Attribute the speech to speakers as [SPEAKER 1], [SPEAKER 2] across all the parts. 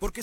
[SPEAKER 1] Porque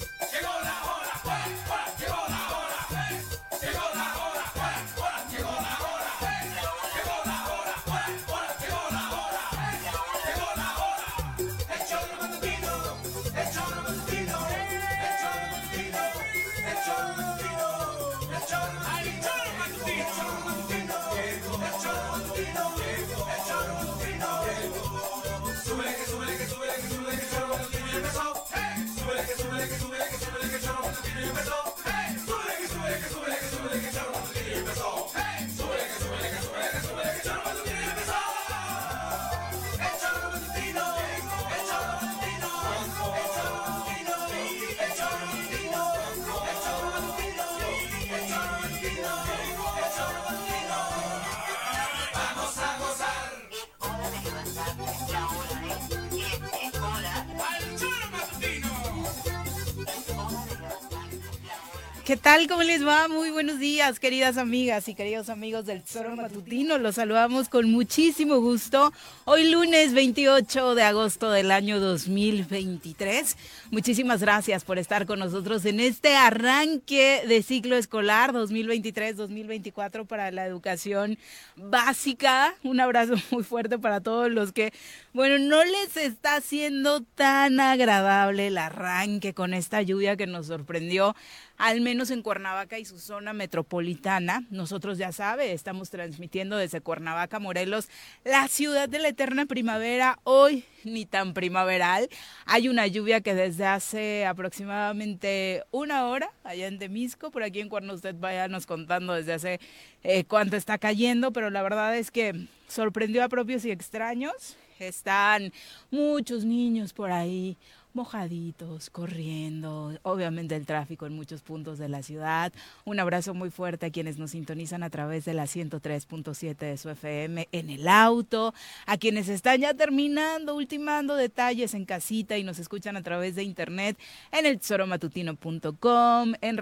[SPEAKER 2] ¿Qué tal? ¿Cómo les va? Muy buenos días, queridas amigas y queridos amigos del Tesoro Matutino. Los saludamos con muchísimo gusto. Hoy lunes 28 de agosto del año 2023. Muchísimas gracias por estar con nosotros en este arranque de ciclo escolar 2023-2024 para la educación básica. Un abrazo muy fuerte para todos los que, bueno, no les está siendo tan agradable el arranque con esta lluvia que nos sorprendió al menos en Cuernavaca y su zona metropolitana. Nosotros ya sabe, estamos transmitiendo desde Cuernavaca, Morelos, la ciudad de la eterna primavera, hoy ni tan primaveral. Hay una lluvia que desde hace aproximadamente una hora, allá en Temisco, por aquí en Cuerno usted vaya nos contando desde hace eh, cuánto está cayendo, pero la verdad es que sorprendió a propios y extraños. Están muchos niños por ahí mojaditos, corriendo, obviamente el tráfico en muchos puntos de la ciudad. Un abrazo muy fuerte a quienes nos sintonizan a través de la 103.7 de su FM en el auto, a quienes están ya terminando, ultimando detalles en casita y nos escuchan a través de internet en el tesoromatutino.com, en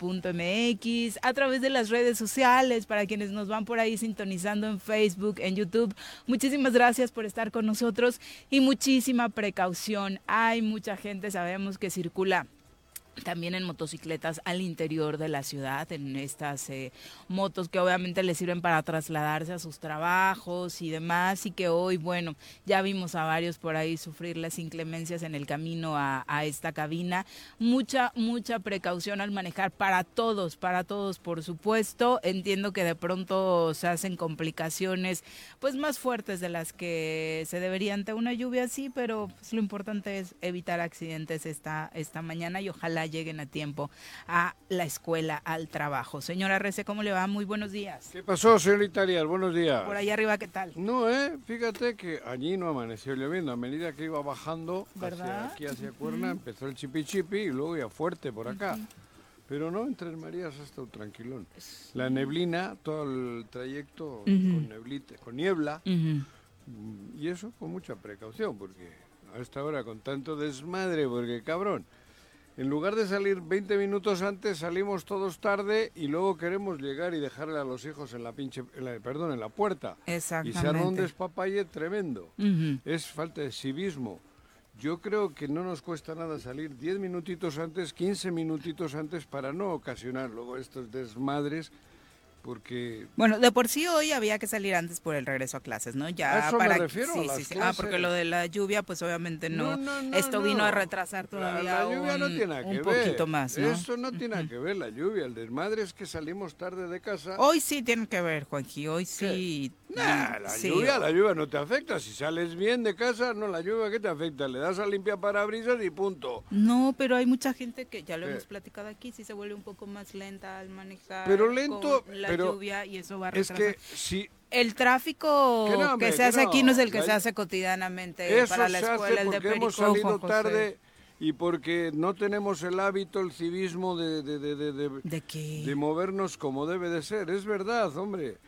[SPEAKER 2] radiodesafío.mx, a través de las redes sociales, para quienes nos van por ahí sintonizando en Facebook, en YouTube. Muchísimas gracias por estar con nosotros y muchísima precaución hay mucha gente, sabemos que circula también en motocicletas al interior de la ciudad, en estas eh, motos que obviamente les sirven para trasladarse a sus trabajos y demás, y que hoy, bueno, ya vimos a varios por ahí sufrir las inclemencias en el camino a, a esta cabina. Mucha, mucha precaución al manejar para todos, para todos, por supuesto. Entiendo que de pronto se hacen complicaciones, pues más fuertes de las que se debería ante una lluvia así, pero pues, lo importante es evitar accidentes esta, esta mañana y ojalá lleguen a tiempo a la escuela, al trabajo. Señora Rece, ¿cómo le va? Muy buenos días.
[SPEAKER 3] ¿Qué pasó, señorita Arias? Buenos días.
[SPEAKER 2] Por allá arriba, ¿qué tal?
[SPEAKER 3] No, ¿eh? Fíjate que allí no amaneció lloviendo. A medida que iba bajando
[SPEAKER 2] ¿Verdad?
[SPEAKER 3] hacia aquí, hacia Cuerna, empezó el chipi chipi y luego ya fuerte por acá. Pero no, en Tres Marías ha estado tranquilón. La neblina, todo el trayecto con, neblita, con niebla. Mm, Y eso con mucha precaución, porque a esta hora con tanto desmadre, porque cabrón, en lugar de salir 20 minutos antes, salimos todos tarde y luego queremos llegar y dejarle a los hijos en la pinche, en la- perdón, en la puerta. Y se arma un
[SPEAKER 2] Exactamente.
[SPEAKER 3] despapalle tremendo.
[SPEAKER 2] Ujú.
[SPEAKER 3] Es falta de civismo. Yo creo que no nos cuesta nada salir 10 minutitos antes, 15 minutitos antes para no ocasionar luego estos desmadres Porque
[SPEAKER 2] Bueno, de por sí hoy había que salir antes por el regreso a clases, ¿no?
[SPEAKER 3] A
[SPEAKER 2] Ya
[SPEAKER 3] eso me
[SPEAKER 2] para
[SPEAKER 3] refiero,
[SPEAKER 2] sí,
[SPEAKER 3] a las
[SPEAKER 2] sí, sí. Ah, porque
[SPEAKER 3] clases.
[SPEAKER 2] lo de la lluvia pues obviamente
[SPEAKER 3] No,
[SPEAKER 2] no,
[SPEAKER 3] no, no,
[SPEAKER 2] esto vino
[SPEAKER 3] no.
[SPEAKER 2] a retrasar todavía
[SPEAKER 3] La, la lluvia no
[SPEAKER 2] un-
[SPEAKER 3] tiene nada que
[SPEAKER 2] un
[SPEAKER 3] ver.
[SPEAKER 2] poquito más, ¿no?
[SPEAKER 3] Eso no tiene nada que ver la lluvia. El desmadre es que salimos tarde de casa.
[SPEAKER 2] Hoy sí tiene que ver, Juanji, hoy sí.
[SPEAKER 3] Nah, la
[SPEAKER 2] sí.
[SPEAKER 3] lluvia, la lluvia no te afecta. Si sales bien de casa, no la lluvia que te afecta. Le das a limpia parabrisas y punto.
[SPEAKER 2] No, pero hay mucha gente que ya lo
[SPEAKER 3] ¿Qué?
[SPEAKER 2] hemos platicado aquí, sí se vuelve un poco más lenta al manejar.
[SPEAKER 3] Pero lento,
[SPEAKER 2] con la
[SPEAKER 3] pero
[SPEAKER 2] lluvia y eso va a
[SPEAKER 3] Es
[SPEAKER 2] retrasar.
[SPEAKER 3] que si
[SPEAKER 2] El tráfico
[SPEAKER 3] Que
[SPEAKER 2] que,
[SPEAKER 3] no, hombre,
[SPEAKER 2] se hace
[SPEAKER 3] que no.
[SPEAKER 2] aquí no es el que
[SPEAKER 3] La-
[SPEAKER 2] se hace cotidianamente
[SPEAKER 3] eso
[SPEAKER 2] este, para la
[SPEAKER 3] se hace
[SPEAKER 2] escuela, el de
[SPEAKER 3] porque
[SPEAKER 2] Perico,
[SPEAKER 3] hemos salido
[SPEAKER 2] Juan José.
[SPEAKER 3] tarde y porque no tenemos el hábito, el civismo de- de- de- de- de,
[SPEAKER 2] ¿De qué?
[SPEAKER 3] de movernos como debe de ser. Es verdad, hombre.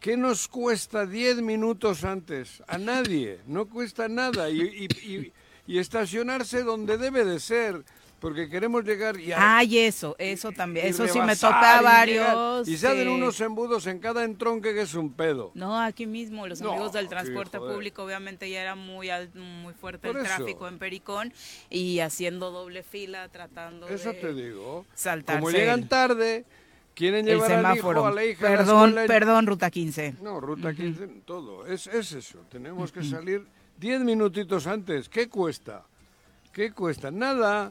[SPEAKER 3] ¿Qué nos cuesta 10 minutos antes? A nadie. No cuesta nada. Y, y- y- y estacionarse donde debe de ser. Porque queremos llegar y a-
[SPEAKER 2] Ay, eso, eso también,
[SPEAKER 3] y
[SPEAKER 2] eso sí me
[SPEAKER 3] rebasar
[SPEAKER 2] toca a
[SPEAKER 3] y llegar.
[SPEAKER 2] varios.
[SPEAKER 3] Y se hacen
[SPEAKER 2] sí.
[SPEAKER 3] unos embudos en cada entronque que es un pedo.
[SPEAKER 2] No, aquí mismo, los
[SPEAKER 3] No,
[SPEAKER 2] amigos del
[SPEAKER 3] sí,
[SPEAKER 2] transporte
[SPEAKER 3] joder.
[SPEAKER 2] público, obviamente ya era muy al- muy fuerte
[SPEAKER 3] Por
[SPEAKER 2] el
[SPEAKER 3] eso.
[SPEAKER 2] tráfico en Pericón y haciendo doble fila, tratando
[SPEAKER 3] Eso
[SPEAKER 2] de...
[SPEAKER 3] te digo.
[SPEAKER 2] saltarse
[SPEAKER 3] Como
[SPEAKER 2] el-
[SPEAKER 3] llegan tarde, quieren
[SPEAKER 2] El
[SPEAKER 3] llevar al hijo,
[SPEAKER 2] semáforo.
[SPEAKER 3] a la hija. a la
[SPEAKER 2] perdón,
[SPEAKER 3] escuela y-
[SPEAKER 2] perdón, Ruta 15.
[SPEAKER 3] No, ruta 15, todo. Es, es eso. Tenemos que salir 10 minutitos antes. ¿Qué cuesta? ¿Qué cuesta? Nada.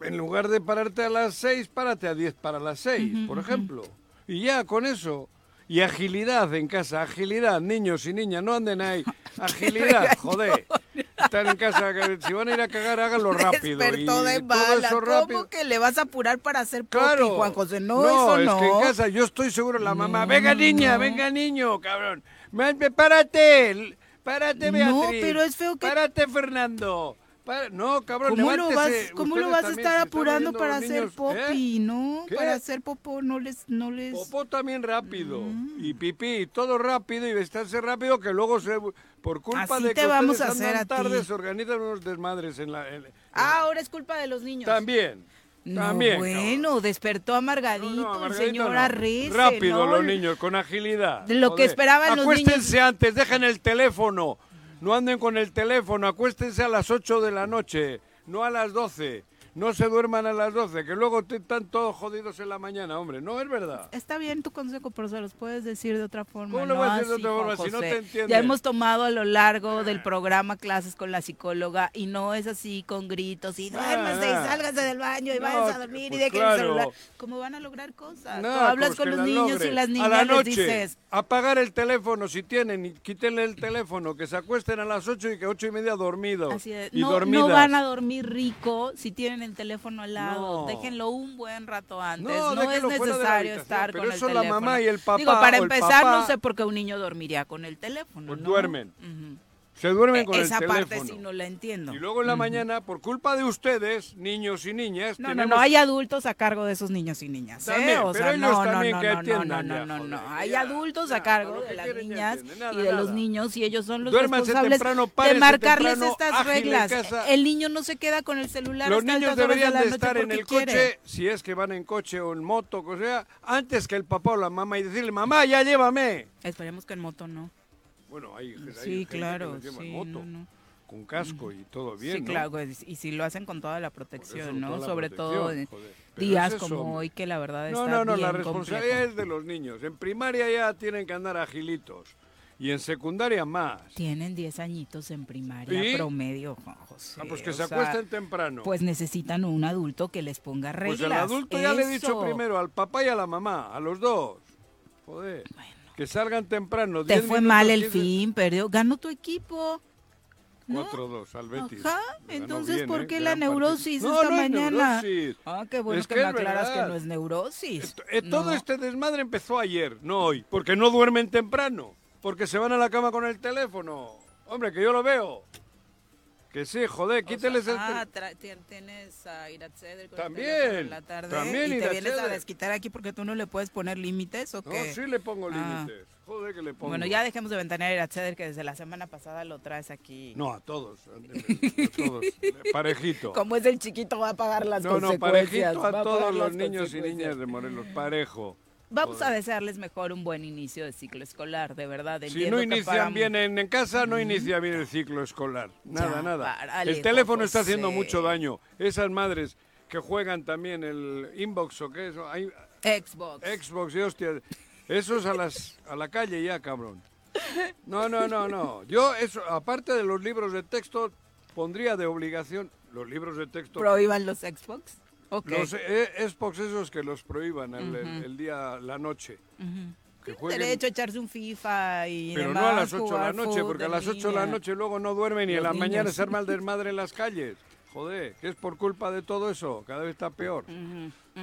[SPEAKER 3] En lugar de pararte a las 6, párate a 10 para las 6, por ejemplo. Y ya con eso. Y agilidad en casa, agilidad, niños y niñas, no anden ahí. Agilidad, joder. Están en casa, que si van a ir a cagar, háganlo rápido. y
[SPEAKER 2] Despertó de
[SPEAKER 3] todo
[SPEAKER 2] bala.
[SPEAKER 3] eso rápido.
[SPEAKER 2] ¿Cómo que le vas a apurar para hacer popi,
[SPEAKER 3] Claro.
[SPEAKER 2] Juan José? No, eso
[SPEAKER 3] es
[SPEAKER 2] no.
[SPEAKER 3] que en casa yo estoy seguro la mamá, venga niña, venga niño, cabrón. "Ma- pe- Párate, l- párate
[SPEAKER 2] No,
[SPEAKER 3] Beatriz.
[SPEAKER 2] pero es feo que-
[SPEAKER 3] Párate Fernando. Para- No, cabrón,
[SPEAKER 2] ¿Cómo lo vas,
[SPEAKER 3] levántese.
[SPEAKER 2] cómo lo
[SPEAKER 3] Ustedes
[SPEAKER 2] vas a
[SPEAKER 3] también
[SPEAKER 2] estar
[SPEAKER 3] se están
[SPEAKER 2] apurando
[SPEAKER 3] viendo
[SPEAKER 2] para
[SPEAKER 3] los
[SPEAKER 2] hacer
[SPEAKER 3] niños, ¿eh?
[SPEAKER 2] popi? No,
[SPEAKER 3] ¿Qué?
[SPEAKER 2] para hacer popo no les, no les.
[SPEAKER 3] Popó también rápido
[SPEAKER 2] Mm.
[SPEAKER 3] y pipí, todo rápido y vestirse rápido que luego se por culpa
[SPEAKER 2] Así
[SPEAKER 3] de que
[SPEAKER 2] te vamos
[SPEAKER 3] ustedes
[SPEAKER 2] a hacer
[SPEAKER 3] andan
[SPEAKER 2] a ti.
[SPEAKER 3] tarde se organizan unos desmadres en la en-
[SPEAKER 2] Ah, ahora es culpa de los niños.
[SPEAKER 3] también.
[SPEAKER 2] No,
[SPEAKER 3] también. cabrón.
[SPEAKER 2] bueno, despertó amargadito,
[SPEAKER 3] No, no,
[SPEAKER 2] el
[SPEAKER 3] Margarito,
[SPEAKER 2] señor
[SPEAKER 3] no.
[SPEAKER 2] Arrece,
[SPEAKER 3] Rápido
[SPEAKER 2] ¿no?
[SPEAKER 3] los niños, con agilidad.
[SPEAKER 2] De lo que esperaban los
[SPEAKER 3] Acuéstense antes, dejen el teléfono. No anden con el teléfono, acuéstense a las 8 de la noche, no a las 12. No se duerman a las 12, que luego te- están todos jodidos en la mañana, hombre. No, es verdad.
[SPEAKER 2] Está bien tu consejo, pero se los puedes decir de otra forma.
[SPEAKER 3] ¿Cómo lo
[SPEAKER 2] no
[SPEAKER 3] voy a decir de
[SPEAKER 2] así,
[SPEAKER 3] otra
[SPEAKER 2] Juan
[SPEAKER 3] forma si no
[SPEAKER 2] José?
[SPEAKER 3] te Ah. entienden?
[SPEAKER 2] Ya hemos tomado a lo largo del programa clases con la psicóloga y no es así con gritos y duérmase y
[SPEAKER 3] ah.
[SPEAKER 2] sálganse del baño y
[SPEAKER 3] No,
[SPEAKER 2] váyanse a dormir
[SPEAKER 3] pues
[SPEAKER 2] y dejen
[SPEAKER 3] claro.
[SPEAKER 2] el celular. ¿Cómo van a lograr cosas?
[SPEAKER 3] No,
[SPEAKER 2] Ah, Tú hablas
[SPEAKER 3] pues
[SPEAKER 2] con
[SPEAKER 3] que
[SPEAKER 2] los
[SPEAKER 3] la
[SPEAKER 2] niños y
[SPEAKER 3] logren.
[SPEAKER 2] las niñas
[SPEAKER 3] A la noche,
[SPEAKER 2] les dices.
[SPEAKER 3] apagar el teléfono si tienen, y quítenle el teléfono, que se acuesten a las 8 y que 8 y media dormidos.
[SPEAKER 2] Así es.
[SPEAKER 3] Y
[SPEAKER 2] eh, No,
[SPEAKER 3] dormidas.
[SPEAKER 2] no van a dormir rico si tienen el teléfono al lado.
[SPEAKER 3] No.
[SPEAKER 2] Déjenlo un buen rato antes.
[SPEAKER 3] No,
[SPEAKER 2] No, es
[SPEAKER 3] déjenlo fuera de la
[SPEAKER 2] necesario
[SPEAKER 3] habitación,
[SPEAKER 2] estar
[SPEAKER 3] pero
[SPEAKER 2] con el
[SPEAKER 3] eso la
[SPEAKER 2] teléfono.
[SPEAKER 3] mamá y el papá
[SPEAKER 2] Digo,
[SPEAKER 3] o
[SPEAKER 2] para
[SPEAKER 3] el
[SPEAKER 2] empezar, no
[SPEAKER 3] papá-
[SPEAKER 2] sé por qué un niño dormiría con el teléfono.
[SPEAKER 3] Pues
[SPEAKER 2] ¿no?
[SPEAKER 3] duermen.
[SPEAKER 2] Ujú.
[SPEAKER 3] Se duermen
[SPEAKER 2] Eh,
[SPEAKER 3] con
[SPEAKER 2] Esa
[SPEAKER 3] el teléfono.
[SPEAKER 2] parte sí no la entiendo.
[SPEAKER 3] Y luego en la mañana, por culpa de ustedes, niños y niñas,
[SPEAKER 2] No, no,
[SPEAKER 3] tenemos-
[SPEAKER 2] no, hay adultos a cargo de esos niños y niñas. ¿eh?
[SPEAKER 3] También,
[SPEAKER 2] o
[SPEAKER 3] pero
[SPEAKER 2] sea,
[SPEAKER 3] ellos
[SPEAKER 2] no, no,
[SPEAKER 3] también
[SPEAKER 2] no,
[SPEAKER 3] que
[SPEAKER 2] no, no, no,
[SPEAKER 3] atiendan
[SPEAKER 2] no,
[SPEAKER 3] ya,
[SPEAKER 2] no, no.
[SPEAKER 3] joder,
[SPEAKER 2] Hay
[SPEAKER 3] ya,
[SPEAKER 2] adultos
[SPEAKER 3] ya,
[SPEAKER 2] a cargo
[SPEAKER 3] con lo
[SPEAKER 2] de
[SPEAKER 3] que
[SPEAKER 2] las
[SPEAKER 3] quieren ya
[SPEAKER 2] niñas
[SPEAKER 3] entienden, nada,
[SPEAKER 2] y de los
[SPEAKER 3] nada.
[SPEAKER 2] niños y ellos son los
[SPEAKER 3] Duérmanse
[SPEAKER 2] responsables
[SPEAKER 3] temprano,
[SPEAKER 2] de
[SPEAKER 3] párese
[SPEAKER 2] marcarles
[SPEAKER 3] temprano,
[SPEAKER 2] estas
[SPEAKER 3] ágil en
[SPEAKER 2] reglas.
[SPEAKER 3] casa.
[SPEAKER 2] El niño no se queda con el celular
[SPEAKER 3] Los
[SPEAKER 2] hasta
[SPEAKER 3] niños
[SPEAKER 2] altas horas de
[SPEAKER 3] deberían
[SPEAKER 2] la
[SPEAKER 3] de
[SPEAKER 2] noche
[SPEAKER 3] estar en
[SPEAKER 2] porque
[SPEAKER 3] el
[SPEAKER 2] quiere.
[SPEAKER 3] coche, si es que van en coche o en moto, o sea, antes que el papá o la mamá y decirle, mamá, ya llévame.
[SPEAKER 2] Esperemos que en moto no.
[SPEAKER 3] Bueno, hay, hay
[SPEAKER 2] Sí,
[SPEAKER 3] gente que
[SPEAKER 2] claro,
[SPEAKER 3] los lleva en
[SPEAKER 2] sí,
[SPEAKER 3] moto,
[SPEAKER 2] no, no.
[SPEAKER 3] con casco y todo bien.
[SPEAKER 2] sí,
[SPEAKER 3] ¿no?
[SPEAKER 2] claro, pues, y si lo hacen con toda la
[SPEAKER 3] Por
[SPEAKER 2] protección,
[SPEAKER 3] eso,
[SPEAKER 2] ¿no?
[SPEAKER 3] toda la
[SPEAKER 2] Sobre todo
[SPEAKER 3] protección,
[SPEAKER 2] en
[SPEAKER 3] joder. Pero
[SPEAKER 2] días
[SPEAKER 3] es eso,
[SPEAKER 2] como
[SPEAKER 3] hombre.
[SPEAKER 2] hoy que la verdad
[SPEAKER 3] No,
[SPEAKER 2] está
[SPEAKER 3] no, no,
[SPEAKER 2] bien
[SPEAKER 3] la responsabilidad
[SPEAKER 2] complejo.
[SPEAKER 3] es de los niños. En primaria ya tienen que andar agilitos y en secundaria más.
[SPEAKER 2] Tienen 10 añitos en primaria
[SPEAKER 3] ¿Y?
[SPEAKER 2] promedio, Juan José.
[SPEAKER 3] Ah, pues que
[SPEAKER 2] o
[SPEAKER 3] se
[SPEAKER 2] sea,
[SPEAKER 3] acuesten temprano.
[SPEAKER 2] Pues necesitan un adulto que les ponga reglas.
[SPEAKER 3] Pues el adulto ya le he dicho
[SPEAKER 2] Eso.
[SPEAKER 3] primero al papá y a la mamá, a los dos. Joder. Que salgan temprano.
[SPEAKER 2] Te
[SPEAKER 3] 10
[SPEAKER 2] fue
[SPEAKER 3] minutos,
[SPEAKER 2] mal el
[SPEAKER 3] 15,
[SPEAKER 2] fin, perdió. Ganó tu equipo. ¿no?
[SPEAKER 3] 4-2 al Betis.
[SPEAKER 2] Ajá,
[SPEAKER 3] Le ganó
[SPEAKER 2] entonces,
[SPEAKER 3] bien,
[SPEAKER 2] ¿por
[SPEAKER 3] ¿eh?
[SPEAKER 2] qué
[SPEAKER 3] Pues Gran
[SPEAKER 2] la
[SPEAKER 3] partido.
[SPEAKER 2] neurosis
[SPEAKER 3] No,
[SPEAKER 2] esta
[SPEAKER 3] no es
[SPEAKER 2] mañana?
[SPEAKER 3] neurosis.
[SPEAKER 2] Ah, qué bueno
[SPEAKER 3] Es
[SPEAKER 2] que,
[SPEAKER 3] que
[SPEAKER 2] me
[SPEAKER 3] es
[SPEAKER 2] aclaras que
[SPEAKER 3] verdad.
[SPEAKER 2] no es neurosis.
[SPEAKER 3] Esto- eh, Todo
[SPEAKER 2] No.
[SPEAKER 3] este desmadre empezó ayer, no hoy. Porque no duermen temprano. Porque se van a la cama con el teléfono. Hombre, que yo lo veo. Que sí, joder,
[SPEAKER 2] O
[SPEAKER 3] quíteles
[SPEAKER 2] sea,
[SPEAKER 3] el teléfono.
[SPEAKER 2] ah, tra- ti- tienes a Irat Seder con el
[SPEAKER 3] También,
[SPEAKER 2] teléfono en este la tarde
[SPEAKER 3] también
[SPEAKER 2] y te
[SPEAKER 3] Irat
[SPEAKER 2] vienes a
[SPEAKER 3] Seder.
[SPEAKER 2] desquitar aquí porque tú no le puedes poner límites o
[SPEAKER 3] No,
[SPEAKER 2] qué.
[SPEAKER 3] sí le pongo
[SPEAKER 2] Ah.
[SPEAKER 3] límites. Joder, que le pongo.
[SPEAKER 2] Bueno, ya dejemos de ventanear a Irat Seder que desde la semana pasada lo traes aquí.
[SPEAKER 3] No, a todos. A todos. eh, Parejito.
[SPEAKER 2] Como es el chiquito va a pagar las
[SPEAKER 3] No, no,
[SPEAKER 2] consecuencias.
[SPEAKER 3] parejito
[SPEAKER 2] va
[SPEAKER 3] a
[SPEAKER 2] pagar
[SPEAKER 3] todos los
[SPEAKER 2] las
[SPEAKER 3] niños y
[SPEAKER 2] consecuencias.
[SPEAKER 3] niñas de Morelos, parejo.
[SPEAKER 2] Vamos a desearles mejor un buen inicio de ciclo escolar, de verdad.
[SPEAKER 3] Si
[SPEAKER 2] entiendo
[SPEAKER 3] no
[SPEAKER 2] que para-
[SPEAKER 3] inician bien en, en casa, no inicia bien el ciclo escolar. Nada,
[SPEAKER 2] Ya,
[SPEAKER 3] nada.
[SPEAKER 2] párale,
[SPEAKER 3] el teléfono
[SPEAKER 2] Juan
[SPEAKER 3] está haciendo
[SPEAKER 2] José.
[SPEAKER 3] mucho daño. Esas madres que juegan también el inbox o qué es, hay
[SPEAKER 2] Xbox.
[SPEAKER 3] Xbox y hostia. Eso es a, las, a la calle ya, cabrón. No, no, no, no. Yo, eso, aparte de los libros de texto, pondría de obligación los libros de texto.
[SPEAKER 2] ¿Prohíban los Xbox? Ok.
[SPEAKER 3] Los eh, Xbox esos que los prohíban el, el- el día, la noche. Que jueguen-
[SPEAKER 2] Derecho a echarse un FIFA y
[SPEAKER 3] Pero
[SPEAKER 2] demás,
[SPEAKER 3] no a las 8 de la
[SPEAKER 2] jugar
[SPEAKER 3] noche, porque a
[SPEAKER 2] fútbol,
[SPEAKER 3] las 8 de la
[SPEAKER 2] niña.
[SPEAKER 3] noche luego no duermen y a
[SPEAKER 2] Los
[SPEAKER 3] la
[SPEAKER 2] niños.
[SPEAKER 3] mañana se arma el desmadre en las calles. Joder, que es por culpa de todo eso, cada vez está peor.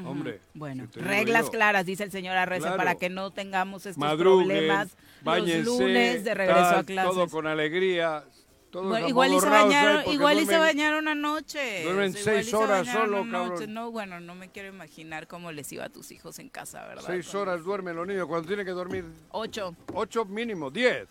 [SPEAKER 3] Hombre.
[SPEAKER 2] Bueno,
[SPEAKER 3] si te digo
[SPEAKER 2] reglas
[SPEAKER 3] yo.
[SPEAKER 2] claras, dice el señor Arreza,
[SPEAKER 3] Claro.
[SPEAKER 2] para que no tengamos estos
[SPEAKER 3] Madruguen,
[SPEAKER 2] problemas
[SPEAKER 3] báñense,
[SPEAKER 2] los lunes de regreso
[SPEAKER 3] tal,
[SPEAKER 2] a clases.
[SPEAKER 3] Todo con alegría. Todo
[SPEAKER 2] Igual,
[SPEAKER 3] es
[SPEAKER 2] igual y se
[SPEAKER 3] amodorrados, ¿sabes?
[SPEAKER 2] bañaron,
[SPEAKER 3] ¿eh? Porque
[SPEAKER 2] igual y se
[SPEAKER 3] duermen-
[SPEAKER 2] bañaron anoche.
[SPEAKER 3] duermen
[SPEAKER 2] Igual
[SPEAKER 3] seis
[SPEAKER 2] y se
[SPEAKER 3] horas
[SPEAKER 2] bañaron
[SPEAKER 3] solo,
[SPEAKER 2] anoche.
[SPEAKER 3] cabrón.
[SPEAKER 2] No, bueno, no me quiero imaginar cómo les iba a tus hijos en casa, ¿verdad?
[SPEAKER 3] Seis horas duermen los niños cuando tienen que dormir.
[SPEAKER 2] Ocho.
[SPEAKER 3] Ocho mínimo, diez.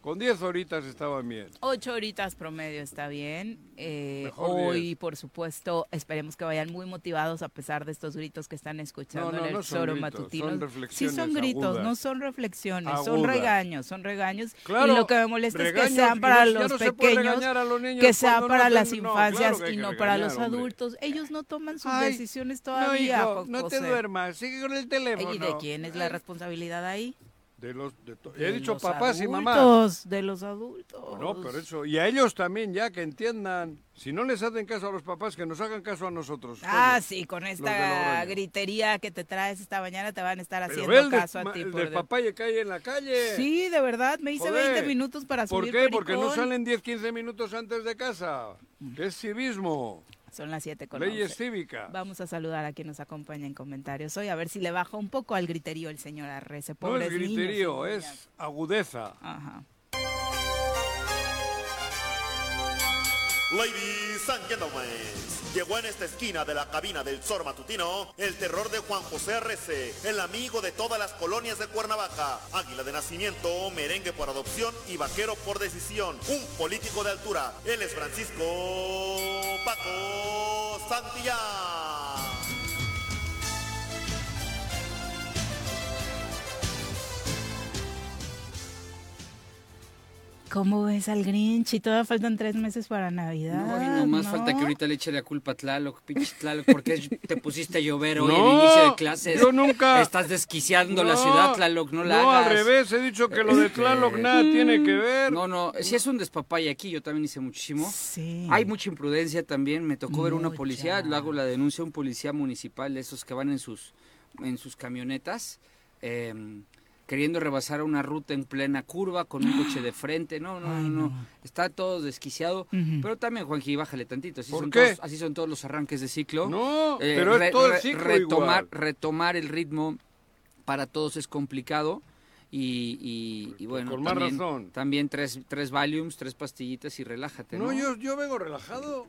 [SPEAKER 3] Con diez horitas estaban bien.
[SPEAKER 2] Ocho horitas promedio está bien. Eh,
[SPEAKER 3] Mejor
[SPEAKER 2] hoy,
[SPEAKER 3] diez.
[SPEAKER 2] por supuesto, esperemos que vayan muy motivados a pesar de estos gritos que están escuchando
[SPEAKER 3] No, no,
[SPEAKER 2] en el
[SPEAKER 3] no son
[SPEAKER 2] Zoro
[SPEAKER 3] gritos,
[SPEAKER 2] matutino.
[SPEAKER 3] son
[SPEAKER 2] sí,
[SPEAKER 3] reflexiones
[SPEAKER 2] son gritos,
[SPEAKER 3] agudas.
[SPEAKER 2] no son reflexiones, son
[SPEAKER 3] Agudas.
[SPEAKER 2] regaños, son regaños.
[SPEAKER 3] Claro,
[SPEAKER 2] y lo que me molesta es que
[SPEAKER 3] regaños,
[SPEAKER 2] sean
[SPEAKER 3] y
[SPEAKER 2] para
[SPEAKER 3] no- ya
[SPEAKER 2] los
[SPEAKER 3] no se puede
[SPEAKER 2] pequeños,
[SPEAKER 3] regañar a los niños
[SPEAKER 2] que sea
[SPEAKER 3] cuando no
[SPEAKER 2] para
[SPEAKER 3] hacen-
[SPEAKER 2] las
[SPEAKER 3] no,
[SPEAKER 2] infancias
[SPEAKER 3] claro que hay
[SPEAKER 2] y
[SPEAKER 3] que
[SPEAKER 2] no para
[SPEAKER 3] regañar,
[SPEAKER 2] los
[SPEAKER 3] hombre.
[SPEAKER 2] adultos. Ellos no toman sus
[SPEAKER 3] Ay,
[SPEAKER 2] decisiones todavía.
[SPEAKER 3] No, hijo,
[SPEAKER 2] José.
[SPEAKER 3] no te duermas, sigue con el teléfono.
[SPEAKER 2] ¿Y de quién es la responsabilidad ahí?
[SPEAKER 3] De los, de to-
[SPEAKER 2] De
[SPEAKER 3] He dicho
[SPEAKER 2] los
[SPEAKER 3] papás y mamás.
[SPEAKER 2] adultos, De los adultos.
[SPEAKER 3] No, pero eso. Y a ellos también, ya que entiendan. Si no les hacen caso a los papás, que nos hagan caso a nosotros.
[SPEAKER 2] Ah,
[SPEAKER 3] coño.
[SPEAKER 2] sí, con esta
[SPEAKER 3] Logroño.
[SPEAKER 2] gritería que te traes esta mañana te van a estar
[SPEAKER 3] Pero
[SPEAKER 2] haciendo
[SPEAKER 3] ve el,
[SPEAKER 2] caso
[SPEAKER 3] desma-
[SPEAKER 2] a ti.
[SPEAKER 3] el
[SPEAKER 2] por Dios.
[SPEAKER 3] despapalle que hay en la calle.
[SPEAKER 2] Sí, de verdad, me hice
[SPEAKER 3] Joder.
[SPEAKER 2] 20 minutos para
[SPEAKER 3] ¿Por
[SPEAKER 2] subir
[SPEAKER 3] qué? Porque no
[SPEAKER 2] Pericón. Mm.
[SPEAKER 3] salen 10, 15 minutos antes de casa. Que es civismo.
[SPEAKER 2] Son las 7 con
[SPEAKER 3] Leyes
[SPEAKER 2] 11.
[SPEAKER 3] cívicas.
[SPEAKER 2] Vamos a saludar a quien nos acompaña en comentarios hoy, a ver si le baja un poco al griterío el señor Arrece.
[SPEAKER 3] No es
[SPEAKER 2] pobres niños y
[SPEAKER 3] griterío, eh.
[SPEAKER 2] niñas.
[SPEAKER 3] es agudeza.
[SPEAKER 2] Ajá.
[SPEAKER 4] Ladies and gentlemen, llegó en esta esquina de la cabina del Zor Matutino el terror de Juan José R.C., el amigo de todas las colonias de Cuernavaca, águila de nacimiento, merengue por adopción y vaquero por decisión, un político de altura. Él es Francisco Paco Santillán.
[SPEAKER 2] ¿Cómo ves al Grinch? Y todavía faltan tres meses para Navidad.
[SPEAKER 5] No, y nomás falta que ahorita le eche la culpa a Tlaloc, pinche Tlaloc, porque te pusiste a llover hoy
[SPEAKER 3] No,
[SPEAKER 5] en el inicio de clases.
[SPEAKER 3] yo nunca-
[SPEAKER 5] Estás desquiciando la ciudad, Tlaloc, no la
[SPEAKER 3] No,
[SPEAKER 5] hagas. Este,
[SPEAKER 3] al revés, he dicho que lo de Tlaloc nada tiene que ver.
[SPEAKER 5] Mm. No, no, si es un despapalle aquí, yo también hice muchísimo.
[SPEAKER 2] Sí.
[SPEAKER 5] Hay mucha imprudencia también, me tocó ver una policía,
[SPEAKER 2] Mucha.
[SPEAKER 5] le hago la denuncia a un policía municipal, de esos que van en sus, en sus camionetas, eh, queriendo rebasar una ruta en plena curva con un coche de frente, no, no, no, no, está todo desquiciado, pero también, Juanji, bájale tantito, así,
[SPEAKER 3] ¿Por
[SPEAKER 5] son,
[SPEAKER 3] qué?
[SPEAKER 5] Todos, así son todos los arranques de ciclo. Eh,
[SPEAKER 3] No, pero es todo el ciclo
[SPEAKER 5] retomar,
[SPEAKER 3] igual.
[SPEAKER 5] retomar el ritmo para todos es complicado. Y, y- y bueno,
[SPEAKER 3] Con más
[SPEAKER 5] también,
[SPEAKER 3] razón.
[SPEAKER 5] también tres, tres Valiums, tres pastillitas y relájate. No,
[SPEAKER 3] No, yo, yo vengo relajado.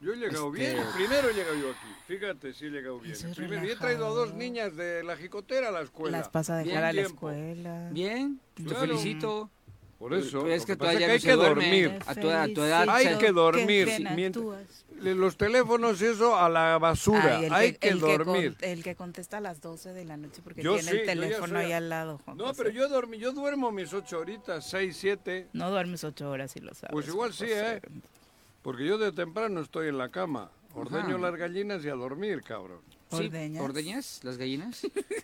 [SPEAKER 3] Yo he llegado
[SPEAKER 5] Este-
[SPEAKER 3] bien. El primero he llegado yo aquí. Fíjate si he llegado bien.
[SPEAKER 2] Eso
[SPEAKER 3] El
[SPEAKER 2] es
[SPEAKER 3] primero. Y he traído a dos
[SPEAKER 2] relajado.
[SPEAKER 3] niñas de la jicotera a la escuela.
[SPEAKER 2] Las pasa a dejar
[SPEAKER 5] Bien
[SPEAKER 2] a la
[SPEAKER 3] tiempo.
[SPEAKER 2] escuela.
[SPEAKER 5] Bien, te
[SPEAKER 3] Claro.
[SPEAKER 5] felicito.
[SPEAKER 3] Por eso.
[SPEAKER 5] Pero es
[SPEAKER 3] lo
[SPEAKER 5] que
[SPEAKER 3] que pasa
[SPEAKER 5] todavía
[SPEAKER 3] es
[SPEAKER 5] no
[SPEAKER 3] que
[SPEAKER 5] se
[SPEAKER 3] hay que
[SPEAKER 5] duerme.
[SPEAKER 3] dormir.
[SPEAKER 5] A tu edad- a tu edad
[SPEAKER 3] Hay que dormir. Mientras-
[SPEAKER 2] Mientras...
[SPEAKER 3] Los teléfonos y eso a la basura. hay que, dormir.
[SPEAKER 2] el que contesta a las 12 de la noche porque
[SPEAKER 3] Yo
[SPEAKER 2] tiene
[SPEAKER 3] sí,
[SPEAKER 2] el
[SPEAKER 3] yo ya
[SPEAKER 2] teléfono
[SPEAKER 3] soy-
[SPEAKER 2] ahí al lado. Juan
[SPEAKER 3] No,
[SPEAKER 2] José.
[SPEAKER 3] pero yo dormí, yo duermo mis ocho horitas, seis, siete,
[SPEAKER 2] No duermes ocho horas y lo sabes.
[SPEAKER 3] Pues igual
[SPEAKER 2] Ah, Juan
[SPEAKER 3] sí,
[SPEAKER 2] José.
[SPEAKER 3] ¿eh? porque yo de temprano estoy en la cama. Ordeño
[SPEAKER 5] Ajá.
[SPEAKER 3] las gallinas y a dormir, cabrón.
[SPEAKER 5] Sí,
[SPEAKER 2] Ah. ¿Ordeñas?
[SPEAKER 5] ¿Ordeñas las gallinas?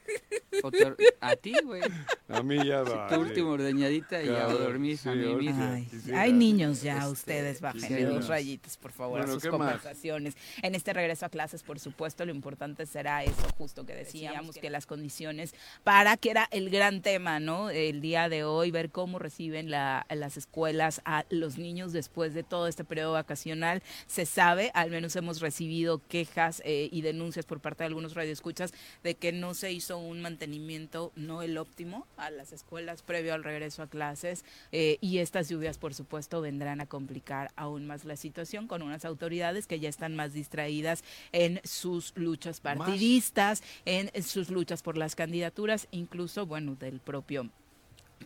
[SPEAKER 5] O te or- a ti, güey.
[SPEAKER 3] A mí ya va.
[SPEAKER 5] Tu última ordeñadita y a
[SPEAKER 3] Claro,
[SPEAKER 5] dormir
[SPEAKER 3] sí,
[SPEAKER 5] a mí
[SPEAKER 3] ahorita.
[SPEAKER 5] mismo.
[SPEAKER 2] Ay,
[SPEAKER 3] quisiera.
[SPEAKER 2] hay niños ya,
[SPEAKER 5] Este,
[SPEAKER 2] ustedes bájenle
[SPEAKER 5] quisiera.
[SPEAKER 2] dos rayitas, por favor,
[SPEAKER 3] Bueno,
[SPEAKER 2] a sus
[SPEAKER 3] ¿qué más?
[SPEAKER 2] conversaciones. En este regreso a clases, por supuesto, lo importante será eso justo que decíamos, que las condiciones para, que era el gran tema, ¿no? El día de hoy, ver cómo reciben la- las escuelas a los niños después de todo este periodo vacacional. Se sabe, al menos hemos recibido quejas eh, y denuncias por parte de algunos radioescuchas de que no se hizo un mantenimiento, no el óptimo, a las escuelas previo al regreso a clases. eh, y estas lluvias, por supuesto, vendrán a complicar aún más la situación con unas autoridades que ya están más distraídas en sus luchas partidistas, en sus luchas por las candidaturas, incluso, bueno, del propio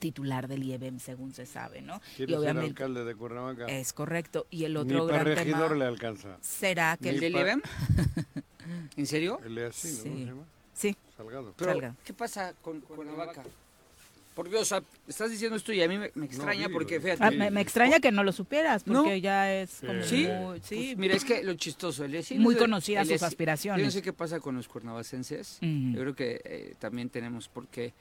[SPEAKER 2] titular del E IEBM, según se sabe, ¿no?
[SPEAKER 3] Quiere ser alcalde de Cuernavaca.
[SPEAKER 2] es correcto. Y el
[SPEAKER 3] Ni
[SPEAKER 2] otro
[SPEAKER 3] para
[SPEAKER 2] gran
[SPEAKER 3] regidor le
[SPEAKER 2] tema
[SPEAKER 3] alcanza.
[SPEAKER 2] será que
[SPEAKER 5] ¿El
[SPEAKER 3] Ni
[SPEAKER 5] del
[SPEAKER 3] pa-
[SPEAKER 5] IBM? ¿En serio?
[SPEAKER 3] El de así, ¿no?
[SPEAKER 2] Sí.
[SPEAKER 3] ¿Cómo se llama?
[SPEAKER 2] Sí,
[SPEAKER 3] Salgado.
[SPEAKER 5] Pero,
[SPEAKER 2] Salga.
[SPEAKER 5] ¿Qué pasa con, con la vaca? Porque, o sea, estás diciendo esto y a mí me, me extraña
[SPEAKER 3] sí,
[SPEAKER 5] porque,
[SPEAKER 3] lo-
[SPEAKER 5] fíjate,
[SPEAKER 2] Ah, me, me extraña que no lo supieras, porque
[SPEAKER 5] No.
[SPEAKER 2] ya es como...
[SPEAKER 5] Sí, Pues
[SPEAKER 2] muy- sí.
[SPEAKER 5] Mira, es que lo chistoso, Eliezer-
[SPEAKER 2] Muy conocidas sus
[SPEAKER 5] Eliezer-
[SPEAKER 2] aspiraciones.
[SPEAKER 5] Yo no sé qué pasa con los cuernavacenses.
[SPEAKER 2] Ujú.
[SPEAKER 5] Yo creo que eh, también tenemos, porque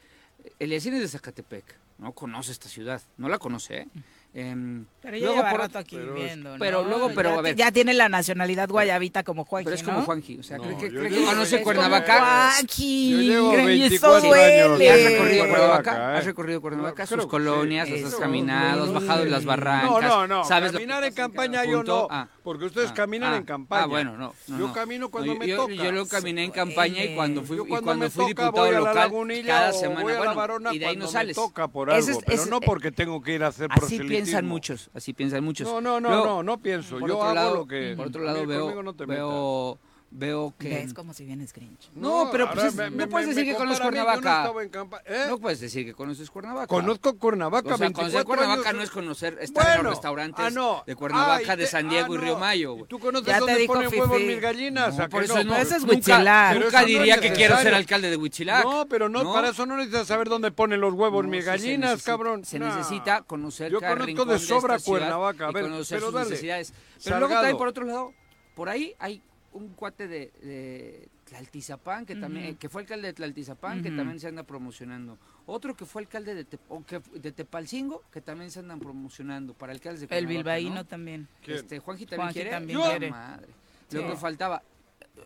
[SPEAKER 5] Eliasín es de Zacatepec, no conoce esta ciudad, no la conoce. ¿eh? Em,
[SPEAKER 2] Pero ya
[SPEAKER 5] luego
[SPEAKER 2] lleva
[SPEAKER 5] por-
[SPEAKER 2] rato aquí
[SPEAKER 3] pero-
[SPEAKER 2] viendo, ¿no?
[SPEAKER 5] pero luego, pero,
[SPEAKER 2] ya,
[SPEAKER 5] a ver.
[SPEAKER 2] Ya tiene la nacionalidad guayabita como Juanji,
[SPEAKER 5] Pero es como
[SPEAKER 2] ¿no?
[SPEAKER 5] Juanji, o sea,
[SPEAKER 3] No,
[SPEAKER 5] cree que,
[SPEAKER 3] yo
[SPEAKER 5] cree que
[SPEAKER 3] llevo-
[SPEAKER 5] conoce
[SPEAKER 3] es como
[SPEAKER 5] Cuernavaca.
[SPEAKER 2] Juanji,
[SPEAKER 3] Yo llevo
[SPEAKER 2] eso
[SPEAKER 3] 24 años.
[SPEAKER 5] ¿Has
[SPEAKER 3] Eh,
[SPEAKER 5] recorrido
[SPEAKER 3] Cuernavaca,
[SPEAKER 5] Cuernavaca?
[SPEAKER 3] eh.
[SPEAKER 5] ¿Has recorrido Cuernavaca?
[SPEAKER 3] Creo
[SPEAKER 5] Sus
[SPEAKER 3] que
[SPEAKER 5] colonias,
[SPEAKER 3] sí.
[SPEAKER 5] has
[SPEAKER 3] Eso,
[SPEAKER 5] caminado, has
[SPEAKER 3] no,
[SPEAKER 5] bajado
[SPEAKER 3] no,
[SPEAKER 5] las
[SPEAKER 3] no,
[SPEAKER 5] barrancas.
[SPEAKER 3] No, no, no.
[SPEAKER 5] sabes lo que
[SPEAKER 3] caminar en
[SPEAKER 5] pasa cada
[SPEAKER 3] campaña yo no.
[SPEAKER 5] punto. Ah,
[SPEAKER 3] porque ustedes
[SPEAKER 5] ah,
[SPEAKER 3] caminan
[SPEAKER 5] ah,
[SPEAKER 3] en campaña.
[SPEAKER 5] Ah, bueno, no. no,
[SPEAKER 3] yo
[SPEAKER 5] no.
[SPEAKER 3] camino
[SPEAKER 5] No,
[SPEAKER 3] cuando
[SPEAKER 5] yo-
[SPEAKER 3] me
[SPEAKER 5] yo,
[SPEAKER 3] toca.
[SPEAKER 5] Yo lo caminé en campaña y cuando fui,
[SPEAKER 3] Yo
[SPEAKER 5] y
[SPEAKER 3] cuando
[SPEAKER 5] cuando
[SPEAKER 3] me
[SPEAKER 5] fui
[SPEAKER 3] toca,
[SPEAKER 5] diputado
[SPEAKER 3] voy a la
[SPEAKER 5] local,
[SPEAKER 3] Lagunilla
[SPEAKER 5] cada
[SPEAKER 3] o
[SPEAKER 5] semana,
[SPEAKER 3] voy a la
[SPEAKER 5] bueno,
[SPEAKER 3] Varona
[SPEAKER 5] y de ahí no
[SPEAKER 3] cuando
[SPEAKER 5] sales.
[SPEAKER 3] me toca por algo,
[SPEAKER 5] Ese es-
[SPEAKER 3] pero
[SPEAKER 5] ese-
[SPEAKER 3] no porque tengo que ir a hacer
[SPEAKER 5] Así piensan
[SPEAKER 3] proselitismo.
[SPEAKER 5] muchos, así piensan muchos.
[SPEAKER 3] No, no, no,
[SPEAKER 5] Luego,
[SPEAKER 3] no, no pienso.
[SPEAKER 5] por
[SPEAKER 3] Yo
[SPEAKER 5] otro
[SPEAKER 3] hago
[SPEAKER 5] lado-
[SPEAKER 3] lo que-
[SPEAKER 5] Por otro lado
[SPEAKER 3] Mira,
[SPEAKER 5] veo,
[SPEAKER 3] conmigo no te
[SPEAKER 5] veo, veo que...
[SPEAKER 2] Es como si vienes Grinch.
[SPEAKER 5] No, pero pues
[SPEAKER 3] ahora
[SPEAKER 5] es-
[SPEAKER 3] me-
[SPEAKER 5] no
[SPEAKER 3] me-
[SPEAKER 5] puedes
[SPEAKER 3] me-
[SPEAKER 5] decir
[SPEAKER 3] me
[SPEAKER 5] que conozco
[SPEAKER 3] compara a mí, yo no
[SPEAKER 5] Cuernavaca.
[SPEAKER 3] estaba en campa- ¿Eh?
[SPEAKER 5] No puedes decir que conoces Cuernavaca.
[SPEAKER 3] Conozco Cuernavaca,
[SPEAKER 5] O sea,
[SPEAKER 3] 24
[SPEAKER 5] conocer Cuernavaca
[SPEAKER 3] años.
[SPEAKER 5] no es conocer estar en
[SPEAKER 3] Bueno,
[SPEAKER 5] los restaurantes
[SPEAKER 3] ah, no. Ah,
[SPEAKER 5] de
[SPEAKER 3] y
[SPEAKER 5] Cuernavaca, de
[SPEAKER 3] te-
[SPEAKER 5] San Diego
[SPEAKER 3] ah,
[SPEAKER 5] y
[SPEAKER 3] no.
[SPEAKER 5] Río Mayo. güey.
[SPEAKER 3] ¿Tú conoces
[SPEAKER 2] Ya te
[SPEAKER 3] dónde
[SPEAKER 2] dijo
[SPEAKER 3] ponen huevos
[SPEAKER 2] Fifi.
[SPEAKER 3] mil gallinas?
[SPEAKER 5] No,
[SPEAKER 3] ¿A
[SPEAKER 5] por
[SPEAKER 3] que
[SPEAKER 5] eso
[SPEAKER 3] no?
[SPEAKER 5] no,
[SPEAKER 2] Pero eso es
[SPEAKER 5] nunca-
[SPEAKER 2] Huitzilac.
[SPEAKER 3] pero
[SPEAKER 5] Nunca
[SPEAKER 3] eso no
[SPEAKER 5] diría
[SPEAKER 3] es
[SPEAKER 5] que quiero ser
[SPEAKER 3] necesario.
[SPEAKER 5] alcalde de Huitzilac.
[SPEAKER 3] No, pero no, para eso no necesitas saber dónde ponen los huevos
[SPEAKER 5] No,
[SPEAKER 3] mis
[SPEAKER 5] sí se
[SPEAKER 3] gallinas,
[SPEAKER 5] necesita-
[SPEAKER 3] cabrón.
[SPEAKER 5] Se
[SPEAKER 3] No.
[SPEAKER 5] necesita conocer
[SPEAKER 3] Yo
[SPEAKER 5] cada
[SPEAKER 3] conozco
[SPEAKER 5] rincón
[SPEAKER 3] de
[SPEAKER 5] esta
[SPEAKER 3] sobra
[SPEAKER 5] ciudad
[SPEAKER 3] Cuernavaca, a
[SPEAKER 5] y
[SPEAKER 3] ver,
[SPEAKER 5] conocer
[SPEAKER 3] pero
[SPEAKER 5] sus
[SPEAKER 3] dale.
[SPEAKER 5] necesidades. Pero luego
[SPEAKER 3] Salgado.
[SPEAKER 5] también, por otro lado, por ahí hay un cuate de, de Tlaltizapán, que también que fue alcalde de Tlaltizapán, que también se anda promocionando. Otro que fue alcalde de, Tep- o que- de Tepalcingo, que también se andan promocionando para alcaldes de
[SPEAKER 2] El
[SPEAKER 5] Cuernavaca,
[SPEAKER 2] bilbaíno
[SPEAKER 5] ¿no?
[SPEAKER 2] también.
[SPEAKER 3] ¿Quién?
[SPEAKER 5] Este, Juanji también
[SPEAKER 2] Juanji
[SPEAKER 5] quiere.
[SPEAKER 2] también
[SPEAKER 5] ¡Ah,
[SPEAKER 2] quiere.
[SPEAKER 5] madre!
[SPEAKER 2] Sí.
[SPEAKER 5] Lo que faltaba.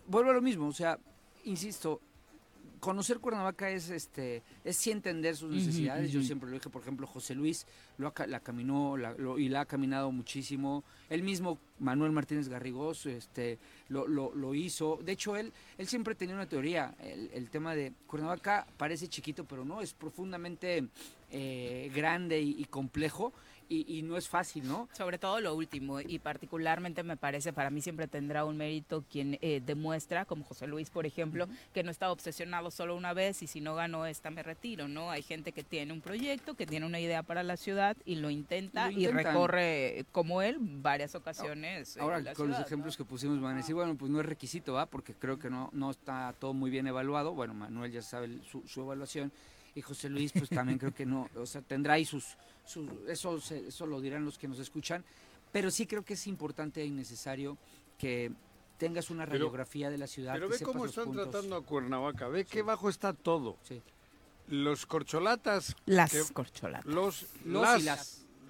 [SPEAKER 5] Vuelvo a lo mismo, o sea, insisto, conocer Cuernavaca es este es sí entender sus necesidades. Yo siempre lo dije, por ejemplo, José Luis lo ha ca- la caminó la- lo- y la ha caminado muchísimo. El mismo Manuel Martínez Garrigós este, lo, lo- lo hizo. De hecho, él, él siempre tenía una teoría. El, el tema de Cuernavaca parece chiquito, pero no, es profundamente eh, grande y, y complejo y, y no es fácil, ¿no?
[SPEAKER 2] Sobre todo lo último, y particularmente me parece, para mí siempre tendrá un mérito quien eh, demuestra, como José Luis, por ejemplo, que no está obsesionado solo una vez y si no gano esta me retiro, ¿no? Hay gente que tiene un proyecto, que tiene una idea para la ciudad y lo intenta
[SPEAKER 5] Lo
[SPEAKER 2] y
[SPEAKER 5] intentan. Ah,
[SPEAKER 2] recorre, eh, como él, varias ocasiones. eh,
[SPEAKER 5] Ahora,
[SPEAKER 2] la
[SPEAKER 5] con
[SPEAKER 2] ciudad,
[SPEAKER 5] los
[SPEAKER 2] ¿no?
[SPEAKER 5] ejemplos que pusimos, van a decir, bueno, pues no es requisito, ¿va? Porque creo que no, no está todo muy bien evaluado. Bueno, Manuel ya sabe el- su, su evaluación. Y José Luis, pues también creo que no, o sea, tendrá ahí sus, sus eso, se- eso lo dirán los que nos escuchan. Pero sí creo que es importante y necesario que tengas una
[SPEAKER 3] Pero-
[SPEAKER 5] radiografía de la ciudad.
[SPEAKER 3] Pero
[SPEAKER 5] que
[SPEAKER 3] ve
[SPEAKER 5] sepas
[SPEAKER 3] cómo
[SPEAKER 5] los
[SPEAKER 3] están
[SPEAKER 5] puntos.
[SPEAKER 3] tratando a Cuernavaca, ve qué bajo está todo.
[SPEAKER 5] Sí.
[SPEAKER 3] Los corcholatas,
[SPEAKER 2] Las
[SPEAKER 3] que-
[SPEAKER 2] corcholatas.
[SPEAKER 3] los,
[SPEAKER 5] Los
[SPEAKER 3] las,
[SPEAKER 5] y las.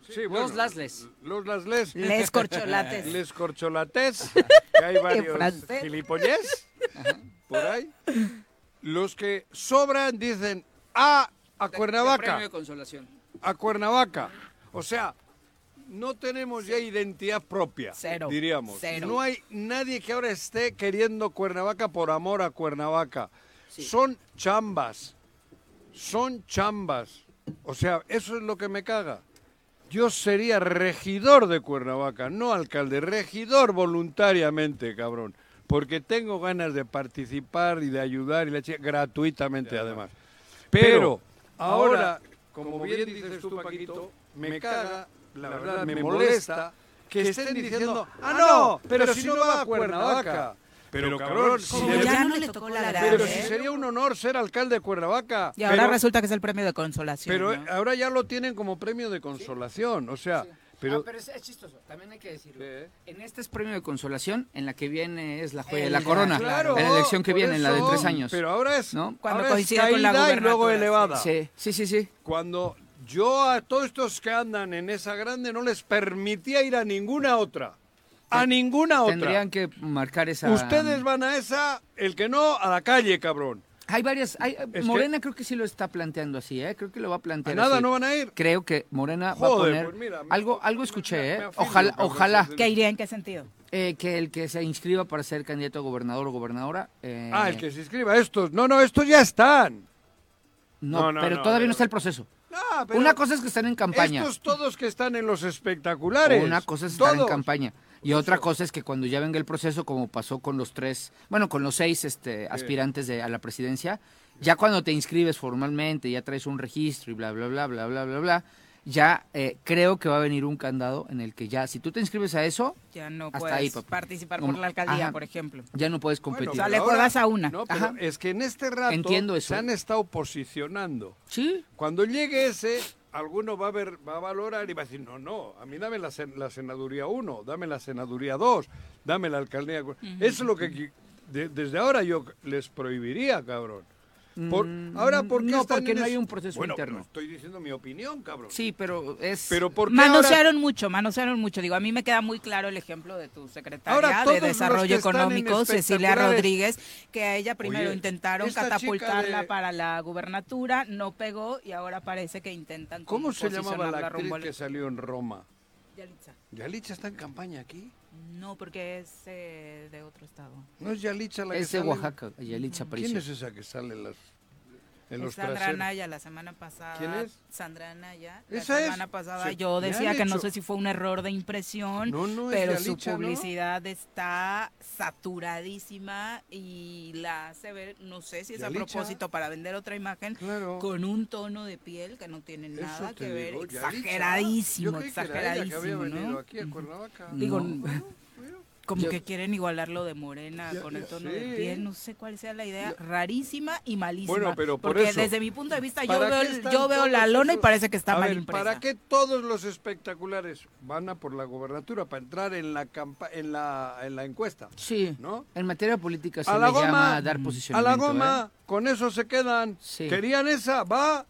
[SPEAKER 3] sí,
[SPEAKER 5] Los
[SPEAKER 3] bueno,
[SPEAKER 5] lasles.
[SPEAKER 3] Los lasles.
[SPEAKER 2] Les corcholates.
[SPEAKER 3] Les corcholates, que hay varios
[SPEAKER 2] francés.
[SPEAKER 3] gilipollés por ahí. Los que sobran dicen, ah, a
[SPEAKER 5] Te- te
[SPEAKER 3] Cuernavaca,
[SPEAKER 5] premio de consolación.
[SPEAKER 3] a Cuernavaca. O sea, no tenemos ya identidad propia,
[SPEAKER 2] Cero,
[SPEAKER 3] diríamos.
[SPEAKER 2] cero.
[SPEAKER 3] No hay nadie que ahora esté queriendo Cuernavaca por amor a Cuernavaca. Son chambas, son chambas. O sea, eso es lo que me caga. Yo sería regidor de Cuernavaca, no alcalde, regidor voluntariamente, cabrón. Porque tengo ganas de participar y de ayudar y la chica, gratuitamente además. Pero, ahora, como bien dices tú, Paquito, me caga, la verdad, me molesta que estén diciendo, ah, no, pero si no va a Cuernavaca. Pero, cabrón, si
[SPEAKER 2] Como
[SPEAKER 3] de-
[SPEAKER 2] ya no le tocó la grave,
[SPEAKER 3] pero si sería un honor ser alcalde de Cuernavaca.
[SPEAKER 2] Y ahora
[SPEAKER 3] pero-
[SPEAKER 2] resulta que es el premio de consolación.
[SPEAKER 3] pero
[SPEAKER 2] ¿no?
[SPEAKER 3] eh, ahora ya lo tienen como premio de consolación, o sea, pero,
[SPEAKER 5] Ah, es, es chistoso, también hay que decirlo.
[SPEAKER 3] Sí.
[SPEAKER 5] En este es premio de consolación, en la que viene es la joya de
[SPEAKER 2] El
[SPEAKER 5] la
[SPEAKER 2] de-
[SPEAKER 5] corona.
[SPEAKER 3] claro,
[SPEAKER 5] en la elección que
[SPEAKER 3] por
[SPEAKER 5] viene, en la de
[SPEAKER 3] eso,
[SPEAKER 5] tres años.
[SPEAKER 3] Pero ahora es
[SPEAKER 5] ¿No?
[SPEAKER 2] Cuando
[SPEAKER 3] ahora es
[SPEAKER 2] coincida con la
[SPEAKER 3] caída y luego
[SPEAKER 2] gubernatura,
[SPEAKER 3] elevada.
[SPEAKER 5] Sí, sí, sí, sí.
[SPEAKER 3] Cuando yo a todos estos que andan en esa grande no les permitía ir a ninguna otra. A ninguna otra.
[SPEAKER 5] Tendrían que marcar esa.
[SPEAKER 3] Ustedes van a esa, el que no, a la calle, cabrón.
[SPEAKER 5] Hay varias. Hay,
[SPEAKER 3] que-
[SPEAKER 5] Morena creo que sí lo está planteando así, ¿eh? Creo que lo va a
[SPEAKER 3] A
[SPEAKER 5] plantear.
[SPEAKER 3] nada
[SPEAKER 5] así.
[SPEAKER 3] no van a ir.
[SPEAKER 5] Creo que Morena va a
[SPEAKER 3] Joder,
[SPEAKER 5] poner.
[SPEAKER 3] pues mira, me-
[SPEAKER 5] algo, algo
[SPEAKER 3] me- me
[SPEAKER 5] escuché, ¿eh?
[SPEAKER 3] afirmo,
[SPEAKER 5] Ojalá,
[SPEAKER 3] cabrón,
[SPEAKER 5] ojalá
[SPEAKER 3] entonces-
[SPEAKER 2] ¿Qué iría en qué sentido?
[SPEAKER 5] eh, que el que se inscriba para ser candidato a gobernador o gobernadora. eh,
[SPEAKER 3] Ah, el que se inscriba, estos. No, no, estos ya están.
[SPEAKER 5] No,
[SPEAKER 3] No, no,
[SPEAKER 5] pero
[SPEAKER 3] no,
[SPEAKER 5] todavía
[SPEAKER 3] pero-
[SPEAKER 5] no está el proceso.
[SPEAKER 3] Ah, pero
[SPEAKER 5] Una cosa es que están en campaña.
[SPEAKER 3] Estos todos que están en los espectaculares.
[SPEAKER 5] O Una cosa es estar en
[SPEAKER 3] Todos.
[SPEAKER 5] campaña. Y otra cosa es que cuando ya venga el proceso, como pasó con los tres, bueno, con los seis este, aspirantes de, a la presidencia, ya cuando te inscribes formalmente, ya traes un registro y bla, bla, bla, bla, bla, bla, bla, ya eh, creo que va a venir un candado en el que ya, si tú te inscribes a eso,
[SPEAKER 2] Ya no
[SPEAKER 5] Hasta
[SPEAKER 2] puedes
[SPEAKER 5] ahí, papi.
[SPEAKER 2] participar
[SPEAKER 5] Como-
[SPEAKER 2] por la alcaldía,
[SPEAKER 5] ajá.
[SPEAKER 2] por ejemplo.
[SPEAKER 5] ya no puedes
[SPEAKER 3] Bueno,
[SPEAKER 5] competir.
[SPEAKER 2] O sea, le
[SPEAKER 3] pero
[SPEAKER 2] juegas a una.
[SPEAKER 3] No, pero
[SPEAKER 5] Ajá.
[SPEAKER 3] es que en este rato
[SPEAKER 5] Entiendo eso.
[SPEAKER 3] se han estado posicionando.
[SPEAKER 5] Sí,
[SPEAKER 3] Cuando llegue ese, alguno va a, ver, va a valorar y va a decir, no, no, a mí dame la, sen- la senaduría 1, dame la senaduría 2, dame la alcaldía. cu-". Eso es lo que qui- de- desde ahora yo les prohibiría, cabrón. Por- ahora, ¿por qué
[SPEAKER 5] Mm, no,
[SPEAKER 3] están
[SPEAKER 5] porque
[SPEAKER 3] en eso?
[SPEAKER 5] no hay un proceso
[SPEAKER 3] Bueno,
[SPEAKER 5] interno.
[SPEAKER 3] pero estoy diciendo mi opinión, cabrón.
[SPEAKER 5] sí, pero es...
[SPEAKER 3] Pero ¿por qué ahora,
[SPEAKER 2] Manosearon mucho, manosearon mucho. Digo, a mí me queda muy claro el ejemplo de tu secretaria
[SPEAKER 3] Ahora, todos los
[SPEAKER 2] de
[SPEAKER 3] que
[SPEAKER 2] Desarrollo
[SPEAKER 3] están en
[SPEAKER 2] Económico, Cecilia
[SPEAKER 3] espectaculares-
[SPEAKER 2] Rodríguez, que a ella primero
[SPEAKER 3] Oye,
[SPEAKER 2] intentaron
[SPEAKER 3] esta chica
[SPEAKER 2] catapultarla
[SPEAKER 3] de-
[SPEAKER 2] para la gubernatura, no pegó y ahora parece que intentan como
[SPEAKER 3] ¿Cómo se llamaba la
[SPEAKER 2] posicionarla
[SPEAKER 3] actriz
[SPEAKER 2] rumbo al-
[SPEAKER 3] que salió en Roma?
[SPEAKER 2] Yalitza.
[SPEAKER 3] ¿Yalitza está en campaña aquí?
[SPEAKER 2] No, porque es eh, de otro estado.
[SPEAKER 3] ¿No es Yalitza la que
[SPEAKER 5] Es de
[SPEAKER 3] sale en-
[SPEAKER 5] Oaxaca, Yalitza
[SPEAKER 3] ¿Quién
[SPEAKER 5] Aparicio.
[SPEAKER 3] es esa que sale en, las, en
[SPEAKER 2] Es
[SPEAKER 3] los
[SPEAKER 2] Sandra
[SPEAKER 3] traseros?
[SPEAKER 2] Anaya, la semana pasada.
[SPEAKER 3] ¿Quién es?
[SPEAKER 2] Sandra Anaya. La
[SPEAKER 3] Esa es.
[SPEAKER 2] semana pasada
[SPEAKER 3] Se-
[SPEAKER 2] yo
[SPEAKER 3] le han
[SPEAKER 2] decía que no
[SPEAKER 3] hecho-
[SPEAKER 2] sé si fue un error de impresión,
[SPEAKER 3] No, no, es
[SPEAKER 2] pero su
[SPEAKER 3] Yalitza, ¿no?
[SPEAKER 2] publicidad está saturadísima y la hace ver, no sé si es a
[SPEAKER 3] Yalitza.
[SPEAKER 2] propósito para vender otra imagen,
[SPEAKER 3] Claro.
[SPEAKER 2] con un tono de piel que no tiene
[SPEAKER 3] Eso
[SPEAKER 2] nada
[SPEAKER 3] te
[SPEAKER 2] que ver.
[SPEAKER 3] digo, Yalitza.
[SPEAKER 2] exageradísimo,
[SPEAKER 3] Yo creí que era ella que había
[SPEAKER 2] exageradísimo,
[SPEAKER 3] venido
[SPEAKER 2] ¿no?
[SPEAKER 3] aquí a Cuernavaca.
[SPEAKER 2] Digo,
[SPEAKER 5] No.
[SPEAKER 2] como
[SPEAKER 5] Yo-
[SPEAKER 2] que quieren igualar lo de Morena
[SPEAKER 3] Ya-
[SPEAKER 2] con el
[SPEAKER 3] ya
[SPEAKER 2] tono
[SPEAKER 3] sé.
[SPEAKER 2] de piel, no sé cuál sea la idea, rarísima y malísima.
[SPEAKER 3] Bueno, pero por
[SPEAKER 2] porque
[SPEAKER 3] eso.
[SPEAKER 2] desde mi punto de vista yo
[SPEAKER 3] ¿Para
[SPEAKER 2] veo,
[SPEAKER 3] qué
[SPEAKER 2] el-
[SPEAKER 3] están
[SPEAKER 2] yo veo la
[SPEAKER 3] todos
[SPEAKER 2] lona y
[SPEAKER 3] esos-
[SPEAKER 2] parece que está
[SPEAKER 3] A
[SPEAKER 2] mal
[SPEAKER 3] ver,
[SPEAKER 2] impresa.
[SPEAKER 3] ¿Para qué todos los espectaculares van a por la gobernatura para entrar en la campa en la en la encuesta?
[SPEAKER 5] Sí,
[SPEAKER 3] ¿No?
[SPEAKER 5] en materia política se
[SPEAKER 3] a
[SPEAKER 5] le
[SPEAKER 3] la goma, mm,
[SPEAKER 5] llama dar
[SPEAKER 3] a
[SPEAKER 5] posicionamiento.
[SPEAKER 3] la goma,
[SPEAKER 5] ¿eh?
[SPEAKER 3] con eso se quedan.
[SPEAKER 5] Sí.
[SPEAKER 3] Querían esa, va.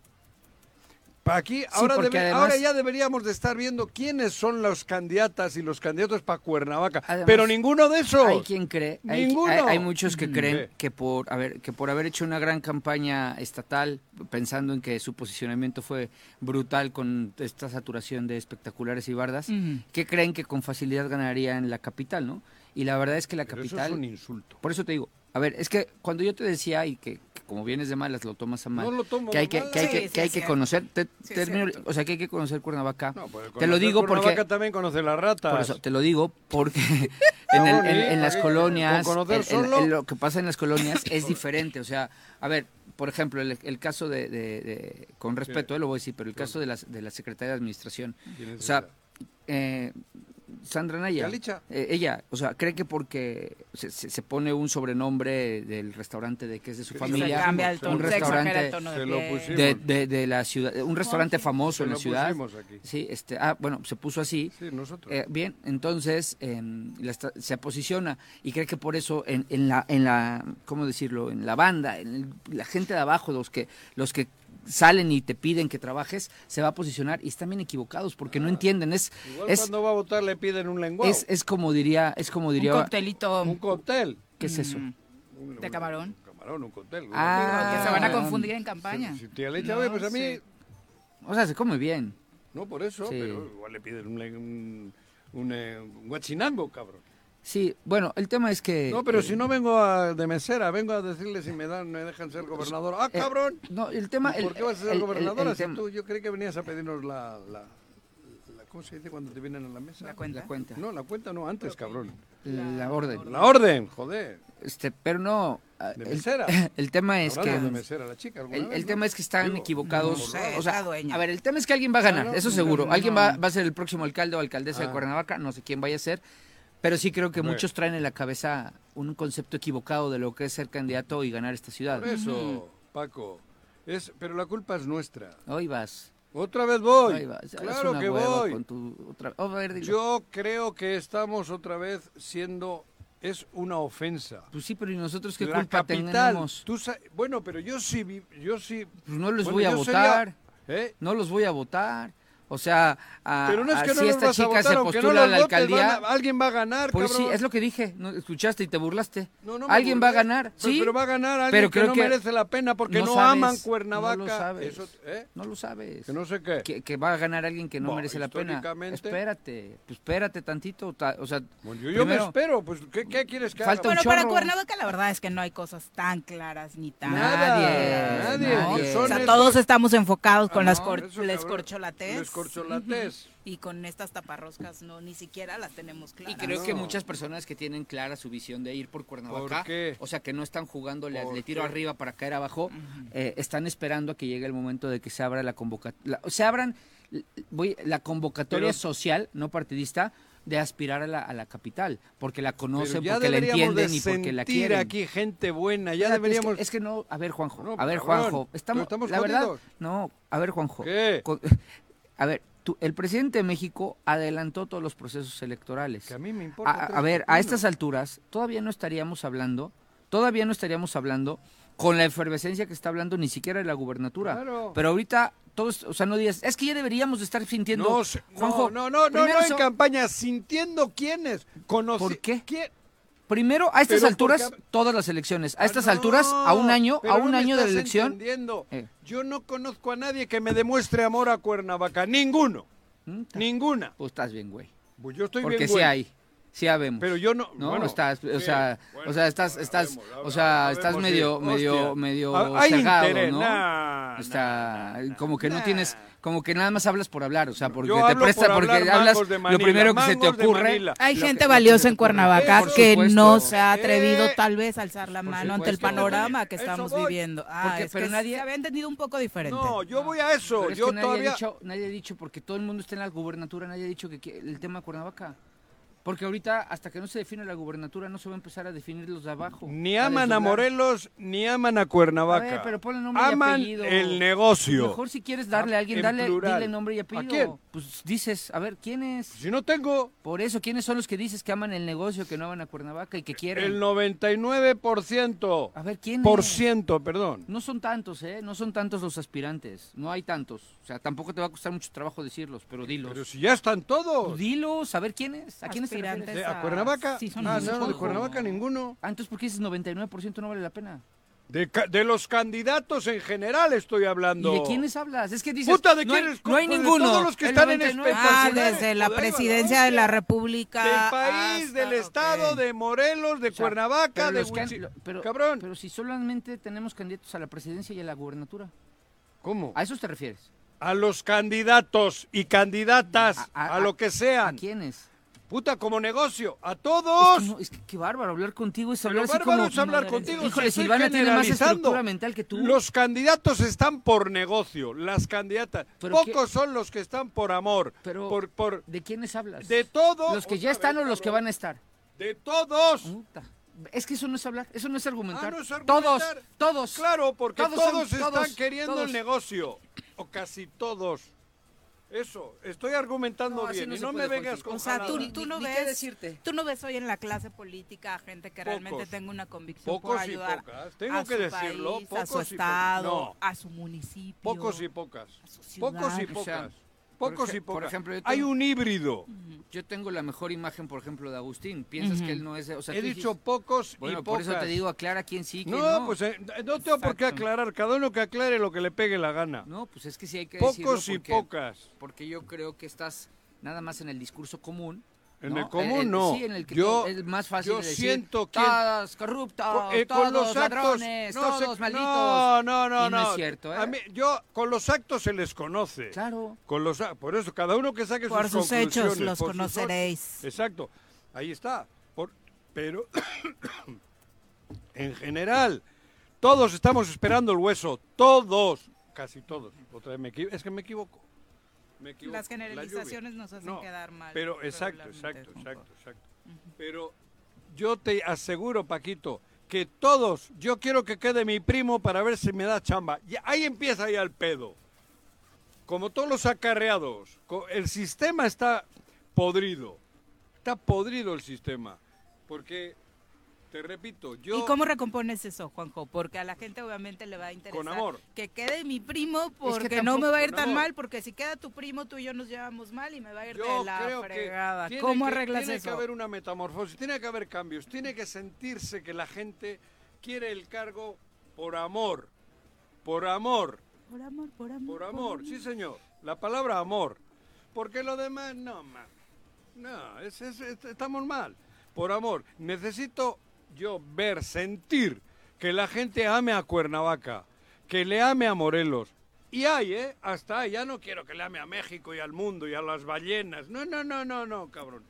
[SPEAKER 3] Para aquí ahora, debe-
[SPEAKER 5] porque además-
[SPEAKER 3] ahora ya deberíamos de estar viendo quiénes son las candidatas y los candidatos para Cuernavaca,
[SPEAKER 5] Además,
[SPEAKER 3] pero ninguno de esos.
[SPEAKER 5] Hay quien cree, hay,
[SPEAKER 3] Ninguno.
[SPEAKER 5] hay- hay muchos que
[SPEAKER 3] Mm.
[SPEAKER 5] creen
[SPEAKER 3] Ve.
[SPEAKER 5] que por haber que por haber hecho una gran campaña estatal, pensando en que su posicionamiento fue brutal con esta saturación de espectaculares y bardas, que creen que con facilidad ganaría en la capital, ¿no? Y la verdad es que la
[SPEAKER 3] Pero
[SPEAKER 5] capital,
[SPEAKER 3] eso es un insulto.
[SPEAKER 5] por eso te digo, a ver, es que cuando yo te decía y que, que como vienes de malas lo tomas a mal,
[SPEAKER 3] No lo tomo
[SPEAKER 5] que hay
[SPEAKER 3] de
[SPEAKER 5] que,
[SPEAKER 3] malas.
[SPEAKER 5] que hay
[SPEAKER 2] Sí,
[SPEAKER 5] que,
[SPEAKER 2] sí,
[SPEAKER 5] que hay
[SPEAKER 2] es
[SPEAKER 5] que
[SPEAKER 2] cierto.
[SPEAKER 5] conocer, te-
[SPEAKER 2] Sí, es
[SPEAKER 5] termino-
[SPEAKER 2] cierto.
[SPEAKER 5] o sea que hay que conocer Cuernavaca.
[SPEAKER 3] No, pues,
[SPEAKER 5] te lo
[SPEAKER 3] conocer
[SPEAKER 5] digo porque
[SPEAKER 3] Cuernavaca también conoce las ratas.
[SPEAKER 5] por eso, te lo digo porque en,
[SPEAKER 2] Ah,
[SPEAKER 5] el- en- en las
[SPEAKER 3] Con
[SPEAKER 5] colonias,
[SPEAKER 3] conocer
[SPEAKER 5] en- en-
[SPEAKER 3] solo.
[SPEAKER 5] en lo que pasa en las colonias es diferente. O sea, a ver, por ejemplo, el, el caso de, de- de- con respeto, eh, lo voy a decir, pero el caso de la, de la secretaria de Administración.
[SPEAKER 3] ¿Quién es
[SPEAKER 5] O sea,
[SPEAKER 3] esa?
[SPEAKER 5] eh, Sandra Naya, eh,
[SPEAKER 3] Yalitza.
[SPEAKER 5] ella, o sea, cree que porque se, se- se pone un sobrenombre del restaurante de que es de su
[SPEAKER 3] Sí,
[SPEAKER 2] Se
[SPEAKER 5] familia,
[SPEAKER 2] cambia el
[SPEAKER 3] un
[SPEAKER 2] tono, se Oh,
[SPEAKER 5] restaurante
[SPEAKER 2] exagera el tono de
[SPEAKER 3] se lo
[SPEAKER 2] piel.
[SPEAKER 3] pusieron.
[SPEAKER 5] de, de- de la ciudad, un restaurante famoso
[SPEAKER 3] Se
[SPEAKER 5] en la
[SPEAKER 3] lo
[SPEAKER 5] ciudad.
[SPEAKER 3] pusimos aquí.
[SPEAKER 5] Ah, Sí, este, ah, bueno, se puso así.
[SPEAKER 3] Sí, nosotros.
[SPEAKER 5] Eh, bien, entonces eh, la esta- se posiciona y cree que por eso en, en la en la cómo decirlo en la banda en el- la gente de abajo los que los que salen y te piden que trabajes se va a posicionar y están bien equivocados porque no entienden es
[SPEAKER 3] Ah, Igual
[SPEAKER 5] es,
[SPEAKER 3] cuando va a votar le piden un lenguaje,
[SPEAKER 5] es es como diría es como
[SPEAKER 2] Un
[SPEAKER 5] diría
[SPEAKER 2] coctelito Mm.
[SPEAKER 3] un cóctel.
[SPEAKER 5] qué es eso
[SPEAKER 3] Un-
[SPEAKER 2] de
[SPEAKER 3] un-
[SPEAKER 2] camarón.
[SPEAKER 3] un camarón, un cóctel.
[SPEAKER 5] Ah.
[SPEAKER 2] que se van a confundir en campaña.
[SPEAKER 3] Si te le echa, oye, pues a mí,
[SPEAKER 5] o sea se come bien
[SPEAKER 3] no por eso,
[SPEAKER 5] Sí.
[SPEAKER 3] pero igual le piden un, len- un, un, eh, un guachinango, cabrón.
[SPEAKER 5] sí bueno el tema es que
[SPEAKER 3] No, pero
[SPEAKER 5] eh,
[SPEAKER 3] si no vengo a- de mesera, vengo a decirle si me dan, me dejan ser gobernador. ¡Ah,
[SPEAKER 5] eh,
[SPEAKER 3] cabrón!
[SPEAKER 5] no el tema el-
[SPEAKER 3] ¿Por qué vas a ser
[SPEAKER 5] el- el-
[SPEAKER 3] gobernadora?
[SPEAKER 5] el
[SPEAKER 3] si
[SPEAKER 5] tema-
[SPEAKER 3] tú, yo creí que venías a pedirnos la, la, la- ¿Cómo se dice cuando te vienen a la mesa?
[SPEAKER 2] La cuenta.
[SPEAKER 5] la cuenta
[SPEAKER 3] No, la cuenta no, antes, cabrón.
[SPEAKER 5] la orden
[SPEAKER 3] La orden, joder.
[SPEAKER 5] Este, pero no. ah,
[SPEAKER 3] De
[SPEAKER 5] el-
[SPEAKER 3] mesera.
[SPEAKER 5] El, tema es que.
[SPEAKER 3] Hablando de mesera, la chica, alguna
[SPEAKER 5] El,
[SPEAKER 3] vez,
[SPEAKER 5] el
[SPEAKER 3] ¿no?
[SPEAKER 5] tema es que están
[SPEAKER 3] Digo,
[SPEAKER 5] equivocados. eh,
[SPEAKER 2] no sé,
[SPEAKER 5] o sea,
[SPEAKER 2] la dueña.
[SPEAKER 5] a ver, el tema es que alguien va a ganar,
[SPEAKER 3] Ah, No, no,
[SPEAKER 5] eso
[SPEAKER 3] no,
[SPEAKER 5] seguro.
[SPEAKER 3] no.
[SPEAKER 5] Alguien va, va a ser el próximo alcalde o alcaldesa
[SPEAKER 3] Ah.
[SPEAKER 5] de Cuernavaca, no sé quién vaya a ser. Pero sí creo que
[SPEAKER 3] Bueno.
[SPEAKER 5] muchos traen en la cabeza un concepto equivocado de lo que es ser candidato y ganar esta ciudad.
[SPEAKER 3] Por eso, Paco. Es, pero la culpa es nuestra.
[SPEAKER 5] Hoy vas.
[SPEAKER 3] Otra vez voy.
[SPEAKER 5] Hoy vas. Es
[SPEAKER 3] Claro
[SPEAKER 5] una
[SPEAKER 3] que
[SPEAKER 5] hueva
[SPEAKER 3] voy.
[SPEAKER 5] con tu otra- Oh, a ver, dilo.
[SPEAKER 3] Yo creo que estamos otra vez siendo es una ofensa.
[SPEAKER 5] Pues sí, pero ¿y nosotros qué
[SPEAKER 3] la
[SPEAKER 5] culpa
[SPEAKER 3] capital.
[SPEAKER 5] tenemos?
[SPEAKER 3] tú sa- bueno, pero yo sí vi- yo sí
[SPEAKER 5] Pues no les
[SPEAKER 3] bueno,
[SPEAKER 5] voy a
[SPEAKER 3] yo sería-
[SPEAKER 5] votar.
[SPEAKER 3] ¿eh?
[SPEAKER 5] No los voy a votar. O sea, a-
[SPEAKER 3] Pero no es
[SPEAKER 5] a-
[SPEAKER 3] que no
[SPEAKER 5] Ah, si
[SPEAKER 3] los
[SPEAKER 5] esta
[SPEAKER 3] vas a
[SPEAKER 5] chica
[SPEAKER 3] votar,
[SPEAKER 5] se
[SPEAKER 3] aunque
[SPEAKER 5] postula
[SPEAKER 3] no
[SPEAKER 5] a
[SPEAKER 3] los
[SPEAKER 5] la
[SPEAKER 3] votes,
[SPEAKER 5] alcaldía.
[SPEAKER 3] van a- alguien va a ganar,
[SPEAKER 5] Pues sí,
[SPEAKER 3] cabrón.
[SPEAKER 5] es lo que dije. No, escuchaste y te burlaste.
[SPEAKER 3] No, no me
[SPEAKER 5] Alguien va a
[SPEAKER 3] burlé.
[SPEAKER 5] ganar.
[SPEAKER 3] Pero,
[SPEAKER 5] sí,
[SPEAKER 3] pero va a ganar alguien
[SPEAKER 5] Pero
[SPEAKER 3] que
[SPEAKER 5] creo
[SPEAKER 3] no
[SPEAKER 5] que
[SPEAKER 3] merece la pena porque no,
[SPEAKER 5] sabes,
[SPEAKER 3] aman
[SPEAKER 5] No lo
[SPEAKER 3] Cuernavaca.
[SPEAKER 5] sabes.
[SPEAKER 3] Eso, ¿eh?
[SPEAKER 5] No lo sabes.
[SPEAKER 3] Que no sé qué.
[SPEAKER 5] Que, que va a ganar alguien que no
[SPEAKER 3] Bueno,
[SPEAKER 5] merece la pena.
[SPEAKER 3] históricamente-
[SPEAKER 5] Espérate, pues espérate tantito. ta- o sea,
[SPEAKER 3] Bueno, yo, yo me
[SPEAKER 5] primero,
[SPEAKER 3] espero, pues ¿qué, qué quieres que
[SPEAKER 5] Falta
[SPEAKER 3] haga?
[SPEAKER 5] un
[SPEAKER 2] Bueno, para
[SPEAKER 5] chorro.
[SPEAKER 2] Cuernavaca la verdad es que no hay cosas tan claras ni tan...
[SPEAKER 3] Nada,
[SPEAKER 5] nadie,
[SPEAKER 3] nadie.
[SPEAKER 2] ¿no?
[SPEAKER 5] nadie.
[SPEAKER 3] Son
[SPEAKER 2] O sea,
[SPEAKER 3] esos-
[SPEAKER 2] todos estamos enfocados con
[SPEAKER 3] Ah,
[SPEAKER 2] las
[SPEAKER 3] no,
[SPEAKER 2] cor-
[SPEAKER 3] eso,
[SPEAKER 2] les
[SPEAKER 3] cabrón.
[SPEAKER 2] corcholates.
[SPEAKER 3] Les corcholates.
[SPEAKER 2] Y con estas taparroscas no, ni siquiera las tenemos
[SPEAKER 5] Y
[SPEAKER 2] claras.
[SPEAKER 5] creo
[SPEAKER 3] No.
[SPEAKER 5] que muchas personas que tienen clara su visión de ir por Cuernavaca,
[SPEAKER 3] ¿Por qué?
[SPEAKER 5] o sea, que no están jugando le,
[SPEAKER 3] ¿Por
[SPEAKER 5] le tiro
[SPEAKER 3] qué?
[SPEAKER 5] arriba para caer abajo, eh, están esperando a que llegue el momento de que se abra la convocatoria, se abran l- voy- la convocatoria
[SPEAKER 3] Pero-
[SPEAKER 5] social, no partidista, de aspirar a la, a la capital, porque la conocen,
[SPEAKER 3] ya
[SPEAKER 5] porque la
[SPEAKER 3] deberíamos de
[SPEAKER 5] entienden y porque la
[SPEAKER 3] sentir
[SPEAKER 5] quieren.
[SPEAKER 3] aquí gente buena, ya
[SPEAKER 5] Espérate,
[SPEAKER 3] deberíamos...
[SPEAKER 5] Es que, es que no, a ver, Juanjo.
[SPEAKER 3] No,
[SPEAKER 5] a ver,
[SPEAKER 3] cabrón,
[SPEAKER 5] Juanjo.
[SPEAKER 3] pero
[SPEAKER 5] Estamos,
[SPEAKER 3] estamos
[SPEAKER 5] la verdad,
[SPEAKER 3] jodidos.
[SPEAKER 5] no, a ver, Juanjo.
[SPEAKER 3] ¿Qué?
[SPEAKER 5] con- a ver, tú- el presidente de México adelantó todos los procesos electorales.
[SPEAKER 3] Que a mí me importa
[SPEAKER 5] A- A,
[SPEAKER 3] tres
[SPEAKER 5] ver, a
[SPEAKER 3] pepinos.
[SPEAKER 5] estas alturas todavía no estaríamos hablando, todavía no estaríamos hablando con la efervescencia que está hablando ni siquiera de la gubernatura.
[SPEAKER 3] Claro.
[SPEAKER 5] Pero ahorita todos, o sea, no digas, es que ya deberíamos de estar sintiendo.
[SPEAKER 3] No, se- no,
[SPEAKER 5] Juanjo,
[SPEAKER 3] no, no, no,
[SPEAKER 5] primero
[SPEAKER 3] no en
[SPEAKER 5] so-
[SPEAKER 3] campaña, sintiendo quiénes, conoci-
[SPEAKER 5] ¿Por qué?
[SPEAKER 3] ¿Quién?
[SPEAKER 5] Primero, a estas
[SPEAKER 3] Pero
[SPEAKER 5] alturas,
[SPEAKER 3] porque-
[SPEAKER 5] todas las elecciones. A
[SPEAKER 3] Ah,
[SPEAKER 5] estas
[SPEAKER 3] no,
[SPEAKER 5] alturas, a un año,
[SPEAKER 3] pero
[SPEAKER 5] a un
[SPEAKER 3] no me
[SPEAKER 5] año de la
[SPEAKER 3] estás
[SPEAKER 5] elección.
[SPEAKER 3] entendiendo.
[SPEAKER 5] Eh.
[SPEAKER 3] Yo no conozco a nadie que me demuestre amor a Cuernavaca, ninguno,
[SPEAKER 5] Mm, ta-
[SPEAKER 3] ninguna.
[SPEAKER 5] Pues estás bien, güey.
[SPEAKER 3] Pues yo estoy
[SPEAKER 5] Porque
[SPEAKER 3] bien
[SPEAKER 5] sí
[SPEAKER 3] güey.
[SPEAKER 5] hay, sí habemos.
[SPEAKER 3] Pero yo no-
[SPEAKER 5] No,
[SPEAKER 3] bueno,
[SPEAKER 5] estás, o
[SPEAKER 3] sí,
[SPEAKER 5] sea,
[SPEAKER 3] bueno,
[SPEAKER 5] o sea, estás,
[SPEAKER 3] ahora
[SPEAKER 5] estás,
[SPEAKER 3] vemos,
[SPEAKER 5] o
[SPEAKER 3] ahora-
[SPEAKER 5] sea,
[SPEAKER 3] ahora
[SPEAKER 5] estás
[SPEAKER 3] vemos,
[SPEAKER 5] medio,
[SPEAKER 3] sí.
[SPEAKER 5] medio,
[SPEAKER 3] Hostia.
[SPEAKER 5] medio
[SPEAKER 3] Ah, hay
[SPEAKER 5] cerrado,
[SPEAKER 3] interés,
[SPEAKER 5] ¿no?
[SPEAKER 3] nah,
[SPEAKER 5] Está, como que no
[SPEAKER 3] nah.
[SPEAKER 5] tienes, como que nada más hablas por hablar, o sea, porque
[SPEAKER 3] Yo
[SPEAKER 5] te
[SPEAKER 3] hablo
[SPEAKER 5] presta,
[SPEAKER 3] por
[SPEAKER 5] porque
[SPEAKER 3] hablar,
[SPEAKER 5] hablas
[SPEAKER 3] mangos de
[SPEAKER 5] lo
[SPEAKER 3] Manila,
[SPEAKER 5] primero que se te
[SPEAKER 3] mangos de
[SPEAKER 5] ocurre.
[SPEAKER 3] Manila.
[SPEAKER 2] Hay
[SPEAKER 5] lo
[SPEAKER 2] gente
[SPEAKER 5] que-
[SPEAKER 2] valiosa
[SPEAKER 5] lo que
[SPEAKER 2] en
[SPEAKER 5] se te ocurre.
[SPEAKER 2] Cuernavaca
[SPEAKER 5] Por
[SPEAKER 2] que
[SPEAKER 5] supuesto.
[SPEAKER 2] no se ha
[SPEAKER 3] Eh,
[SPEAKER 2] atrevido tal vez a alzar la
[SPEAKER 5] por
[SPEAKER 2] mano ante el
[SPEAKER 5] supuesto.
[SPEAKER 2] panorama que
[SPEAKER 3] Eso
[SPEAKER 2] estamos
[SPEAKER 3] voy.
[SPEAKER 2] viviendo. Ah,
[SPEAKER 5] Porque-
[SPEAKER 2] es
[SPEAKER 5] pero
[SPEAKER 2] que
[SPEAKER 5] nadie-
[SPEAKER 2] se había entendido un poco diferente.
[SPEAKER 3] No, yo voy a eso,
[SPEAKER 5] Ah, Pero es
[SPEAKER 3] yo
[SPEAKER 5] que nadie
[SPEAKER 3] todavía...
[SPEAKER 5] ha dicho, nadie ha dicho, porque todo el mundo está en la gubernatura, nadie ha dicho que qui- el tema de Cuernavaca. Porque ahorita, hasta que no se define la gubernatura, no se va a empezar a definir los de abajo.
[SPEAKER 3] Ni
[SPEAKER 5] a
[SPEAKER 3] aman a
[SPEAKER 5] desdoblar.
[SPEAKER 3] Morelos, ni aman a Cuernavaca.
[SPEAKER 5] A ver, pero ponle nombre y
[SPEAKER 3] aman
[SPEAKER 5] apellido.
[SPEAKER 3] el negocio.
[SPEAKER 5] Mejor si quieres darle
[SPEAKER 3] Ah,
[SPEAKER 5] a alguien,
[SPEAKER 3] en
[SPEAKER 5] dale,
[SPEAKER 3] plural.
[SPEAKER 5] dile nombre y
[SPEAKER 3] ¿A
[SPEAKER 5] apellido.
[SPEAKER 3] quién? Pues
[SPEAKER 5] Pues dices, a ver, ¿quién es?
[SPEAKER 3] Si no tengo,
[SPEAKER 5] Por eso, ¿quiénes son los que dices que aman el negocio, que no aman a Cuernavaca y que quieren?
[SPEAKER 3] el 99%.
[SPEAKER 5] A ver, ¿quién
[SPEAKER 3] Por
[SPEAKER 5] es?
[SPEAKER 3] ciento, perdón.
[SPEAKER 5] No son tantos, ¿eh? No son tantos los aspirantes. No hay tantos. O sea, tampoco te va a costar mucho trabajo decirlos, pero dilos.
[SPEAKER 3] Pero si ya están
[SPEAKER 5] Pues
[SPEAKER 3] todos.
[SPEAKER 5] dilos, a ver quién es. ¿A quién es
[SPEAKER 2] Aspirantes.
[SPEAKER 3] ¿A Cuernavaca?
[SPEAKER 2] Sí, son
[SPEAKER 3] ah,
[SPEAKER 2] muchos.
[SPEAKER 3] no, de Cuernavaca ninguno.
[SPEAKER 5] Ah, entonces, ¿por qué dices 99% no vale la pena?
[SPEAKER 3] De, ca- de los candidatos en general estoy hablando.
[SPEAKER 5] ¿Y de quiénes hablas? Es que dices.
[SPEAKER 3] Puta, ¿de
[SPEAKER 5] no
[SPEAKER 3] quién
[SPEAKER 5] hay,
[SPEAKER 3] es?
[SPEAKER 5] no hay
[SPEAKER 3] Pues de
[SPEAKER 5] ninguno.
[SPEAKER 3] todos los que
[SPEAKER 5] El
[SPEAKER 3] están en pues
[SPEAKER 5] 99.
[SPEAKER 2] Ah,
[SPEAKER 3] espectacular.
[SPEAKER 2] desde la
[SPEAKER 3] Joder,
[SPEAKER 2] presidencia de la República.
[SPEAKER 3] Del país, del
[SPEAKER 2] hasta-
[SPEAKER 3] estado,
[SPEAKER 2] ok.
[SPEAKER 3] de Morelos, de
[SPEAKER 5] O sea,
[SPEAKER 3] Cuernavaca,
[SPEAKER 5] pero
[SPEAKER 3] de
[SPEAKER 5] los que han-
[SPEAKER 3] Huichi-
[SPEAKER 5] lo- pero-
[SPEAKER 3] Cabrón.
[SPEAKER 5] Pero si solamente tenemos candidatos a la presidencia y a la gubernatura.
[SPEAKER 3] ¿Cómo?
[SPEAKER 5] ¿A esos te refieres?
[SPEAKER 3] A los candidatos y candidatas, a,
[SPEAKER 5] A- a-
[SPEAKER 3] lo que sean.
[SPEAKER 5] ¿A quiénes?
[SPEAKER 3] Puta, como negocio. A
[SPEAKER 5] Es
[SPEAKER 3] todos.
[SPEAKER 5] que, no, es que qué bárbaro hablar contigo es
[SPEAKER 3] Pero
[SPEAKER 5] hablar así
[SPEAKER 3] bárbaro
[SPEAKER 5] como...
[SPEAKER 3] es hablar
[SPEAKER 5] como-
[SPEAKER 3] contigo.
[SPEAKER 5] Híjole,
[SPEAKER 3] si estoy
[SPEAKER 5] Silvana tiene más
[SPEAKER 3] generalizando.
[SPEAKER 5] estructura mental que tú.
[SPEAKER 3] Los candidatos están por negocio, las candidatas.
[SPEAKER 5] Pero
[SPEAKER 3] Pocos son los que están por amor,
[SPEAKER 5] Pero,
[SPEAKER 3] por, por
[SPEAKER 5] ¿de quiénes hablas?
[SPEAKER 3] de todo.
[SPEAKER 5] ¿Los que
[SPEAKER 3] Otra
[SPEAKER 5] ya están
[SPEAKER 3] vez,
[SPEAKER 5] o los que
[SPEAKER 3] cabrón.
[SPEAKER 5] van a estar?
[SPEAKER 3] de todos.
[SPEAKER 5] Puta. Es que eso no es hablar, eso no es argumentar.
[SPEAKER 3] Ah, no es
[SPEAKER 5] Todos,
[SPEAKER 3] argumentar.
[SPEAKER 5] todos.
[SPEAKER 3] Claro, porque todos,
[SPEAKER 5] Todos son-
[SPEAKER 3] están
[SPEAKER 5] todos,
[SPEAKER 3] queriendo
[SPEAKER 5] todos.
[SPEAKER 3] el negocio o casi todos. Eso, estoy argumentando
[SPEAKER 5] No, así
[SPEAKER 3] bien
[SPEAKER 5] no
[SPEAKER 3] y
[SPEAKER 5] se
[SPEAKER 3] no me
[SPEAKER 5] puede,
[SPEAKER 3] vengas
[SPEAKER 5] Jorge.
[SPEAKER 3] con
[SPEAKER 2] O sea, tú,
[SPEAKER 3] jaladas.
[SPEAKER 2] tú no
[SPEAKER 5] Ni- ni
[SPEAKER 2] ves,
[SPEAKER 5] qué decirte.
[SPEAKER 2] tú no ves hoy en la clase política gente que realmente
[SPEAKER 3] Pocos.
[SPEAKER 2] tenga una convicción por
[SPEAKER 3] Pocos y
[SPEAKER 2] ayudar
[SPEAKER 3] pocas, tengo
[SPEAKER 2] a
[SPEAKER 3] que
[SPEAKER 2] su
[SPEAKER 3] decirlo,
[SPEAKER 2] país, a
[SPEAKER 3] pocos y
[SPEAKER 2] su
[SPEAKER 3] pocas.
[SPEAKER 2] estado,
[SPEAKER 3] No.
[SPEAKER 2] a su municipio.
[SPEAKER 3] Pocos y pocas.
[SPEAKER 2] su
[SPEAKER 3] Pocos y
[SPEAKER 2] ciudad.
[SPEAKER 5] O sea,
[SPEAKER 3] pocas.
[SPEAKER 5] por
[SPEAKER 3] Pocos y
[SPEAKER 5] ej- por
[SPEAKER 3] pocas.
[SPEAKER 5] ejemplo, yo
[SPEAKER 3] Hay
[SPEAKER 5] tengo-
[SPEAKER 3] un híbrido.
[SPEAKER 5] Yo tengo la mejor imagen, por ejemplo, de Agustín. Piensas que él no es... O sea,
[SPEAKER 3] He
[SPEAKER 5] tú
[SPEAKER 3] dicho
[SPEAKER 5] dices-
[SPEAKER 3] pocos
[SPEAKER 5] Bueno,
[SPEAKER 3] y
[SPEAKER 5] por
[SPEAKER 3] pocas.
[SPEAKER 5] eso te digo, aclara quién sí, quién
[SPEAKER 3] No, pues eh, no tengo por qué
[SPEAKER 5] Exacto.
[SPEAKER 3] aclarar. Cada uno que aclare lo que le pegue la gana.
[SPEAKER 5] No, pues es que sí hay que decirlo
[SPEAKER 3] Pocos y
[SPEAKER 5] porque-
[SPEAKER 3] pocas.
[SPEAKER 5] Porque yo creo que estás nada más en el discurso común.
[SPEAKER 3] En
[SPEAKER 5] ¿no? Eh,
[SPEAKER 3] el común, no.
[SPEAKER 5] Sí, en el que
[SPEAKER 3] Yo-
[SPEAKER 5] to- es más fácil
[SPEAKER 3] yo
[SPEAKER 5] de decir,
[SPEAKER 3] siento que-
[SPEAKER 5] Todos corruptos,
[SPEAKER 3] Eh,
[SPEAKER 5] todos ladrones,
[SPEAKER 3] no
[SPEAKER 5] todos
[SPEAKER 3] se-
[SPEAKER 5] malditos.
[SPEAKER 3] No, no, no,
[SPEAKER 5] Y no es cierto, ¿eh?
[SPEAKER 3] A mí- yo, con los actos se les conoce.
[SPEAKER 5] Claro.
[SPEAKER 3] Con los, a- por eso, cada uno que saque
[SPEAKER 2] Por
[SPEAKER 3] sus,
[SPEAKER 2] sus hechos
[SPEAKER 3] conclusiones,
[SPEAKER 2] los
[SPEAKER 3] por sus
[SPEAKER 2] conoceréis.
[SPEAKER 3] hechos. Exacto. Ahí está. Por- pero, en general, todos estamos esperando el hueso. Todos. Casi todos. Otra vez me equi- es que me equivoco. Me equivoco.
[SPEAKER 2] Las
[SPEAKER 3] La lluvia.
[SPEAKER 2] generalizaciones nos hacen
[SPEAKER 3] No,
[SPEAKER 2] quedar mal.
[SPEAKER 3] Pero exacto,
[SPEAKER 2] regularmente,
[SPEAKER 3] exacto,
[SPEAKER 2] Juanjo.
[SPEAKER 3] exacto, exacto. Pero yo te aseguro, Paquito, que todos, yo quiero que quede mi primo para ver si me da chamba. Y ahí empieza ya el pedo. Como todos los acarreados, co- el sistema está podrido. Está podrido el sistema. Porque, te repito, yo...
[SPEAKER 2] ¿Y cómo recompones eso, Juanjo? Porque a la gente obviamente le va a interesar
[SPEAKER 3] Con amor.
[SPEAKER 2] que quede mi primo porque no
[SPEAKER 5] tampoco-
[SPEAKER 2] me va a ir
[SPEAKER 3] con
[SPEAKER 2] tan
[SPEAKER 3] amor.
[SPEAKER 2] mal, porque si queda tu primo tú y yo nos llevamos mal y me va a ir
[SPEAKER 3] Yo
[SPEAKER 2] de la
[SPEAKER 3] creo
[SPEAKER 2] fregada.
[SPEAKER 3] que tiene
[SPEAKER 2] ¿Cómo
[SPEAKER 3] que-
[SPEAKER 2] arreglas
[SPEAKER 3] tiene
[SPEAKER 2] eso?
[SPEAKER 3] que haber una metamorfosis, tiene que haber cambios, tiene que sentirse que la gente quiere el cargo por amor, por amor,
[SPEAKER 2] Por amor, por amor.
[SPEAKER 3] por amor, sí señor, la palabra amor, porque lo demás no, ma- no, es- es- es- estamos mal, por amor, necesito yo ver, sentir que la gente ame a Cuernavaca, que le ame a Morelos. Y hay, ¿eh? Hasta ahí. Ya no quiero que le ame a México y al mundo y a las ballenas. No, no, no, no, no, cabrón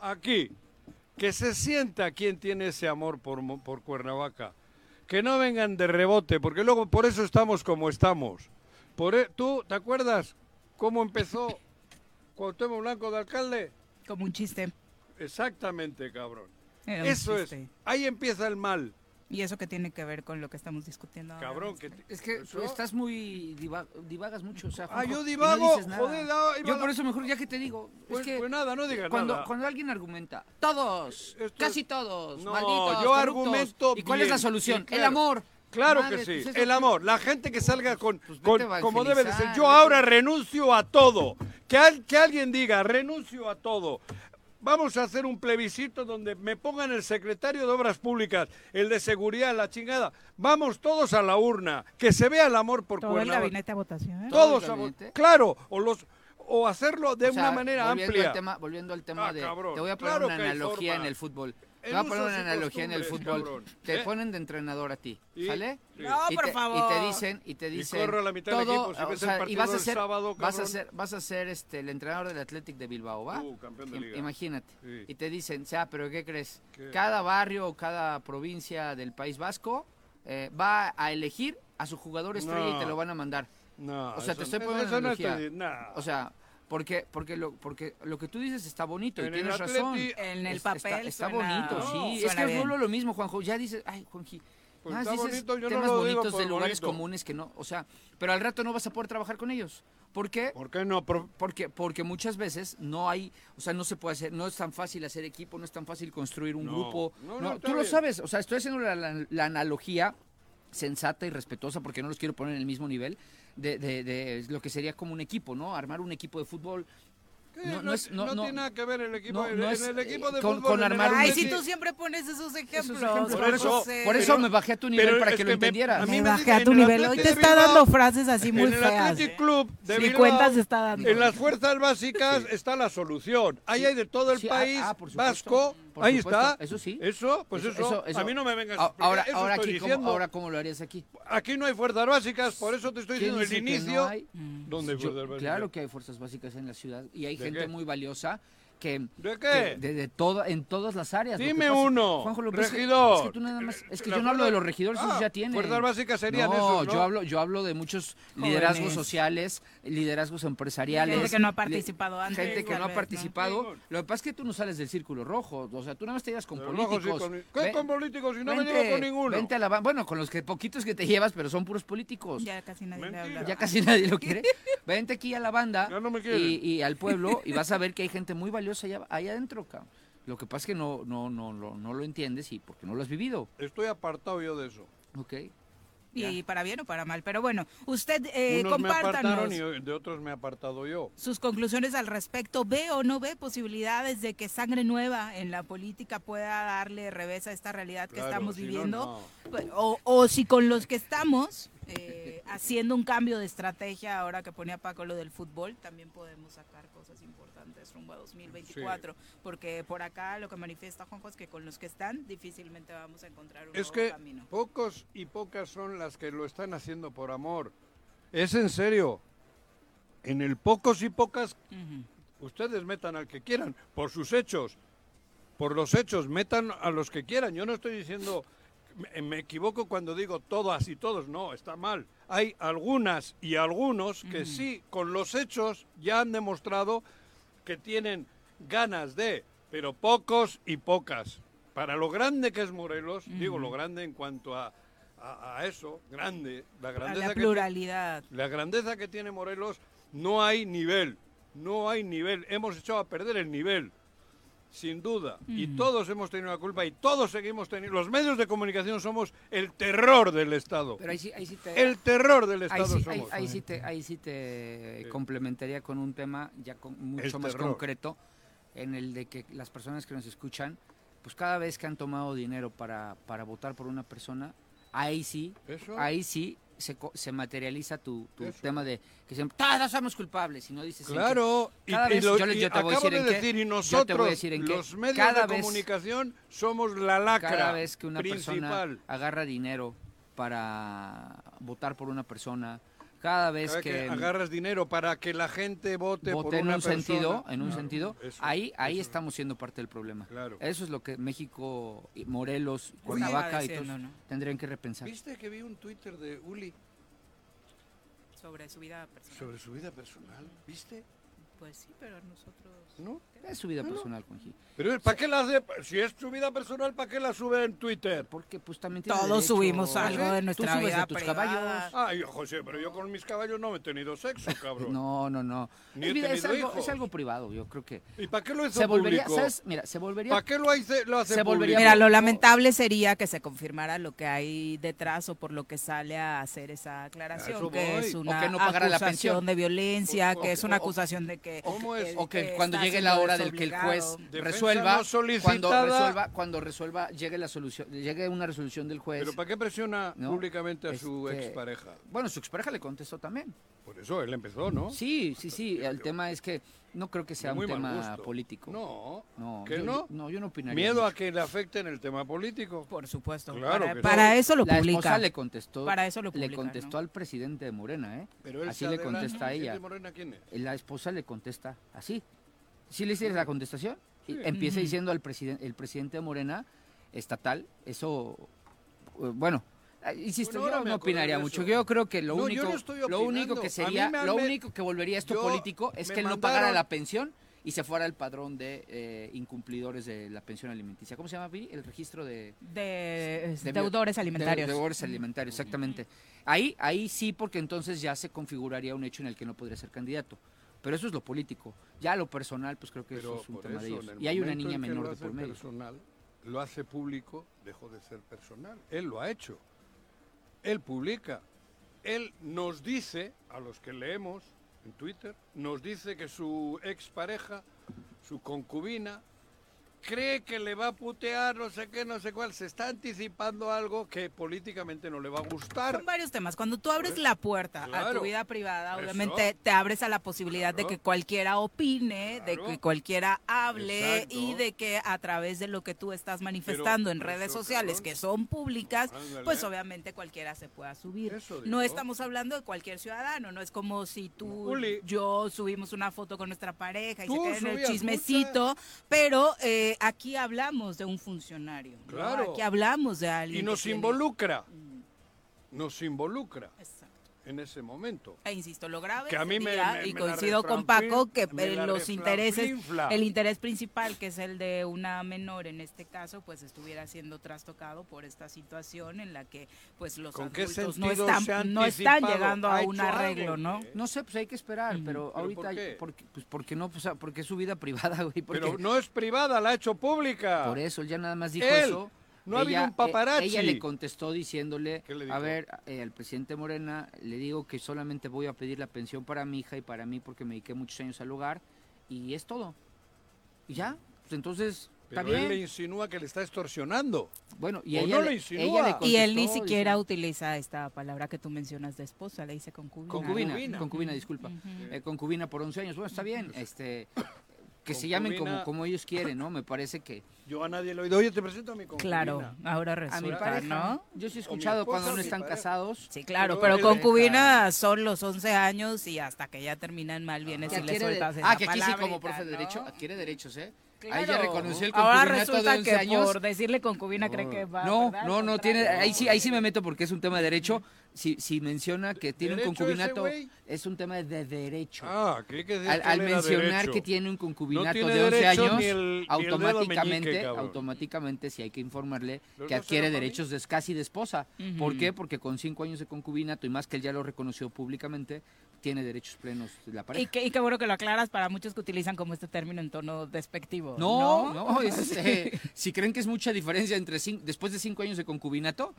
[SPEAKER 3] aquí, que se sienta quien tiene ese amor por, Mo- por Cuernavaca, que no vengan de rebote, porque luego por eso estamos como estamos. Por, e- ¿Tú te acuerdas ¿Cómo empezó Cuauhtémoc Blanco de alcalde?
[SPEAKER 2] Como un chiste.
[SPEAKER 3] Exactamente, cabrón.
[SPEAKER 2] Era
[SPEAKER 5] Eh,
[SPEAKER 2] un
[SPEAKER 3] Eso es.
[SPEAKER 2] chiste.
[SPEAKER 3] Ahí empieza el mal.
[SPEAKER 2] ¿Y eso qué tiene que ver con lo que estamos discutiendo ahora?
[SPEAKER 3] Cabrón, que
[SPEAKER 2] Luis?
[SPEAKER 3] te-
[SPEAKER 5] Es que tú
[SPEAKER 3] Eso-
[SPEAKER 5] estás muy diva- divagas mucho, o sea,
[SPEAKER 3] Ah, yo
[SPEAKER 5] y no
[SPEAKER 3] divago,
[SPEAKER 5] dices nada.
[SPEAKER 3] joder, ah, iba
[SPEAKER 5] yo
[SPEAKER 3] la-
[SPEAKER 5] por eso mejor ya que te digo,
[SPEAKER 3] Pues-
[SPEAKER 5] es que
[SPEAKER 3] pues nada, no digas
[SPEAKER 5] cuando,
[SPEAKER 3] nada.
[SPEAKER 5] Cuando alguien argumenta, todos,
[SPEAKER 3] Esto
[SPEAKER 5] casi
[SPEAKER 3] es-
[SPEAKER 5] todos,
[SPEAKER 3] No,
[SPEAKER 5] malditos,
[SPEAKER 3] yo
[SPEAKER 5] corruptos.
[SPEAKER 3] argumento
[SPEAKER 5] ¿Y cuál es
[SPEAKER 3] bien,
[SPEAKER 5] la
[SPEAKER 3] sí,
[SPEAKER 5] solución?
[SPEAKER 3] claro.
[SPEAKER 5] El amor.
[SPEAKER 3] Claro
[SPEAKER 5] Madre,
[SPEAKER 3] que sí,
[SPEAKER 5] pues eso-
[SPEAKER 3] el amor, la gente que salga con,
[SPEAKER 5] Pues vete
[SPEAKER 3] con-
[SPEAKER 5] a
[SPEAKER 3] como debe de ser.
[SPEAKER 5] evangelizar,
[SPEAKER 3] Yo
[SPEAKER 5] vete.
[SPEAKER 3] ahora renuncio a todo. Que, al- que alguien diga, renuncio a todo. Vamos a hacer un plebiscito donde me pongan el secretario de Obras Públicas, el de Seguridad, la chingada. Vamos todos a la urna, que se vea el amor por
[SPEAKER 2] Todo el
[SPEAKER 3] Cuernavaca.
[SPEAKER 2] gabinete a votación.
[SPEAKER 5] ¿Eh? Todo el
[SPEAKER 3] Todos, a-
[SPEAKER 5] gabinete.
[SPEAKER 3] claro, o los o hacerlo de
[SPEAKER 5] O sea,
[SPEAKER 3] una manera
[SPEAKER 5] volviendo
[SPEAKER 3] amplia.
[SPEAKER 5] Al tema, volviendo al tema
[SPEAKER 3] Ah,
[SPEAKER 5] de.
[SPEAKER 3] cabrón,
[SPEAKER 5] Te voy a poner
[SPEAKER 3] claro
[SPEAKER 5] una
[SPEAKER 3] que hay
[SPEAKER 5] analogía en
[SPEAKER 3] forma.
[SPEAKER 5] el fútbol. Te
[SPEAKER 3] En
[SPEAKER 5] voy a poner
[SPEAKER 3] usos
[SPEAKER 5] una
[SPEAKER 3] y
[SPEAKER 5] analogía en el
[SPEAKER 3] costumbres,
[SPEAKER 5] fútbol.
[SPEAKER 3] cabrón.
[SPEAKER 5] Te
[SPEAKER 3] ¿Eh?
[SPEAKER 5] ponen de entrenador a ti,
[SPEAKER 3] Y-
[SPEAKER 5] ¿sale?
[SPEAKER 3] sí.
[SPEAKER 6] No,
[SPEAKER 5] y
[SPEAKER 6] por
[SPEAKER 5] te,
[SPEAKER 6] favor.
[SPEAKER 5] Y te dicen, y te dicen.
[SPEAKER 3] corro a la mitad del equipo, si
[SPEAKER 5] o
[SPEAKER 3] ves
[SPEAKER 5] sea,
[SPEAKER 3] el
[SPEAKER 5] y
[SPEAKER 3] partido
[SPEAKER 5] vas a
[SPEAKER 3] el
[SPEAKER 5] ser,
[SPEAKER 3] sábado,
[SPEAKER 5] vas a
[SPEAKER 3] cabrón.
[SPEAKER 5] ser, vas a ser este, el entrenador del Athletic de Bilbao, ¿va?
[SPEAKER 3] Uh, campeón de
[SPEAKER 5] Im-
[SPEAKER 3] liga.
[SPEAKER 5] Imagínate.
[SPEAKER 3] Sí.
[SPEAKER 5] Y te dicen, o sea, pero ¿qué crees?
[SPEAKER 3] ¿Qué?
[SPEAKER 5] Cada barrio o cada provincia del País Vasco eh, va a elegir a su jugador estrella
[SPEAKER 3] No.
[SPEAKER 5] y te lo van a mandar.
[SPEAKER 3] No,
[SPEAKER 5] O
[SPEAKER 3] Ah,
[SPEAKER 5] sea,
[SPEAKER 3] eso
[SPEAKER 5] te estoy
[SPEAKER 3] no-
[SPEAKER 5] poniendo
[SPEAKER 3] eso no
[SPEAKER 5] analogía.
[SPEAKER 3] estoy- nah.
[SPEAKER 5] O sea, porque, porque, lo, porque lo que tú dices está bonito y
[SPEAKER 3] En el
[SPEAKER 5] tienes
[SPEAKER 3] Atleti-
[SPEAKER 5] razón.
[SPEAKER 6] En el
[SPEAKER 5] Es- está-
[SPEAKER 6] papel
[SPEAKER 5] Está,
[SPEAKER 6] suena-
[SPEAKER 5] bonito, sí. es
[SPEAKER 6] suena
[SPEAKER 5] que el
[SPEAKER 6] bien.
[SPEAKER 5] fútbol lo mismo, Juanjo. Ya dices, ay, Juanji.
[SPEAKER 3] Pues
[SPEAKER 5] nada más
[SPEAKER 3] está
[SPEAKER 5] dices
[SPEAKER 3] bonito, yo no
[SPEAKER 5] temas
[SPEAKER 3] lo digo
[SPEAKER 5] bonitos
[SPEAKER 3] por
[SPEAKER 5] de lugares
[SPEAKER 3] bonito.
[SPEAKER 5] comunes que no, o sea, pero al rato no vas a poder trabajar con ellos. ¿Por qué?
[SPEAKER 3] ¿Por qué no? Pro-
[SPEAKER 5] Porque, porque muchas veces no hay, o sea, no se puede hacer, no es tan fácil hacer equipo, no es tan fácil construir un
[SPEAKER 3] No.
[SPEAKER 5] grupo.
[SPEAKER 3] No, no,
[SPEAKER 5] No,
[SPEAKER 3] está
[SPEAKER 5] tú lo
[SPEAKER 3] bien.
[SPEAKER 5] sabes, o sea, estoy haciendo la, la- la analogía sensata y respetuosa porque no los quiero poner en el mismo nivel de, de- de lo que sería como un equipo, ¿no? Armar un equipo de fútbol.
[SPEAKER 3] ¿Qué?
[SPEAKER 5] No,
[SPEAKER 3] No,
[SPEAKER 5] no es- no-
[SPEAKER 3] no
[SPEAKER 5] no-
[SPEAKER 3] tiene nada que ver el equipo.
[SPEAKER 5] no,
[SPEAKER 3] en-
[SPEAKER 5] no
[SPEAKER 3] en
[SPEAKER 5] es,
[SPEAKER 3] el
[SPEAKER 5] eh,
[SPEAKER 3] equipo de
[SPEAKER 5] con-
[SPEAKER 3] fútbol.
[SPEAKER 5] con
[SPEAKER 3] en el
[SPEAKER 5] armar un
[SPEAKER 6] Ay,
[SPEAKER 3] Atleti-
[SPEAKER 6] si
[SPEAKER 5] sí.
[SPEAKER 6] tú siempre pones esos ejemplos.
[SPEAKER 5] Por, eso,
[SPEAKER 6] José.
[SPEAKER 5] por eso me bajé a tu nivel
[SPEAKER 3] pero
[SPEAKER 5] para
[SPEAKER 3] es
[SPEAKER 5] que lo
[SPEAKER 3] me-
[SPEAKER 5] entendieras.
[SPEAKER 3] a mí
[SPEAKER 2] Me
[SPEAKER 3] me
[SPEAKER 2] bajé
[SPEAKER 3] dicen,
[SPEAKER 2] a tu
[SPEAKER 3] en el
[SPEAKER 2] nivel. Hoy
[SPEAKER 3] Atleti
[SPEAKER 2] te
[SPEAKER 3] de
[SPEAKER 2] está
[SPEAKER 3] Bilbao-
[SPEAKER 2] dando frases así muy
[SPEAKER 3] En el
[SPEAKER 2] feas.
[SPEAKER 3] Athletic Club de
[SPEAKER 2] Ni
[SPEAKER 3] Bilbao,
[SPEAKER 2] cuentas está dando.
[SPEAKER 3] En las fuerzas básicas está la solución. Ahí hay de todo el
[SPEAKER 5] Sí, ah,
[SPEAKER 3] país
[SPEAKER 5] ah, por supuesto.
[SPEAKER 3] vasco.
[SPEAKER 5] Por
[SPEAKER 3] ahí
[SPEAKER 5] supuesto,
[SPEAKER 3] está.
[SPEAKER 5] eso sí.
[SPEAKER 3] Eso, pues eso,
[SPEAKER 5] eso-
[SPEAKER 3] A mí no me vengas a
[SPEAKER 5] Ah,
[SPEAKER 3] explicar,
[SPEAKER 5] Ahora,
[SPEAKER 3] eso
[SPEAKER 5] ahora,
[SPEAKER 3] estoy
[SPEAKER 5] aquí, ¿cómo,
[SPEAKER 3] diciendo.
[SPEAKER 5] ahora, ¿cómo lo harías aquí?
[SPEAKER 3] Aquí no hay fuerzas básicas, por eso te estoy
[SPEAKER 5] ¿Quién
[SPEAKER 3] diciendo el
[SPEAKER 5] dice que no
[SPEAKER 3] inicio.
[SPEAKER 5] hay?
[SPEAKER 3] ¿Dónde hay
[SPEAKER 5] Yo-
[SPEAKER 3] fuerzas básicas?
[SPEAKER 5] claro que hay fuerzas básicas en la ciudad y hay
[SPEAKER 3] ¿De
[SPEAKER 5] gente
[SPEAKER 3] qué?
[SPEAKER 5] muy valiosa que
[SPEAKER 3] ¿De qué?
[SPEAKER 5] que de, de toda- en todas las áreas. lo que
[SPEAKER 3] Dime
[SPEAKER 5] pasa-
[SPEAKER 3] uno,
[SPEAKER 5] Juanjo, lo que pasa es que-
[SPEAKER 3] regidor.
[SPEAKER 5] Es que, tú nada más- es que
[SPEAKER 3] La
[SPEAKER 5] yo no hablo
[SPEAKER 3] fuerza-
[SPEAKER 5] de los regidores,
[SPEAKER 3] Ah,
[SPEAKER 5] esos ya tienen.
[SPEAKER 3] fuerzas básicas serían
[SPEAKER 5] no,
[SPEAKER 3] esos, ¿no?
[SPEAKER 5] Yo hablo, yo hablo de muchos liderazgos sociales, liderazgos empresariales.
[SPEAKER 2] Gente que no ha
[SPEAKER 5] li-
[SPEAKER 2] participado antes,
[SPEAKER 5] Gente que
[SPEAKER 2] tal
[SPEAKER 5] no ha
[SPEAKER 2] vez,
[SPEAKER 5] participado.
[SPEAKER 3] ¿no?
[SPEAKER 5] Lo que pasa es que tú no sales del círculo rojo. O sea, tú nada más te llevas con
[SPEAKER 3] Pero no, José,
[SPEAKER 5] políticos.
[SPEAKER 3] con- ¿Qué
[SPEAKER 5] Ve-
[SPEAKER 3] con políticos? Si no me
[SPEAKER 5] vente-
[SPEAKER 3] llevo con ninguno.
[SPEAKER 5] Vente a la ba- Bueno, con los que poquitos que te llevas, pero son puros políticos.
[SPEAKER 2] Ya casi nadie le
[SPEAKER 3] Mentira.
[SPEAKER 2] habla.
[SPEAKER 5] Ya casi nadie lo quiere. Vente aquí a la banda
[SPEAKER 3] Ya no me quieren.
[SPEAKER 5] y, y al pueblo y vas a ver que hay gente muy valiosa allá, allá adentro, cabrón. Lo que pasa es que no, no, no, no, no lo entiendes y porque no lo has vivido.
[SPEAKER 3] Estoy apartado yo de eso.
[SPEAKER 5] ¿Ok?
[SPEAKER 2] Y para bien o para mal. Pero bueno, usted eh,
[SPEAKER 3] Unos me apartaron
[SPEAKER 2] compártanos.
[SPEAKER 3] y de otros me he apartado yo.
[SPEAKER 2] sus conclusiones al respecto. ¿Ve o no ve posibilidades de que sangre nueva en la política pueda darle revés a esta realidad que
[SPEAKER 3] Claro,
[SPEAKER 2] estamos
[SPEAKER 3] si no,
[SPEAKER 2] viviendo? O, o si con los que estamos eh, haciendo un cambio de estrategia, ahora que ponía Paco lo del fútbol, también podemos sacar cosas importantes rumbo a 2024. Porque por acá lo que manifiesta Juanjo es que con los que están difícilmente vamos a encontrar un
[SPEAKER 3] Es
[SPEAKER 2] nuevo
[SPEAKER 3] que
[SPEAKER 2] camino.
[SPEAKER 3] pocos y pocas son las que lo están haciendo por amor. Es en serio. En el pocos y pocas, ustedes metan al que quieran, por sus hechos. Por los hechos, metan a los que quieran. Yo no estoy diciendo, me, eh, me equivoco cuando digo todas y todos, no, está mal. Hay algunas y algunos que sí, con los hechos, ya han demostrado que tienen ganas de, pero pocos y pocas. Para lo grande que es Morelos, digo lo grande en cuanto a, a- a eso, grande, la
[SPEAKER 2] A
[SPEAKER 3] grandeza,
[SPEAKER 2] la
[SPEAKER 3] que tiene,
[SPEAKER 2] pluralidad.
[SPEAKER 3] la grandeza que tiene Morelos, no hay nivel, no hay nivel. Hemos echado a perder el nivel, sin duda. Y todos hemos tenido la culpa y todos seguimos teniendo. Los medios de comunicación somos el terror del Estado.
[SPEAKER 5] Pero ahí sí, ahí sí te...
[SPEAKER 3] El terror del Estado
[SPEAKER 5] Ahí sí, ahí-
[SPEAKER 3] somos.
[SPEAKER 5] ahí sí te, ahí sí te complementaría con un tema ya con- mucho
[SPEAKER 3] El
[SPEAKER 5] más
[SPEAKER 3] terror.
[SPEAKER 5] concreto, en el de que las personas que nos escuchan, pues cada vez que han tomado dinero para, para votar por una persona, ahí sí,
[SPEAKER 3] Eso.
[SPEAKER 5] ahí sí se, co- se materializa tu, tu
[SPEAKER 3] Eso.
[SPEAKER 5] tema de que siempre todos somos culpables y no dices en
[SPEAKER 3] Claro,
[SPEAKER 5] qué. Cada vez-
[SPEAKER 3] lo-
[SPEAKER 5] yo, le- yo te voy a
[SPEAKER 3] acabo
[SPEAKER 5] decir
[SPEAKER 3] de
[SPEAKER 5] en qué,
[SPEAKER 3] decir, y
[SPEAKER 5] yo te voy a
[SPEAKER 3] nosotros,
[SPEAKER 5] decir en qué.
[SPEAKER 3] los medios
[SPEAKER 5] cada
[SPEAKER 3] de
[SPEAKER 5] vez,
[SPEAKER 3] comunicación, somos la lacra
[SPEAKER 5] cada vez que una
[SPEAKER 3] principal.
[SPEAKER 5] persona agarra dinero para votar por una persona, cada vez
[SPEAKER 3] Cada vez
[SPEAKER 5] que,
[SPEAKER 3] que agarras dinero para que la gente vote,
[SPEAKER 5] vote
[SPEAKER 3] por
[SPEAKER 5] en
[SPEAKER 3] una
[SPEAKER 5] un
[SPEAKER 3] persona.
[SPEAKER 5] sentido, en un
[SPEAKER 3] Claro,
[SPEAKER 5] sentido,
[SPEAKER 3] eso,
[SPEAKER 5] ahí ahí
[SPEAKER 3] eso.
[SPEAKER 5] estamos siendo parte del problema.
[SPEAKER 3] Claro.
[SPEAKER 5] Eso es lo que México, y Morelos, Cuernavaca y
[SPEAKER 2] diciendo,
[SPEAKER 5] todos
[SPEAKER 2] ¿no?
[SPEAKER 5] tendrían que repensar.
[SPEAKER 3] ¿Viste que vi un Twitter de Uli?
[SPEAKER 6] sobre su vida personal.
[SPEAKER 3] Sobre su vida personal, ¿viste?
[SPEAKER 6] Pues sí, pero nosotros...
[SPEAKER 3] ¿No?
[SPEAKER 5] Es su vida personal, Juanji.
[SPEAKER 3] Pero ¿para qué la hace? Si es su vida personal, ¿para qué la sube en Twitter?
[SPEAKER 5] Porque pues también tiene
[SPEAKER 2] Todos
[SPEAKER 5] derecho.
[SPEAKER 2] subimos algo de
[SPEAKER 5] Tú
[SPEAKER 2] nuestra
[SPEAKER 5] subes
[SPEAKER 2] vida
[SPEAKER 5] de tus
[SPEAKER 2] privada.
[SPEAKER 5] caballos.
[SPEAKER 3] Ay, José, pero yo con mis caballos no me he tenido sexo, cabrón.
[SPEAKER 5] No, no, no.
[SPEAKER 3] Ni
[SPEAKER 5] Es
[SPEAKER 3] he
[SPEAKER 5] vida- es,
[SPEAKER 3] tenido
[SPEAKER 5] algo,
[SPEAKER 3] hijos.
[SPEAKER 5] es algo privado, yo creo que.
[SPEAKER 3] ¿Y para qué lo hizo
[SPEAKER 5] Se volvería,
[SPEAKER 3] público?
[SPEAKER 5] ¿sabes? Mira, se volvería.
[SPEAKER 3] ¿Para qué lo hace, lo hace
[SPEAKER 5] Se volvería-
[SPEAKER 2] Mira,
[SPEAKER 3] público?
[SPEAKER 2] lo lamentable sería que se confirmara lo que hay detrás o por lo que sale a hacer esa
[SPEAKER 3] A
[SPEAKER 2] aclaración,
[SPEAKER 3] eso
[SPEAKER 2] que
[SPEAKER 3] voy.
[SPEAKER 2] es
[SPEAKER 3] O
[SPEAKER 2] una
[SPEAKER 5] que no pagara
[SPEAKER 2] acusación
[SPEAKER 5] la pensión.
[SPEAKER 2] de violencia,
[SPEAKER 3] O- o-
[SPEAKER 2] que es una
[SPEAKER 3] o-
[SPEAKER 2] acusación de que
[SPEAKER 3] ¿Cómo es?
[SPEAKER 5] O que
[SPEAKER 2] que
[SPEAKER 5] cuando
[SPEAKER 2] está
[SPEAKER 5] llegue la
[SPEAKER 2] siendo
[SPEAKER 5] hora del que el juez
[SPEAKER 2] desobligado.
[SPEAKER 3] Defensa
[SPEAKER 5] resuelva,
[SPEAKER 3] no solicitada.
[SPEAKER 5] cuando resuelva, cuando resuelva, llegue la solución, llegue una resolución del juez.
[SPEAKER 3] ¿Pero para qué presiona
[SPEAKER 5] No,
[SPEAKER 3] públicamente a su
[SPEAKER 5] este-
[SPEAKER 3] expareja?
[SPEAKER 5] Bueno, su expareja le contestó también.
[SPEAKER 3] Por eso él empezó, ¿no?
[SPEAKER 5] Sí, sí, sí. El tema es que no creo que sea
[SPEAKER 3] Muy
[SPEAKER 5] un
[SPEAKER 3] mal
[SPEAKER 5] tema
[SPEAKER 3] gusto.
[SPEAKER 5] político.
[SPEAKER 3] No.
[SPEAKER 5] no
[SPEAKER 3] ¿Que
[SPEAKER 5] yo-
[SPEAKER 3] no?
[SPEAKER 5] No, yo no opinaría.
[SPEAKER 3] Miedo
[SPEAKER 5] en
[SPEAKER 3] a
[SPEAKER 5] eso.
[SPEAKER 3] que le afecten el tema político.
[SPEAKER 2] Por supuesto.
[SPEAKER 3] Claro
[SPEAKER 2] para
[SPEAKER 3] que
[SPEAKER 2] para
[SPEAKER 3] sí.
[SPEAKER 2] eso lo
[SPEAKER 5] la
[SPEAKER 2] publica.
[SPEAKER 5] esposa le contestó.
[SPEAKER 2] Para eso lo publica,
[SPEAKER 5] Le contestó
[SPEAKER 2] ¿no?
[SPEAKER 5] al presidente de Morena, ¿eh?
[SPEAKER 3] Pero él
[SPEAKER 5] así
[SPEAKER 3] se
[SPEAKER 5] le
[SPEAKER 3] adelanta.
[SPEAKER 5] contesta a
[SPEAKER 3] ¿El
[SPEAKER 5] ella.
[SPEAKER 3] de Morena quién es?
[SPEAKER 5] Eh, La esposa le contesta así. ¿Sí le hiciste la contestación? Y Empieza diciendo al presidente, el presidente de Morena estatal, eso, eh, bueno. ah, Insisto,
[SPEAKER 3] Bueno, ahora
[SPEAKER 5] yo
[SPEAKER 3] me
[SPEAKER 5] no
[SPEAKER 3] acordé
[SPEAKER 5] opinaría
[SPEAKER 3] de
[SPEAKER 5] mucho.
[SPEAKER 3] eso.
[SPEAKER 5] Yo creo que lo
[SPEAKER 3] No, yo
[SPEAKER 5] único,
[SPEAKER 3] no estoy
[SPEAKER 5] lo único
[SPEAKER 3] opinando.
[SPEAKER 5] que
[SPEAKER 3] A mí
[SPEAKER 5] sería,
[SPEAKER 3] me han-
[SPEAKER 5] lo
[SPEAKER 3] me-
[SPEAKER 5] único que volvería esto
[SPEAKER 3] yo-
[SPEAKER 5] político es
[SPEAKER 3] me
[SPEAKER 5] que él no
[SPEAKER 3] mandaron-
[SPEAKER 5] pagara la pensión y se fuera al padrón de eh, incumplidores de la pensión alimenticia. ¿Cómo se llama, Viri? El registro de
[SPEAKER 2] De,
[SPEAKER 5] de-
[SPEAKER 2] deudores
[SPEAKER 5] de-
[SPEAKER 2] alimentarios.
[SPEAKER 5] Deudores alimentarios, exactamente. Ahí, ahí sí, porque entonces ya se configuraría un hecho en el que no podría ser candidato. Pero eso es lo político. Ya lo personal, pues creo que
[SPEAKER 3] Pero
[SPEAKER 5] eso es un
[SPEAKER 3] por
[SPEAKER 5] tema de
[SPEAKER 3] eso,
[SPEAKER 5] ellos.
[SPEAKER 3] en el
[SPEAKER 5] Y hay una
[SPEAKER 3] momento
[SPEAKER 5] niña
[SPEAKER 3] en que lo
[SPEAKER 5] menor de
[SPEAKER 3] hace
[SPEAKER 5] por medio.
[SPEAKER 3] personal, lo hace público, dejó de ser personal. Él lo ha hecho. Él publica. Él nos dice, a los que leemos en Twitter, nos dice que su expareja, su concubina, cree que le va a putear, no sé qué, no sé cuál. Se está anticipando algo que políticamente no le va a gustar.
[SPEAKER 2] Son varios temas. Cuando tú abres la puerta a
[SPEAKER 3] Pues, Claro.
[SPEAKER 2] tu vida privada,
[SPEAKER 3] Eso.
[SPEAKER 2] obviamente te abres a la posibilidad
[SPEAKER 3] Claro.
[SPEAKER 2] de que cualquiera opine,
[SPEAKER 3] Claro.
[SPEAKER 2] de que cualquiera hable
[SPEAKER 3] Exacto.
[SPEAKER 2] y de que a través de lo que tú estás manifestando en
[SPEAKER 3] Pero
[SPEAKER 2] redes
[SPEAKER 3] eso,
[SPEAKER 2] sociales
[SPEAKER 3] cabrón.
[SPEAKER 2] que son públicas,
[SPEAKER 3] Ándale.
[SPEAKER 2] pues obviamente cualquiera se pueda subir.
[SPEAKER 3] Eso digo.
[SPEAKER 2] No estamos hablando de cualquier ciudadano, no es como si tú,
[SPEAKER 3] Uli.
[SPEAKER 2] yo subimos una foto con nuestra pareja y
[SPEAKER 3] Tú
[SPEAKER 2] se queda en el
[SPEAKER 3] subías
[SPEAKER 2] chismecito, pero eh, aquí hablamos de un funcionario, ¿no?
[SPEAKER 3] Claro.
[SPEAKER 2] aquí hablamos de alguien.
[SPEAKER 3] Y
[SPEAKER 2] que
[SPEAKER 3] nos
[SPEAKER 2] tiene- Mm.
[SPEAKER 3] involucra. Nos involucra
[SPEAKER 2] Exacto.
[SPEAKER 3] en ese momento.
[SPEAKER 2] E insisto, lo grave
[SPEAKER 3] Que a mí me-
[SPEAKER 2] sería,
[SPEAKER 3] me-
[SPEAKER 2] y
[SPEAKER 3] me la
[SPEAKER 2] coincido con
[SPEAKER 3] refranfin-
[SPEAKER 2] Paco, que
[SPEAKER 3] me
[SPEAKER 2] eh,
[SPEAKER 3] la
[SPEAKER 2] los intereses,
[SPEAKER 3] refranfinfla.
[SPEAKER 2] el interés principal, que es el de una menor en este caso, pues estuviera siendo trastocado por esta situación en la que pues los
[SPEAKER 3] ¿Con qué
[SPEAKER 2] adultos no
[SPEAKER 3] sentido se ha
[SPEAKER 2] están, no están
[SPEAKER 3] anticipado?
[SPEAKER 2] llegando
[SPEAKER 3] ¿Ha
[SPEAKER 2] a
[SPEAKER 3] hecho
[SPEAKER 2] un
[SPEAKER 3] algo?
[SPEAKER 2] arreglo, ¿no?
[SPEAKER 3] Eh,
[SPEAKER 5] No sé, pues hay que esperar, pero,
[SPEAKER 3] ¿Pero
[SPEAKER 5] ahorita,
[SPEAKER 3] por qué?
[SPEAKER 5] Porque, pues porque no, pues, ah, porque es su vida privada, güey. Porque
[SPEAKER 3] Pero no es privada, la ha hecho pública.
[SPEAKER 5] Por eso, él ya nada más dijo
[SPEAKER 3] Él.
[SPEAKER 5] eso.
[SPEAKER 3] No ha habido un
[SPEAKER 5] eh,
[SPEAKER 3] paparazzi.
[SPEAKER 5] Ella le contestó diciéndole,
[SPEAKER 3] ¿Qué le dijo?
[SPEAKER 5] a ver, eh, al presidente Morena le digo que solamente voy a pedir la pensión para mi hija y para mí porque me dediqué muchos años al hogar y es todo. Y ya, pues entonces,
[SPEAKER 3] Pero
[SPEAKER 5] está
[SPEAKER 3] él
[SPEAKER 5] bien.
[SPEAKER 3] le insinúa que le está extorsionando.
[SPEAKER 5] Bueno, y
[SPEAKER 3] ¿O
[SPEAKER 5] ella,
[SPEAKER 3] no
[SPEAKER 5] le,
[SPEAKER 3] le
[SPEAKER 5] ella
[SPEAKER 3] insinúa?
[SPEAKER 5] le contestó,
[SPEAKER 2] Y él ni siquiera
[SPEAKER 5] diciendo-
[SPEAKER 2] utiliza esta palabra que tú mencionas de esposa, le dice concubina.
[SPEAKER 5] Concubina,
[SPEAKER 3] Concubina.
[SPEAKER 5] concubina, disculpa. Eh, concubina por 11 años. Bueno, está bien.
[SPEAKER 3] Pues,
[SPEAKER 5] este Que se llamen como,
[SPEAKER 3] Concubina.
[SPEAKER 5] como ellos quieren, ¿no? Me parece que...
[SPEAKER 3] Yo a nadie le oído. Oye, te presento a mi concubina.
[SPEAKER 2] Claro, ahora
[SPEAKER 5] A mi
[SPEAKER 2] resulta,
[SPEAKER 5] pareja,
[SPEAKER 2] ¿no?
[SPEAKER 5] Yo sí
[SPEAKER 3] O mi
[SPEAKER 5] he escuchado
[SPEAKER 3] esposa
[SPEAKER 5] cuando
[SPEAKER 3] o
[SPEAKER 5] no
[SPEAKER 3] mi
[SPEAKER 5] están
[SPEAKER 3] pareja.
[SPEAKER 5] casados.
[SPEAKER 2] Sí, claro,
[SPEAKER 3] Pero
[SPEAKER 2] pero
[SPEAKER 3] él-
[SPEAKER 2] concubina son los 11 años y hasta que ya terminan mal vienes
[SPEAKER 5] Ah. Que
[SPEAKER 2] y le
[SPEAKER 5] adquiere de-
[SPEAKER 2] sueltas esa
[SPEAKER 5] ah, que aquí sí como
[SPEAKER 2] palabrita,
[SPEAKER 5] profe de
[SPEAKER 2] ¿no?
[SPEAKER 5] derecho adquiere derechos, ¿eh?
[SPEAKER 2] Claro.
[SPEAKER 5] Ahí ya reconoció el
[SPEAKER 2] Ahora
[SPEAKER 5] concubinato de
[SPEAKER 2] resulta
[SPEAKER 5] 11
[SPEAKER 2] que
[SPEAKER 5] años.
[SPEAKER 2] por decirle concubina cree que va.
[SPEAKER 5] No,
[SPEAKER 2] ¿verdad?
[SPEAKER 5] no,
[SPEAKER 2] Al
[SPEAKER 5] no
[SPEAKER 2] contrario.
[SPEAKER 5] tiene ahí sí ahí sí me meto porque es un tema de derecho. Si, si menciona que tiene un
[SPEAKER 3] ¿Derecho
[SPEAKER 5] concubinato
[SPEAKER 3] ese güey?
[SPEAKER 5] es un tema de derecho.
[SPEAKER 3] Ah, creí que
[SPEAKER 5] al, al mencionar que tiene un concubinato de 11 años, automáticamente, automáticamente sí hay que informarle
[SPEAKER 3] Pero
[SPEAKER 5] que
[SPEAKER 3] no
[SPEAKER 5] adquiere
[SPEAKER 3] será para mí.
[SPEAKER 5] derechos de casi de esposa. ¿Por qué? Porque con cinco años de concubinato y más que él ya lo reconoció públicamente, tiene derechos plenos de la pareja.
[SPEAKER 2] Y que- y qué bueno que lo aclaras para muchos que utilizan como este término en tono despectivo.
[SPEAKER 5] No, no, es, eh, si creen que es mucha diferencia entre cin- después de cinco años de concubinato,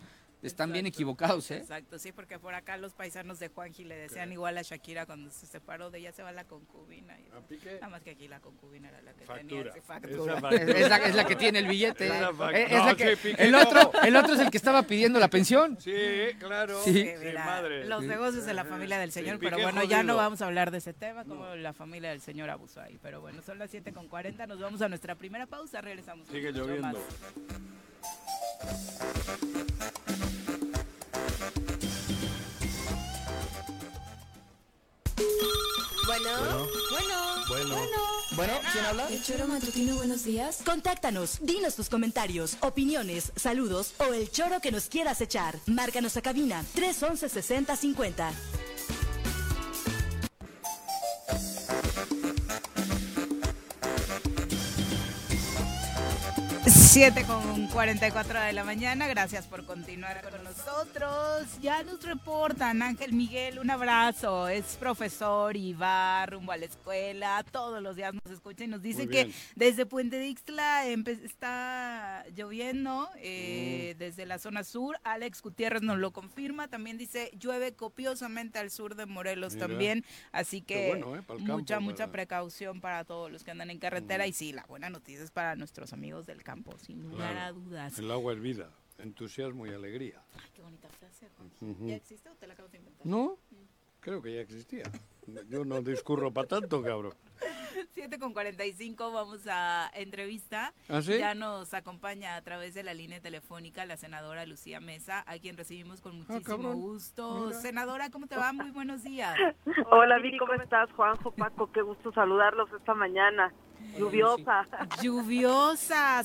[SPEAKER 5] están bien equivocados, ¿eh?
[SPEAKER 6] Exacto, sí, porque por acá los paisanos de Juanji le decían igual a Shakira cuando se separó de ella se va la concubina. Y- Nada más que aquí la concubina era la que tenía ese factura.
[SPEAKER 5] Es, es la, es la que tiene el billete.
[SPEAKER 3] Esa
[SPEAKER 5] eh.
[SPEAKER 3] fac-
[SPEAKER 5] Es- es
[SPEAKER 3] no,
[SPEAKER 5] la que-
[SPEAKER 3] sí, pique,
[SPEAKER 5] el,
[SPEAKER 3] no.
[SPEAKER 5] otro, el otro es el que estaba pidiendo la pensión.
[SPEAKER 3] Sí, claro.
[SPEAKER 5] Sí.
[SPEAKER 3] Sí,
[SPEAKER 2] Que verá,
[SPEAKER 3] madre.
[SPEAKER 2] Los negocios de la familia del
[SPEAKER 3] Sí,
[SPEAKER 2] señor,
[SPEAKER 3] Piqué
[SPEAKER 2] pero bueno, ya
[SPEAKER 3] jodido.
[SPEAKER 2] no vamos a hablar de ese tema, como la familia del señor abusó ahí. Pero bueno, son las 7.40, nos vamos a nuestra primera pausa, regresamos. con
[SPEAKER 3] Sigue
[SPEAKER 2] mucho
[SPEAKER 3] lloviendo.
[SPEAKER 2] más.
[SPEAKER 7] Bueno,
[SPEAKER 8] Bueno,
[SPEAKER 2] Ah,
[SPEAKER 8] ¿quién habla?
[SPEAKER 9] El choro matutino, buenos días.
[SPEAKER 10] Contáctanos, dinos tus comentarios, opiniones, saludos o el choro que nos quieras echar. Márcanos a cabina 311 6050.
[SPEAKER 2] 7 con 44 de la mañana. Gracias por continuar con nosotros. Ya nos reportan, Ángel Miguel, un abrazo. Es profesor y va rumbo a la escuela. Todos los días nos escucha y nos dice
[SPEAKER 8] Muy
[SPEAKER 2] que
[SPEAKER 8] bien.
[SPEAKER 2] desde Puente de Ixtla empe- está lloviendo. eh,
[SPEAKER 6] Mm.
[SPEAKER 2] Desde la zona sur, Alex Gutiérrez nos lo confirma. También dice llueve copiosamente al sur de Morelos
[SPEAKER 6] Mira.
[SPEAKER 2] también. Así
[SPEAKER 6] Qué
[SPEAKER 2] que
[SPEAKER 6] bueno, eh, pa'l campo,
[SPEAKER 2] mucha, mucha
[SPEAKER 6] ¿verdad? Mm.
[SPEAKER 2] precaución para todos los que andan en carretera.
[SPEAKER 3] Ujú.
[SPEAKER 2] Y sí, la buena noticia es para nuestros amigos del campo, sin lugar a
[SPEAKER 3] Claro.
[SPEAKER 2] dudas.
[SPEAKER 3] El agua es vida, entusiasmo y alegría.
[SPEAKER 2] Ay, qué bonita frase, Juan.
[SPEAKER 3] Ujú.
[SPEAKER 2] ¿Ya existe o te la acabo de inventar?
[SPEAKER 3] ¿No? Creo que ya existía. Yo no discurro para tanto, cabrón.
[SPEAKER 2] 7 con 45, vamos a entrevista.
[SPEAKER 3] ¿Ah, sí?
[SPEAKER 2] Ya nos acompaña a través de la línea telefónica la senadora Lucía Mesa, a quien recibimos
[SPEAKER 3] Ah,
[SPEAKER 2] con muchísimo
[SPEAKER 11] Ah, cabrón.
[SPEAKER 2] gusto.
[SPEAKER 11] Mira.
[SPEAKER 2] Senadora, ¿cómo te va?
[SPEAKER 3] Oh,
[SPEAKER 2] Muy buenos días.
[SPEAKER 11] Hola Vic, ¿cómo estás? Juanjo, Paco, qué gusto saludarlos esta mañana. Lluviosa.
[SPEAKER 2] Lluviosa,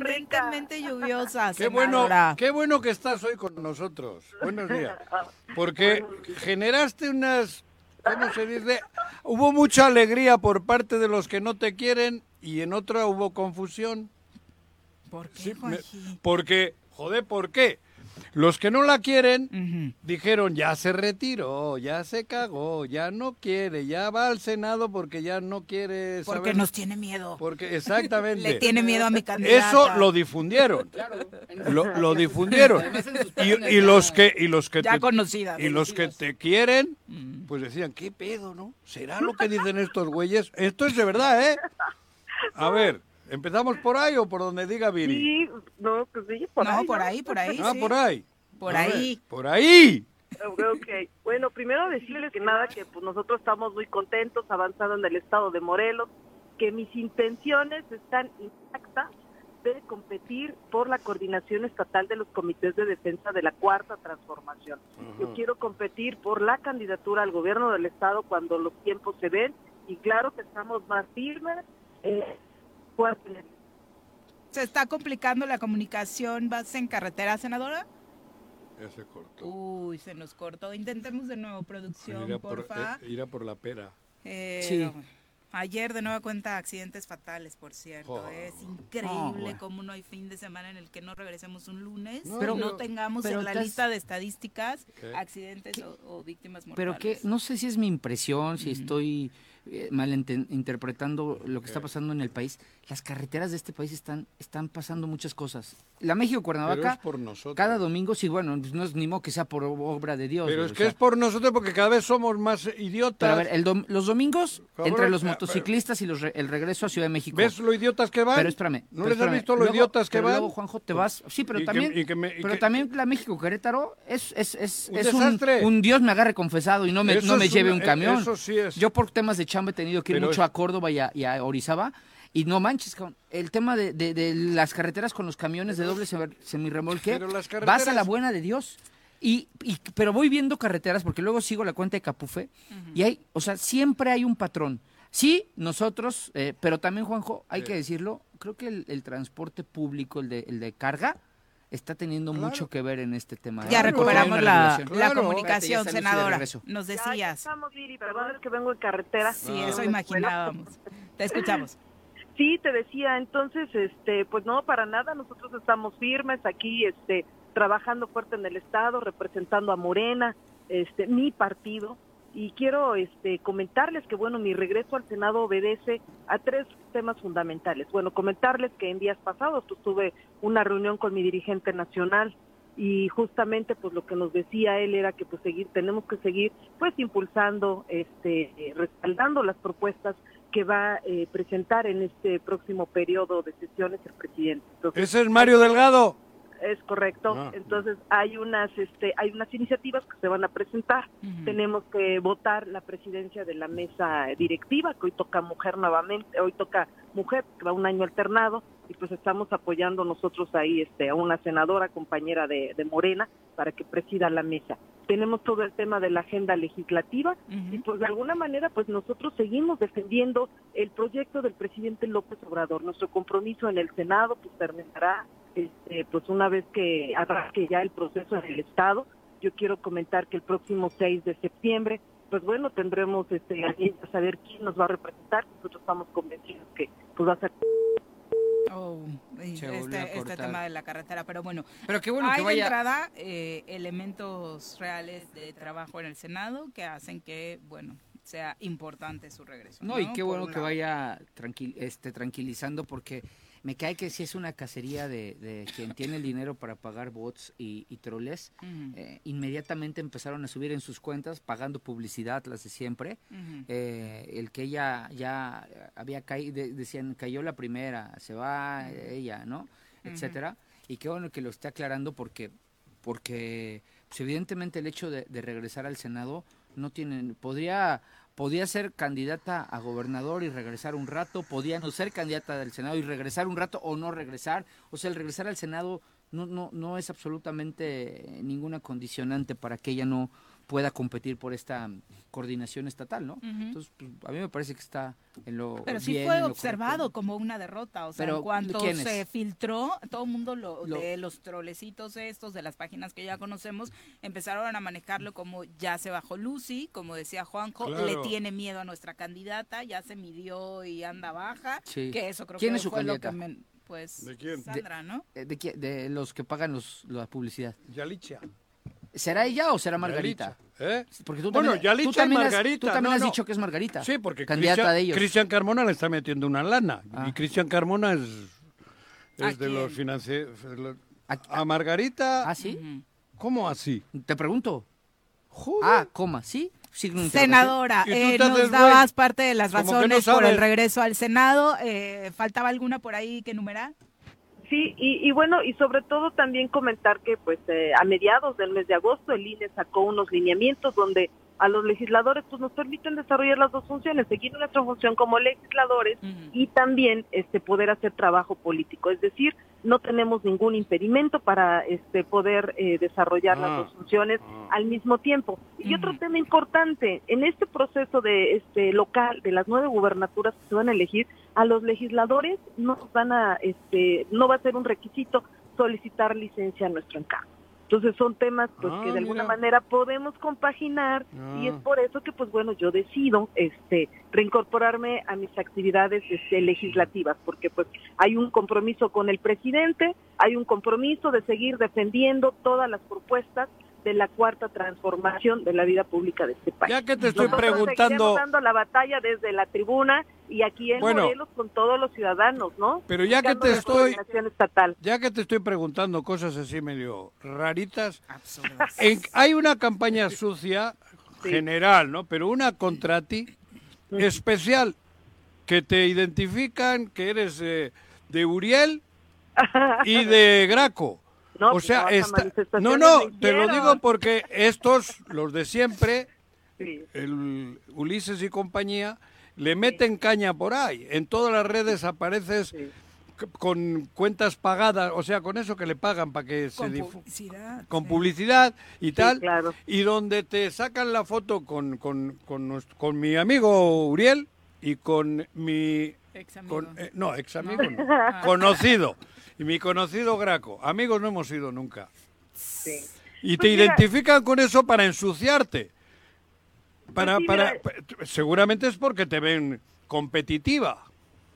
[SPEAKER 2] sorprendentemente lluviosa.
[SPEAKER 3] Qué bueno,
[SPEAKER 2] senadora.
[SPEAKER 3] qué bueno que estás hoy con nosotros. Buenos días. Porque generaste unas, ¿cómo se dice? Hubo mucha alegría por parte de los que no te quieren y en otra hubo confusión.
[SPEAKER 2] ¿Por
[SPEAKER 3] qué, Porque, joder, ¿por qué? Los que no la quieren dijeron, ya se retiró, ya se cagó, ya no quiere, ya va al Senado porque ya no quiere saber.
[SPEAKER 2] Porque nos tiene miedo.
[SPEAKER 3] Porque, exactamente.
[SPEAKER 2] Le tiene miedo a mi candidata.
[SPEAKER 3] Eso lo difundieron. Lo, lo difundieron. Y, y los que y los que
[SPEAKER 2] Ya
[SPEAKER 3] te,
[SPEAKER 2] conocidas. Mm.
[SPEAKER 3] y los que te quieren, pues decían, ¿qué pedo, no? ¿Será lo que dicen estos güeyes? Esto es de verdad, ¿eh? A ver, ¿empezamos por ahí o por donde diga Viri?
[SPEAKER 11] Sí, no, pues sí, por
[SPEAKER 2] No,
[SPEAKER 11] ahí.
[SPEAKER 2] por ahí, por ahí,
[SPEAKER 3] Ah, por ahí.
[SPEAKER 2] Por
[SPEAKER 3] A ver,
[SPEAKER 2] ahí.
[SPEAKER 3] por ahí.
[SPEAKER 11] Ok, ok. Bueno, primero decirles que nada, que pues, nosotros estamos muy contentos avanzando en el estado de Morelos, que mis intenciones están intactas de competir por la coordinación estatal de los comités de defensa de la cuarta transformación. Yo quiero competir por la candidatura al gobierno del estado cuando los tiempos se ven y claro que estamos más firmes. eh, fuertes.
[SPEAKER 2] ¿Se está complicando la comunicación? ¿Vas en carretera, senadora?
[SPEAKER 3] Ese corto.
[SPEAKER 2] Uy, se nos cortó. Intentemos de nuevo producción,
[SPEAKER 3] Irá por,
[SPEAKER 2] porfa.
[SPEAKER 3] eh, irá por la pera.
[SPEAKER 2] Eh,
[SPEAKER 3] Sí.
[SPEAKER 2] no. Ayer de nueva cuenta accidentes fatales, por cierto.
[SPEAKER 3] Oh.
[SPEAKER 2] Es increíble
[SPEAKER 3] Oh, bueno.
[SPEAKER 2] cómo no hay fin de semana en el que no regresemos un lunes,
[SPEAKER 5] No,
[SPEAKER 2] pero
[SPEAKER 5] Pero-
[SPEAKER 2] no tengamos
[SPEAKER 5] pero
[SPEAKER 2] en la
[SPEAKER 5] te has-
[SPEAKER 2] lista de estadísticas
[SPEAKER 5] ¿Qué?
[SPEAKER 2] accidentes o, o víctimas mortales.
[SPEAKER 5] Pero que no sé si es mi impresión, si estoy eh, malinterpretando lo que está pasando en el país. Las carreteras de este país están están pasando muchas cosas. La México
[SPEAKER 3] Pero es
[SPEAKER 5] Cuernavaca
[SPEAKER 3] por nosotros.
[SPEAKER 5] cada domingo sí, bueno, pues no es ni modo que sea por obra de Dios.
[SPEAKER 3] Pero
[SPEAKER 5] o
[SPEAKER 3] es que
[SPEAKER 5] sea,
[SPEAKER 3] es por nosotros porque cada vez somos más idiotas.
[SPEAKER 5] pero a ver, el dom- los domingos
[SPEAKER 3] Cabrón,
[SPEAKER 5] entre los
[SPEAKER 3] eh,
[SPEAKER 5] motociclistas y los re- el regreso a Ciudad de México.
[SPEAKER 3] ¿Ves lo idiotas que van?
[SPEAKER 5] Pero espérame.
[SPEAKER 3] ¿No
[SPEAKER 5] pero
[SPEAKER 3] les has
[SPEAKER 5] espérame.
[SPEAKER 3] visto lo
[SPEAKER 5] Luego-
[SPEAKER 3] idiotas que
[SPEAKER 5] pero
[SPEAKER 3] van?
[SPEAKER 5] Luego, Juanjo, te vas. Sí, pero
[SPEAKER 3] Y que-
[SPEAKER 5] también.
[SPEAKER 3] y que me- y
[SPEAKER 5] pero
[SPEAKER 3] que-
[SPEAKER 5] también la México Querétaro es, es, es,
[SPEAKER 3] Un
[SPEAKER 5] es un,
[SPEAKER 3] desastre.
[SPEAKER 5] un Dios me agarre confesado y no me,
[SPEAKER 3] Eso
[SPEAKER 5] no me
[SPEAKER 3] es
[SPEAKER 5] lleve
[SPEAKER 3] una-
[SPEAKER 5] un
[SPEAKER 3] eh,
[SPEAKER 5] camión.
[SPEAKER 3] eso sí es.
[SPEAKER 5] Yo por temas de chamba he tenido que ir
[SPEAKER 3] Pero
[SPEAKER 5] mucho
[SPEAKER 3] es-
[SPEAKER 5] a Córdoba y a, y a Orizaba. Y no manches, cabrón, el tema de, de- de las carreteras con los camiones de doble semi- semirremolque,
[SPEAKER 3] Pero las
[SPEAKER 5] vas a la
[SPEAKER 3] carreteras-
[SPEAKER 5] buena de Dios. Y, y- pero voy viendo carreteras porque luego sigo la cuenta de Capufe y hay, o sea, siempre hay un patrón. Sí, nosotros, eh, pero también Juanjo, hay
[SPEAKER 3] Sí.
[SPEAKER 5] que decirlo, creo que el, el transporte público, el de, el de carga, está teniendo mucho que ver en este tema.
[SPEAKER 2] Ya
[SPEAKER 5] Porque hay
[SPEAKER 2] recuperamos
[SPEAKER 5] una
[SPEAKER 2] la,
[SPEAKER 5] regulación.
[SPEAKER 2] la
[SPEAKER 5] Claro.
[SPEAKER 2] comunicación,
[SPEAKER 5] Espérate, ya está Lucy de
[SPEAKER 2] senadora.
[SPEAKER 5] regreso.
[SPEAKER 2] Nos
[SPEAKER 11] Ya, ya
[SPEAKER 2] decías.
[SPEAKER 11] estamos, Viri, perdón, es que vengo en carretera.
[SPEAKER 2] Sí, eso imaginábamos. Te escuchamos.
[SPEAKER 11] Sí, te decía, entonces, este, pues no, para nada, nosotros estamos firmes aquí, este, trabajando fuerte en el Estado, representando a Morena, este, mi partido, y quiero, este, comentarles que, bueno, mi regreso al Senado obedece a tres temas fundamentales. Bueno, comentarles que en días pasados, pues, tuve una reunión con mi dirigente nacional, y justamente pues lo que nos decía él era que pues seguir tenemos que seguir pues impulsando este eh, respaldando las propuestas que va a presentar en este próximo periodo de sesiones el presidente entonces
[SPEAKER 3] Ese es Mario Delgado.
[SPEAKER 11] es correcto
[SPEAKER 3] Ah.
[SPEAKER 11] entonces hay unas este hay unas iniciativas que se van a presentar tenemos que votar la presidencia de la mesa directiva que hoy toca mujer nuevamente hoy toca mujer que va un año alternado y pues estamos apoyando nosotros ahí este a una senadora compañera de, de Morena para que presida la mesa tenemos todo el tema de la agenda legislativa y pues de alguna manera pues nosotros seguimos defendiendo el proyecto del presidente López Obrador. Nuestro compromiso en el Senado pues terminará este, pues una vez que arranque ya el proceso en el Estado. Yo quiero comentar que el próximo 6 de septiembre pues bueno tendremos este ahí a saber quién nos va a representar. Nosotros estamos convencidos que pues va a ser
[SPEAKER 2] Oh,
[SPEAKER 6] y
[SPEAKER 5] Se volvió a
[SPEAKER 6] este, este
[SPEAKER 5] cortar.
[SPEAKER 6] tema de la carretera, pero bueno.
[SPEAKER 5] Pero qué bueno que
[SPEAKER 6] hay
[SPEAKER 5] vaya-
[SPEAKER 6] de entrada eh, elementos reales de trabajo en el Senado que hacen que, bueno, sea importante su regreso.
[SPEAKER 5] No, y qué
[SPEAKER 6] Por
[SPEAKER 5] bueno
[SPEAKER 6] un
[SPEAKER 5] que
[SPEAKER 6] lado.
[SPEAKER 5] vaya tranquil, este, tranquilizando porque me cae que sí es una cacería de, de quien tiene el dinero para pagar bots y, y troles.
[SPEAKER 6] Ujú.
[SPEAKER 5] Eh, inmediatamente empezaron a subir en sus cuentas pagando publicidad, las de siempre.
[SPEAKER 6] Ujú.
[SPEAKER 5] Eh, el que ella ya había caído, decían, cayó la primera, se va ella, ¿no?
[SPEAKER 6] Ujú.
[SPEAKER 5] Etcétera. Y qué bueno que lo esté aclarando porque, porque pues, evidentemente el hecho de, de regresar al Senado no tienen, podría, podía ser candidata a gobernador y regresar un rato, podía no ser candidata del Senado y regresar un rato o no regresar. O sea, el regresar al Senado no, no, no es absolutamente ninguna condicionante para que ella no pueda competir por esta coordinación estatal, ¿no? Entonces, pues, a mí me parece que está en lo
[SPEAKER 2] Pero sí
[SPEAKER 5] bien,
[SPEAKER 2] fue
[SPEAKER 5] en lo
[SPEAKER 2] observado
[SPEAKER 5] correcto.
[SPEAKER 6] como una derrota, o sea,
[SPEAKER 5] Pero,
[SPEAKER 6] en cuanto
[SPEAKER 5] ¿quiénes?
[SPEAKER 6] se filtró, todo el mundo lo,
[SPEAKER 5] Lo-
[SPEAKER 6] de los trolecitos estos, de las páginas que ya conocemos, empezaron a manejarlo como ya se bajó Lucy, como decía Juanjo,
[SPEAKER 5] Claro.
[SPEAKER 6] le tiene miedo a nuestra candidata, ya se midió y anda baja,
[SPEAKER 5] Sí.
[SPEAKER 6] que eso creo
[SPEAKER 5] ¿Quién
[SPEAKER 6] que
[SPEAKER 5] es su
[SPEAKER 6] fue lo que
[SPEAKER 5] candidata?
[SPEAKER 6] men- pues
[SPEAKER 5] ¿De quién?
[SPEAKER 6] Sandra, ¿no?
[SPEAKER 5] Eh, ¿De, quién? de los que pagan los, la publicidad.
[SPEAKER 3] Yalicha.
[SPEAKER 5] ¿Será ella o será Margarita?
[SPEAKER 3] ¿Eh?
[SPEAKER 5] Porque tú
[SPEAKER 3] bueno,
[SPEAKER 5] también,
[SPEAKER 3] Yalitza
[SPEAKER 5] tú también
[SPEAKER 3] y
[SPEAKER 5] has-
[SPEAKER 3] Margarita.
[SPEAKER 5] tú también
[SPEAKER 3] no,
[SPEAKER 5] has
[SPEAKER 3] no.
[SPEAKER 5] dicho que es Margarita.
[SPEAKER 3] Sí, porque
[SPEAKER 5] candidata
[SPEAKER 3] Cristian,
[SPEAKER 5] de ellos. Ah.
[SPEAKER 3] Cristian Carmona le está metiendo una lana. Y Cristian Carmona es,
[SPEAKER 5] ¿A
[SPEAKER 3] es de los
[SPEAKER 5] quién?
[SPEAKER 3] financieros. A, Margarita.
[SPEAKER 5] ¿Ah, sí?
[SPEAKER 3] ¿Cómo así?
[SPEAKER 5] Te pregunto. Ah, coma, ¿sí? Signo de
[SPEAKER 2] Senadora,
[SPEAKER 5] interrogación.
[SPEAKER 2] eh, nos dabas parte de las
[SPEAKER 5] Como que no
[SPEAKER 2] razones por el
[SPEAKER 5] sabes.
[SPEAKER 2] regreso al Senado. Eh, ¿Faltaba alguna por ahí que enumerar?
[SPEAKER 11] Sí, y, y bueno, y sobre todo también comentar que pues eh, a mediados del mes de agosto el INE sacó unos lineamientos donde a los legisladores pues nos permiten desarrollar las dos funciones, seguir nuestra función como legisladores y también este poder hacer trabajo político, es decir, no tenemos ningún impedimento para este poder eh, desarrollar las
[SPEAKER 8] Ah.
[SPEAKER 11] dos funciones al mismo tiempo. Y otro tema importante, en este proceso de este local de las nueve gubernaturas que se van a elegir, a los legisladores no van a este no va a ser un requisito solicitar licencia a nuestro encargo. Entonces son temas pues
[SPEAKER 8] Ah,
[SPEAKER 11] que de alguna
[SPEAKER 8] mira.
[SPEAKER 11] manera podemos compaginar y es
[SPEAKER 8] Ah.
[SPEAKER 11] por eso que pues bueno, yo decido este reincorporarme a mis actividades este, legislativas porque pues hay un compromiso con el presidente, hay un compromiso de seguir defendiendo todas las propuestas de la cuarta transformación de la vida pública de este país.
[SPEAKER 3] Ya que te estoy
[SPEAKER 11] Nosotros
[SPEAKER 3] preguntando-
[SPEAKER 11] seguiremos dando la batalla desde la tribuna y aquí en
[SPEAKER 3] Bueno.
[SPEAKER 11] Morelos con todos los ciudadanos, ¿no?
[SPEAKER 3] Pero ya que
[SPEAKER 11] Buscando
[SPEAKER 3] te
[SPEAKER 11] la
[SPEAKER 3] estoy.
[SPEAKER 11] coordinación estatal.
[SPEAKER 3] Ya que te estoy preguntando cosas así medio raritas. en- hay una campaña sucia general, ¿no? Pero una contra ti especial que te identifican que eres eh, de Uriel y de Graco.
[SPEAKER 11] No,
[SPEAKER 3] o
[SPEAKER 11] pues
[SPEAKER 3] sea,
[SPEAKER 11] todas las
[SPEAKER 3] está- no,
[SPEAKER 11] manifestaciones
[SPEAKER 3] no,
[SPEAKER 11] lo
[SPEAKER 3] te lo
[SPEAKER 11] hicieron.
[SPEAKER 3] digo porque estos, los de siempre,
[SPEAKER 11] Sí.
[SPEAKER 3] el Ulises y compañía, le meten caña por ahí. En todas las redes apareces c- con cuentas pagadas, o sea, con eso que le pagan para que se
[SPEAKER 6] Con
[SPEAKER 3] difu-
[SPEAKER 6] publicidad.
[SPEAKER 3] con publicidad y tal,
[SPEAKER 11] claro.
[SPEAKER 3] y donde te sacan la foto con, con, con, nuestro- con mi amigo Uriel y con mi... con- eh, no, ex amigo no.
[SPEAKER 11] Ah.
[SPEAKER 3] Conocido. Y mi conocido Graco. Amigos no hemos sido nunca. Y
[SPEAKER 11] Pues
[SPEAKER 3] te
[SPEAKER 11] mira-
[SPEAKER 3] identifican con eso para ensuciarte. Para,
[SPEAKER 11] sí,
[SPEAKER 3] para,
[SPEAKER 11] Pues mira.
[SPEAKER 3] pa- seguramente es porque te ven competitiva.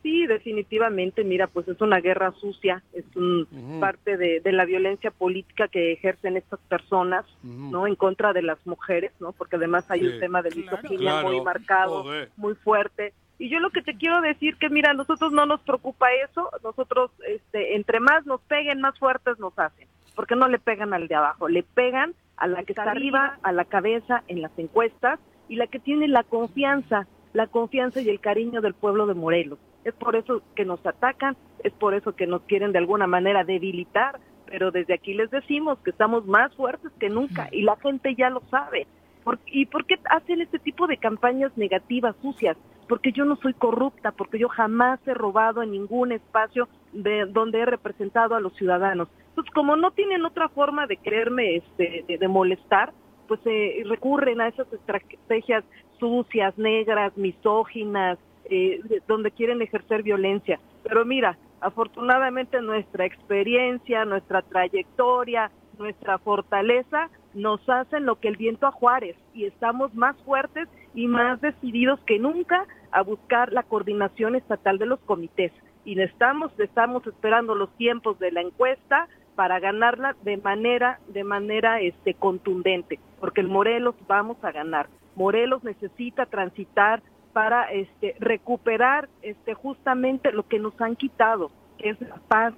[SPEAKER 11] Sí, definitivamente, mira, pues es una guerra sucia, es un- parte de, de la violencia política que ejercen estas personas, ¿no? En contra de las mujeres, ¿no? Porque además hay
[SPEAKER 8] Mm. Sí.
[SPEAKER 11] un tema de misoginia
[SPEAKER 8] Claro.
[SPEAKER 11] muy marcado,
[SPEAKER 8] Joder.
[SPEAKER 11] muy fuerte. Y yo lo que te quiero decir que, mira, a nosotros no nos preocupa eso, nosotros, este, entre más nos peguen, más fuertes nos hacen, porque no le pegan al de abajo, le pegan a la que está arriba, a la cabeza, en las encuestas, y la que tiene la confianza, la confianza y el cariño del pueblo de Morelos. Es por eso que nos atacan, es por eso que nos quieren de alguna manera debilitar, pero desde aquí les decimos que estamos más fuertes que nunca y la gente ya lo sabe. ¿Por- ¿Y por qué hacen este tipo de campañas negativas, sucias? Porque yo no soy corrupta, porque yo jamás he robado en ningún espacio de donde he representado a los ciudadanos. Entonces, como no tienen otra forma de quererme este, de, de molestar, pues eh, recurren a esas estrategias sucias, negras, misóginas, eh, de- donde quieren ejercer violencia. Pero mira, afortunadamente nuestra experiencia, nuestra trayectoria, nuestra fortaleza nos hacen lo que el viento a Juárez y estamos más fuertes y más decididos que nunca a buscar la coordinación estatal de los comités. y estamos, estamos esperando los tiempos de la encuesta para ganarla de manera, de manera este, contundente, porque el Morelos vamos a ganar. Morelos necesita transitar para este, recuperar este, justamente lo que nos han quitado, que es la paz.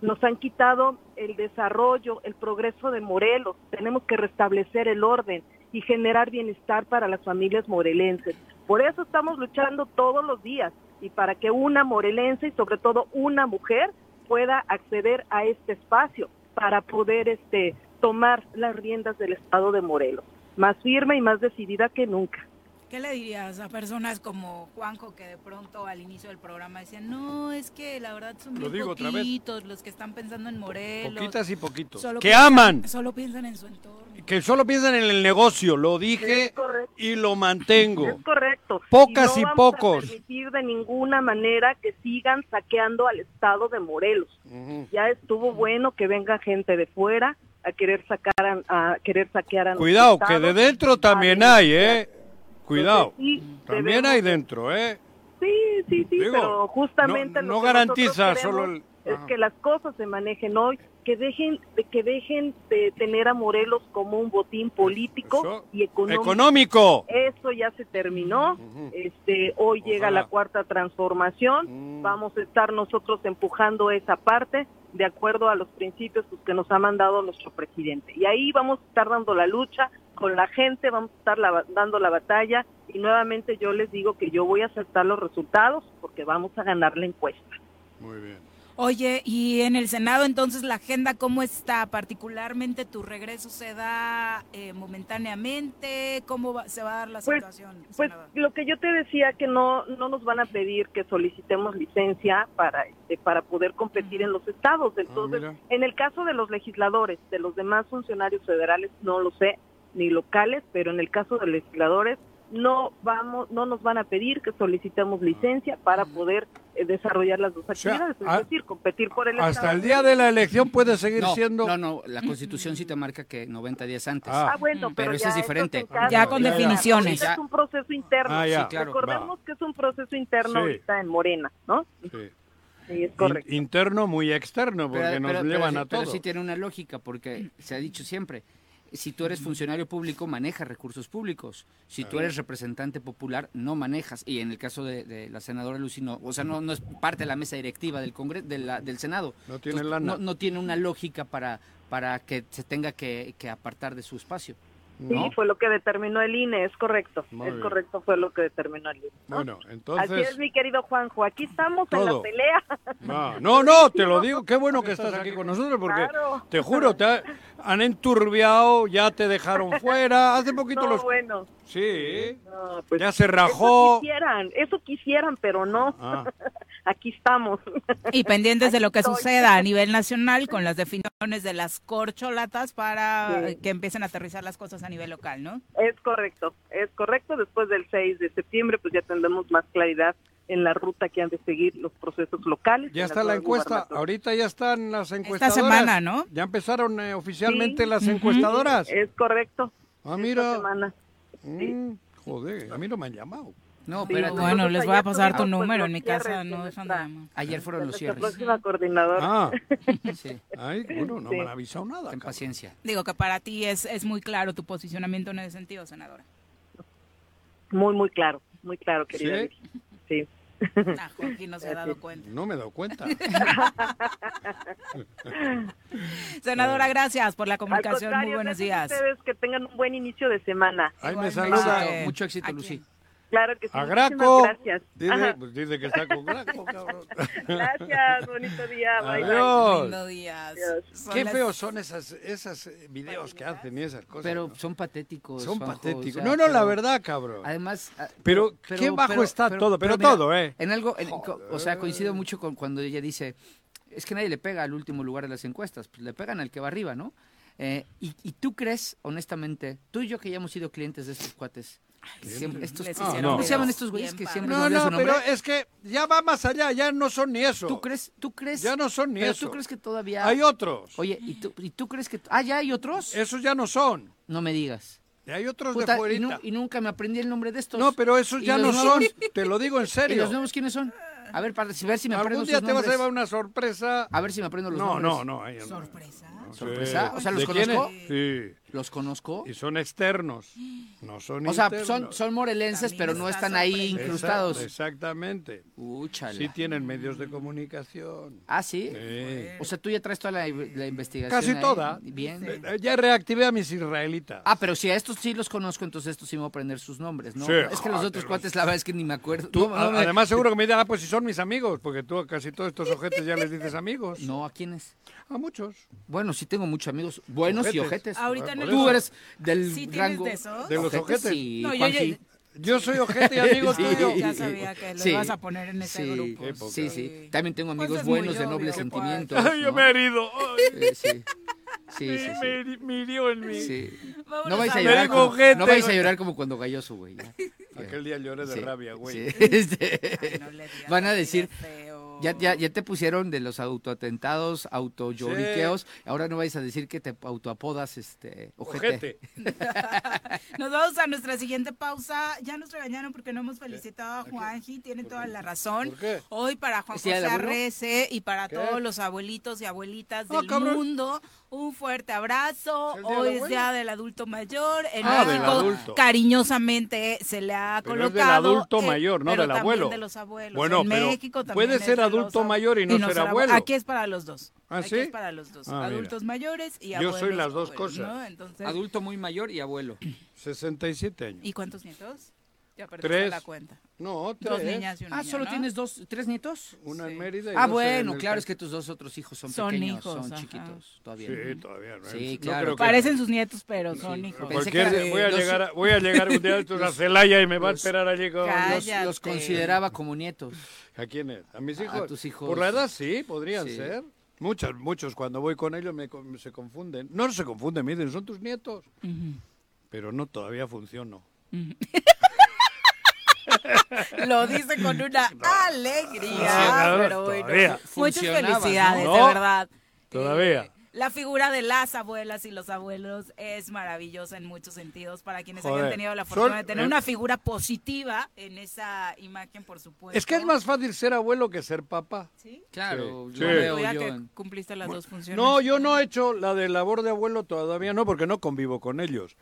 [SPEAKER 11] Nos han quitado el desarrollo, el progreso de Morelos. Tenemos que restablecer el orden y generar bienestar para las familias morelenses. Por eso estamos luchando todos los días y para que una morelense y sobre todo una mujer pueda acceder a este espacio para poder este, tomar las riendas del Estado de Morelos, más firme y más decidida que nunca.
[SPEAKER 6] ¿Qué le dirías a personas como Juanjo que de pronto al inicio del programa decían, no, es que la verdad son
[SPEAKER 3] Lo
[SPEAKER 6] bien
[SPEAKER 3] digo otra vez.
[SPEAKER 6] poquitos los que están pensando en Morelos?
[SPEAKER 3] Poquitas y poquitos.
[SPEAKER 6] Solo
[SPEAKER 3] que
[SPEAKER 6] piensan-
[SPEAKER 3] aman,
[SPEAKER 6] Solo piensan en su entorno.
[SPEAKER 3] que solo piensan en el negocio, lo dije y lo mantengo.
[SPEAKER 11] Es correcto.
[SPEAKER 3] Pocas
[SPEAKER 11] no
[SPEAKER 3] y
[SPEAKER 11] vamos
[SPEAKER 3] pocos.
[SPEAKER 11] A permitir de ninguna manera que sigan saqueando al Estado de Morelos. Ya estuvo bueno que venga gente de fuera a querer sacar a, a querer saquear a
[SPEAKER 3] Cuidado,
[SPEAKER 11] nuestro
[SPEAKER 3] que de
[SPEAKER 11] estado.
[SPEAKER 3] dentro también hay, ¿eh? Cuidado.
[SPEAKER 11] Entonces, sí,
[SPEAKER 3] También
[SPEAKER 11] debemos-
[SPEAKER 3] hay dentro, ¿eh?
[SPEAKER 11] Sí, sí, sí,
[SPEAKER 3] Digo,
[SPEAKER 11] pero justamente
[SPEAKER 3] no- no
[SPEAKER 11] lo que
[SPEAKER 3] garantiza
[SPEAKER 11] nosotros queremos
[SPEAKER 3] solo el-
[SPEAKER 11] es
[SPEAKER 3] Ajá.
[SPEAKER 11] que las cosas se manejen hoy, que dejen de que dejen de tener a Morelos como un botín político y económico.
[SPEAKER 3] Pues Económico.
[SPEAKER 11] Eso ya se terminó. Este, hoy llega
[SPEAKER 3] Ojalá.
[SPEAKER 11] la cuarta transformación. Vamos a estar nosotros empujando esa parte de acuerdo a los principios pues, que nos ha mandado nuestro presidente. Y ahí vamos a estar dando la lucha con la gente, vamos a estar la- dando la batalla y nuevamente yo les digo que yo voy a aceptar los resultados porque vamos a ganar la encuesta.
[SPEAKER 3] Muy bien.
[SPEAKER 6] Oye, y en el Senado entonces la agenda cómo está, particularmente tu regreso se da eh, momentáneamente, cómo va- se va a dar la
[SPEAKER 11] Pues-
[SPEAKER 6] situación.
[SPEAKER 11] Pues lo que yo te decía que no no nos van a pedir que solicitemos licencia para este, para poder competir en los estados.
[SPEAKER 3] Ah,
[SPEAKER 11] Entonces,
[SPEAKER 8] mira.
[SPEAKER 11] en el caso de los legisladores, de los demás funcionarios federales no lo sé, ni locales, pero en el caso de legisladores no vamos no nos van a pedir que solicitemos licencia para poder eh, desarrollar las dos
[SPEAKER 3] Ah. sea,
[SPEAKER 11] actividades,
[SPEAKER 3] a-
[SPEAKER 11] es decir, competir por el
[SPEAKER 3] Hasta
[SPEAKER 11] estado.
[SPEAKER 3] el día de la elección puede seguir
[SPEAKER 5] No,
[SPEAKER 3] siendo...
[SPEAKER 5] No, no, la Constitución sí te marca que 90 días antes.
[SPEAKER 3] Ah.
[SPEAKER 11] Ah, bueno, pero,
[SPEAKER 5] Mm. eso
[SPEAKER 11] ya
[SPEAKER 5] es
[SPEAKER 11] esto
[SPEAKER 5] diferente.
[SPEAKER 11] en casa. Ahorita Es un proceso interno.
[SPEAKER 5] Ah, ya. Sí, claro.
[SPEAKER 11] Recordemos que es un proceso interno
[SPEAKER 3] Sí.
[SPEAKER 11] ahorita en Morena, ¿no?
[SPEAKER 3] Sí.
[SPEAKER 11] Sí, es
[SPEAKER 3] In-
[SPEAKER 11] correcto.
[SPEAKER 3] interno muy externo, porque
[SPEAKER 5] Pero-
[SPEAKER 3] nos
[SPEAKER 5] pero- pero
[SPEAKER 3] llevan
[SPEAKER 5] sí-
[SPEAKER 3] a
[SPEAKER 5] pero
[SPEAKER 3] todos.
[SPEAKER 5] sí tiene una lógica, porque se ha dicho siempre, si tú eres funcionario público, manejas recursos públicos. Si tú
[SPEAKER 3] Ah.
[SPEAKER 5] eres representante popular, no manejas. Y en el caso de, de la senadora Lucino, o sea, no, no es parte de la mesa directiva del Congreso, del Senado.
[SPEAKER 3] No tiene lana.
[SPEAKER 5] No, no tiene una lógica para, para que se tenga que, que apartar de su espacio. ¿no?
[SPEAKER 11] Sí, fue lo que determinó el INE, es correcto.
[SPEAKER 5] Muy
[SPEAKER 11] es
[SPEAKER 5] bien.
[SPEAKER 11] correcto, fue lo que determinó el INE. ¿no?
[SPEAKER 3] Bueno,
[SPEAKER 11] Así es,
[SPEAKER 3] entonces...
[SPEAKER 11] mi querido Juanjo. Aquí estamos en
[SPEAKER 3] Todo.
[SPEAKER 11] la pelea.
[SPEAKER 3] Ah, no, no, te lo digo, qué bueno que estás aquí con nosotros, porque
[SPEAKER 11] Claro.
[SPEAKER 3] te juro, te ha- han enturbiado, ya te dejaron fuera, hace poquito
[SPEAKER 11] No,
[SPEAKER 3] los...
[SPEAKER 11] bueno.
[SPEAKER 3] Sí,
[SPEAKER 11] No, pues
[SPEAKER 3] ya se
[SPEAKER 11] Eso
[SPEAKER 3] rajó.
[SPEAKER 11] quisieran, eso quisieran, pero no.
[SPEAKER 3] Ah.
[SPEAKER 11] Aquí estamos.
[SPEAKER 6] Y pendientes de lo que
[SPEAKER 11] Aquí estoy.
[SPEAKER 6] suceda a nivel nacional con las definiciones de las corcholatas para
[SPEAKER 11] Sí.
[SPEAKER 6] que empiecen a aterrizar las cosas a nivel local, ¿no?
[SPEAKER 11] Es correcto, es correcto. Después del 6 de septiembre, pues ya tendremos más claridad en la ruta que han de seguir los procesos locales.
[SPEAKER 3] Ya
[SPEAKER 11] en las
[SPEAKER 3] está la
[SPEAKER 11] nuevas
[SPEAKER 3] encuesta,
[SPEAKER 11] gubernaturas.
[SPEAKER 3] ahorita ya están las encuestadoras.
[SPEAKER 6] semana, ¿no?
[SPEAKER 3] Ya empezaron eh, oficialmente
[SPEAKER 11] Sí,
[SPEAKER 3] las
[SPEAKER 11] ujú.
[SPEAKER 3] encuestadoras.
[SPEAKER 11] Es correcto.
[SPEAKER 3] Ah, mira.
[SPEAKER 11] semana.
[SPEAKER 3] Mm, joder, a mí no me han llamado.
[SPEAKER 5] No,
[SPEAKER 6] Sí, espérate. bueno, les voy a pasar tu número, en mi casa no dejan de llamar.
[SPEAKER 5] Ayer fueron los
[SPEAKER 11] Nuestra
[SPEAKER 5] cierres.
[SPEAKER 11] próxima coordinadora.
[SPEAKER 3] Ah,
[SPEAKER 5] Sí.
[SPEAKER 3] ay, bueno, no
[SPEAKER 11] Sí.
[SPEAKER 3] me han avisado nada.
[SPEAKER 5] Ten paciencia.
[SPEAKER 6] Digo que para ti es, es muy claro tu posicionamiento en ese sentido, senadora.
[SPEAKER 11] Muy, muy claro, muy claro, querida.
[SPEAKER 3] ¿Sí?
[SPEAKER 11] Vicky. Sí.
[SPEAKER 6] Ah, Joaquín no se ha dado cuenta.
[SPEAKER 3] No me he dado cuenta.
[SPEAKER 6] Senadora, gracias por la
[SPEAKER 11] Al
[SPEAKER 6] comunicación. Muy
[SPEAKER 11] contrario,
[SPEAKER 6] buenos
[SPEAKER 11] gracias
[SPEAKER 6] días.
[SPEAKER 11] a Ustedes que tengan un buen inicio de semana.
[SPEAKER 3] Ay, me
[SPEAKER 6] Igualmente.
[SPEAKER 3] saluda.
[SPEAKER 6] Éxito,
[SPEAKER 5] Mucho éxito, Lucy.
[SPEAKER 11] Claro que sí.
[SPEAKER 3] A
[SPEAKER 11] muchísimas
[SPEAKER 3] Graco.
[SPEAKER 11] Gracias.
[SPEAKER 3] Dice,
[SPEAKER 11] Ajá.
[SPEAKER 3] pues dice que está con Graco, cabrón.
[SPEAKER 11] Gracias, bonito día. Bye, bye.
[SPEAKER 3] Adiós.
[SPEAKER 6] Lindo días. Son
[SPEAKER 3] Qué
[SPEAKER 6] las-
[SPEAKER 3] feos son esas, esas eh, videos que hacen y esas cosas.
[SPEAKER 5] Pero
[SPEAKER 3] ¿no?
[SPEAKER 5] son patéticos.
[SPEAKER 3] son
[SPEAKER 5] Juanjo, o
[SPEAKER 3] patéticos.
[SPEAKER 5] sea,
[SPEAKER 3] no, no, la
[SPEAKER 5] pero-
[SPEAKER 3] verdad, cabrón.
[SPEAKER 5] Además, ah,
[SPEAKER 3] Pero, qué bajo está todo, pero
[SPEAKER 5] mira,
[SPEAKER 3] todo, ¿eh?
[SPEAKER 5] En algo, en- co- o sea, coincido mucho con cuando ella dice, es que nadie le pega al último lugar de las encuestas, pues le pegan al que va arriba, ¿no? Eh, y, y tú crees, honestamente, tú y yo que ya hemos sido clientes de estos cuates, que
[SPEAKER 3] ¿Clientes?
[SPEAKER 5] siempre- estos,
[SPEAKER 6] Les
[SPEAKER 3] Ah,
[SPEAKER 6] hicieron
[SPEAKER 3] no.
[SPEAKER 5] ¿cómo se llaman
[SPEAKER 6] videos
[SPEAKER 5] estos güeyes
[SPEAKER 6] bien
[SPEAKER 5] que
[SPEAKER 6] padres.
[SPEAKER 5] siempre
[SPEAKER 3] No,
[SPEAKER 5] nos olvida
[SPEAKER 3] no,
[SPEAKER 5] su nombre?
[SPEAKER 3] pero eh, es que ya va más allá, ya no son ni eso.
[SPEAKER 5] ¿Tú crees, tú crees?
[SPEAKER 3] Ya no son ni
[SPEAKER 5] pero
[SPEAKER 3] eso.
[SPEAKER 5] ¿Tú crees que todavía?
[SPEAKER 3] Hay otros.
[SPEAKER 5] Oye, ¿y tú, ¿y tú crees que? Ah, ya hay otros.
[SPEAKER 3] Esos ya no son.
[SPEAKER 5] No me digas.
[SPEAKER 3] Eh, Hay otros
[SPEAKER 5] Puta,
[SPEAKER 3] de
[SPEAKER 5] y, nu-
[SPEAKER 3] fuerita.
[SPEAKER 5] y nunca me aprendí el nombre de estos.
[SPEAKER 3] No, pero esos
[SPEAKER 5] ¿Y
[SPEAKER 3] ya no
[SPEAKER 5] los nuevos?
[SPEAKER 3] son. Te lo digo en
[SPEAKER 5] ¿Y los
[SPEAKER 3] serio.
[SPEAKER 5] nuevos quiénes son? A ver, para ver si me aprendo
[SPEAKER 3] Algún día
[SPEAKER 5] sus
[SPEAKER 3] te vas a
[SPEAKER 5] nombres.
[SPEAKER 3] llevar una sorpresa.
[SPEAKER 5] A ver si me aprendo los
[SPEAKER 3] no,
[SPEAKER 5] nombres.
[SPEAKER 3] No, no, ella no.
[SPEAKER 5] ¿Sorpresa? O sea,
[SPEAKER 3] ¿De
[SPEAKER 5] ¿los
[SPEAKER 3] quién es?
[SPEAKER 5] conozco?
[SPEAKER 3] Sí.
[SPEAKER 5] ¿Los conozco?
[SPEAKER 3] Y son externos. No son
[SPEAKER 5] O sea,
[SPEAKER 3] internos.
[SPEAKER 5] son, son morelenses, pero no están ahí
[SPEAKER 3] Exacto,
[SPEAKER 5] incrustados.
[SPEAKER 3] Exactamente. Sí tienen medios de comunicación.
[SPEAKER 5] ¿Ah, sí?
[SPEAKER 3] Sí.
[SPEAKER 5] O sea, tú ya traes toda la, la investigación.
[SPEAKER 3] Casi
[SPEAKER 5] ahí.
[SPEAKER 3] toda.
[SPEAKER 5] Bien.
[SPEAKER 3] Eh, Ya reactivé a mis israelitas.
[SPEAKER 5] Ah, pero si a estos sí los conozco, entonces estos sí me voy a aprender sus nombres, ¿no?
[SPEAKER 3] Sí,
[SPEAKER 5] es que los
[SPEAKER 3] joder,
[SPEAKER 5] otros cuates, la verdad es que ni me acuerdo.
[SPEAKER 3] Tú,
[SPEAKER 5] No,
[SPEAKER 3] a-
[SPEAKER 5] no me-
[SPEAKER 3] además, seguro que me dirás, ah, pues si son mis amigos, porque tú a casi todos estos objetos ya les dices amigos.
[SPEAKER 5] No, ¿a quiénes?
[SPEAKER 3] A muchos.
[SPEAKER 5] Bueno, sí tengo muchos amigos buenos y
[SPEAKER 3] Ojetes.
[SPEAKER 5] ojetes.
[SPEAKER 3] Ahorita no
[SPEAKER 5] Ahorita Tú
[SPEAKER 3] los-
[SPEAKER 5] eres del
[SPEAKER 3] ¿Sí tienes
[SPEAKER 5] rango
[SPEAKER 3] de esos? De los ojetes.
[SPEAKER 5] Sí,
[SPEAKER 3] No, yo
[SPEAKER 5] Juanji.
[SPEAKER 3] ya- Yo soy ojete y amigo
[SPEAKER 5] Sí.
[SPEAKER 3] tuyo.
[SPEAKER 2] Ya sabía que lo ibas a poner en ese
[SPEAKER 5] sí,
[SPEAKER 2] grupo. Qué poca.
[SPEAKER 5] Sí, sí. También tengo amigos
[SPEAKER 2] Pues es muy
[SPEAKER 5] buenos de
[SPEAKER 2] obvio,
[SPEAKER 5] nobles
[SPEAKER 2] qué
[SPEAKER 5] sentimientos.
[SPEAKER 3] Ay, yo
[SPEAKER 5] ¿no?
[SPEAKER 3] me he herido. Ay.
[SPEAKER 5] Eh, Sí, sí. Sí, sí,
[SPEAKER 3] Me-
[SPEAKER 5] sí.
[SPEAKER 3] Me, heri- me hirió en mí.
[SPEAKER 5] Sí.
[SPEAKER 3] Vámonos
[SPEAKER 5] No vais a
[SPEAKER 3] a
[SPEAKER 5] llorar.
[SPEAKER 3] ver,
[SPEAKER 5] Como,
[SPEAKER 3] ojete,
[SPEAKER 5] no vais a
[SPEAKER 3] güey.
[SPEAKER 5] llorar como cuando Galloso, güey. ya.
[SPEAKER 3] Aquel día lloré de
[SPEAKER 5] Sí,
[SPEAKER 3] rabia, güey.
[SPEAKER 5] sí. Este, van a decir, ya, ya, ya te pusieron de los autoatentados, autoyoriqueos, ahora no vais a decir que te autoapodas este, ojete.
[SPEAKER 2] Nos vamos a nuestra siguiente pausa. Ya nos regañaron porque no hemos felicitado a Juanji. Tienen toda la razón. Hoy para Juan
[SPEAKER 5] ¿Es día
[SPEAKER 2] José
[SPEAKER 5] del abuelo?
[SPEAKER 2] Arrece y para
[SPEAKER 5] ¿Qué?
[SPEAKER 2] todos los abuelitos y abuelitas
[SPEAKER 5] Ah,
[SPEAKER 2] del
[SPEAKER 5] cabrón.
[SPEAKER 2] mundo, un fuerte abrazo.
[SPEAKER 5] ¿Es el día del
[SPEAKER 2] Hoy es
[SPEAKER 5] abuelo?
[SPEAKER 2] Día del Adulto Mayor. En
[SPEAKER 3] Ah, del
[SPEAKER 2] México,
[SPEAKER 3] adulto.
[SPEAKER 2] cariñosamente se le ha
[SPEAKER 3] Pero
[SPEAKER 2] colocado.
[SPEAKER 3] es del adulto
[SPEAKER 2] eh,
[SPEAKER 3] mayor, no
[SPEAKER 2] pero
[SPEAKER 3] del
[SPEAKER 2] también
[SPEAKER 3] abuelo.
[SPEAKER 2] de los abuelos.
[SPEAKER 3] Bueno,
[SPEAKER 2] En
[SPEAKER 3] pero
[SPEAKER 2] México también
[SPEAKER 3] puede
[SPEAKER 2] es
[SPEAKER 3] ser
[SPEAKER 2] de los
[SPEAKER 3] adulto
[SPEAKER 2] ab-
[SPEAKER 3] mayor y no ser
[SPEAKER 2] abue-
[SPEAKER 3] abuelo.
[SPEAKER 2] Aquí es para los dos.
[SPEAKER 3] ¿Ah,
[SPEAKER 2] Aquí
[SPEAKER 3] sí?
[SPEAKER 2] es para los dos.
[SPEAKER 3] Ah, mira.
[SPEAKER 2] Adultos mayores y
[SPEAKER 3] Yo
[SPEAKER 2] abuelos.
[SPEAKER 3] soy las dos
[SPEAKER 2] abuelos,
[SPEAKER 3] cosas.
[SPEAKER 2] ¿no? Entonces,
[SPEAKER 5] Adulto muy mayor y abuelo.
[SPEAKER 3] 67 años.
[SPEAKER 2] ¿Y cuántos nietos? Ya perdiste
[SPEAKER 3] Tres.
[SPEAKER 2] la cuenta.
[SPEAKER 3] No,
[SPEAKER 2] Dos
[SPEAKER 3] tres.
[SPEAKER 2] niñas y un
[SPEAKER 5] Ah,
[SPEAKER 2] niño,
[SPEAKER 5] solo
[SPEAKER 2] ¿no?
[SPEAKER 5] tienes dos, tres nietos.
[SPEAKER 3] Una en Mérida y
[SPEAKER 5] Ah,
[SPEAKER 3] dos en
[SPEAKER 5] bueno,
[SPEAKER 3] el
[SPEAKER 5] claro,
[SPEAKER 3] Parque.
[SPEAKER 5] es que tus dos otros hijos son,
[SPEAKER 2] Son
[SPEAKER 5] pequeños,
[SPEAKER 2] hijos,
[SPEAKER 5] son
[SPEAKER 2] ajá.
[SPEAKER 5] chiquitos todavía.
[SPEAKER 3] Sí,
[SPEAKER 5] ¿no?
[SPEAKER 3] todavía no.
[SPEAKER 5] Sí,
[SPEAKER 3] No
[SPEAKER 5] claro.
[SPEAKER 3] creo que-
[SPEAKER 2] Parecen sus nietos, pero son hijos.
[SPEAKER 5] Pensé que
[SPEAKER 3] Cualquier-
[SPEAKER 5] era de
[SPEAKER 3] voy, a
[SPEAKER 5] los-
[SPEAKER 3] llegar, a- voy a llegar un día de estos a Celaya y me va a
[SPEAKER 5] Los-
[SPEAKER 3] esperar allí con...
[SPEAKER 5] Los,
[SPEAKER 2] Cállate.
[SPEAKER 5] los consideraba como nietos.
[SPEAKER 3] ¿A quiénes? ¿A mis
[SPEAKER 5] A
[SPEAKER 3] hijos?
[SPEAKER 5] tus hijos.
[SPEAKER 3] Por la edad sí, podrían
[SPEAKER 5] Sí.
[SPEAKER 3] ser. Muchos, muchos, cuando voy con ellos me, con- se confunden. No se confunden, me dicen, son tus nietos. Pero no, todavía funciono.
[SPEAKER 2] Lo dice con una alegría.
[SPEAKER 3] Funcionaba
[SPEAKER 2] pero bueno.
[SPEAKER 3] todavía.
[SPEAKER 2] Muchas
[SPEAKER 3] Funcionaba,
[SPEAKER 2] felicidades,
[SPEAKER 3] ¿no?
[SPEAKER 2] de
[SPEAKER 3] No.
[SPEAKER 2] verdad.
[SPEAKER 3] Todavía.
[SPEAKER 2] La figura de las abuelas y los abuelos es maravillosa en muchos sentidos para quienes hayan
[SPEAKER 3] Joder.
[SPEAKER 2] tenido la
[SPEAKER 3] Son-
[SPEAKER 2] fortuna de tener
[SPEAKER 3] eh.
[SPEAKER 2] una figura positiva en esa imagen, por supuesto.
[SPEAKER 3] Es que es más fácil ser abuelo que ser papá.
[SPEAKER 2] Pues, Sí.
[SPEAKER 5] Claro,
[SPEAKER 3] Sí.
[SPEAKER 5] lo
[SPEAKER 3] Sí.
[SPEAKER 5] veo
[SPEAKER 2] Cuida
[SPEAKER 5] yo.
[SPEAKER 2] que
[SPEAKER 5] en-
[SPEAKER 2] cumpliste las dos funciones.
[SPEAKER 3] No, yo no he hecho la de labor de abuelo todavía, no, porque no convivo con ellos.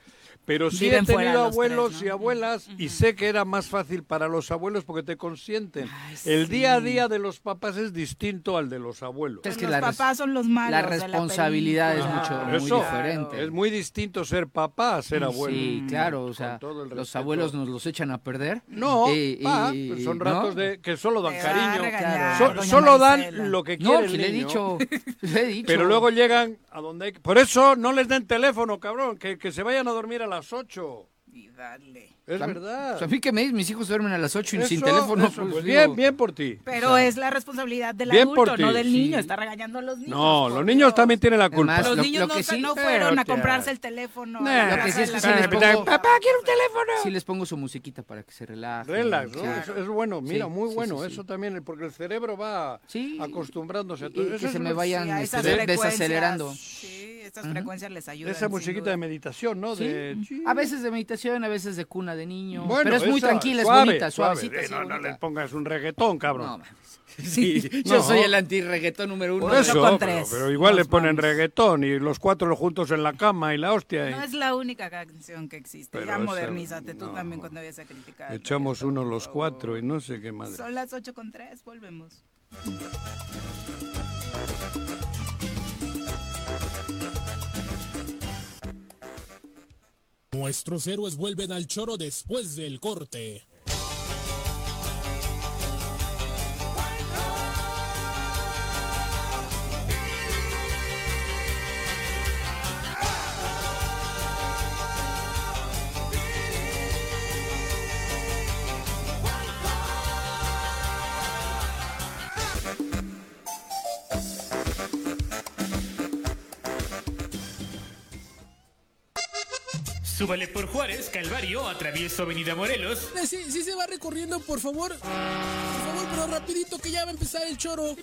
[SPEAKER 3] Pero sí
[SPEAKER 2] Viven
[SPEAKER 3] he
[SPEAKER 2] fuera
[SPEAKER 3] tenido
[SPEAKER 2] los
[SPEAKER 3] abuelos
[SPEAKER 2] tres,
[SPEAKER 3] y abuelas y sé que era más fácil para los abuelos porque te consienten. El día a día de los papás es distinto al de los abuelos.
[SPEAKER 5] Es que
[SPEAKER 2] Pues los
[SPEAKER 5] la res-
[SPEAKER 2] papás son los malos.
[SPEAKER 5] la
[SPEAKER 2] de
[SPEAKER 5] responsabilidad es
[SPEAKER 2] película.
[SPEAKER 5] mucho muy
[SPEAKER 3] Eso
[SPEAKER 5] diferente.
[SPEAKER 3] es muy distinto ser papá a ser abuelo.
[SPEAKER 5] Sí, claro, o sea,
[SPEAKER 3] todo el
[SPEAKER 5] los
[SPEAKER 3] respeto.
[SPEAKER 5] abuelos nos los echan a perder.
[SPEAKER 3] No,
[SPEAKER 5] Y- y-
[SPEAKER 3] pa, pues son
[SPEAKER 5] ¿no?
[SPEAKER 3] ratos de que solo dan
[SPEAKER 2] Te va a
[SPEAKER 3] cariño.
[SPEAKER 2] regañar,
[SPEAKER 3] So-
[SPEAKER 2] doña
[SPEAKER 3] solo
[SPEAKER 2] Marisela.
[SPEAKER 3] dan lo que
[SPEAKER 5] No,
[SPEAKER 3] quieren.
[SPEAKER 5] si le he dicho, le he dicho.
[SPEAKER 3] Pero luego llegan a donde hay que- Por eso no les den teléfono, cabrón. Que, que se vayan a dormir a las 8.
[SPEAKER 2] Y dale.
[SPEAKER 3] Es
[SPEAKER 5] Tam-
[SPEAKER 3] verdad.
[SPEAKER 5] O sea, Pues, a mí que me mis hijos duermen a las 8 y sin
[SPEAKER 3] Eso,
[SPEAKER 5] teléfono.
[SPEAKER 3] eso,
[SPEAKER 5] pues,
[SPEAKER 3] pues,
[SPEAKER 5] digo,
[SPEAKER 3] bien, bien por ti.
[SPEAKER 2] Pero es la responsabilidad del
[SPEAKER 3] Bien
[SPEAKER 2] adulto,
[SPEAKER 3] por ti,
[SPEAKER 2] no del
[SPEAKER 3] sí.
[SPEAKER 2] niño. Está regañando a los niños.
[SPEAKER 3] No,
[SPEAKER 2] por
[SPEAKER 3] los niños
[SPEAKER 2] Dios.
[SPEAKER 3] también tienen la culpa.
[SPEAKER 5] Además,
[SPEAKER 2] Los
[SPEAKER 5] lo-
[SPEAKER 2] niños
[SPEAKER 5] lo
[SPEAKER 2] no,
[SPEAKER 5] que
[SPEAKER 2] se-
[SPEAKER 5] sí-
[SPEAKER 2] no fueron a
[SPEAKER 3] Pero,
[SPEAKER 2] comprarse el teléfono.
[SPEAKER 3] Nah.
[SPEAKER 2] a la
[SPEAKER 5] Lo que sí
[SPEAKER 2] casa
[SPEAKER 5] es
[SPEAKER 2] de
[SPEAKER 5] que
[SPEAKER 2] la
[SPEAKER 5] sí les
[SPEAKER 2] gente.
[SPEAKER 5] pongo-
[SPEAKER 3] papá, quiero un teléfono.
[SPEAKER 5] Sí les pongo su musiquita para que se relajen.
[SPEAKER 3] Relax, ¿no?
[SPEAKER 5] claro.
[SPEAKER 3] Eso es bueno, mira,
[SPEAKER 5] Sí,
[SPEAKER 3] muy
[SPEAKER 5] sí,
[SPEAKER 3] bueno,
[SPEAKER 5] sí, sí.
[SPEAKER 3] eso también, porque el cerebro va
[SPEAKER 5] Sí.
[SPEAKER 3] acostumbrándose a todo.
[SPEAKER 5] Y
[SPEAKER 3] Eso
[SPEAKER 5] que
[SPEAKER 3] es
[SPEAKER 5] se me
[SPEAKER 3] una-
[SPEAKER 5] vayan
[SPEAKER 2] Sí, a
[SPEAKER 5] este,
[SPEAKER 2] esas
[SPEAKER 5] de-
[SPEAKER 2] frecuencias,
[SPEAKER 5] desacelerando.
[SPEAKER 2] Sí, estas frecuencias les ayudan.
[SPEAKER 3] Esa
[SPEAKER 2] sin
[SPEAKER 3] musiquita
[SPEAKER 2] duda.
[SPEAKER 3] de meditación, ¿no?
[SPEAKER 5] Sí.
[SPEAKER 3] De-
[SPEAKER 5] A veces de meditación, a veces de cuna de niño.
[SPEAKER 3] Bueno,
[SPEAKER 5] pero es muy
[SPEAKER 3] esa,
[SPEAKER 5] tranquila,
[SPEAKER 3] suave,
[SPEAKER 5] es bonita,
[SPEAKER 3] suave.
[SPEAKER 5] suavecita.
[SPEAKER 3] Eh,
[SPEAKER 5] sí,
[SPEAKER 3] no, no
[SPEAKER 5] bonita.
[SPEAKER 3] le pongas un reggaetón, cabrón.
[SPEAKER 5] No, mames. Sí,
[SPEAKER 3] Eh,
[SPEAKER 5] yo
[SPEAKER 3] No.
[SPEAKER 5] soy el anti-reggaetón número uno.
[SPEAKER 3] Por
[SPEAKER 5] de-
[SPEAKER 3] eso, pero,
[SPEAKER 2] con tres.
[SPEAKER 3] pero igual
[SPEAKER 5] Nos
[SPEAKER 3] le ponen
[SPEAKER 5] vamos.
[SPEAKER 3] reggaetón y los cuatro juntos en la cama y la hostia. y
[SPEAKER 2] No es la única canción que existe.
[SPEAKER 3] Pero
[SPEAKER 2] ya
[SPEAKER 3] esa-
[SPEAKER 2] modernízate tú
[SPEAKER 3] no.
[SPEAKER 2] también cuando vayas a criticar.
[SPEAKER 3] Echamos uno los
[SPEAKER 2] por
[SPEAKER 3] cuatro y no sé qué madre.
[SPEAKER 2] Son las 8 con 3, volvemos.
[SPEAKER 12] Nuestros héroes vuelven al choro después del corte.
[SPEAKER 13] Súbale por Juárez, Calvario, atravieso Avenida Morelos.
[SPEAKER 12] Eh, Sí, sí se va recorriendo, por favor. Por favor, pero rapidito que ya va a empezar el choro.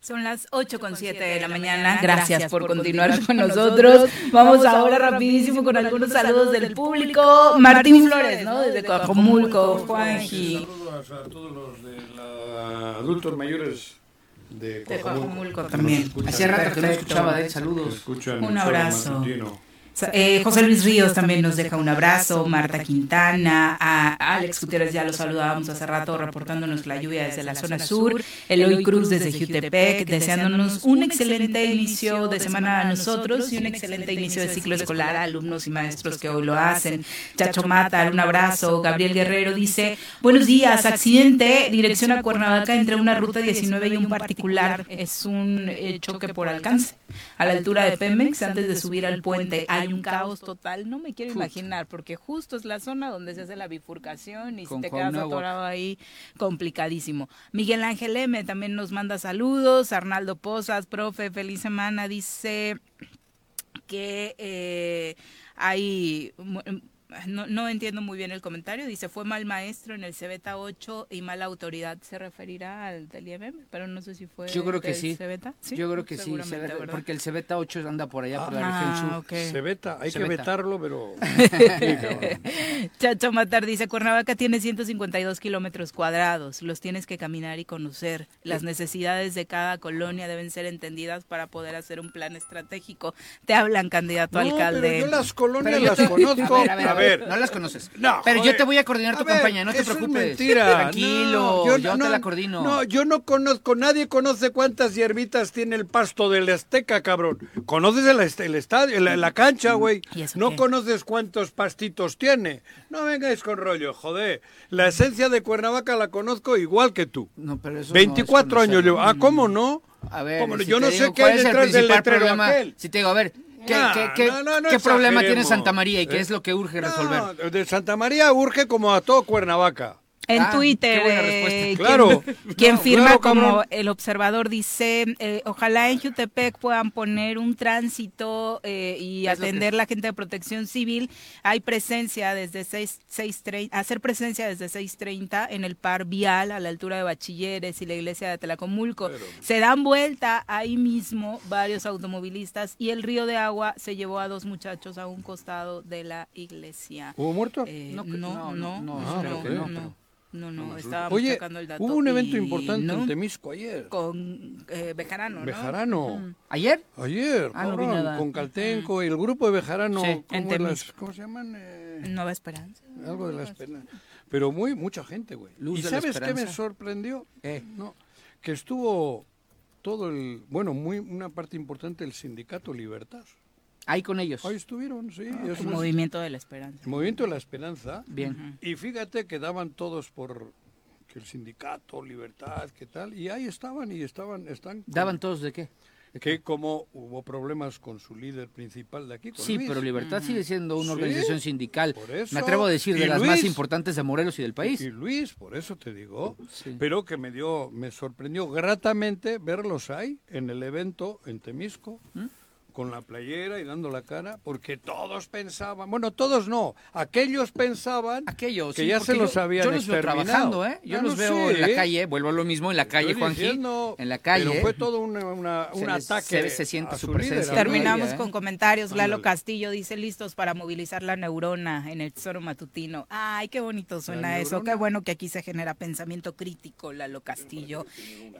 [SPEAKER 2] Son las 8 con 7 de la mañana. Gracias por continuar con nosotros. Vamos ahora rapidísimo con algunos saludos del público. Martín Flores, ¿no? Desde Coajomulco, Juanji.
[SPEAKER 3] Saludos a todos los de la- adultos mayores de
[SPEAKER 2] De
[SPEAKER 3] Coajomulco
[SPEAKER 2] Coajomulco también. Hacía rato que no escuchaba de él, saludos. Un abrazo. Sa- eh, José Luis Ríos también nos deja un abrazo, Marta Quintana, a Alex Gutiérrez ya lo saludábamos hace rato reportándonos la lluvia desde la zona sur, Eloy Cruz desde Jutepec deseándonos un excelente inicio de semana a nosotros y un excelente inicio de ciclo escolar a alumnos y maestros que hoy lo hacen. Chacho Mata, un abrazo, Gabriel Guerrero dice, buenos días, accidente, dirección a Cuernavaca entre una ruta 19 y un particular, es un eh, choque por alcance a la altura de Pemex antes de subir al puente. Hay un caos total, no me quiero
[SPEAKER 6] Puta.
[SPEAKER 2] imaginar, porque justo es la zona donde se hace la bifurcación y
[SPEAKER 6] Con
[SPEAKER 2] si te quedas
[SPEAKER 6] Cuauhnáhuac.
[SPEAKER 2] atorado ahí, complicadísimo. Miguel Ángel M. también nos manda saludos, Arnaldo Pozas, profe, feliz semana, dice que eh, hay... mu- em, No, no entiendo muy bien el comentario. Dice, fue mal maestro en el Cebeta 8 y mala autoridad. Se referirá al del IMM, pero no sé si fue
[SPEAKER 5] Yo creo que
[SPEAKER 2] del
[SPEAKER 5] sí.
[SPEAKER 2] Cebeta.
[SPEAKER 5] Yo creo que sí.
[SPEAKER 2] Seguramente,
[SPEAKER 5] Cebeta-
[SPEAKER 2] ¿verdad?
[SPEAKER 5] Porque el Cebeta 8 anda por allá, por la
[SPEAKER 2] Ah,
[SPEAKER 5] región sur.
[SPEAKER 2] ok. Cebeta,
[SPEAKER 3] hay que vetarlo, pero-
[SPEAKER 2] Chacho Matar dice, Cuernavaca tiene 152 kilómetros cuadrados, los tienes que caminar y conocer. Las necesidades de cada colonia deben ser entendidas para poder hacer un plan estratégico. Te hablan, candidato a
[SPEAKER 3] No,
[SPEAKER 2] alcalde.
[SPEAKER 3] pero yo las colonias
[SPEAKER 2] Pero yo
[SPEAKER 3] las
[SPEAKER 2] te-
[SPEAKER 3] conozco.
[SPEAKER 2] A ver, a ver, a ver.
[SPEAKER 5] No las conoces.
[SPEAKER 3] No,
[SPEAKER 5] Pero
[SPEAKER 3] joder.
[SPEAKER 5] yo te voy a coordinar tu
[SPEAKER 3] A ver,
[SPEAKER 5] campaña, no te
[SPEAKER 3] eso es
[SPEAKER 5] preocupes.
[SPEAKER 3] mentira.
[SPEAKER 5] Tranquilo,
[SPEAKER 3] No,
[SPEAKER 5] yo, te la coordino.
[SPEAKER 3] No, yo no conozco, nadie conoce cuántas hierbitas tiene el pasto del Azteca, cabrón. Conoces el, est- el estadio, la, la
[SPEAKER 5] Mm,
[SPEAKER 3] cancha, güey. No conoces cuántos pastitos tiene. No vengáis con rollo, joder. La esencia de Cuernavaca la conozco igual que tú.
[SPEAKER 5] No, pero eso no es
[SPEAKER 3] 24 años
[SPEAKER 5] conocerlo.
[SPEAKER 3] llevo. Ah, ¿cómo no?
[SPEAKER 5] A ver,
[SPEAKER 3] ¿Cómo no?
[SPEAKER 5] si
[SPEAKER 3] yo
[SPEAKER 5] te
[SPEAKER 3] no
[SPEAKER 5] digo,
[SPEAKER 3] sé qué
[SPEAKER 5] ¿cuál
[SPEAKER 3] hay
[SPEAKER 5] es el
[SPEAKER 3] detrás del
[SPEAKER 5] principal
[SPEAKER 3] letrero
[SPEAKER 5] problema?
[SPEAKER 3] aquel.
[SPEAKER 5] Si te digo, a ver, ¿qué,
[SPEAKER 3] No,
[SPEAKER 5] qué- qué-
[SPEAKER 3] Ah, no, no, no
[SPEAKER 5] qué problema
[SPEAKER 3] exageremos.
[SPEAKER 5] tiene Santa María y qué
[SPEAKER 3] ¿Eh?
[SPEAKER 5] es lo que urge
[SPEAKER 3] No,
[SPEAKER 5] resolver?
[SPEAKER 3] de Santa María urge como a todo Cuernavaca.
[SPEAKER 2] En
[SPEAKER 5] Ah,
[SPEAKER 2] Twitter,
[SPEAKER 5] qué buena
[SPEAKER 2] eh,
[SPEAKER 5] respuesta.
[SPEAKER 2] quien-
[SPEAKER 3] Claro.
[SPEAKER 2] quien,
[SPEAKER 3] No,
[SPEAKER 2] firma
[SPEAKER 3] claro,
[SPEAKER 2] como
[SPEAKER 3] cabrón.
[SPEAKER 2] el observador dice, eh, ojalá en Jutepec puedan poner un tránsito eh, y
[SPEAKER 5] Es lo que-
[SPEAKER 2] atender la gente de Protección Civil. Hay presencia desde 6, 6:30, hacer presencia desde 6.30 en el par vial a la altura de Bachilleres y la iglesia de Telacomulco. Se dan vuelta ahí mismo varios automovilistas y el río de agua se llevó a dos muchachos a un costado de la iglesia.
[SPEAKER 3] ¿Hubo muerto?
[SPEAKER 2] Eh,
[SPEAKER 5] No,
[SPEAKER 2] no,
[SPEAKER 5] que-
[SPEAKER 2] no,
[SPEAKER 5] no,
[SPEAKER 2] no,
[SPEAKER 5] no,
[SPEAKER 2] no,
[SPEAKER 5] espero que no,
[SPEAKER 2] no,
[SPEAKER 5] pero-
[SPEAKER 2] no. No, no,
[SPEAKER 5] me
[SPEAKER 2] estábamos
[SPEAKER 3] Oye,
[SPEAKER 2] checando el dato.
[SPEAKER 3] hubo un evento
[SPEAKER 2] y
[SPEAKER 3] importante
[SPEAKER 2] no,
[SPEAKER 3] en Temisco ayer.
[SPEAKER 2] Con eh, Bejarano, ¿no?
[SPEAKER 3] Bejarano.
[SPEAKER 2] Mm.
[SPEAKER 5] ¿Ayer?
[SPEAKER 3] Ayer,
[SPEAKER 2] Ah, no vi
[SPEAKER 3] cabrón,
[SPEAKER 2] nada.
[SPEAKER 3] con Caltenco, el grupo de Bejarano.
[SPEAKER 2] Sí, en
[SPEAKER 3] ¿cómo, es la-
[SPEAKER 2] Temisco.
[SPEAKER 3] cómo se llaman? Eh,
[SPEAKER 2] Nueva Esperanza.
[SPEAKER 3] algo de las penas. Pero muy, mucha gente, güey.
[SPEAKER 5] Luz
[SPEAKER 3] ¿Y
[SPEAKER 5] de la
[SPEAKER 3] sabes qué me
[SPEAKER 5] esperanza.
[SPEAKER 3] sorprendió? No, que estuvo todo el, bueno, muy una parte importante del sindicato Libertad.
[SPEAKER 5] Ahí con ellos.
[SPEAKER 3] Ahí estuvieron, sí.
[SPEAKER 5] Ah,
[SPEAKER 3] eso es-
[SPEAKER 2] El movimiento de la esperanza.
[SPEAKER 3] el movimiento de la esperanza.
[SPEAKER 5] Bien.
[SPEAKER 3] Y fíjate que daban todos por que el sindicato, libertad, qué tal. Y ahí estaban y estaban, están. con-
[SPEAKER 5] ¿Daban todos de qué?
[SPEAKER 3] Que como hubo problemas con su líder principal de aquí. con
[SPEAKER 5] Sí,
[SPEAKER 3] Luis.
[SPEAKER 5] pero Libertad sigue siendo una
[SPEAKER 3] Sí,
[SPEAKER 5] organización sindical.
[SPEAKER 3] por eso.
[SPEAKER 5] Me atrevo a decir de
[SPEAKER 3] Y
[SPEAKER 5] las más
[SPEAKER 3] Luis,
[SPEAKER 5] importantes de Morelos y del país.
[SPEAKER 3] Y Luis, por eso te digo, pero que me dio, me sorprendió gratamente verlos ahí en el evento en Temisco,
[SPEAKER 5] ¿Mm?
[SPEAKER 3] con la playera y dando la cara, porque todos pensaban, bueno, todos no, aquellos pensaban
[SPEAKER 5] Aquellos,
[SPEAKER 3] que
[SPEAKER 5] sí,
[SPEAKER 3] ya
[SPEAKER 5] porque
[SPEAKER 3] se los
[SPEAKER 5] yo-
[SPEAKER 3] habían
[SPEAKER 5] Yo los veo
[SPEAKER 3] exterminado.
[SPEAKER 5] trabajando, ¿eh? Yo
[SPEAKER 3] Ah,
[SPEAKER 5] los
[SPEAKER 3] no
[SPEAKER 5] veo
[SPEAKER 3] sé,
[SPEAKER 5] en la
[SPEAKER 3] ¿eh?
[SPEAKER 5] calle, vuelvo a lo mismo, en la calle,
[SPEAKER 3] Estoy
[SPEAKER 5] Juanji.
[SPEAKER 3] diciendo,
[SPEAKER 5] En la calle.
[SPEAKER 3] Pero fue todo una- una- un
[SPEAKER 5] Se les-
[SPEAKER 3] ataque.
[SPEAKER 5] se- se siente
[SPEAKER 3] a
[SPEAKER 5] su
[SPEAKER 3] líder,
[SPEAKER 5] presencia.
[SPEAKER 3] a
[SPEAKER 2] Terminamos
[SPEAKER 3] María, ¿eh?
[SPEAKER 2] con comentarios. Lalo
[SPEAKER 3] Ándale.
[SPEAKER 2] Castillo dice, listos para movilizar la neurona en el tesoro matutino. Ay, qué bonito pues, suena eso. Qué bueno que aquí se genera pensamiento crítico, Lalo Castillo.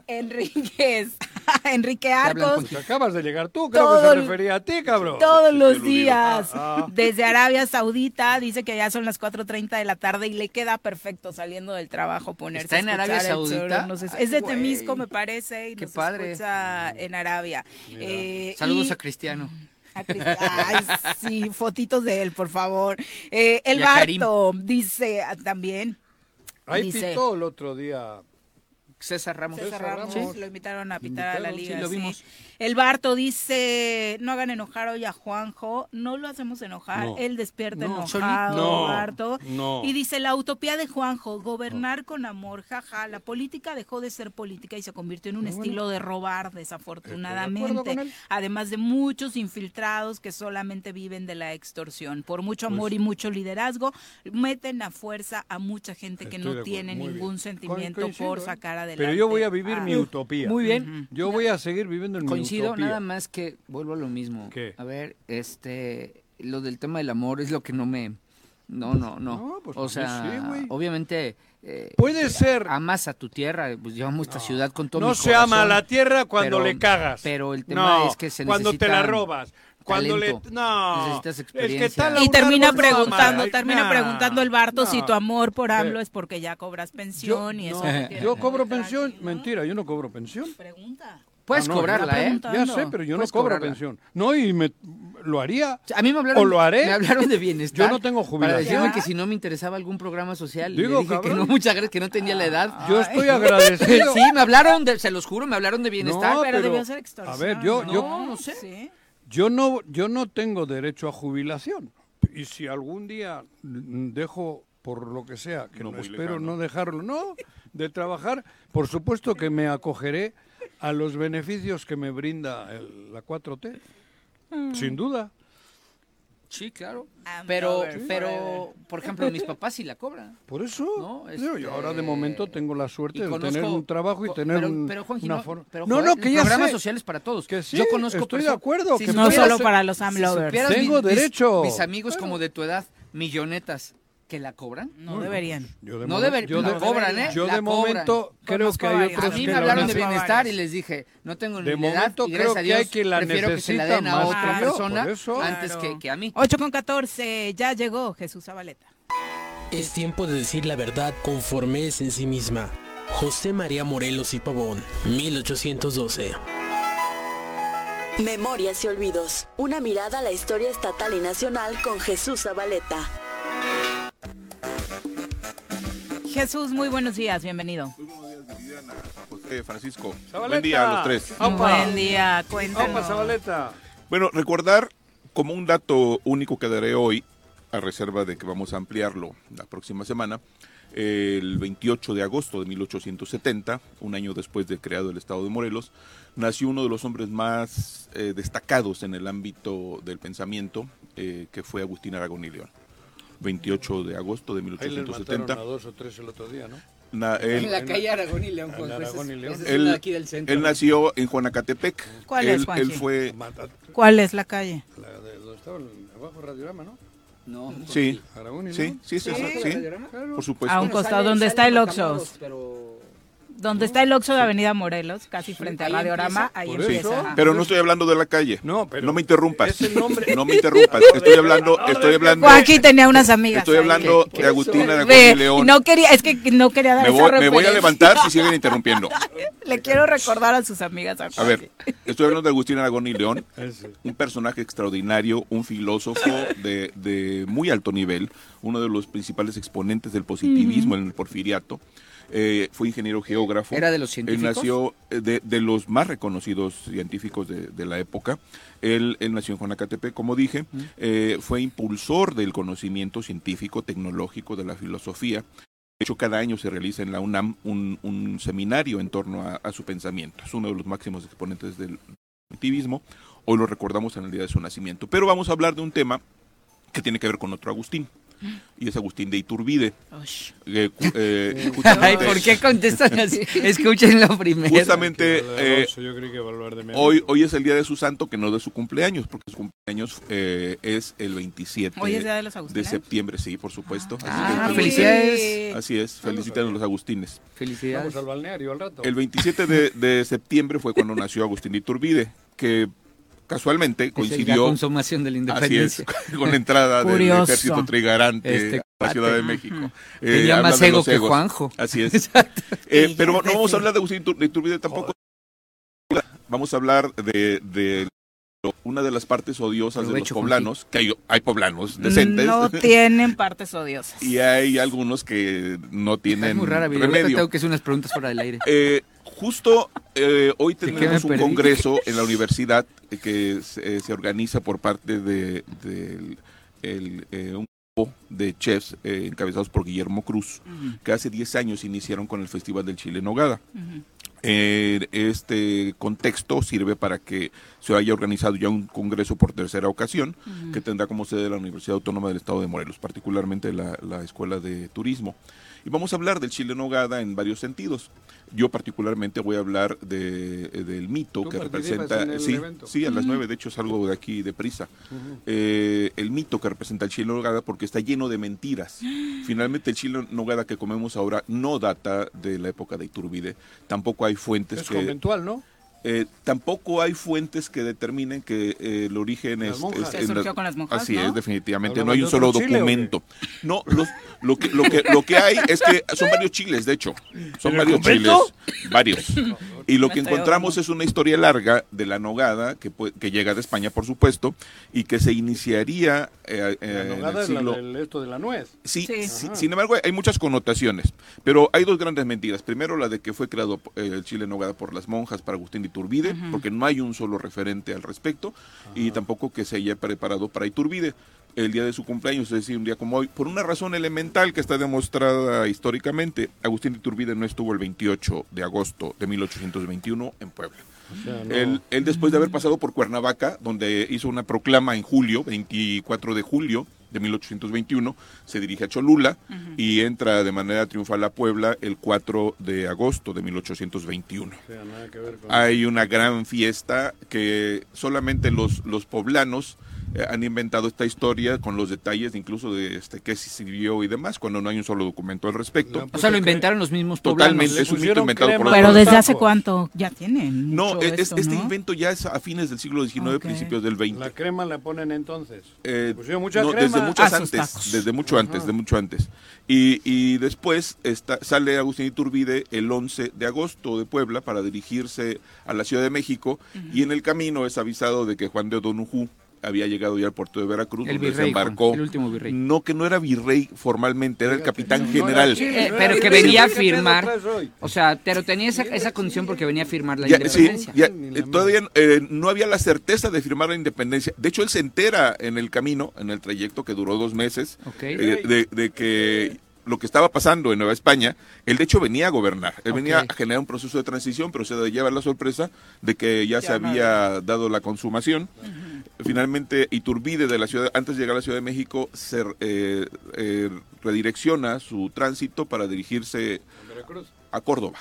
[SPEAKER 2] Enríquez, Enrique Arcos,
[SPEAKER 3] Pues te acabas de llegar tú, creo que se
[SPEAKER 2] Todo-
[SPEAKER 3] refería a ti, cabrón.
[SPEAKER 2] Todos los
[SPEAKER 3] Te lo digo.
[SPEAKER 2] días.
[SPEAKER 3] Ah, ah.
[SPEAKER 2] Desde Arabia Saudita, dice que ya son las 4.30 de la tarde y le queda perfecto saliendo del trabajo ponerse
[SPEAKER 5] ¿eh? ¿Está
[SPEAKER 2] a
[SPEAKER 5] en Arabia
[SPEAKER 2] escuchar el
[SPEAKER 5] Saudita?
[SPEAKER 2] Zorro, nos es-
[SPEAKER 5] Ay,
[SPEAKER 2] es de
[SPEAKER 5] güey.
[SPEAKER 2] Temisco, me parece, y
[SPEAKER 5] Qué
[SPEAKER 2] nos
[SPEAKER 5] padre.
[SPEAKER 2] escucha en Arabia. Eh,
[SPEAKER 5] Saludos
[SPEAKER 2] y-
[SPEAKER 5] a Cristiano.
[SPEAKER 2] a Cris- Ay, sí, fotitos de él, por favor. Eh, el
[SPEAKER 5] Y a Karim.
[SPEAKER 2] Barto dice ah, también.
[SPEAKER 3] Ahí
[SPEAKER 2] dice-
[SPEAKER 3] pitó el otro día.
[SPEAKER 5] César Ramos.
[SPEAKER 2] César Ramos,
[SPEAKER 5] Sí.
[SPEAKER 2] lo invitaron a pitar a la
[SPEAKER 5] Invitaron, sí,
[SPEAKER 2] liga.
[SPEAKER 5] lo
[SPEAKER 2] sí.
[SPEAKER 5] vimos.
[SPEAKER 2] El Barto dice, no hagan enojar hoy a Juanjo, no lo hacemos enojar,
[SPEAKER 5] No.
[SPEAKER 2] él despierta
[SPEAKER 5] No,
[SPEAKER 2] enojado,
[SPEAKER 5] solito. No,
[SPEAKER 2] Barto.
[SPEAKER 5] no.
[SPEAKER 2] Y dice, la utopía de Juanjo, gobernar con amor, jaja, la política dejó de ser política y se convirtió en un
[SPEAKER 6] Muy bueno.
[SPEAKER 2] estilo de robar, desafortunadamente.
[SPEAKER 6] con él.
[SPEAKER 2] Además de muchos infiltrados que solamente viven de la extorsión. Por mucho amor
[SPEAKER 6] Pues
[SPEAKER 2] y mucho liderazgo, meten a fuerza a mucha gente que
[SPEAKER 6] Estoy de
[SPEAKER 2] no
[SPEAKER 6] acuerdo,
[SPEAKER 2] tiene
[SPEAKER 6] muy
[SPEAKER 2] ningún
[SPEAKER 6] bien.
[SPEAKER 2] sentimiento
[SPEAKER 6] Coincido,
[SPEAKER 2] por
[SPEAKER 6] ¿eh?
[SPEAKER 2] sacar adelante.
[SPEAKER 3] Pero yo voy a vivir mi
[SPEAKER 5] Ah.
[SPEAKER 3] utopía.
[SPEAKER 5] Muy bien.
[SPEAKER 3] Yo voy a seguir viviendo en mi
[SPEAKER 5] Coincido,
[SPEAKER 3] utopía.
[SPEAKER 5] nada más que vuelvo a lo mismo. A ver, este, lo del tema del amor es lo que no me, no, no, no.
[SPEAKER 3] No, pues,
[SPEAKER 5] o
[SPEAKER 3] sí,
[SPEAKER 5] sea,
[SPEAKER 3] güey.
[SPEAKER 5] obviamente. eh,
[SPEAKER 3] Puede
[SPEAKER 5] eh,
[SPEAKER 3] ser.
[SPEAKER 5] Amas a tu tierra, pues yo amo esta ciudad con todo
[SPEAKER 3] No
[SPEAKER 5] mi
[SPEAKER 3] se
[SPEAKER 5] corazón,
[SPEAKER 3] ama a la tierra cuando
[SPEAKER 5] pero-
[SPEAKER 3] le cagas.
[SPEAKER 5] Pero el tema
[SPEAKER 3] No,
[SPEAKER 5] es que se
[SPEAKER 3] cuando te la
[SPEAKER 5] necesitan
[SPEAKER 3] robas, cuando le-
[SPEAKER 5] talento,
[SPEAKER 3] no,
[SPEAKER 5] necesitas
[SPEAKER 3] es que
[SPEAKER 5] experiencia.
[SPEAKER 3] tal
[SPEAKER 2] Y termina
[SPEAKER 3] árbol no
[SPEAKER 2] preguntando,
[SPEAKER 3] amarra.
[SPEAKER 2] termina
[SPEAKER 3] Nah,
[SPEAKER 2] preguntando el Barto
[SPEAKER 3] nah.
[SPEAKER 2] si tu amor por
[SPEAKER 3] Eh,
[SPEAKER 2] AMLO es porque ya cobras pensión y
[SPEAKER 3] yo,
[SPEAKER 2] eso.
[SPEAKER 3] no,
[SPEAKER 2] no tiene
[SPEAKER 3] yo
[SPEAKER 2] que
[SPEAKER 3] cobro
[SPEAKER 2] ver con-
[SPEAKER 3] pensión. Mentira, yo no cobro pensión.
[SPEAKER 5] Puedes
[SPEAKER 3] Ah, no,
[SPEAKER 5] cobrarla,
[SPEAKER 3] ya-
[SPEAKER 5] ¿eh?
[SPEAKER 3] Ya sé, pero yo no
[SPEAKER 5] Puedes
[SPEAKER 3] cobro
[SPEAKER 5] cobrarla.
[SPEAKER 3] pensión. No, y me, lo haría.
[SPEAKER 5] A mí me hablaron,
[SPEAKER 3] o lo haré.
[SPEAKER 5] me hablaron de bienestar.
[SPEAKER 3] Yo no tengo
[SPEAKER 5] Para
[SPEAKER 3] jubilación.
[SPEAKER 5] decirme que si no me interesaba algún programa social. y
[SPEAKER 3] Digo,
[SPEAKER 5] le dije que
[SPEAKER 3] cabrón.
[SPEAKER 5] no, muchas gracias, que no tenía la edad.
[SPEAKER 3] Yo estoy agradecido.
[SPEAKER 5] Sí, me hablaron, de, se los juro, me hablaron de bienestar.
[SPEAKER 3] No, pero debió ser extorsión, a ver, yo-
[SPEAKER 5] No,
[SPEAKER 3] yo-
[SPEAKER 5] no sé.
[SPEAKER 3] Yo no, yo no tengo derecho a jubilación. Y si algún día mm, dejo, por lo que sea, que
[SPEAKER 4] No
[SPEAKER 3] no
[SPEAKER 4] muy
[SPEAKER 3] espero
[SPEAKER 4] lejano.
[SPEAKER 3] no dejarlo, no, de trabajar, por supuesto que me acogeré a los beneficios que me brinda el- la 4T. Sin duda.
[SPEAKER 5] Sí, claro.
[SPEAKER 6] I'm
[SPEAKER 5] Pero,
[SPEAKER 6] lover
[SPEAKER 5] pero,
[SPEAKER 6] forever.
[SPEAKER 5] por ejemplo, mis papás sí la cobran.
[SPEAKER 3] Por eso.
[SPEAKER 5] No, este,
[SPEAKER 3] Yo- yo ahora de momento tengo la suerte
[SPEAKER 5] y
[SPEAKER 3] de
[SPEAKER 5] conozco-
[SPEAKER 3] tener un trabajo y
[SPEAKER 5] co-
[SPEAKER 3] tener
[SPEAKER 5] pero-
[SPEAKER 3] un-
[SPEAKER 5] pero, Juanji,
[SPEAKER 3] una
[SPEAKER 5] no-
[SPEAKER 3] forma.
[SPEAKER 5] pero,
[SPEAKER 3] no, no,
[SPEAKER 5] Joel,
[SPEAKER 3] que ya
[SPEAKER 5] programas
[SPEAKER 3] sé.
[SPEAKER 5] sociales para todos.
[SPEAKER 3] Que sí,
[SPEAKER 5] Yo conozco
[SPEAKER 3] estoy de
[SPEAKER 5] perso-
[SPEAKER 3] acuerdo.
[SPEAKER 5] Si
[SPEAKER 3] que
[SPEAKER 5] supieras-
[SPEAKER 3] puedas-
[SPEAKER 5] si supieras mi-
[SPEAKER 3] Tengo
[SPEAKER 5] mis-
[SPEAKER 3] derecho.
[SPEAKER 5] Mis amigos como de tu edad, millonetas, que la cobran.
[SPEAKER 2] No deberían.
[SPEAKER 3] Yo de
[SPEAKER 5] no
[SPEAKER 3] momen-
[SPEAKER 5] deberían.
[SPEAKER 3] yo de-
[SPEAKER 5] cobran, ¿eh?
[SPEAKER 3] yo de
[SPEAKER 5] La cobran.
[SPEAKER 3] momento creo que hay otros
[SPEAKER 5] A mí
[SPEAKER 3] que
[SPEAKER 5] me
[SPEAKER 3] la
[SPEAKER 5] hablaron de
[SPEAKER 3] necesitan.
[SPEAKER 5] bienestar y les dije, no tengo ni
[SPEAKER 3] De
[SPEAKER 5] la edad,
[SPEAKER 3] momento
[SPEAKER 5] y
[SPEAKER 3] creo
[SPEAKER 5] gracias a
[SPEAKER 3] que hay
[SPEAKER 5] Dios,
[SPEAKER 3] quien la
[SPEAKER 5] prefiero que se la
[SPEAKER 3] necesita
[SPEAKER 5] den a
[SPEAKER 3] más
[SPEAKER 5] otra
[SPEAKER 3] que yo,
[SPEAKER 5] persona
[SPEAKER 3] por eso.
[SPEAKER 5] antes que, que a mí.
[SPEAKER 2] 8 con 14, ya llegó Jesús Zabaleta.
[SPEAKER 8] Es tiempo de decir la verdad conforme es en sí misma. José María Morelos y Pavón, 1812.
[SPEAKER 10] Memorias y olvidos. Una mirada a la historia estatal y nacional con Jesús Zabaleta.
[SPEAKER 2] Jesús, muy buenos días, bienvenido.
[SPEAKER 14] José Francisco.
[SPEAKER 3] Zabaleta.
[SPEAKER 14] Buen día a los tres.
[SPEAKER 2] Buen día, cuéntanos.
[SPEAKER 3] Opa, Zabaleta.
[SPEAKER 14] Bueno, recordar como un dato único que daré hoy, a reserva de que vamos a ampliarlo la próxima semana, el 28 de agosto de 1870, un año después de creado el Estado de Morelos, nació uno de los hombres más eh, destacados en el ámbito del pensamiento, eh, que fue Agustín Aragón y León. 28 de agosto de
[SPEAKER 3] Ahí les mataron
[SPEAKER 14] 1870.
[SPEAKER 3] a dos o tres el otro día, ¿no?
[SPEAKER 14] Na- él-
[SPEAKER 5] En la calle Aragón y León,
[SPEAKER 3] En
[SPEAKER 5] Juanjo, esa
[SPEAKER 3] Aragón y
[SPEAKER 5] es-
[SPEAKER 3] León.
[SPEAKER 5] esa es
[SPEAKER 14] Él,
[SPEAKER 5] una de aquí del centro.
[SPEAKER 14] él nació en Juanacatepec.
[SPEAKER 2] ¿Cuál
[SPEAKER 14] él,
[SPEAKER 2] es, Juanji?
[SPEAKER 14] Él fue...
[SPEAKER 2] ¿Cuál es la calle?
[SPEAKER 3] La de donde estaba el- abajo el Radiorama, ¿no?
[SPEAKER 5] No.
[SPEAKER 14] Sí,
[SPEAKER 3] Aragón y
[SPEAKER 14] sí,
[SPEAKER 3] León.
[SPEAKER 14] sí, sí, sí, sí, por supuesto.
[SPEAKER 2] A un costado
[SPEAKER 5] sale-
[SPEAKER 2] donde
[SPEAKER 5] sale
[SPEAKER 2] está el
[SPEAKER 5] Matamoros,
[SPEAKER 2] Oxxos. Donde está el Oxxo de Avenida Morelos, casi frente al Radiorama, ahí
[SPEAKER 14] Sí,
[SPEAKER 2] empieza. Ajá.
[SPEAKER 14] pero no estoy hablando de la calle. No, me interrumpas. No me interrumpas. Estoy hablando, estoy hablando.
[SPEAKER 2] Joaquín Pues tenía unas amigas
[SPEAKER 14] Estoy
[SPEAKER 2] ahí
[SPEAKER 14] hablando
[SPEAKER 2] que- que-
[SPEAKER 14] de Agustín Aragón
[SPEAKER 2] Ve,
[SPEAKER 14] y León.
[SPEAKER 2] No quería, es que no quería dar
[SPEAKER 14] Me
[SPEAKER 2] esa
[SPEAKER 14] voy, me voy a
[SPEAKER 2] referencia.
[SPEAKER 14] levantar si siguen interrumpiendo.
[SPEAKER 2] Le quiero recordar a sus amigas.
[SPEAKER 14] A ver, estoy hablando de Agustín Aragón y León, un personaje extraordinario, un filósofo de, de muy alto nivel, uno de los principales exponentes del positivismo en el porfiriato. Eh, fue ingeniero geógrafo.
[SPEAKER 5] ¿Era de los científicos?
[SPEAKER 14] Él nació eh, de, de los más reconocidos científicos de, de la época. Él, él nació en Juanacatepec, como dije. Eh, fue impulsor del conocimiento científico, tecnológico, de la filosofía. De hecho, cada año se realiza en la UNAM un, un seminario en torno a, a su pensamiento. Es uno de los máximos exponentes del positivismo. Hoy lo recordamos en el día de su nacimiento. Pero vamos a hablar de un tema que tiene que ver con otro Agustín. Y es Agustín de Iturbide. Eh, cu- eh,
[SPEAKER 5] Ay, ¿por qué contestan así? Escúchenlo primero.
[SPEAKER 14] Justamente,
[SPEAKER 3] Que valor de
[SPEAKER 14] eh,
[SPEAKER 3] Alonso, yo creí que valor de mi
[SPEAKER 14] hoy,
[SPEAKER 3] amigo.
[SPEAKER 14] hoy es el día de su santo, que no de su cumpleaños, porque su cumpleaños eh, es el 27
[SPEAKER 2] Hoy es día de los agustinos.
[SPEAKER 14] septiembre, sí, por supuesto.
[SPEAKER 5] Ah,
[SPEAKER 14] Así que-
[SPEAKER 5] felicidades.
[SPEAKER 14] Así es, felicitan a los agustines.
[SPEAKER 3] Vamos al balneario al rato.
[SPEAKER 14] El 27 de, de septiembre fue cuando nació Agustín Iturbide, que casualmente
[SPEAKER 5] la
[SPEAKER 14] coincidió
[SPEAKER 5] consumación de la
[SPEAKER 14] Así es,
[SPEAKER 5] independencia.
[SPEAKER 14] con la entrada del
[SPEAKER 5] Curioso.
[SPEAKER 14] ejército trigarante
[SPEAKER 5] Este
[SPEAKER 14] a la Ciudad de
[SPEAKER 5] cuate.
[SPEAKER 14] México.
[SPEAKER 5] Ujú.
[SPEAKER 14] Eh,
[SPEAKER 5] Tenía
[SPEAKER 14] habla
[SPEAKER 5] más
[SPEAKER 14] de
[SPEAKER 5] ego
[SPEAKER 14] los
[SPEAKER 5] que
[SPEAKER 14] egos.
[SPEAKER 5] Juanjo.
[SPEAKER 14] Así es. Eh, pero no vamos a hablar de Agustín Tur- de Iturbide tampoco. Vamos a hablar de, de una de las partes odiosas
[SPEAKER 5] Aprovecho,
[SPEAKER 14] de los poblanos, que hay, hay poblanos decentes.
[SPEAKER 2] No tienen partes odiosas.
[SPEAKER 14] y hay algunos que no tienen
[SPEAKER 5] Es muy rara, Viri. Ahorita
[SPEAKER 14] remedio.
[SPEAKER 5] tengo que hacer unas preguntas fuera del aire.
[SPEAKER 14] Eh, justo eh, hoy
[SPEAKER 5] qué me
[SPEAKER 14] tenemos un
[SPEAKER 5] perdí?
[SPEAKER 14] congreso en la universidad eh, que se, eh, se organiza por parte de, del- el, eh, un grupo de chefs eh, encabezados por Guillermo Cruz,
[SPEAKER 4] Ujú.
[SPEAKER 14] que hace 10 años iniciaron con el Festival del Chile en Nogada.
[SPEAKER 4] Ujú.
[SPEAKER 14] Eh, este contexto sirve para que se haya organizado ya un congreso por tercera ocasión
[SPEAKER 4] Ujú.
[SPEAKER 14] que tendrá como sede la Universidad Autónoma del Estado de Morelos, particularmente la, la Escuela de Turismo. Y vamos a hablar del chile en nogada en varios sentidos. Yo particularmente voy a hablar de, eh, del mito
[SPEAKER 3] Tú
[SPEAKER 14] que
[SPEAKER 3] participas
[SPEAKER 14] representa...
[SPEAKER 3] en el
[SPEAKER 14] sí,
[SPEAKER 3] evento.
[SPEAKER 14] sí, a las
[SPEAKER 3] Ujú.
[SPEAKER 14] nueve, de hecho salgo de aquí deprisa.
[SPEAKER 3] Ujú.
[SPEAKER 14] Eh, el mito que representa el chile en nogada porque está lleno de mentiras. Finalmente el chile en nogada que comemos ahora no data de la época de Iturbide. Tampoco hay fuentes
[SPEAKER 3] Es
[SPEAKER 14] que...
[SPEAKER 3] conventual, ¿no?
[SPEAKER 14] Eh, tampoco hay fuentes que determinen que eh, el origen es,
[SPEAKER 3] monjas.
[SPEAKER 14] es-
[SPEAKER 3] Que
[SPEAKER 14] en la-
[SPEAKER 3] surgió con las monjas,
[SPEAKER 14] Así
[SPEAKER 3] ¿no?
[SPEAKER 14] es, definitivamente.
[SPEAKER 3] Hablaban
[SPEAKER 14] No hay
[SPEAKER 3] de
[SPEAKER 14] un solo
[SPEAKER 3] otro chile, ¿o qué?
[SPEAKER 14] documento. No, los- lo, que, lo, que, lo que hay es que son varios chiles, de hecho. Son
[SPEAKER 3] ¿En el
[SPEAKER 14] varios
[SPEAKER 3] convento?
[SPEAKER 14] chiles. Varios. Y lo
[SPEAKER 3] Me
[SPEAKER 14] que
[SPEAKER 3] estoy
[SPEAKER 14] encontramos es una historia larga de la nogada que, pue- que llega de España, por supuesto, y que se iniciaría eh, eh,
[SPEAKER 3] La
[SPEAKER 14] en
[SPEAKER 3] nogada
[SPEAKER 14] el
[SPEAKER 3] es la
[SPEAKER 14] siglo
[SPEAKER 3] del- esto de la nuez.
[SPEAKER 14] Sí, sí,
[SPEAKER 3] Ajá.
[SPEAKER 14] sin embargo, hay muchas connotaciones, pero hay dos grandes mentiras. Primero, la de que fue creado eh, el chile en nogada por las monjas para Agustín Iturbide,
[SPEAKER 3] Ujú.
[SPEAKER 14] porque no hay un solo referente al respecto, y tampoco que se haya preparado para Iturbide el día de su cumpleaños, es decir, un día como hoy, por una razón elemental que está demostrada históricamente. Agustín Iturbide no estuvo el 28 de agosto de 1821 en Puebla.
[SPEAKER 3] sea, no.
[SPEAKER 14] Él, él después de haber pasado por Cuernavaca, donde hizo una proclama en julio, 24 de julio de 1821, se dirige a Cholula y entra de manera triunfal a Puebla el 4 de agosto de 1821.
[SPEAKER 3] O sea, nada que ver con-
[SPEAKER 14] Hay una gran fiesta que solamente los, los poblanos eh, han inventado esta historia con los detalles incluso de este qué se sirvió y demás, cuando no hay un solo documento al respecto.
[SPEAKER 3] pues
[SPEAKER 5] O sea, lo inventaron los mismos poblanos.
[SPEAKER 14] Totalmente, es un mito inventado por los
[SPEAKER 6] Pero
[SPEAKER 14] poblanos.
[SPEAKER 6] desde hace cuánto ya tienen.
[SPEAKER 14] No,
[SPEAKER 6] mucho
[SPEAKER 14] es- es-
[SPEAKER 6] esto,
[SPEAKER 14] este
[SPEAKER 6] ¿no?
[SPEAKER 14] invento ya es a fines del siglo XIX,
[SPEAKER 3] Ok.
[SPEAKER 14] principios del XX.
[SPEAKER 3] La crema la ponen entonces.
[SPEAKER 14] Eh,
[SPEAKER 3] Pusieron mucha
[SPEAKER 14] no,
[SPEAKER 3] crema
[SPEAKER 14] desde muchas
[SPEAKER 5] Ah,
[SPEAKER 3] a sus
[SPEAKER 14] antes,
[SPEAKER 3] tacos.
[SPEAKER 14] desde mucho antes,
[SPEAKER 3] Ajá.
[SPEAKER 14] de mucho antes. Y, y después está, sale Agustín Iturbide el 11 de agosto de Puebla para dirigirse a la Ciudad de México y en el camino es avisado de que Juan de O'Donoghue había llegado ya al puerto de Veracruz,
[SPEAKER 5] El
[SPEAKER 14] donde
[SPEAKER 5] virrey, Juan,
[SPEAKER 14] desembarcó.
[SPEAKER 5] el último virrey.
[SPEAKER 14] No, que no era virrey formalmente, era el capitán general.
[SPEAKER 5] Eh, pero que venía a firmar. O sea, pero tenía esa, esa condición porque venía a firmar la
[SPEAKER 14] Ya, sí,
[SPEAKER 5] independencia.
[SPEAKER 14] ya, eh, todavía eh, no había la certeza de firmar la independencia. De hecho, él se entera en el camino, en el trayecto que duró dos meses, eh, de, de que lo que estaba pasando en Nueva España, él de hecho venía a gobernar, él venía a generar un proceso de transición, pero se lleva la sorpresa de que ya, se
[SPEAKER 3] Ya no
[SPEAKER 14] había dado la consumación. Finalmente, Iturbide de la ciudad, antes de llegar a la Ciudad de México, se eh, eh, redirecciona su tránsito para dirigirse a Córdoba,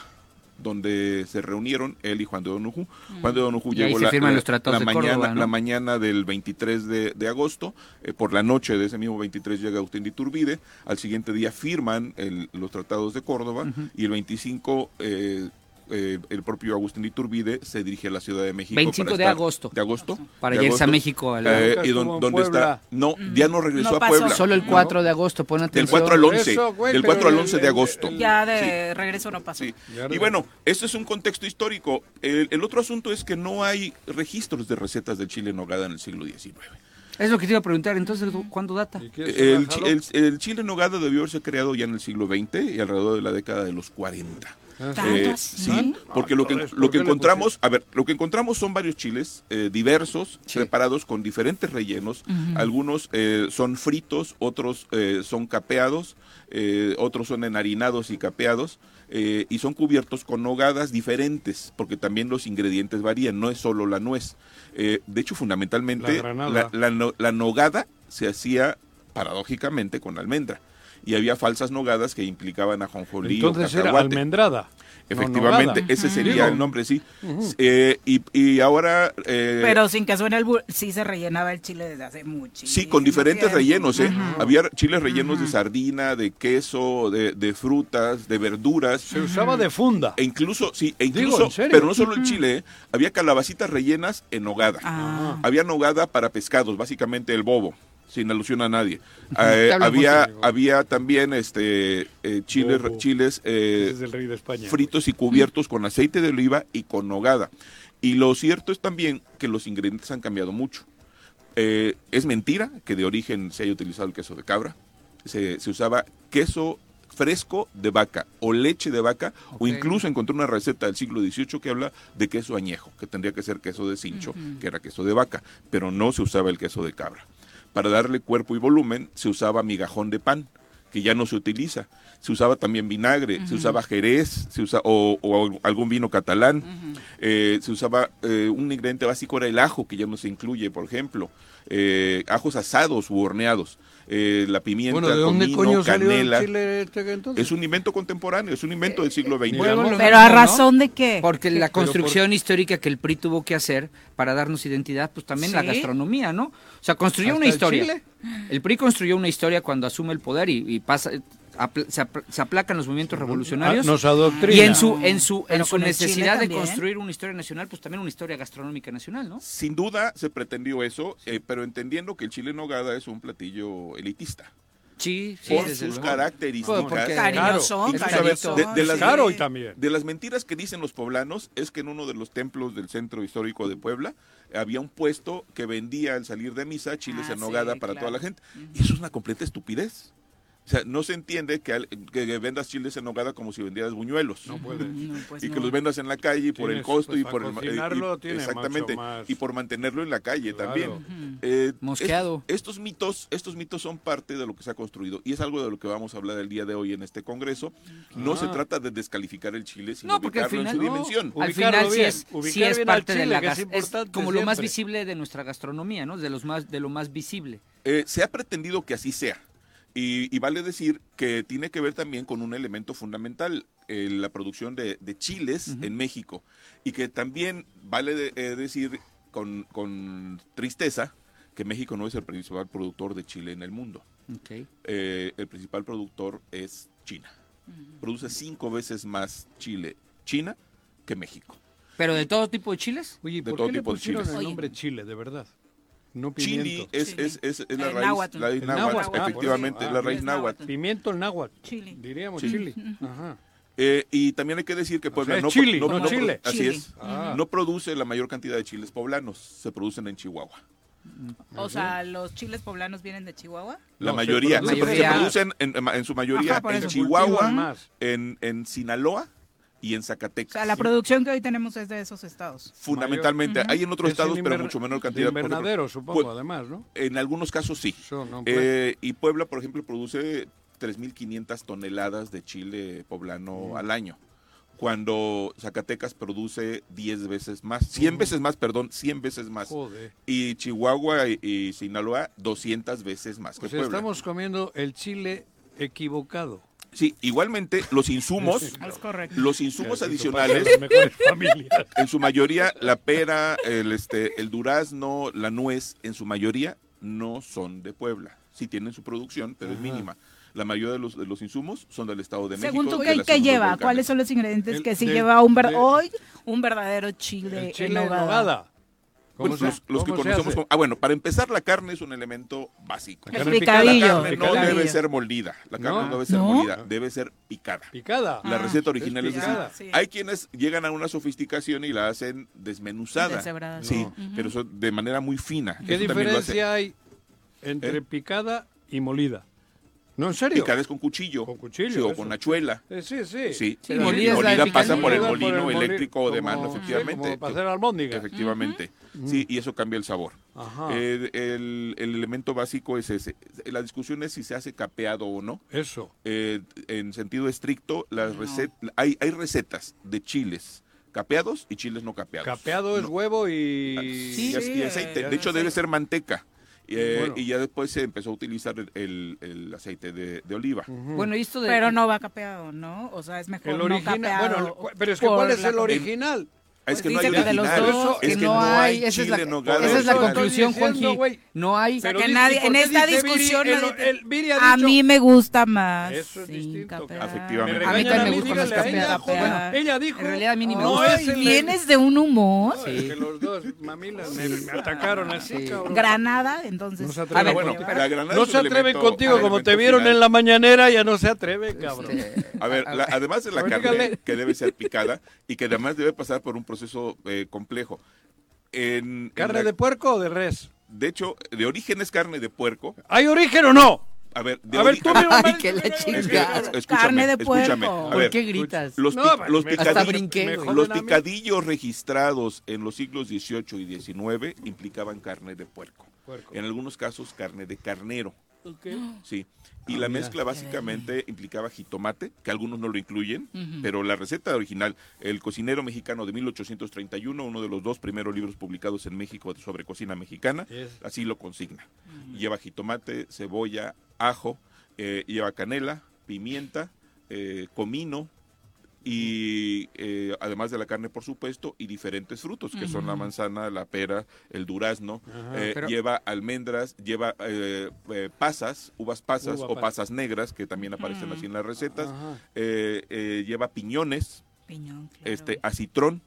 [SPEAKER 14] donde se reunieron él y Juan de Donujú. Juan de Donujú
[SPEAKER 5] Mm. Y ahí
[SPEAKER 14] llegó
[SPEAKER 5] se
[SPEAKER 14] la,
[SPEAKER 5] firman
[SPEAKER 14] la-
[SPEAKER 5] los tratados
[SPEAKER 14] la
[SPEAKER 5] de
[SPEAKER 14] mañana,
[SPEAKER 5] Córdoba, ¿no?
[SPEAKER 14] la mañana del 23 de, de agosto. eh, por la noche de ese mismo 23 llega Agustín de Iturbide. Al siguiente día firman el- los tratados de Córdoba y el 25... eh, eh, el propio Agustín de Iturbide se dirige a la Ciudad de México.
[SPEAKER 5] 25 de
[SPEAKER 14] estar-
[SPEAKER 5] agosto.
[SPEAKER 14] De agosto.
[SPEAKER 5] Para
[SPEAKER 14] de
[SPEAKER 5] irse a
[SPEAKER 14] agosto,
[SPEAKER 5] México, a la-
[SPEAKER 14] eh,
[SPEAKER 5] Nunca
[SPEAKER 14] y don-
[SPEAKER 5] estuvo en
[SPEAKER 14] donde está.
[SPEAKER 5] Puebla.
[SPEAKER 14] No, ya no regresó a Puebla.
[SPEAKER 5] Solo el 4 de agosto, pon
[SPEAKER 14] Del
[SPEAKER 5] atención.
[SPEAKER 14] 4 al 11.
[SPEAKER 5] Eso, güey,
[SPEAKER 14] del
[SPEAKER 5] pero
[SPEAKER 14] 4 al
[SPEAKER 5] el-
[SPEAKER 14] 11 de agosto. eh.
[SPEAKER 6] Ya de regreso no pasó.
[SPEAKER 14] Y bueno, esto es un contexto histórico. El, el otro asunto es que no hay registros de recetas del chile en nogada en el siglo XIX.
[SPEAKER 5] Es lo que te iba a preguntar. Entonces, ¿cuándo data?
[SPEAKER 14] El, chi- el- el chile en nogada debió haberse creado ya en el siglo XX y alrededor de la década de los 40.
[SPEAKER 3] Ah,
[SPEAKER 5] ¿Tanto así?
[SPEAKER 14] sí, porque lo que,
[SPEAKER 3] Entonces,
[SPEAKER 14] lo
[SPEAKER 3] ¿por
[SPEAKER 14] que
[SPEAKER 3] Ah, qué le
[SPEAKER 14] encontramos, a ver, lo que encontramos son varios chiles eh, diversos, preparados con diferentes rellenos.
[SPEAKER 3] Ujú.
[SPEAKER 14] Algunos eh, son fritos, otros eh, son capeados, eh, otros son enharinados y capeados. eh, y son cubiertos con nogadas diferentes, porque también los ingredientes varían, no es solo la nuez. Eh, de hecho, fundamentalmente,
[SPEAKER 3] La granada.
[SPEAKER 14] la- la, no- la nogada se hacía paradójicamente con almendra. Y había falsas nogadas que implicaban ajonjolí
[SPEAKER 3] Entonces
[SPEAKER 14] o
[SPEAKER 3] era
[SPEAKER 14] cacahuate.
[SPEAKER 3] almendrada. no
[SPEAKER 14] Efectivamente,
[SPEAKER 3] nogada. Ah,
[SPEAKER 14] ese sería
[SPEAKER 3] Digo,
[SPEAKER 14] el nombre, sí.
[SPEAKER 6] Ujú.
[SPEAKER 14] Eh, y, y ahora... eh,
[SPEAKER 6] Pero sin que suene el bur- sí se rellenaba el chile desde hace mucho.
[SPEAKER 14] Sí, con diferentes
[SPEAKER 6] tiempo.
[SPEAKER 14] rellenos. ¿eh?
[SPEAKER 6] Ujú.
[SPEAKER 14] Había chiles rellenos de sardina, de queso, de, de frutas, de verduras. Se
[SPEAKER 3] usaba de funda.
[SPEAKER 14] E incluso, sí, e
[SPEAKER 3] Digo,
[SPEAKER 14] incluso,
[SPEAKER 3] ¿en serio?
[SPEAKER 14] pero no solo el
[SPEAKER 3] Ujú.
[SPEAKER 14] chile, ¿eh? había calabacitas rellenas en nogada.
[SPEAKER 3] Ah.
[SPEAKER 14] Había nogada para pescados, básicamente el bobo, sin alusión a nadie. Eh,
[SPEAKER 3] Te hablo
[SPEAKER 14] había,
[SPEAKER 3] fuerte,
[SPEAKER 14] había también este eh, chiles,
[SPEAKER 3] Bobo.
[SPEAKER 14] chiles eh,
[SPEAKER 3] Ese es el rey de España.
[SPEAKER 14] fritos y cubiertos con aceite de oliva y con nogada. Y lo cierto es también que los ingredientes han cambiado mucho. Eh, es mentira que de origen se haya utilizado el queso de cabra. Se, se usaba queso fresco de vaca o leche de vaca o
[SPEAKER 3] Ok.
[SPEAKER 14] incluso encontré una receta del siglo XVIII que habla de queso añejo, que tendría que ser queso de cincho,
[SPEAKER 3] Ujú.
[SPEAKER 14] que era queso de vaca, pero no se usaba el queso de cabra. Para darle cuerpo y volumen se usaba migajón de pan, que ya no se utiliza. Se usaba también vinagre,
[SPEAKER 3] Ujú.
[SPEAKER 14] se usaba jerez, se usa, o, o algún vino catalán. Eh, se usaba eh, un ingrediente básico era el ajo, que ya no se incluye, por ejemplo. Eh, ajos asados u horneados. eh, la pimienta,
[SPEAKER 3] Bueno, ¿de dónde
[SPEAKER 14] comino,
[SPEAKER 3] coño salió el
[SPEAKER 14] canela.
[SPEAKER 3] chile este que entonces?
[SPEAKER 14] Es un invento contemporáneo, es un invento del siglo XX.
[SPEAKER 2] Pero a razón de qué?
[SPEAKER 5] Porque la
[SPEAKER 2] Pero por-
[SPEAKER 5] construcción histórica que el PRI tuvo que hacer para darnos identidad, pues también la
[SPEAKER 2] Sí.
[SPEAKER 5] gastronomía, ¿no? O sea, construyó
[SPEAKER 2] Hasta
[SPEAKER 5] una
[SPEAKER 2] el
[SPEAKER 5] historia.
[SPEAKER 2] chile.
[SPEAKER 5] El PRI construyó una historia cuando asume el poder y, y pasa apl- se, apl- se aplacan los movimientos revolucionarios.
[SPEAKER 3] Ah, nos adoctrina.
[SPEAKER 5] Y en su en su
[SPEAKER 3] Pero
[SPEAKER 5] en su
[SPEAKER 3] con el chile
[SPEAKER 5] necesidad de
[SPEAKER 3] también.
[SPEAKER 5] construir una historia nacional, pues también una historia gastronómica nacional, ¿no?
[SPEAKER 14] Sin duda se pretendió eso, eh, pero entendiendo que el chile en nogada es un platillo elitista.
[SPEAKER 5] Sí,
[SPEAKER 3] sí,
[SPEAKER 14] por
[SPEAKER 3] desde
[SPEAKER 14] sus
[SPEAKER 3] luego.
[SPEAKER 14] características.
[SPEAKER 3] Pues, porque cariñoso,
[SPEAKER 14] Incluso, a
[SPEAKER 3] cariñoso.
[SPEAKER 14] ver, de, de las,
[SPEAKER 3] Caro y también.
[SPEAKER 14] de las mentiras que dicen los poblanos es que en uno de los templos del centro histórico de Puebla había un puesto que vendía al salir de misa chiles
[SPEAKER 12] Ah,
[SPEAKER 14] en
[SPEAKER 12] sí,
[SPEAKER 14] nogada para toda
[SPEAKER 12] claro.
[SPEAKER 14] la gente. Y eso es una completa estupidez. O sea, no se entiende que, al- que- que vendas chiles en nogada como si vendieras buñuelos. No
[SPEAKER 3] puedes. No, pues
[SPEAKER 14] y que
[SPEAKER 3] no.
[SPEAKER 14] los vendas en la calle y por el
[SPEAKER 3] Tienes,
[SPEAKER 14] costo
[SPEAKER 3] pues,
[SPEAKER 14] y
[SPEAKER 3] para
[SPEAKER 14] por el... ma- eh, y-
[SPEAKER 3] cocinarlo tiene mucho
[SPEAKER 14] exactamente.
[SPEAKER 3] más.
[SPEAKER 14] Y por mantenerlo en la calle también.
[SPEAKER 5] Ujú.
[SPEAKER 14] Eh, es-
[SPEAKER 5] Mosqueado.
[SPEAKER 14] estos mitos, estos mitos son parte de lo que se ha construido y es algo de lo que vamos a hablar el día de hoy en este congreso. No
[SPEAKER 5] Ah.
[SPEAKER 14] se trata de descalificar el chile, sino
[SPEAKER 5] No, porque al
[SPEAKER 14] ubicarlo
[SPEAKER 5] final,
[SPEAKER 14] en su dimensión.
[SPEAKER 5] al final sí es, sí es parte de la gas- es como lo más
[SPEAKER 14] visible
[SPEAKER 5] visible de nuestra gastronomía, ¿no? De los más de lo más visible.
[SPEAKER 14] eh, se ha pretendido que así sea. Y, y vale decir que tiene que ver también con un elemento fundamental, eh, la producción de, de chiles en México. Y que también vale de- eh, decir con, con tristeza que México no es el principal productor de chile en el mundo.
[SPEAKER 5] Ok.
[SPEAKER 14] Eh, el principal productor es China. Produce cinco veces más chile China que México.
[SPEAKER 5] Pero de todo tipo de chiles?
[SPEAKER 3] Oye,
[SPEAKER 14] De ¿por todo qué le tipo de pusieron chiles. el
[SPEAKER 3] El nombre Chile, de verdad. No
[SPEAKER 14] Chili
[SPEAKER 3] pimiento.
[SPEAKER 14] es, es, es- es la
[SPEAKER 3] El
[SPEAKER 14] raíz,
[SPEAKER 3] náhuatl.
[SPEAKER 14] la raíz
[SPEAKER 3] El
[SPEAKER 14] náhuatl,
[SPEAKER 3] náhuatl, ah, por
[SPEAKER 14] efectivamente,
[SPEAKER 3] eso.
[SPEAKER 14] la
[SPEAKER 3] Ah,
[SPEAKER 14] raíz
[SPEAKER 3] es
[SPEAKER 14] náhuatl.
[SPEAKER 3] Pimiento náhuatl. Diríamos
[SPEAKER 14] Sí.
[SPEAKER 3] chile.
[SPEAKER 14] Ujú.
[SPEAKER 3] Ajá.
[SPEAKER 14] Eh, y también hay que decir que Puebla
[SPEAKER 3] sea, es
[SPEAKER 14] no,
[SPEAKER 3] chili,
[SPEAKER 14] no-
[SPEAKER 3] no
[SPEAKER 14] no-
[SPEAKER 3] chile.
[SPEAKER 14] así
[SPEAKER 3] Chili.
[SPEAKER 14] es.
[SPEAKER 3] Ah.
[SPEAKER 14] No produce la mayor cantidad de chiles poblanos, se producen en Chihuahua.
[SPEAKER 6] O sea, los chiles poblanos vienen de Chihuahua.
[SPEAKER 3] No,
[SPEAKER 14] La
[SPEAKER 3] se
[SPEAKER 14] mayoría, se,
[SPEAKER 3] produce-
[SPEAKER 14] se
[SPEAKER 3] mayoría.
[SPEAKER 14] producen en, en su mayoría
[SPEAKER 6] Ajá, por
[SPEAKER 14] en
[SPEAKER 6] eso.
[SPEAKER 14] Chihuahua,
[SPEAKER 6] Cultivan
[SPEAKER 3] más.
[SPEAKER 14] en, en Sinaloa y en
[SPEAKER 6] O
[SPEAKER 14] Zacatecas.
[SPEAKER 6] sea, la producción que hoy tenemos es de esos estados.
[SPEAKER 14] Fundamentalmente,
[SPEAKER 6] Ujú.
[SPEAKER 14] hay en otros
[SPEAKER 3] Es
[SPEAKER 14] estados,
[SPEAKER 3] en
[SPEAKER 14] pero
[SPEAKER 3] inver-
[SPEAKER 14] mucho menor
[SPEAKER 3] de
[SPEAKER 14] cantidad. Pues, Por ejemplo,
[SPEAKER 3] invernadero, supongo,
[SPEAKER 14] Pue-
[SPEAKER 3] además, ¿no?
[SPEAKER 14] En algunos casos sí.
[SPEAKER 3] Eso, no, pues.
[SPEAKER 14] Eh, y Puebla, por ejemplo, produce 3.500 toneladas de chile poblano
[SPEAKER 3] Mm.
[SPEAKER 14] al año. Cuando Zacatecas produce 10 veces más, 100 veces más, perdón, 100 veces más.
[SPEAKER 3] Mm. Joder.
[SPEAKER 14] Y Chihuahua y, y Sinaloa, 200 veces más que
[SPEAKER 3] O sea,
[SPEAKER 14] Puebla.
[SPEAKER 3] Pues estamos comiendo el chile equivocado.
[SPEAKER 14] Sí, igualmente los insumos,
[SPEAKER 3] Es correcto.
[SPEAKER 14] los insumos
[SPEAKER 3] Sí, sí,
[SPEAKER 14] adicionales,
[SPEAKER 3] son para las mejores familias.
[SPEAKER 14] en su mayoría la pera, el este, el durazno, la nuez, en su mayoría no son de Puebla. Sí tienen su producción, pero
[SPEAKER 3] Ajá.
[SPEAKER 14] es mínima. La mayoría de los, de los insumos son del Estado de
[SPEAKER 2] Según
[SPEAKER 14] México.
[SPEAKER 2] tú,
[SPEAKER 14] de
[SPEAKER 2] ¿qué-
[SPEAKER 14] la
[SPEAKER 2] qué
[SPEAKER 14] zona
[SPEAKER 2] lleva?
[SPEAKER 14] volcánica.
[SPEAKER 2] ¿Cuáles son los ingredientes
[SPEAKER 14] El-
[SPEAKER 2] que sí
[SPEAKER 14] del-
[SPEAKER 2] lleva un ver-
[SPEAKER 14] de-
[SPEAKER 2] hoy un verdadero chile,
[SPEAKER 3] chile
[SPEAKER 2] en
[SPEAKER 3] en
[SPEAKER 2] nogada?
[SPEAKER 3] nogada. ¿Cómo
[SPEAKER 14] Pues
[SPEAKER 3] se-
[SPEAKER 14] los, los que
[SPEAKER 3] cómo se
[SPEAKER 14] conocemos
[SPEAKER 3] hace?
[SPEAKER 14] como- Ah, bueno, para empezar, la carne es un elemento básico.
[SPEAKER 3] La carne El picada. picadillo.
[SPEAKER 14] La carne
[SPEAKER 3] El
[SPEAKER 14] no
[SPEAKER 3] picadillo.
[SPEAKER 14] debe ser molida. La carne
[SPEAKER 3] ¿No?
[SPEAKER 14] no, debe ser
[SPEAKER 3] ¿No?
[SPEAKER 14] molida, debe ser picada.
[SPEAKER 3] Picada.
[SPEAKER 14] La
[SPEAKER 3] Ah,
[SPEAKER 14] receta
[SPEAKER 3] es
[SPEAKER 14] original es,
[SPEAKER 3] picada.
[SPEAKER 14] decir,
[SPEAKER 3] Sí.
[SPEAKER 14] hay quienes llegan a una sofisticación y la hacen desmenuzada.
[SPEAKER 3] Deshebrada.
[SPEAKER 14] Sí,
[SPEAKER 3] No.
[SPEAKER 14] pero eso de manera muy fina.
[SPEAKER 3] ¿Qué
[SPEAKER 14] Eso también lo hace.
[SPEAKER 3] diferencia hay entre
[SPEAKER 14] ¿Eh?
[SPEAKER 3] picada y molida? ¿No, en serio?
[SPEAKER 14] Picada es con cuchillo. Con cuchillo. o
[SPEAKER 3] eso.
[SPEAKER 14] con hachuela.
[SPEAKER 3] Eh, sí, sí.
[SPEAKER 14] Sí,
[SPEAKER 3] Sí,
[SPEAKER 14] y
[SPEAKER 3] molida
[SPEAKER 14] molida,
[SPEAKER 3] es la de
[SPEAKER 14] pasa
[SPEAKER 3] picadillo.
[SPEAKER 14] por el
[SPEAKER 3] Por el
[SPEAKER 14] molino
[SPEAKER 3] molino,
[SPEAKER 14] eléctrico o de mano,
[SPEAKER 3] como- sí,
[SPEAKER 14] efectivamente.
[SPEAKER 3] como para hacer albóndiga.
[SPEAKER 14] Efectivamente. Sí, y eso cambia el sabor.
[SPEAKER 3] Ajá.
[SPEAKER 14] Eh, el, el elemento básico es ese. La discusión es si se hace capeado o no.
[SPEAKER 3] Eso.
[SPEAKER 14] Eh, en sentido estricto, las recet- hay, hay recetas de chiles capeados y chiles no Ah, capeados.
[SPEAKER 3] Capeado es huevo y...
[SPEAKER 14] y, as- y aceite. De hecho, debe ser manteca. Eh,
[SPEAKER 3] Bueno.
[SPEAKER 14] Y ya después se empezó a utilizar el, el- el aceite de, de oliva.
[SPEAKER 6] Bueno,
[SPEAKER 14] y
[SPEAKER 6] esto de... Pero no va capeado, ¿no? O sea, es mejor
[SPEAKER 3] El
[SPEAKER 6] no
[SPEAKER 3] original,
[SPEAKER 6] capeado.
[SPEAKER 3] bueno, cu- pero es que
[SPEAKER 6] por
[SPEAKER 3] ¿cuál es
[SPEAKER 6] la
[SPEAKER 3] el
[SPEAKER 6] comida.
[SPEAKER 3] original?
[SPEAKER 14] Es que
[SPEAKER 6] Pues
[SPEAKER 14] no hay
[SPEAKER 6] dice que de los
[SPEAKER 14] original.
[SPEAKER 6] dos,
[SPEAKER 14] es
[SPEAKER 6] que
[SPEAKER 14] que
[SPEAKER 6] no
[SPEAKER 14] no hay,
[SPEAKER 6] hay, esa es la-
[SPEAKER 14] chile en nogada
[SPEAKER 6] esa es la
[SPEAKER 14] original.
[SPEAKER 6] conclusión,
[SPEAKER 3] Juanji.
[SPEAKER 5] No hay.
[SPEAKER 6] O sea, que nadie, en esta discusión,
[SPEAKER 3] el-
[SPEAKER 6] nadie te-
[SPEAKER 3] el Viri ha
[SPEAKER 6] a
[SPEAKER 3] dicho-
[SPEAKER 6] mí me gusta más.
[SPEAKER 3] Eso es distinto.
[SPEAKER 14] Efectivamente.
[SPEAKER 5] A mí también me gusta más
[SPEAKER 3] dígale a ella, pues.
[SPEAKER 5] capeado.
[SPEAKER 3] joder.
[SPEAKER 5] Bueno,
[SPEAKER 3] Ella dijo-
[SPEAKER 5] Ah, En realidad a mí ni me
[SPEAKER 3] No,
[SPEAKER 5] gusta.
[SPEAKER 3] es el-
[SPEAKER 2] ¿Vienes de un humor?
[SPEAKER 3] Es que los dos mamilas me, me atacaron así, cabrón.
[SPEAKER 2] Granada, entonces.
[SPEAKER 3] No se
[SPEAKER 14] atreven.
[SPEAKER 3] atreven,
[SPEAKER 14] Bueno, la granada
[SPEAKER 3] Ah, No
[SPEAKER 14] es un
[SPEAKER 3] se atreven
[SPEAKER 14] elemento-
[SPEAKER 3] contigo,
[SPEAKER 14] un
[SPEAKER 3] como te
[SPEAKER 14] elemento
[SPEAKER 3] vieron
[SPEAKER 14] final.
[SPEAKER 3] en la mañanera, ya no
[SPEAKER 6] este,
[SPEAKER 3] se atreven, cabrón.
[SPEAKER 14] A ver, la- además de la
[SPEAKER 3] A ver,
[SPEAKER 14] carne
[SPEAKER 3] dígale.
[SPEAKER 14] que debe ser picada y que además debe pasar por un proceso eh, complejo. En, en
[SPEAKER 3] ¿Carne
[SPEAKER 14] la-
[SPEAKER 3] de puerco o de res?
[SPEAKER 14] de hecho, de origen es carne de puerco.
[SPEAKER 3] ¿Hay origen o no?
[SPEAKER 14] A ver, de
[SPEAKER 3] A ver,
[SPEAKER 14] ori-
[SPEAKER 3] tú, mi mamá, Ay,
[SPEAKER 5] que la
[SPEAKER 14] Es que,
[SPEAKER 5] chingada.
[SPEAKER 14] escúchame,
[SPEAKER 5] Carne de puerco.
[SPEAKER 14] escúchame. A
[SPEAKER 5] ¿Por
[SPEAKER 14] ver,
[SPEAKER 5] qué gritas?
[SPEAKER 14] Los,
[SPEAKER 5] No,
[SPEAKER 14] pi-
[SPEAKER 5] pues,
[SPEAKER 14] los
[SPEAKER 5] me- hasta
[SPEAKER 14] picadillos,
[SPEAKER 5] brinqué,
[SPEAKER 14] los
[SPEAKER 5] güey. Joden a mí.
[SPEAKER 14] picadillos registrados en los siglos XVIII y XIX implicaban carne de puerco.
[SPEAKER 3] Puerco.
[SPEAKER 14] En algunos casos, carne de carnero. Sí. Y
[SPEAKER 3] Ah,
[SPEAKER 14] la
[SPEAKER 3] mira.
[SPEAKER 14] mezcla básicamente implicaba jitomate, que algunos no lo incluyen,
[SPEAKER 3] Ujú.
[SPEAKER 14] pero la receta original, El cocinero mexicano de 1831, uno de los dos primeros libros publicados en México sobre cocina mexicana,
[SPEAKER 3] Yes.
[SPEAKER 14] así lo consigna. Lleva jitomate, cebolla, ajo, eh, lleva canela, pimienta, eh, comino y eh, además de la carne, por supuesto, y diferentes frutos, que son la
[SPEAKER 3] Ujú.
[SPEAKER 14] manzana, la pera, el durazno,
[SPEAKER 3] Ajá.
[SPEAKER 14] eh,
[SPEAKER 3] Pero-
[SPEAKER 14] lleva almendras, lleva eh, eh, pasas, uvas pasas
[SPEAKER 3] Uva
[SPEAKER 14] o
[SPEAKER 3] pasa.
[SPEAKER 14] pasas negras, que también aparecen así en las recetas,
[SPEAKER 3] Ajá.
[SPEAKER 14] eh, eh, lleva piñones,
[SPEAKER 6] Piñón.
[SPEAKER 14] este, acitrón,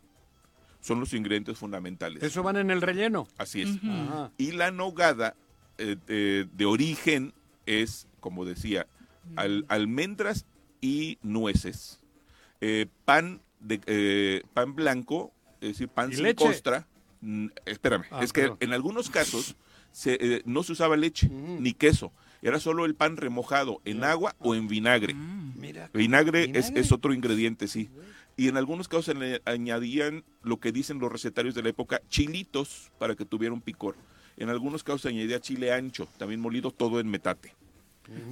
[SPEAKER 14] son los ingredientes fundamentales.
[SPEAKER 3] ¿Eso van en el relleno? Ah,
[SPEAKER 14] Así es.
[SPEAKER 3] Ujú. Ajá.
[SPEAKER 14] Y la nogada eh, eh, de origen es, como decía, al- almendras y nueces. Eh, pan, de, eh, pan blanco, es decir, pan
[SPEAKER 3] ¿Y
[SPEAKER 14] sin
[SPEAKER 3] leche?
[SPEAKER 14] costra. Mm, espérame,
[SPEAKER 3] Ah,
[SPEAKER 14] es que
[SPEAKER 3] perdón.
[SPEAKER 14] en algunos casos se, eh, no se usaba leche ni queso. Era solo el pan remojado en agua o en vinagre.
[SPEAKER 3] Ah. Mira.
[SPEAKER 14] Vinagre, es, es otro ingrediente, sí. Y en algunos casos le añadían lo que dicen los recetarios de la época, chilitos para que tuviera un picor. En algunos casos se añadía chile ancho, también molido todo en metate.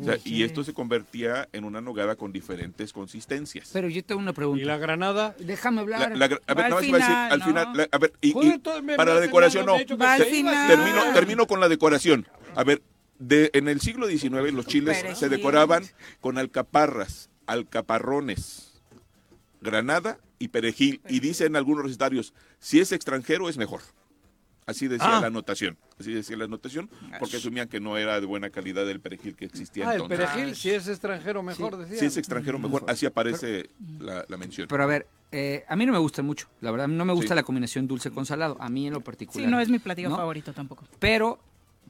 [SPEAKER 14] O sea, y esto se convertía en una nogada con diferentes consistencias.
[SPEAKER 5] Pero yo tengo una pregunta. ¿Y
[SPEAKER 3] la granada?
[SPEAKER 5] Déjame
[SPEAKER 14] La-
[SPEAKER 5] hablar.
[SPEAKER 14] la gra- a ver,
[SPEAKER 5] Va
[SPEAKER 14] nada más iba a decir, al
[SPEAKER 5] ¿no?
[SPEAKER 14] final, la- a ver, y- y
[SPEAKER 5] Joder, todo me-
[SPEAKER 14] para la
[SPEAKER 5] me-
[SPEAKER 14] decoración
[SPEAKER 5] me
[SPEAKER 14] no.
[SPEAKER 5] han dicho que Va al
[SPEAKER 14] Te-
[SPEAKER 5] final.
[SPEAKER 14] Termino, termino con la decoración. A ver, de, en el siglo XIX los chiles se
[SPEAKER 3] Perejil.
[SPEAKER 14] decoraban con alcaparras, alcaparrones, granada y perejil. Y dicen algunos recetarios, si es extranjero es mejor. Así decía
[SPEAKER 3] Ah.
[SPEAKER 14] la anotación. Así decía la anotación, porque asumían que no era de buena calidad el perejil que existía
[SPEAKER 3] Ah, el
[SPEAKER 14] entonces.
[SPEAKER 3] perejil, si es extranjero, mejor decía.
[SPEAKER 14] Si es extranjero Ah, mejor, así aparece la, la mención.
[SPEAKER 5] Pero a ver, eh, a mí no me gusta mucho, la verdad, no me gusta
[SPEAKER 14] Sí.
[SPEAKER 5] la combinación dulce con salado, a mí en lo particular.
[SPEAKER 6] Sí, no es mi platillo
[SPEAKER 5] ¿no?
[SPEAKER 6] favorito tampoco.
[SPEAKER 5] Pero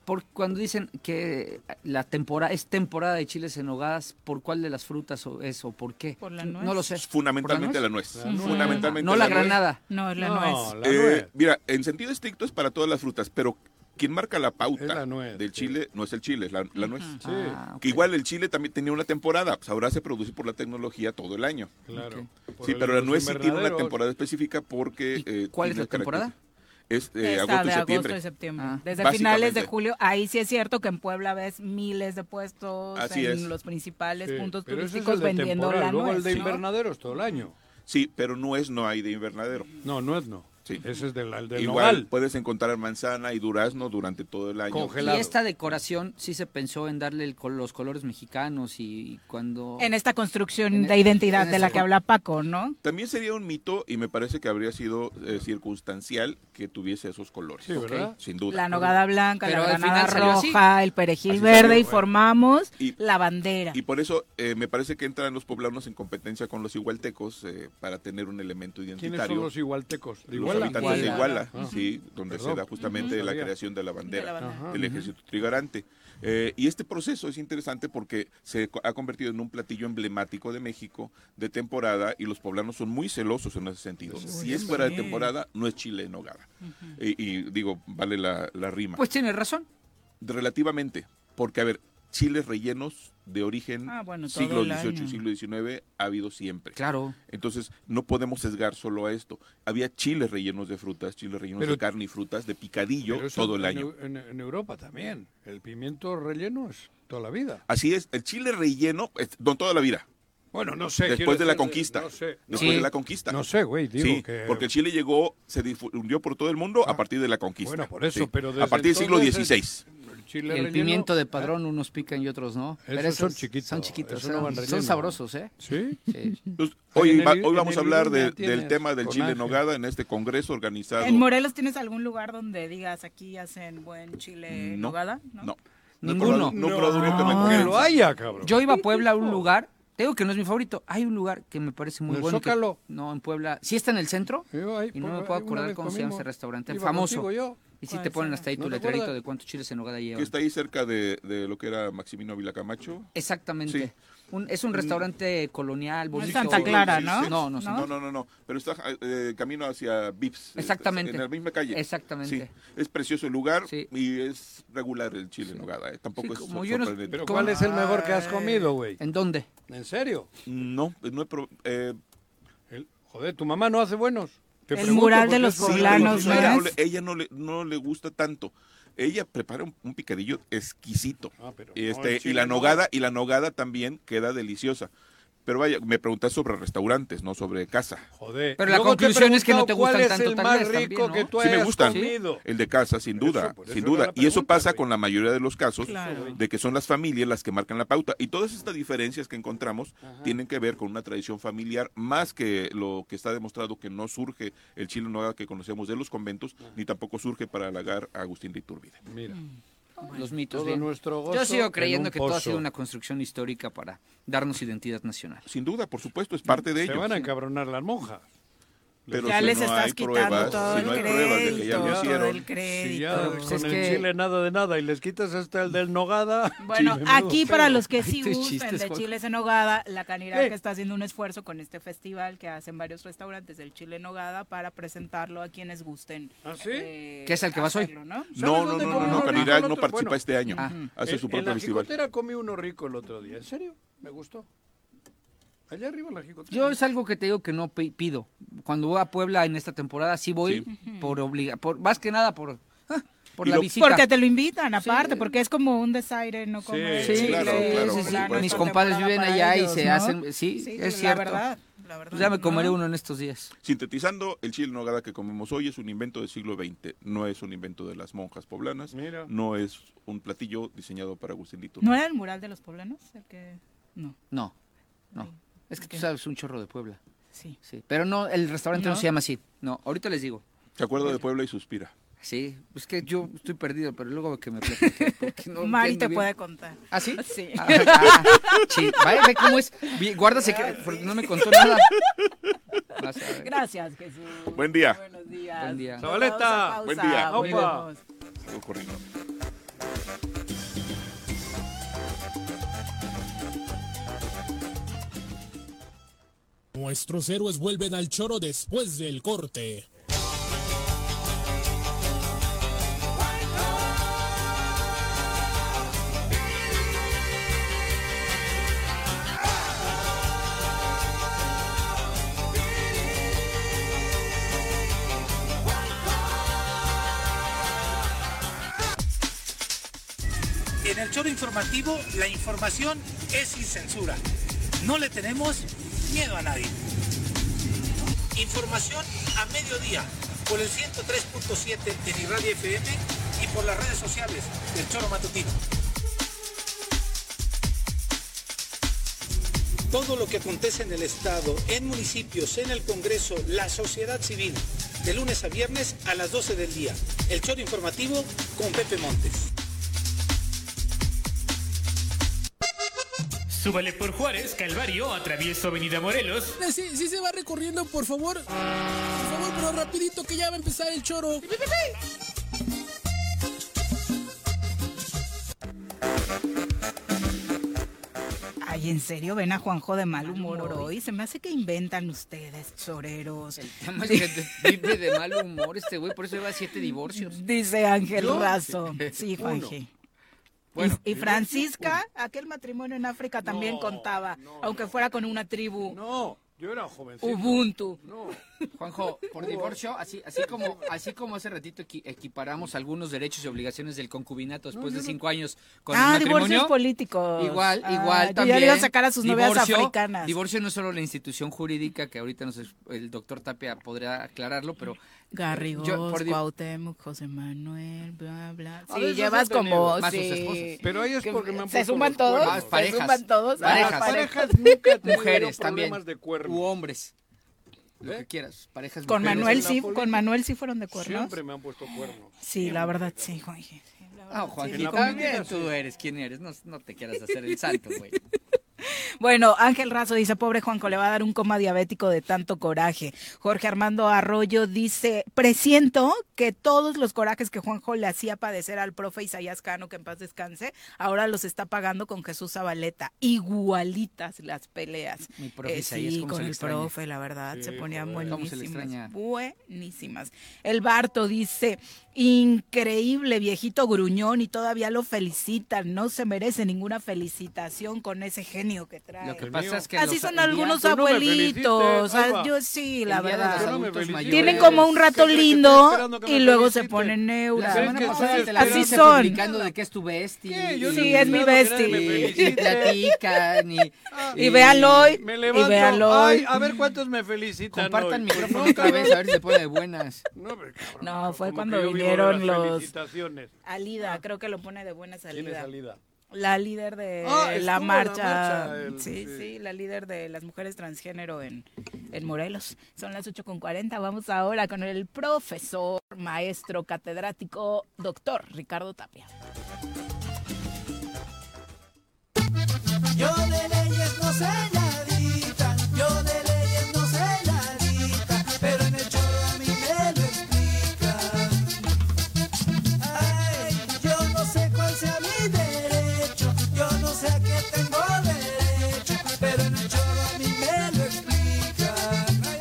[SPEAKER 5] por, cuando dicen que la temporada es temporada de chiles en hogadas, ¿por cuál de las frutas o es o por qué?
[SPEAKER 6] Por la
[SPEAKER 5] N-
[SPEAKER 6] nuez.
[SPEAKER 5] No lo sé.
[SPEAKER 14] Fundamentalmente la nuez. La nuez. Fundamentalmente
[SPEAKER 5] no la,
[SPEAKER 14] la nuez.
[SPEAKER 5] granada.
[SPEAKER 6] No, es la
[SPEAKER 5] No,
[SPEAKER 6] nuez.
[SPEAKER 5] la
[SPEAKER 14] Eh,
[SPEAKER 5] nuez.
[SPEAKER 14] Mira, en sentido estricto es para todas las frutas, pero quien marca la pauta del chile no es el chile, es la, la nuez.
[SPEAKER 3] Sí. Ah,
[SPEAKER 14] Que igual el chile también tenía una temporada, pues ahora se produce por la tecnología todo el año.
[SPEAKER 3] Claro. Por
[SPEAKER 14] Sí,
[SPEAKER 3] el-
[SPEAKER 14] pero la
[SPEAKER 3] los
[SPEAKER 14] nuez sí tiene una
[SPEAKER 3] invernaderos.
[SPEAKER 14] temporada específica porque... eh,
[SPEAKER 5] cuál es
[SPEAKER 14] tiene
[SPEAKER 5] la temporada?
[SPEAKER 14] características. Es eh,
[SPEAKER 6] Está
[SPEAKER 14] agosto,
[SPEAKER 6] de
[SPEAKER 14] y septiembre.
[SPEAKER 6] agosto y septiembre.
[SPEAKER 5] Ah.
[SPEAKER 6] Desde finales de
[SPEAKER 14] Básicamente.
[SPEAKER 6] julio, ahí sí es cierto que en Puebla ves miles de puestos
[SPEAKER 14] Así
[SPEAKER 6] en
[SPEAKER 14] es.
[SPEAKER 6] los principales
[SPEAKER 3] Sí,
[SPEAKER 6] puntos
[SPEAKER 3] pero ese es
[SPEAKER 6] turísticos
[SPEAKER 3] el de
[SPEAKER 6] vendiendo
[SPEAKER 3] temporada,
[SPEAKER 6] la
[SPEAKER 3] luego
[SPEAKER 6] nuez.
[SPEAKER 3] el de
[SPEAKER 6] ¿no?
[SPEAKER 3] invernaderos todo el año.
[SPEAKER 14] Sí, pero nuez no hay de invernadero.
[SPEAKER 3] No, nuez no.
[SPEAKER 14] Sí.
[SPEAKER 3] Ese es del, el del
[SPEAKER 14] Igual
[SPEAKER 3] nogal.
[SPEAKER 14] puedes encontrar manzana y durazno durante todo el año.
[SPEAKER 5] Y esta decoración sí se pensó en darle el col- los colores mexicanos y cuando...
[SPEAKER 6] En esta construcción
[SPEAKER 5] En
[SPEAKER 6] de
[SPEAKER 5] e-
[SPEAKER 6] identidad
[SPEAKER 5] en
[SPEAKER 6] de la
[SPEAKER 5] esa-
[SPEAKER 6] que habla Paco, ¿no?
[SPEAKER 14] También sería un mito y me parece que habría sido eh, circunstancial que tuviese esos colores.
[SPEAKER 6] Sí, ¿verdad?
[SPEAKER 14] Sin duda.
[SPEAKER 6] La nogada blanca,
[SPEAKER 5] Pero
[SPEAKER 6] la
[SPEAKER 5] al
[SPEAKER 6] granada
[SPEAKER 5] final salió así.
[SPEAKER 6] roja, el perejil
[SPEAKER 14] Así
[SPEAKER 6] verde
[SPEAKER 14] salió,
[SPEAKER 6] y
[SPEAKER 14] bueno.
[SPEAKER 6] formamos
[SPEAKER 14] Y-
[SPEAKER 6] la bandera.
[SPEAKER 14] Y por eso eh, me parece que entran los poblanos en competencia con los igualtecos eh, para tener un elemento identitario.
[SPEAKER 3] ¿Quiénes son los igualtecos?
[SPEAKER 14] Los habitantes de Iguala,
[SPEAKER 3] Ah.
[SPEAKER 14] sí, donde
[SPEAKER 3] Perdón.
[SPEAKER 14] se da justamente
[SPEAKER 3] No
[SPEAKER 14] la
[SPEAKER 3] sabía.
[SPEAKER 14] creación de la bandera,
[SPEAKER 3] De la bandera. Ajá.
[SPEAKER 14] del ejército trigarante. Eh, y este proceso es interesante porque se co- ha convertido en un platillo emblemático de México de temporada y los poblanos son muy celosos en ese sentido.
[SPEAKER 5] Sí,
[SPEAKER 14] si es fuera de
[SPEAKER 5] sí.
[SPEAKER 14] temporada, no es chile en hogada. y, y digo, vale la, la rima.
[SPEAKER 5] Pues tiene razón.
[SPEAKER 14] Relativamente, porque a ver, chiles rellenos de origen
[SPEAKER 5] Ah, bueno, todo
[SPEAKER 14] siglo
[SPEAKER 5] el
[SPEAKER 14] XVIII
[SPEAKER 5] año.
[SPEAKER 14] y siglo XIX ha habido siempre.
[SPEAKER 5] Claro.
[SPEAKER 14] Entonces, no podemos sesgar solo a esto. Había chiles rellenos de frutas, chiles rellenos
[SPEAKER 3] Pero-
[SPEAKER 14] de carne y frutas, de picadillo
[SPEAKER 3] Pero eso
[SPEAKER 14] todo el
[SPEAKER 3] en
[SPEAKER 14] año.
[SPEAKER 3] Eu- En, en Europa también. El pimiento relleno es toda la vida.
[SPEAKER 14] Así es, el chile relleno, es- don toda la vida.
[SPEAKER 3] Bueno, no sé, quiero
[SPEAKER 14] Después de la
[SPEAKER 3] decir,
[SPEAKER 14] conquista.
[SPEAKER 3] no sé.
[SPEAKER 14] Después
[SPEAKER 3] Sí.
[SPEAKER 14] de la conquista.
[SPEAKER 3] No sé, güey, digo
[SPEAKER 14] Sí,
[SPEAKER 3] que- Ah.
[SPEAKER 14] porque el chile llegó, se difundió por todo el mundo a partir de la conquista.
[SPEAKER 3] Bueno, por eso,
[SPEAKER 14] Sí.
[SPEAKER 3] pero
[SPEAKER 14] A
[SPEAKER 3] desde
[SPEAKER 14] partir del siglo
[SPEAKER 3] entonces
[SPEAKER 14] XVI.
[SPEAKER 3] El,
[SPEAKER 5] Y el
[SPEAKER 3] chile relleno-
[SPEAKER 5] pimiento de padrón, unos pican y otros no. Pero
[SPEAKER 3] Esos son
[SPEAKER 5] esos
[SPEAKER 3] chiquitos,
[SPEAKER 5] Son chiquitos.
[SPEAKER 3] esos no
[SPEAKER 5] son-
[SPEAKER 3] van
[SPEAKER 5] son
[SPEAKER 3] relleno.
[SPEAKER 5] sabrosos, ¿eh?
[SPEAKER 3] Sí.
[SPEAKER 14] Entonces,
[SPEAKER 3] Ahí
[SPEAKER 14] hoy,
[SPEAKER 3] Pues, en el-
[SPEAKER 14] va-
[SPEAKER 3] en
[SPEAKER 14] hoy vamos
[SPEAKER 3] el
[SPEAKER 14] a hablar
[SPEAKER 3] Irunia
[SPEAKER 14] de-
[SPEAKER 3] tienes
[SPEAKER 14] del tema del chile en
[SPEAKER 3] conaje.
[SPEAKER 14] nogada en este congreso organizado.
[SPEAKER 6] ¿En Morelos tienes algún lugar donde digas aquí hacen buen chile en
[SPEAKER 14] No,
[SPEAKER 6] nogada?
[SPEAKER 14] No.
[SPEAKER 5] Ninguno.
[SPEAKER 14] No, he probado- no he probado uno que me
[SPEAKER 5] No.
[SPEAKER 14] convenza.
[SPEAKER 5] Yo iba a Puebla a un lugar, te digo que no es mi favorito, hay un lugar que me parece muy
[SPEAKER 3] ¿En el
[SPEAKER 5] bueno. que-
[SPEAKER 3] Zócalo?
[SPEAKER 5] no, en Puebla. Sí está en el centro, y no
[SPEAKER 3] por-
[SPEAKER 5] me puedo
[SPEAKER 3] ahí una
[SPEAKER 5] acordar
[SPEAKER 3] vez
[SPEAKER 5] cómo se llama
[SPEAKER 3] comimos.
[SPEAKER 5] ese restaurante, el
[SPEAKER 3] Iba
[SPEAKER 5] famoso.
[SPEAKER 3] contigo yo.
[SPEAKER 5] Y si
[SPEAKER 3] ¿Cuál
[SPEAKER 5] te ponen
[SPEAKER 3] será?
[SPEAKER 5] hasta ahí
[SPEAKER 3] ¿No
[SPEAKER 5] tu
[SPEAKER 3] te
[SPEAKER 5] letrerito
[SPEAKER 3] acuerdas?
[SPEAKER 5] de cuántos chiles en nogada
[SPEAKER 14] Que
[SPEAKER 5] llevan.
[SPEAKER 14] está ahí cerca de, de lo que era Maximino Ávila Camacho.
[SPEAKER 5] Exactamente.
[SPEAKER 14] Sí.
[SPEAKER 5] Un- es un restaurante colonial, bonito.
[SPEAKER 14] Sí,
[SPEAKER 5] No,
[SPEAKER 14] sí.
[SPEAKER 5] no, no.
[SPEAKER 14] No, no, no, no. Pero está eh, camino hacia Vips. eh,
[SPEAKER 5] Exactamente.
[SPEAKER 14] En la misma calle.
[SPEAKER 5] Exactamente.
[SPEAKER 14] Sí. Es precioso el lugar y es regular el chile en nogada. eh. Tampoco
[SPEAKER 5] Sí,
[SPEAKER 14] es
[SPEAKER 5] como yo no-
[SPEAKER 14] sorprendente.
[SPEAKER 3] Pero ¿cuál es el mejor que has comido, güey?
[SPEAKER 5] ¿En dónde?
[SPEAKER 3] ¿En serio?
[SPEAKER 14] No, no he eh, probado.
[SPEAKER 3] joder, tu mamá no hace buenos. Te
[SPEAKER 14] Sí,
[SPEAKER 3] pregunto
[SPEAKER 14] pero
[SPEAKER 3] porque
[SPEAKER 14] sí,
[SPEAKER 3] es-
[SPEAKER 14] pero ella no le, ella no le, no le gusta tanto. Ella prepara un, un picadillo exquisito.
[SPEAKER 3] Ah, pero no, el
[SPEAKER 14] este, y
[SPEAKER 3] chile
[SPEAKER 14] la
[SPEAKER 3] no.
[SPEAKER 14] nogada, y la nogada también queda deliciosa. Pero vaya, me preguntas sobre restaurantes, no sobre casa.
[SPEAKER 3] Joder.
[SPEAKER 5] Pero la
[SPEAKER 3] Luego te he
[SPEAKER 5] conclusión es que no te
[SPEAKER 3] preguntado
[SPEAKER 5] gustan
[SPEAKER 3] cuál
[SPEAKER 5] tanto,
[SPEAKER 3] es el
[SPEAKER 5] tal
[SPEAKER 3] más
[SPEAKER 5] vez, también,
[SPEAKER 3] rico
[SPEAKER 5] ¿no?
[SPEAKER 3] que tú
[SPEAKER 14] Sí me
[SPEAKER 3] hayas
[SPEAKER 14] gustan.
[SPEAKER 3] comido.
[SPEAKER 14] El de casa, sin duda, sin duda. y eso pasa con la mayoría de los casos
[SPEAKER 3] Claro.
[SPEAKER 14] de que son las familias las que marcan la pauta. Y todas estas diferencias que encontramos tienen que ver con una tradición familiar más que lo que está demostrado que no surge el chile en nogada que conocemos de los conventos, ni tampoco surge para halagar a Agustín de Iturbide.
[SPEAKER 3] Mira.
[SPEAKER 5] los mitos.
[SPEAKER 3] Todo
[SPEAKER 5] bien.
[SPEAKER 3] nuestro
[SPEAKER 5] Yo
[SPEAKER 3] gozo en
[SPEAKER 5] sigo creyendo
[SPEAKER 3] un
[SPEAKER 5] que todo ha
[SPEAKER 3] pozo.
[SPEAKER 5] sido una construcción histórica para darnos identidad nacional.
[SPEAKER 14] Sin duda, por supuesto, es parte de
[SPEAKER 3] Se
[SPEAKER 14] ello.
[SPEAKER 3] van a encabronar las monjas.
[SPEAKER 14] Pero Ya si les no estás hay quitando pruebas, todo si no el hay pruebas de que ya lo crédito, hicieron. todo el
[SPEAKER 3] Si
[SPEAKER 14] crédito.
[SPEAKER 3] ya
[SPEAKER 14] Pues
[SPEAKER 3] con
[SPEAKER 14] es
[SPEAKER 3] el
[SPEAKER 14] que-
[SPEAKER 3] chile nada de nada y les quitas hasta el del nogada.
[SPEAKER 2] Bueno,
[SPEAKER 3] chile, menudo
[SPEAKER 11] Aquí
[SPEAKER 3] pedo.
[SPEAKER 11] para los que
[SPEAKER 3] Ay,
[SPEAKER 11] sí
[SPEAKER 3] tus
[SPEAKER 11] gusten
[SPEAKER 3] chistes,
[SPEAKER 11] de
[SPEAKER 3] Juan.
[SPEAKER 11] Chile
[SPEAKER 2] Chiles en Nogada, la Canirac
[SPEAKER 11] Eh.
[SPEAKER 2] que está haciendo un esfuerzo con este festival que hacen varios restaurantes del Chile en Nogada para presentarlo a quienes gusten. ¿Ah, sí?
[SPEAKER 6] eh,
[SPEAKER 5] ¿Qué es
[SPEAKER 3] Eh,
[SPEAKER 5] el que vas hoy?
[SPEAKER 2] ¿no?
[SPEAKER 14] No, no, no,
[SPEAKER 3] dónde
[SPEAKER 14] no,
[SPEAKER 3] comí
[SPEAKER 14] no,
[SPEAKER 3] uno rico
[SPEAKER 14] Canirac
[SPEAKER 3] el
[SPEAKER 14] no
[SPEAKER 3] otro?
[SPEAKER 14] participa
[SPEAKER 3] Bueno.
[SPEAKER 14] este año.
[SPEAKER 3] Ajá.
[SPEAKER 14] Hace
[SPEAKER 3] Ah. Eh, En-
[SPEAKER 14] su propio
[SPEAKER 3] en la
[SPEAKER 14] festival.
[SPEAKER 3] jicotera comí uno rico el otro día. ¿En serio? Me gustó. Allá arriba en la jicotera.
[SPEAKER 5] Yo es algo que te digo que no pi- pido. Cuando voy a Puebla en esta temporada sí voy por obliga, por más que nada por ah, por
[SPEAKER 14] Y
[SPEAKER 5] la
[SPEAKER 14] lo-
[SPEAKER 5] visita.
[SPEAKER 11] Porque te lo invitan, aparte, porque es como un desaire no comer.
[SPEAKER 5] Sí, sí,
[SPEAKER 14] claro, claro,
[SPEAKER 5] sí,
[SPEAKER 14] por
[SPEAKER 5] sí.
[SPEAKER 14] supuesto.
[SPEAKER 5] Mis compadres viven
[SPEAKER 11] para
[SPEAKER 5] allá
[SPEAKER 11] ellos,
[SPEAKER 5] y se
[SPEAKER 11] ¿no?
[SPEAKER 5] hacen, sí,
[SPEAKER 11] Sí,
[SPEAKER 5] es
[SPEAKER 11] la
[SPEAKER 5] cierto.
[SPEAKER 11] verdad,
[SPEAKER 5] Pues ya me comeré uno en estos días.
[SPEAKER 14] Sintetizando, el chile en nogada que comemos hoy es un invento del siglo XX, no es un invento de las monjas poblanas,
[SPEAKER 3] Mira.
[SPEAKER 14] no es un platillo diseñado para Agustín de Iturbide.
[SPEAKER 2] ¿No era el mural de los poblanos? El que... No.
[SPEAKER 5] No. No. Es que tú
[SPEAKER 2] Ok.
[SPEAKER 5] sabes un chorro de Puebla.
[SPEAKER 2] Sí.
[SPEAKER 5] pero no el restaurante no
[SPEAKER 2] ¿No?
[SPEAKER 5] se llama así. No, ahorita les digo.
[SPEAKER 14] Se acuerda de Puebla y suspira.
[SPEAKER 5] Sí, es que yo estoy perdido, pero luego que me platique, porque no
[SPEAKER 2] Mari
[SPEAKER 5] entiendo
[SPEAKER 2] te
[SPEAKER 5] bien.
[SPEAKER 2] puede contar.
[SPEAKER 5] ¿Ah, sí?
[SPEAKER 2] Sí.
[SPEAKER 5] Ah, ah, sí. Vaya, ve cómo es. Vi- Guarda secre- porque no me contó nada. Vas a ver.
[SPEAKER 2] Gracias, Jesús.
[SPEAKER 14] Buen día.
[SPEAKER 2] Buenos días.
[SPEAKER 5] Buen día.
[SPEAKER 3] Zabaleta.
[SPEAKER 14] Buen día.
[SPEAKER 3] Opa.
[SPEAKER 14] Sigo corriendo.
[SPEAKER 12] Nuestros héroes vuelven al choro después del corte.
[SPEAKER 15] En el choro informativo, la información es sin censura. No le tenemos miedo a nadie. Información a mediodía por el 103.7 de mi radio FM y por las redes sociales del Choro Matutino. Todo lo que acontece en el Estado, en municipios, en el Congreso, la sociedad civil, de lunes a viernes a las 12 del día. El Choro Informativo con Pepe Montes.
[SPEAKER 13] Súbale por Juárez, Calvario, atravieso Avenida Morelos.
[SPEAKER 12] Sí, sí se va recorriendo, por favor. Por favor, pero rapidito que ya va a empezar el choro.
[SPEAKER 2] Ay, en serio, ven a Juanjo de mal humor hoy. Se me hace que inventan ustedes, soreros.
[SPEAKER 5] Además, que vive de mal humor este güey, por eso lleva siete divorcios.
[SPEAKER 2] Dice Ángel
[SPEAKER 5] ¿Yo? eh,
[SPEAKER 2] Razo. Sí,
[SPEAKER 5] Uno.
[SPEAKER 2] Juanji.
[SPEAKER 5] Bueno,
[SPEAKER 2] y, y Francisca, aquel matrimonio en África también contaba, aunque fuera con una tribu.
[SPEAKER 3] No, yo era jovencito.
[SPEAKER 2] Ubuntu.
[SPEAKER 5] Juanjo, por divorcio, así, así como, así como hace ratito equi- equiparamos algunos derechos y obligaciones del concubinato después
[SPEAKER 2] No, yo
[SPEAKER 5] de
[SPEAKER 2] no-
[SPEAKER 5] cinco años con el
[SPEAKER 2] ah,
[SPEAKER 5] matrimonio.
[SPEAKER 2] divorcios políticos.
[SPEAKER 5] Igual,
[SPEAKER 2] Ah,
[SPEAKER 5] igual
[SPEAKER 2] yo
[SPEAKER 5] también.
[SPEAKER 2] Ya le iba a sacar a sus novias
[SPEAKER 5] Divorcio-
[SPEAKER 2] africanas.
[SPEAKER 5] Divorcio no es solo la institución jurídica, que ahorita nos, es- el doctor Tapia podría aclararlo, pero... eh,
[SPEAKER 2] Garrigós,
[SPEAKER 5] Yo, por di-
[SPEAKER 2] Cuauhtémoc, José Manuel, bla, bla.
[SPEAKER 5] A
[SPEAKER 2] Sí,
[SPEAKER 5] veces
[SPEAKER 2] llevas
[SPEAKER 5] han tenido
[SPEAKER 2] como...
[SPEAKER 5] más sus
[SPEAKER 2] sí.
[SPEAKER 5] esposas.
[SPEAKER 3] Pero ahí es porque me han
[SPEAKER 2] ¿Se
[SPEAKER 3] puesto
[SPEAKER 2] suman
[SPEAKER 3] los
[SPEAKER 2] todos?
[SPEAKER 3] cuernos.
[SPEAKER 2] ¿Se suman todos? Ah,
[SPEAKER 5] Parejas.
[SPEAKER 2] parejas.
[SPEAKER 3] nunca he tenido
[SPEAKER 5] Mujeres también.
[SPEAKER 3] problemas de cuernos.
[SPEAKER 5] U hombres. Lo
[SPEAKER 3] ¿Eh?
[SPEAKER 5] que quieras. Parejas
[SPEAKER 2] Con
[SPEAKER 5] mujeres.
[SPEAKER 2] Manuel sí, con Manuel sí fueron de cuernos.
[SPEAKER 3] Siempre me han puesto cuernos.
[SPEAKER 2] Sí, la verdad sí, Juanji.
[SPEAKER 5] Ah, Juanji,
[SPEAKER 3] En la
[SPEAKER 5] también
[SPEAKER 3] política,
[SPEAKER 5] tú eres quien eres. No, no te quieras hacer el santo, güey.
[SPEAKER 2] Bueno, Ángel Razo dice, pobre Juanco, le va a dar un coma diabético de tanto coraje. Jorge Armando Arroyo dice, presiento que todos los corajes que Juanjo le hacía padecer al profe Isaías Cano, que en paz descanse, ahora los está pagando con Jesús Zabaleta. Igualitas las peleas.
[SPEAKER 5] Mi profe Isaías,
[SPEAKER 2] sí,
[SPEAKER 5] cómo
[SPEAKER 2] con
[SPEAKER 5] se le
[SPEAKER 2] el
[SPEAKER 5] extraña.
[SPEAKER 2] profe, la verdad, se
[SPEAKER 5] Sí,
[SPEAKER 2] ponía
[SPEAKER 5] joder. Cómo se le extraña.
[SPEAKER 2] buenísimas. Buenísimas. El Barto dice, increíble viejito gruñón y todavía lo felicitan, no se merece ninguna felicitación con ese genio genio que trae.
[SPEAKER 5] Lo que pasa es que
[SPEAKER 2] Así
[SPEAKER 5] los-
[SPEAKER 2] son
[SPEAKER 5] el día-
[SPEAKER 2] algunos
[SPEAKER 5] Tú no me
[SPEAKER 2] abuelitos.
[SPEAKER 5] felicité, ahí
[SPEAKER 2] ah,
[SPEAKER 5] va.
[SPEAKER 2] yo sí, la
[SPEAKER 5] El día de los
[SPEAKER 2] verdad.
[SPEAKER 5] adultos mayores.
[SPEAKER 2] Tienen como un rato
[SPEAKER 5] ¿Qué crees que estoy
[SPEAKER 2] lindo
[SPEAKER 5] esperando que me
[SPEAKER 2] y luego se
[SPEAKER 5] felicite?
[SPEAKER 2] ponen neuras.
[SPEAKER 5] La semana
[SPEAKER 2] Bueno,
[SPEAKER 5] pasada
[SPEAKER 2] pues,
[SPEAKER 5] te la
[SPEAKER 2] Así
[SPEAKER 5] viste
[SPEAKER 2] son.
[SPEAKER 5] publicando de que es tu bestia.
[SPEAKER 2] Yo Sí, no es mi esperaba que nadie me bestie. felicite.
[SPEAKER 5] Y platican y...
[SPEAKER 2] Y
[SPEAKER 5] Ah.
[SPEAKER 2] véanlo hoy,
[SPEAKER 3] Me
[SPEAKER 2] y
[SPEAKER 3] levanto.
[SPEAKER 2] véanlo hoy.
[SPEAKER 3] Ay, a ver cuántos me felicitan.
[SPEAKER 5] Compartan
[SPEAKER 3] hoy.
[SPEAKER 5] micrófono
[SPEAKER 3] Pues
[SPEAKER 5] otra vez, a ver si se pone de buenas.
[SPEAKER 3] No, pero
[SPEAKER 2] No, fue
[SPEAKER 3] como
[SPEAKER 2] cuando
[SPEAKER 3] que yo vivo de
[SPEAKER 2] vinieron
[SPEAKER 3] las
[SPEAKER 2] los.
[SPEAKER 3] felicitaciones.
[SPEAKER 2] Alida, creo que lo pone de buena salida.
[SPEAKER 3] Ah. ¿Quién es Alida?
[SPEAKER 2] La líder de
[SPEAKER 3] Ah, estuvo
[SPEAKER 2] la
[SPEAKER 3] la
[SPEAKER 2] marcha.
[SPEAKER 3] marcha, el-
[SPEAKER 2] sí, sí,
[SPEAKER 3] sí.
[SPEAKER 2] la líder de las mujeres transgénero en, en Morelos. Son las 8.40. Vamos ahora con el profesor, maestro, catedrático, doctor Ricardo Tapia.
[SPEAKER 16] Yo de leyes no sé nadita, yo de leyes no sé nadita, pero en el choro a mí me lo explican. Ay, yo no sé cuál sea mi derecho, yo no sé a qué tengo derecho, pero en el choro a mí me lo explican. Ay,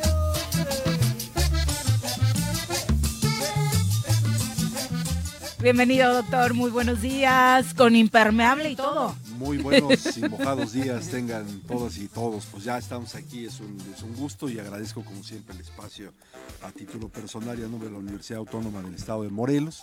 [SPEAKER 2] Bienvenido, doctor. Muy buenos días. Con impermeable y todo.
[SPEAKER 17] Muy buenos y mojados días tengan todas y todos. Pues ya estamos aquí, es un, es un gusto y agradezco como siempre el espacio a título personal y a nombre de la Universidad Autónoma del Estado de Morelos.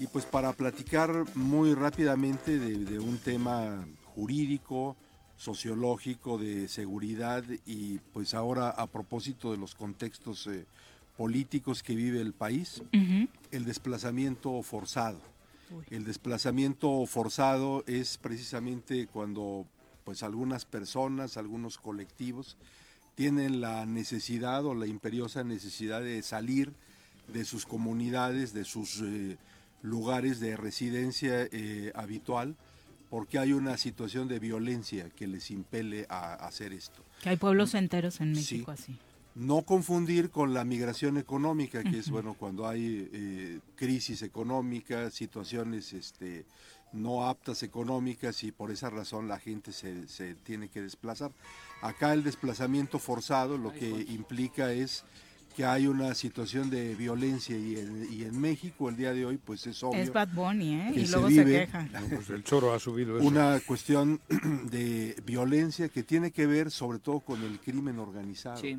[SPEAKER 17] Y pues para platicar muy rápidamente de, de un tema jurídico, sociológico, de seguridad y pues ahora a propósito de los contextos eh, políticos que vive el país, el desplazamiento forzado. El desplazamiento forzado es precisamente cuando pues algunas personas, algunos colectivos tienen la necesidad o la imperiosa necesidad de salir de sus comunidades, de sus eh, lugares de residencia eh, habitual, porque hay una situación de violencia que les impele a hacer esto
[SPEAKER 2] Que hay pueblos enteros en México así.
[SPEAKER 17] no confundir con la migración económica, que es
[SPEAKER 2] Ujú.
[SPEAKER 17] bueno cuando hay eh, crisis económica, situaciones este, no aptas económicas y por esa razón la gente se, se tiene que desplazar. Acá el desplazamiento forzado lo que implica es que hay una situación de violencia y en, y en México el día de hoy pues es obvio.
[SPEAKER 2] Es Bad Bunny, ¿eh?
[SPEAKER 17] que
[SPEAKER 2] Y
[SPEAKER 17] se
[SPEAKER 2] luego se
[SPEAKER 17] vive-
[SPEAKER 2] queja.
[SPEAKER 3] pues el choro ha subido eso.
[SPEAKER 17] una cuestión de violencia que tiene que ver sobre todo con el crimen organizado.
[SPEAKER 5] Sí.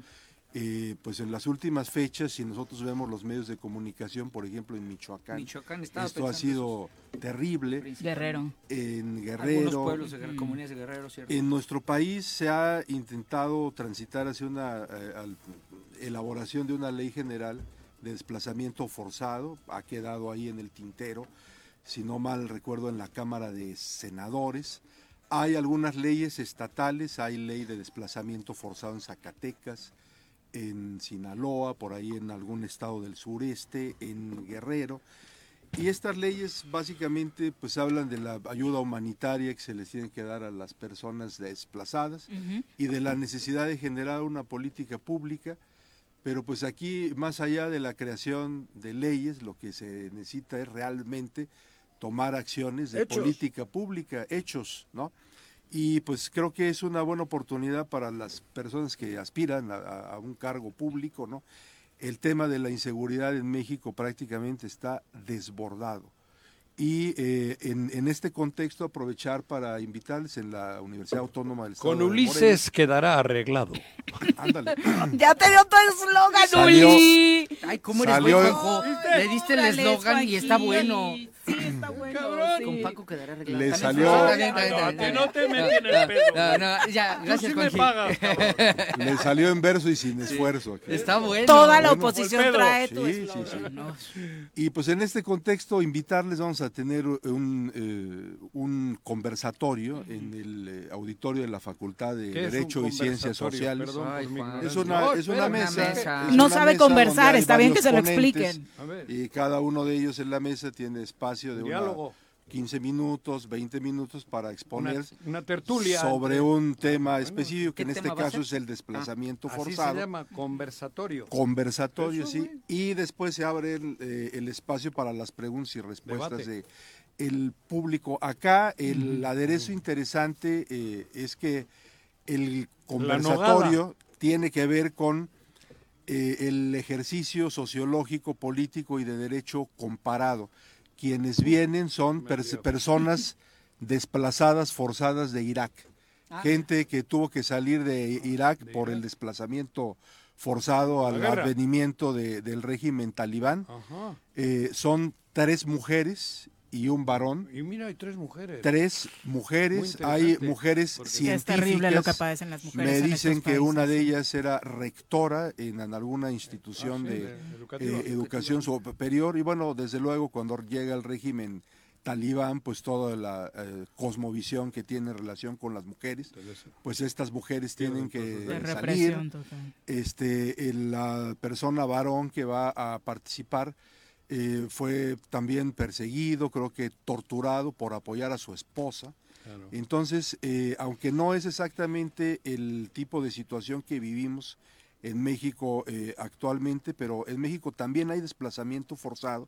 [SPEAKER 17] Eh, pues en las últimas fechas, si nosotros vemos los medios de comunicación, por ejemplo en Michoacán,
[SPEAKER 5] Michoacán, estaba
[SPEAKER 17] esto ha sido
[SPEAKER 5] pensando
[SPEAKER 17] terrible.
[SPEAKER 5] Guerrero.
[SPEAKER 17] En
[SPEAKER 5] Algunos
[SPEAKER 17] Guerrero. Mm.
[SPEAKER 5] pueblos, de Guerrero, comunidades de Guerrero, ¿cierto?
[SPEAKER 17] En nuestro país se ha intentado transitar hacia una eh, al- elaboración de una ley general de desplazamiento forzado, ha quedado ahí en el tintero, si no mal recuerdo en la Cámara de Senadores. Hay algunas leyes estatales, hay ley de desplazamiento forzado en Zacatecas, en Sinaloa, por ahí en algún estado del sureste, en Guerrero. Y estas leyes básicamente pues hablan de la ayuda humanitaria que se les tiene que dar a las personas desplazadas
[SPEAKER 18] Ujú.
[SPEAKER 17] y de la necesidad de generar una política pública, pero pues aquí más allá de la creación de leyes, lo que se necesita es realmente tomar acciones de
[SPEAKER 18] Hechos.
[SPEAKER 17] política pública, hechos, ¿no? Y pues creo que es una buena oportunidad para las personas que aspiran a, a- a un cargo público, ¿no? El tema de la inseguridad en México prácticamente está desbordado. Y eh, en, en este contexto aprovechar para invitarles en la Universidad Autónoma del Estado
[SPEAKER 3] Con
[SPEAKER 17] de
[SPEAKER 3] Ulises quedará arreglado.
[SPEAKER 17] Morelos. Ándale.
[SPEAKER 2] Ya te dio todo el eslogan,
[SPEAKER 3] Salió-
[SPEAKER 2] Uli.
[SPEAKER 5] Ay, ¿cómo eres
[SPEAKER 3] Salió-
[SPEAKER 5] buen Juanjo? Le diste el
[SPEAKER 2] Órale,
[SPEAKER 5] eslogan y está
[SPEAKER 2] Joaquín.
[SPEAKER 5] bueno.
[SPEAKER 2] Sí, está bueno. sí.
[SPEAKER 5] Con Paco quedará arreglado.
[SPEAKER 17] Le
[SPEAKER 5] También-
[SPEAKER 17] salió-
[SPEAKER 5] Ah, bien, bien,
[SPEAKER 3] No,
[SPEAKER 5] bien,
[SPEAKER 3] te-
[SPEAKER 5] bien.
[SPEAKER 3] no te metí en el
[SPEAKER 5] No,
[SPEAKER 3] pedo,
[SPEAKER 5] No,
[SPEAKER 3] güey.
[SPEAKER 5] no, ya,
[SPEAKER 3] Tú
[SPEAKER 5] gracias,
[SPEAKER 3] sí me
[SPEAKER 5] Joaquín.
[SPEAKER 3] pagas,
[SPEAKER 17] Le salió en verso y sin esfuerzo. aquí.
[SPEAKER 5] Está bueno.
[SPEAKER 2] Toda la oposición
[SPEAKER 5] Volpedo.
[SPEAKER 2] trae tu
[SPEAKER 17] Sí, sí,
[SPEAKER 2] eslogan.
[SPEAKER 17] sí.
[SPEAKER 5] No.
[SPEAKER 17] Y pues en este contexto, invitarles, vamos a tener un, eh, un conversatorio en el eh, auditorio de la Facultad de
[SPEAKER 3] ¿Qué es un
[SPEAKER 17] Derecho y Ciencias
[SPEAKER 3] conversatorio?
[SPEAKER 17] Sociales.
[SPEAKER 3] Perdón por mi ignorancia.
[SPEAKER 17] es una, es
[SPEAKER 3] No,
[SPEAKER 17] una
[SPEAKER 3] espera, una
[SPEAKER 17] mesa.
[SPEAKER 3] mesa.
[SPEAKER 17] es
[SPEAKER 2] No
[SPEAKER 17] una
[SPEAKER 2] sabe
[SPEAKER 17] mesa donde
[SPEAKER 2] conversar,
[SPEAKER 17] hay
[SPEAKER 2] está bien
[SPEAKER 17] varios
[SPEAKER 2] que se lo
[SPEAKER 17] ponentes,
[SPEAKER 2] expliquen.
[SPEAKER 3] A ver.
[SPEAKER 17] Y cada uno de ellos en la mesa tiene espacio de una
[SPEAKER 3] Diálogo.
[SPEAKER 17] 15 minutos, 20 minutos para exponer
[SPEAKER 3] una tertulia. Ah,
[SPEAKER 17] sobre un tema específico, que en
[SPEAKER 3] ¿Qué
[SPEAKER 17] este
[SPEAKER 3] tema va a
[SPEAKER 17] caso es
[SPEAKER 3] ser?
[SPEAKER 17] el desplazamiento
[SPEAKER 3] Ah, Así
[SPEAKER 17] forzado
[SPEAKER 3] se llama conversatorio.
[SPEAKER 17] conversatorio,
[SPEAKER 3] Eso,
[SPEAKER 17] sí, y después se abre el, eh, el espacio para las preguntas y respuestas
[SPEAKER 3] Debate.
[SPEAKER 17] de el público. Acá el aderezo interesante eh, es que el conversatorio tiene que ver con eh, el ejercicio sociológico, político y de derecho comparado. Quienes vienen son pers- personas desplazadas, forzadas de Irak Ah. Gente que tuvo que salir de Irak ¿De por Irak? el desplazamiento forzado al advenimiento de, del régimen talibán. Ajá. Eh, son tres mujeres y un varón.
[SPEAKER 3] Y mira, hay tres mujeres.
[SPEAKER 17] Tres mujeres, hay mujeres científicas. Es
[SPEAKER 6] terrible lo que padecen las mujeres.
[SPEAKER 17] Me dicen en que países. una de ellas era rectora en, alguna institución ah, sí, de, de educativa, eh, educación educativa. superior. Y bueno, desde luego, cuando llega el régimen talibán, pues toda la eh, cosmovisión que tiene en relación con las mujeres, pues estas mujeres tienen que salir. Este, la persona varón que va a participar. Eh, fue también perseguido, creo que torturado por apoyar a su esposa. Claro. Entonces, eh, aunque no es exactamente el tipo de situación que vivimos en México eh, actualmente, pero en México también hay desplazamiento forzado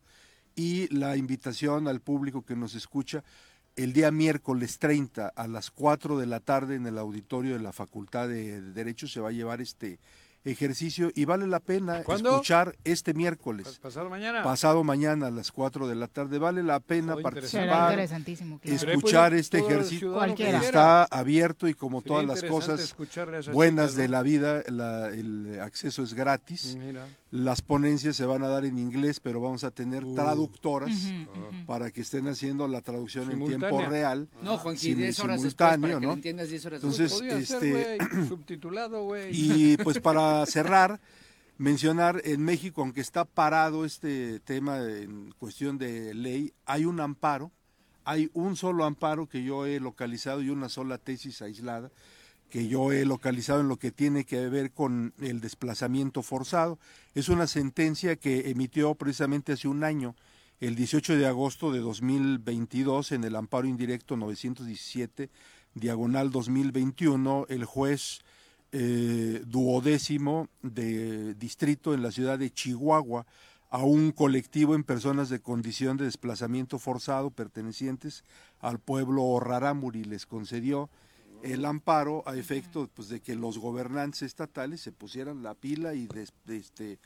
[SPEAKER 17] y la invitación al público que nos escucha el día miércoles 30 a las 4 de la tarde en el auditorio de la Facultad de Derecho se va a llevar este ejercicio y vale la pena ¿Cuándo? escuchar este miércoles.
[SPEAKER 3] Pasado mañana.
[SPEAKER 17] Pasado mañana a las 4 de la tarde. Vale la pena oh, participar, escuchar este ejercicio. Está abierto y como Sería todas las cosas buenas chicas, ¿no? de la vida, la, el acceso es gratis. Mira. Las ponencias se van a dar en inglés, pero vamos a tener uh. traductoras uh -huh, uh -huh. para que estén haciendo la traducción Simultánea. en tiempo real.
[SPEAKER 5] No, Juan, si 10 horas simultáneo, ¿no? 10 horas
[SPEAKER 17] Entonces, este,
[SPEAKER 3] ser, wey, subtitulado, güey.
[SPEAKER 17] Y pues para cerrar, mencionar en México, aunque está parado este tema en cuestión de ley, hay un amparo, hay un solo amparo que yo he localizado y una sola tesis aislada que yo he localizado en lo que tiene que ver con el desplazamiento forzado. Es una sentencia que emitió precisamente hace un año, el 18 de agosto de 2022, en el amparo indirecto 917, diagonal 2021, el juez eh, duodécimo de distrito en la ciudad de Chihuahua a un colectivo en personas de condición de desplazamiento forzado pertenecientes al pueblo Rarámuri. Les concedió el amparo a efecto pues, de que los gobernantes estatales se pusieran la pila y des, este,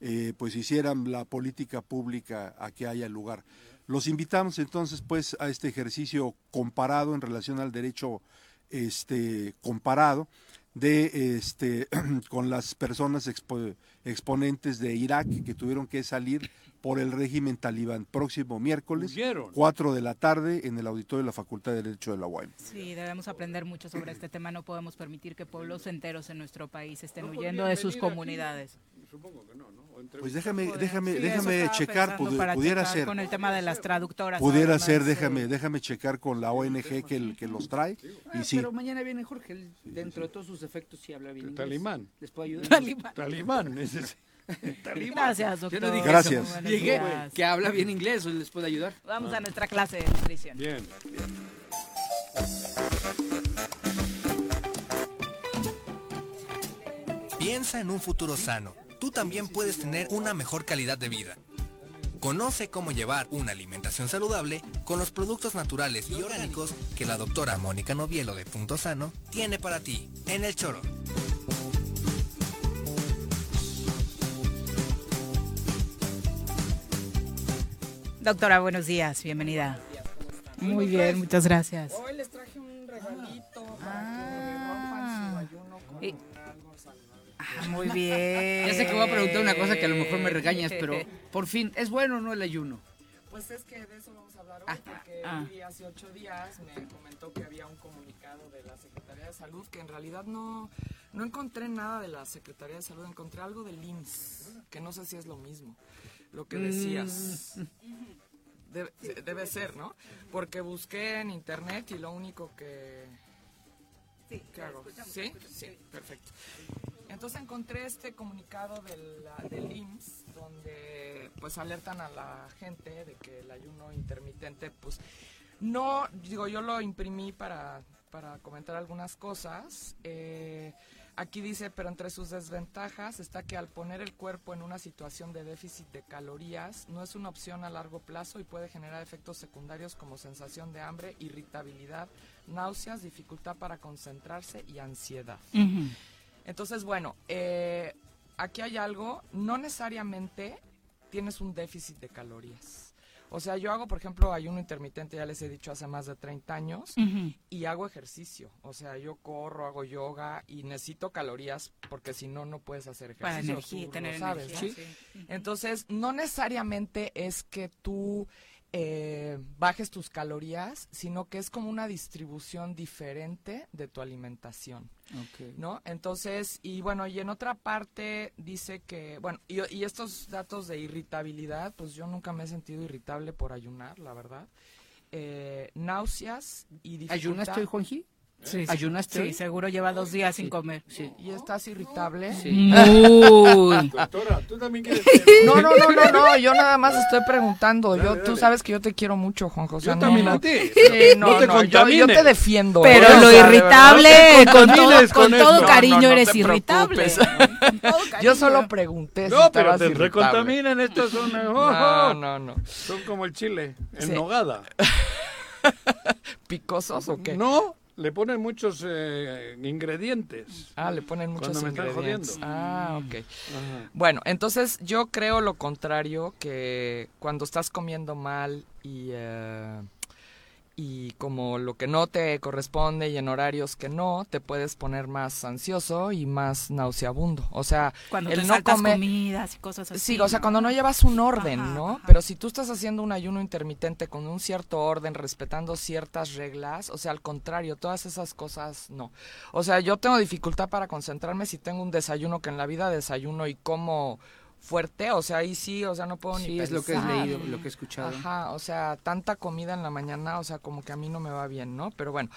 [SPEAKER 17] eh, pues hicieran la política pública a que haya lugar. Los invitamos entonces pues a este ejercicio comparado en relación al derecho este, comparado de este con las personas expo, exponentes de Irak que tuvieron que salir por el régimen talibán próximo miércoles
[SPEAKER 3] Huyeron.
[SPEAKER 17] 4 de la tarde en el auditorio de la Facultad de Derecho de la UAM.
[SPEAKER 6] Sí, debemos aprender mucho sobre este tema, no podemos permitir que pueblos enteros en nuestro país estén no huyendo de sus comunidades.
[SPEAKER 3] Aquí, supongo que no, ¿no?
[SPEAKER 17] Pues déjame, déjame, sí, déjame checar, pud
[SPEAKER 6] para
[SPEAKER 17] pudiera
[SPEAKER 6] checar
[SPEAKER 17] ser.
[SPEAKER 6] Con el tema de las traductoras.
[SPEAKER 17] Pudiera además, ser, déjame, eh. sí. déjame checar con la ONG que, el, que los trae. Sí. Y
[SPEAKER 5] ah, Pero mañana viene Jorge, él, dentro de todos sus efectos sí habla bien.
[SPEAKER 3] Talimán.
[SPEAKER 5] ¿Les puedo ayudar?
[SPEAKER 3] Talimán. Talimán, ese es.
[SPEAKER 6] Talimán. Gracias, doctor.
[SPEAKER 17] Yo no dije Gracias.
[SPEAKER 5] Eso, Llegué, que habla bien inglés, ¿les puede ayudar?
[SPEAKER 6] Vamos ah. a nuestra clase de nutrición.
[SPEAKER 3] Bien.
[SPEAKER 18] Piensa en un futuro sano tú también puedes tener una mejor calidad de vida. Conoce cómo llevar una alimentación saludable con los productos naturales y orgánicos que la doctora Mónica Novielo de Punto Sano tiene para ti en el choro.
[SPEAKER 6] Doctora, buenos días, bienvenida. Muy bien, muchas gracias.
[SPEAKER 19] Hoy les traje un regalito para que rompan su ayuno con...
[SPEAKER 6] Ah, muy bien.
[SPEAKER 5] Ya sé que voy a preguntar una cosa que a lo mejor me regañas, pero por fin, ¿es bueno o no el ayuno?
[SPEAKER 19] Pues es que de eso vamos a hablar hoy, ah, porque ah. Hoy, hace ocho días me comentó que había un comunicado de la Secretaría de Salud, que en realidad no, no encontré nada de la Secretaría de Salud, encontré algo del IMSS, que no sé si es lo mismo, lo que decías. Mm. De, de, debe ser, ¿no? Porque busqué en internet y lo único que...
[SPEAKER 6] Sí,
[SPEAKER 19] ¿Qué hago? ¿Sí? Sí, perfecto. Entonces encontré este comunicado del, del, IMSS donde pues alertan a la gente de que el ayuno intermitente pues no, digo yo lo imprimí para, para comentar algunas cosas. Eh, aquí dice, pero entre sus desventajas está que al poner el cuerpo en una situación de déficit de calorías no es una opción a largo plazo y puede generar efectos secundarios como sensación de hambre, irritabilidad, náuseas, dificultad para concentrarse y ansiedad. Uh -huh. Entonces, bueno, eh, aquí hay algo, no necesariamente tienes un déficit de calorías. O sea, yo hago, por ejemplo, ayuno intermitente, ya les he dicho, hace más de 30 años,
[SPEAKER 2] Ujú.
[SPEAKER 19] y hago ejercicio. O sea, yo corro, hago yoga y necesito calorías porque si no, no puedes hacer ejercicio.
[SPEAKER 2] Para
[SPEAKER 19] tú
[SPEAKER 2] energía,
[SPEAKER 19] lo
[SPEAKER 2] tener
[SPEAKER 19] sabes, ¿sí?
[SPEAKER 2] energía, sí. Ujú.
[SPEAKER 19] Entonces, no necesariamente es que tú eh, bajes tus calorías, sino que es como una distribución diferente de tu alimentación. ¿no? Entonces, y bueno, y en otra parte dice que, bueno, y, y estos datos de irritabilidad, pues yo nunca me he sentido irritable por ayunar, la verdad. Eh, náuseas y dificultad.
[SPEAKER 5] ¿Ayunaste hoy, Juanji? Sí, sí. ¿Ayunaste hoy?
[SPEAKER 6] Sí, seguro lleva dos días sin comer.
[SPEAKER 19] ¿Y estás irritable?
[SPEAKER 6] Sí. Muy.
[SPEAKER 3] Doctora, ¿tú también quieres
[SPEAKER 19] No, no, no, no, no, yo nada más estoy preguntando. yo, Tú sabes que yo te quiero mucho, Juan José.
[SPEAKER 3] Yo
[SPEAKER 19] no,
[SPEAKER 3] también
[SPEAKER 19] no.
[SPEAKER 3] a ti.
[SPEAKER 19] Sí, no,
[SPEAKER 3] No te
[SPEAKER 19] no, yo, yo
[SPEAKER 3] contamines.
[SPEAKER 19] te defiendo.
[SPEAKER 3] Pero
[SPEAKER 19] ¿eh?
[SPEAKER 3] lo
[SPEAKER 19] de verdad.
[SPEAKER 3] irritable,
[SPEAKER 19] No te
[SPEAKER 3] con todo-
[SPEAKER 19] contamines
[SPEAKER 3] con todo
[SPEAKER 19] esto.
[SPEAKER 3] cariño
[SPEAKER 19] No, no, no
[SPEAKER 3] eres
[SPEAKER 19] te
[SPEAKER 3] irritable.
[SPEAKER 19] preocupes. Yo solo pregunté si
[SPEAKER 3] No, pero
[SPEAKER 19] estabas
[SPEAKER 3] te
[SPEAKER 19] irritable.
[SPEAKER 3] recontaminan estas zonas.
[SPEAKER 19] No, no, no.
[SPEAKER 3] Oh. Son como el chile, en
[SPEAKER 19] Sí.
[SPEAKER 3] nogada.
[SPEAKER 19] ¿Picosos o qué?
[SPEAKER 3] No, le ponen muchos eh, ingredientes.
[SPEAKER 19] Ah, le ponen muchos
[SPEAKER 3] Cuando me están
[SPEAKER 19] ingredientes.
[SPEAKER 3] jodiendo.
[SPEAKER 19] Ah,
[SPEAKER 6] Mm.
[SPEAKER 19] ok.
[SPEAKER 3] Ajá.
[SPEAKER 19] Bueno, entonces yo creo lo contrario, que cuando estás comiendo mal y, eh, y como lo que no te corresponde y en horarios que no, te puedes poner más ansioso y más nauseabundo. O sea,
[SPEAKER 6] Cuando
[SPEAKER 19] el
[SPEAKER 6] te
[SPEAKER 19] no
[SPEAKER 6] saltas
[SPEAKER 19] comer-
[SPEAKER 6] comidas y cosas así.
[SPEAKER 19] Sí, o sea, cuando no llevas un orden, ¿no? Pero si tú estás haciendo un ayuno intermitente con un cierto orden, respetando ciertas reglas, o sea, al contrario, todas esas cosas no. O sea, yo tengo dificultad para concentrarme si tengo un desayuno que en la vida desayuno y como fuerte, o sea, ahí sí, o sea, no puedo ni
[SPEAKER 5] Sí, es lo que has
[SPEAKER 19] pensar.
[SPEAKER 5] leído, lo que he escuchado.
[SPEAKER 19] Ajá, o sea, tanta comida en la mañana, o sea, como que a mí no me va bien, ¿no? Pero bueno,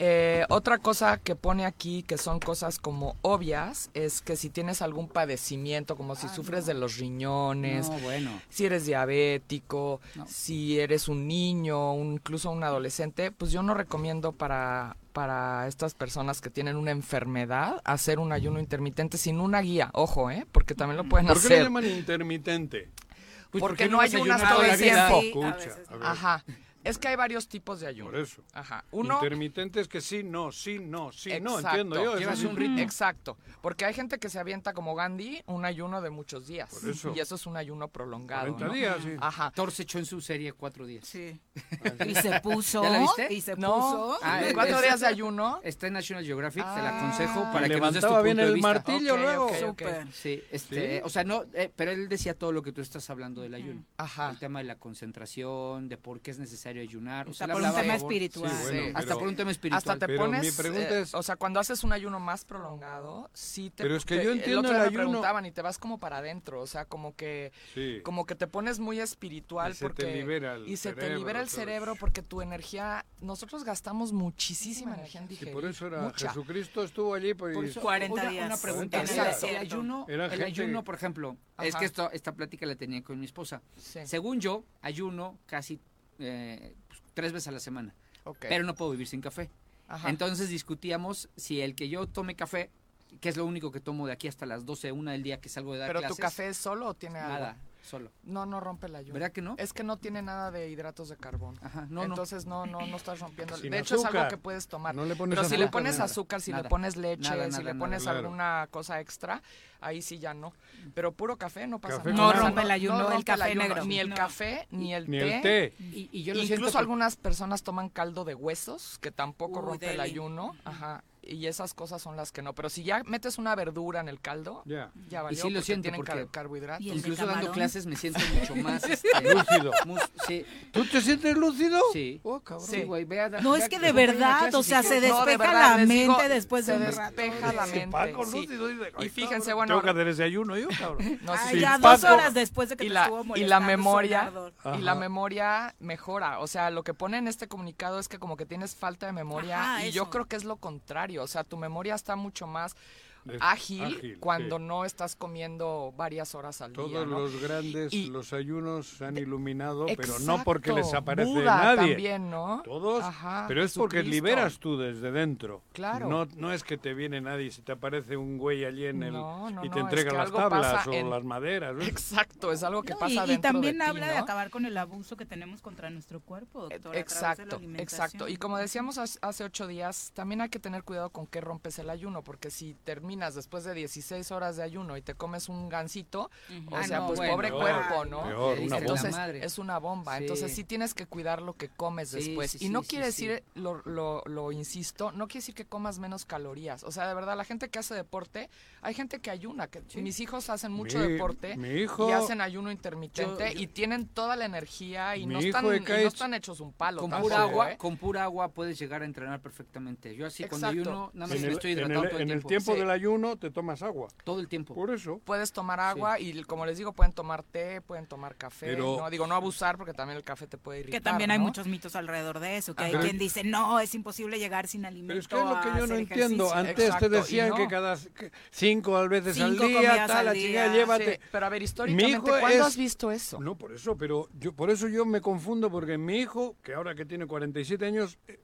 [SPEAKER 19] eh, otra cosa que pone aquí, que son cosas como obvias, es que si tienes algún padecimiento, como si sufres de los riñones,
[SPEAKER 5] Ah, No, bueno.
[SPEAKER 19] si eres diabético, si eres un niño, un- incluso un adolescente, pues yo no recomiendo para para estas personas que tienen una enfermedad hacer un
[SPEAKER 5] Mm.
[SPEAKER 19] ayuno intermitente sin una guía, ojo, ¿eh? Porque también lo pueden
[SPEAKER 3] ¿Por qué
[SPEAKER 19] hacer.
[SPEAKER 3] le llaman intermitente?
[SPEAKER 19] Pues porque no ayunas todo el tiempo. Ajá. Es que hay varios tipos de ayuno.
[SPEAKER 3] Por eso.
[SPEAKER 19] Ajá. Uno.
[SPEAKER 3] Intermitente es que sí, no, sí, no, sí, no,
[SPEAKER 19] Exacto.
[SPEAKER 3] entiendo yo.
[SPEAKER 19] Llevas
[SPEAKER 3] eso-
[SPEAKER 19] un ritmo. Exacto. Porque hay gente que se avienta como Gandhi un ayuno de muchos días.
[SPEAKER 3] Por eso.
[SPEAKER 19] Y eso es un ayuno prolongado.
[SPEAKER 3] 40
[SPEAKER 19] ¿no?
[SPEAKER 3] días, sí.
[SPEAKER 19] Ajá.
[SPEAKER 5] Thor se echó en su serie cuatro días. Sí.
[SPEAKER 6] Y se puso,
[SPEAKER 5] ¿Ya la viste?
[SPEAKER 6] y se
[SPEAKER 19] No.
[SPEAKER 6] puso.
[SPEAKER 19] Ah, ¿Cuatro
[SPEAKER 5] es-
[SPEAKER 19] días de ayuno? Ah.
[SPEAKER 5] Está en National Geographic, te la aconsejo para
[SPEAKER 3] Y
[SPEAKER 5] que nos des tu
[SPEAKER 3] levantaba
[SPEAKER 5] punto
[SPEAKER 3] bien
[SPEAKER 5] de
[SPEAKER 3] el
[SPEAKER 5] vista.
[SPEAKER 3] martillo
[SPEAKER 5] Ok,
[SPEAKER 3] luego.
[SPEAKER 5] ok, ok.
[SPEAKER 3] Súper.
[SPEAKER 5] Sí, este,
[SPEAKER 3] Sí.
[SPEAKER 5] o sea, no, eh, pero él decía todo lo que tú estás hablando del ayuno.
[SPEAKER 19] Ajá.
[SPEAKER 5] El tema de la concentración, de por qué es necesario ayunar. O
[SPEAKER 6] Hasta
[SPEAKER 5] sea, él
[SPEAKER 6] por un
[SPEAKER 5] hablaba a
[SPEAKER 6] tema
[SPEAKER 5] favor.
[SPEAKER 6] espiritual. Sí, bueno,
[SPEAKER 5] hasta
[SPEAKER 3] pero-
[SPEAKER 5] por un tema espiritual.
[SPEAKER 19] Hasta te
[SPEAKER 3] Pero
[SPEAKER 19] pones.
[SPEAKER 3] mi pregunta
[SPEAKER 19] eh,
[SPEAKER 3] es-
[SPEAKER 19] O sea, cuando haces un ayuno más prolongado, sí te.
[SPEAKER 3] Pero es que
[SPEAKER 19] te-
[SPEAKER 3] yo entiendo
[SPEAKER 19] el, otro
[SPEAKER 3] el
[SPEAKER 19] día me
[SPEAKER 3] ayuno.
[SPEAKER 19] preguntaban y te vas como para adentro. O sea, como que.
[SPEAKER 3] Sí.
[SPEAKER 19] Como que te pones muy espiritual
[SPEAKER 3] Y se te
[SPEAKER 19] porque.
[SPEAKER 3] libera el
[SPEAKER 19] y se te
[SPEAKER 3] cerebro,
[SPEAKER 19] libera el
[SPEAKER 3] todo eso.
[SPEAKER 19] cerebro porque tu energía. Nosotros gastamos muchísima energía en
[SPEAKER 3] Y
[SPEAKER 19] digerir.
[SPEAKER 3] por eso era
[SPEAKER 19] mucha.
[SPEAKER 3] Jesucristo estuvo allí. Por,
[SPEAKER 5] Por eso, una, Una pregunta.
[SPEAKER 3] 40
[SPEAKER 5] El-
[SPEAKER 3] días.
[SPEAKER 5] El, ayuno,
[SPEAKER 3] Era
[SPEAKER 5] el
[SPEAKER 3] gente-
[SPEAKER 5] ayuno, por ejemplo, es
[SPEAKER 19] Ajá.
[SPEAKER 5] que esto, esta plática la tenía con mi esposa.
[SPEAKER 19] Sí.
[SPEAKER 5] Según yo, ayuno casi eh, pues, tres veces a la semana,
[SPEAKER 19] Ok.
[SPEAKER 5] pero no puedo vivir sin café.
[SPEAKER 19] Ajá.
[SPEAKER 5] Entonces discutíamos si el que yo tome café, que es lo único que tomo de aquí hasta las 12, una del día que salgo de dar
[SPEAKER 19] Pero tu
[SPEAKER 5] clases,
[SPEAKER 19] café es solo o tiene algo?
[SPEAKER 5] nada, solo.
[SPEAKER 19] No, no rompe el ayuno.
[SPEAKER 5] ¿Verdad que no?
[SPEAKER 19] Es que no tiene nada de hidratos de carbono.
[SPEAKER 5] Ajá, no, no.
[SPEAKER 19] Entonces no, no, no estás rompiendo. el-
[SPEAKER 5] Sin
[SPEAKER 19] de hecho es algo
[SPEAKER 5] azúcar.
[SPEAKER 19] que puedes tomar.
[SPEAKER 5] No le pones
[SPEAKER 19] Pero si le
[SPEAKER 5] azúcar,
[SPEAKER 19] pones
[SPEAKER 5] nada.
[SPEAKER 19] azúcar, si le
[SPEAKER 5] Nada.
[SPEAKER 19] pones leche,
[SPEAKER 5] Nada,
[SPEAKER 19] si
[SPEAKER 5] nada,
[SPEAKER 19] le
[SPEAKER 5] nada.
[SPEAKER 19] pones
[SPEAKER 5] Claro.
[SPEAKER 19] alguna cosa extra, ahí sí ya no. Pero puro café no pasa
[SPEAKER 3] Café
[SPEAKER 19] nada.
[SPEAKER 3] con
[SPEAKER 19] O sea,
[SPEAKER 6] No
[SPEAKER 3] agua.
[SPEAKER 6] rompe el ayuno, el
[SPEAKER 19] rompe
[SPEAKER 6] café negro.
[SPEAKER 19] Ni el
[SPEAKER 6] No.
[SPEAKER 19] café, ni el
[SPEAKER 3] Ni
[SPEAKER 19] té.
[SPEAKER 3] el té.
[SPEAKER 5] Y- y yo lo siento
[SPEAKER 19] Incluso
[SPEAKER 5] por-
[SPEAKER 19] algunas personas toman caldo de huesos, que tampoco
[SPEAKER 5] Uy,
[SPEAKER 19] rompe el
[SPEAKER 5] deli.
[SPEAKER 19] ayuno. Ajá. Y esas cosas son las que no. Pero si ya metes una verdura en el caldo,
[SPEAKER 3] Ya.
[SPEAKER 19] ya valió,
[SPEAKER 5] sí lo
[SPEAKER 19] porque
[SPEAKER 5] siento,
[SPEAKER 19] tienen
[SPEAKER 5] porque-
[SPEAKER 19] car- carbohidratos.
[SPEAKER 5] Incluso dando clases me siento mucho más este,
[SPEAKER 3] Lúcido.
[SPEAKER 5] mus- sí.
[SPEAKER 3] ¿Tú te sientes lúcido?
[SPEAKER 5] Sí.
[SPEAKER 3] Oh, cabrón.
[SPEAKER 5] Sí, güey, ve a dar-
[SPEAKER 6] No,
[SPEAKER 5] ve
[SPEAKER 6] es
[SPEAKER 5] a-
[SPEAKER 6] que
[SPEAKER 5] ve
[SPEAKER 6] de
[SPEAKER 5] a una
[SPEAKER 6] verdad,
[SPEAKER 5] clase
[SPEAKER 6] o
[SPEAKER 5] si
[SPEAKER 6] sea, se
[SPEAKER 5] quieres.
[SPEAKER 19] No, de
[SPEAKER 6] despeja
[SPEAKER 19] verdad,
[SPEAKER 6] la
[SPEAKER 19] les digo,
[SPEAKER 6] mente después de
[SPEAKER 19] se
[SPEAKER 6] un rato.
[SPEAKER 19] despeja la mente.
[SPEAKER 3] Paco
[SPEAKER 19] sí.
[SPEAKER 3] lúcido. dice,
[SPEAKER 19] Y
[SPEAKER 3] "Ay,
[SPEAKER 19] fíjense,
[SPEAKER 3] cabrón,
[SPEAKER 19] bueno,
[SPEAKER 3] Tengo que
[SPEAKER 19] ahora-
[SPEAKER 3] hacer desayuno yo, cabrón.
[SPEAKER 19] No,
[SPEAKER 6] Ay,
[SPEAKER 19] sí,
[SPEAKER 6] ya
[SPEAKER 19] sí.
[SPEAKER 6] dos
[SPEAKER 19] Paco.
[SPEAKER 6] horas después de que
[SPEAKER 19] y
[SPEAKER 6] te
[SPEAKER 19] la,
[SPEAKER 6] estuvo
[SPEAKER 19] y
[SPEAKER 6] molestando
[SPEAKER 19] la
[SPEAKER 6] su
[SPEAKER 19] memoria
[SPEAKER 6] ardor.
[SPEAKER 19] y la memoria mejora o sea lo que pone en este comunicado es que como que tienes falta de memoria
[SPEAKER 6] Ajá,
[SPEAKER 19] y
[SPEAKER 6] eso.
[SPEAKER 19] yo creo que es lo contrario o sea tu memoria está mucho más
[SPEAKER 3] Des-
[SPEAKER 19] ágil,
[SPEAKER 3] ágil,
[SPEAKER 19] cuando
[SPEAKER 3] sí.
[SPEAKER 19] no estás comiendo varias horas al día
[SPEAKER 3] Todos
[SPEAKER 19] ¿no?
[SPEAKER 3] los grandes,
[SPEAKER 19] Y-
[SPEAKER 3] los ayunos han iluminado, pero no
[SPEAKER 19] Exacto,
[SPEAKER 3] porque les aparece
[SPEAKER 19] Buda
[SPEAKER 3] nadie.
[SPEAKER 19] también no
[SPEAKER 3] Todos,
[SPEAKER 19] Ajá,
[SPEAKER 3] pero es porque
[SPEAKER 19] Jesucristo.
[SPEAKER 3] liberas tú desde dentro.
[SPEAKER 19] Claro.
[SPEAKER 3] No, no es que te viene nadie, si te aparece un güey allí en el
[SPEAKER 19] No, no,
[SPEAKER 3] y te
[SPEAKER 19] no, es
[SPEAKER 3] entrega
[SPEAKER 19] que
[SPEAKER 3] las
[SPEAKER 19] algo pasa
[SPEAKER 3] tablas o
[SPEAKER 19] en-
[SPEAKER 3] las maderas. ¿no?
[SPEAKER 19] exacto es algo que
[SPEAKER 6] No, y-
[SPEAKER 19] pasa
[SPEAKER 6] y,
[SPEAKER 19] dentro
[SPEAKER 6] también
[SPEAKER 19] de ti,
[SPEAKER 6] habla de
[SPEAKER 19] ¿no?
[SPEAKER 6] acabar con el abuso que tenemos contra nuestro cuerpo, doctor.
[SPEAKER 19] Exacto, exacto. Y como decíamos hace- hace ocho días, también hay que tener cuidado con qué rompes el ayuno, porque si terminas caminas después de 16 horas de ayuno y te comes un gansito,
[SPEAKER 5] Ujú.
[SPEAKER 19] o
[SPEAKER 5] Ah,
[SPEAKER 19] sea,
[SPEAKER 5] no,
[SPEAKER 19] pues
[SPEAKER 5] bueno.
[SPEAKER 19] pobre
[SPEAKER 5] Peor,
[SPEAKER 19] cuerpo, ¿no?
[SPEAKER 5] peor, una
[SPEAKER 19] Entonces
[SPEAKER 5] bomba. Madre.
[SPEAKER 19] es una bomba.
[SPEAKER 5] Sí.
[SPEAKER 19] Entonces sí tienes que cuidar lo que comes
[SPEAKER 5] Sí,
[SPEAKER 19] después.
[SPEAKER 5] sí,
[SPEAKER 19] y no
[SPEAKER 5] sí, sí,
[SPEAKER 19] quiere
[SPEAKER 5] sí.
[SPEAKER 19] decir, lo, lo- lo insisto, no quiere decir que comas menos calorías. O sea, de verdad, la gente que hace deporte, hay gente que ayuna. Que Mis hijos hacen mucho
[SPEAKER 3] Mi-
[SPEAKER 19] deporte
[SPEAKER 3] mi hijo-
[SPEAKER 19] y hacen ayuno intermitente
[SPEAKER 5] Yo- yo-
[SPEAKER 19] y tienen toda la energía y
[SPEAKER 5] Mi
[SPEAKER 19] no, están,
[SPEAKER 5] hijo de
[SPEAKER 19] y no
[SPEAKER 5] Caich-
[SPEAKER 19] están hechos un palo.
[SPEAKER 5] Con
[SPEAKER 19] tampoco,
[SPEAKER 5] pura agua,
[SPEAKER 19] ¿eh?
[SPEAKER 5] con pura agua puedes llegar a entrenar perfectamente. Yo así cuando
[SPEAKER 19] Exacto.
[SPEAKER 5] ayuno, nada más
[SPEAKER 3] en
[SPEAKER 5] me
[SPEAKER 3] el,
[SPEAKER 5] estoy
[SPEAKER 3] en el-
[SPEAKER 5] hidratando todo el
[SPEAKER 3] en el
[SPEAKER 5] tiempo.
[SPEAKER 3] tiempo
[SPEAKER 5] Sí.
[SPEAKER 3] del ayuno te tomas agua.
[SPEAKER 5] Todo el tiempo.
[SPEAKER 3] Por eso.
[SPEAKER 19] Puedes tomar agua y como les digo, pueden tomar té, pueden tomar café.
[SPEAKER 3] Pero-
[SPEAKER 19] no digo no abusar porque también el café te puede irritar.
[SPEAKER 2] Que también hay
[SPEAKER 19] ¿no?
[SPEAKER 2] muchos mitos alrededor de eso, que
[SPEAKER 19] Ah,
[SPEAKER 2] hay
[SPEAKER 3] Ajá.
[SPEAKER 2] quien dice, no, es imposible llegar sin alimento.
[SPEAKER 3] Pero es que es lo que
[SPEAKER 2] a
[SPEAKER 3] yo no
[SPEAKER 2] hacer
[SPEAKER 3] entiendo.
[SPEAKER 2] ejercicio".
[SPEAKER 3] Antes
[SPEAKER 2] Exacto, y
[SPEAKER 3] te decían
[SPEAKER 2] no.
[SPEAKER 3] que cada c- cinco al veces al
[SPEAKER 2] Cinco
[SPEAKER 3] día,
[SPEAKER 2] comidas
[SPEAKER 3] tal,
[SPEAKER 2] al
[SPEAKER 3] la
[SPEAKER 2] día,
[SPEAKER 3] chingada,
[SPEAKER 2] sí.
[SPEAKER 3] llévate.
[SPEAKER 19] Pero a ver,
[SPEAKER 3] Mi
[SPEAKER 19] históricamente,
[SPEAKER 3] hijo
[SPEAKER 19] ¿cuándo
[SPEAKER 3] es-
[SPEAKER 19] has visto eso?
[SPEAKER 3] No, por eso, pero yo por eso yo me confundo porque mi hijo, que ahora que tiene 47 años, eh,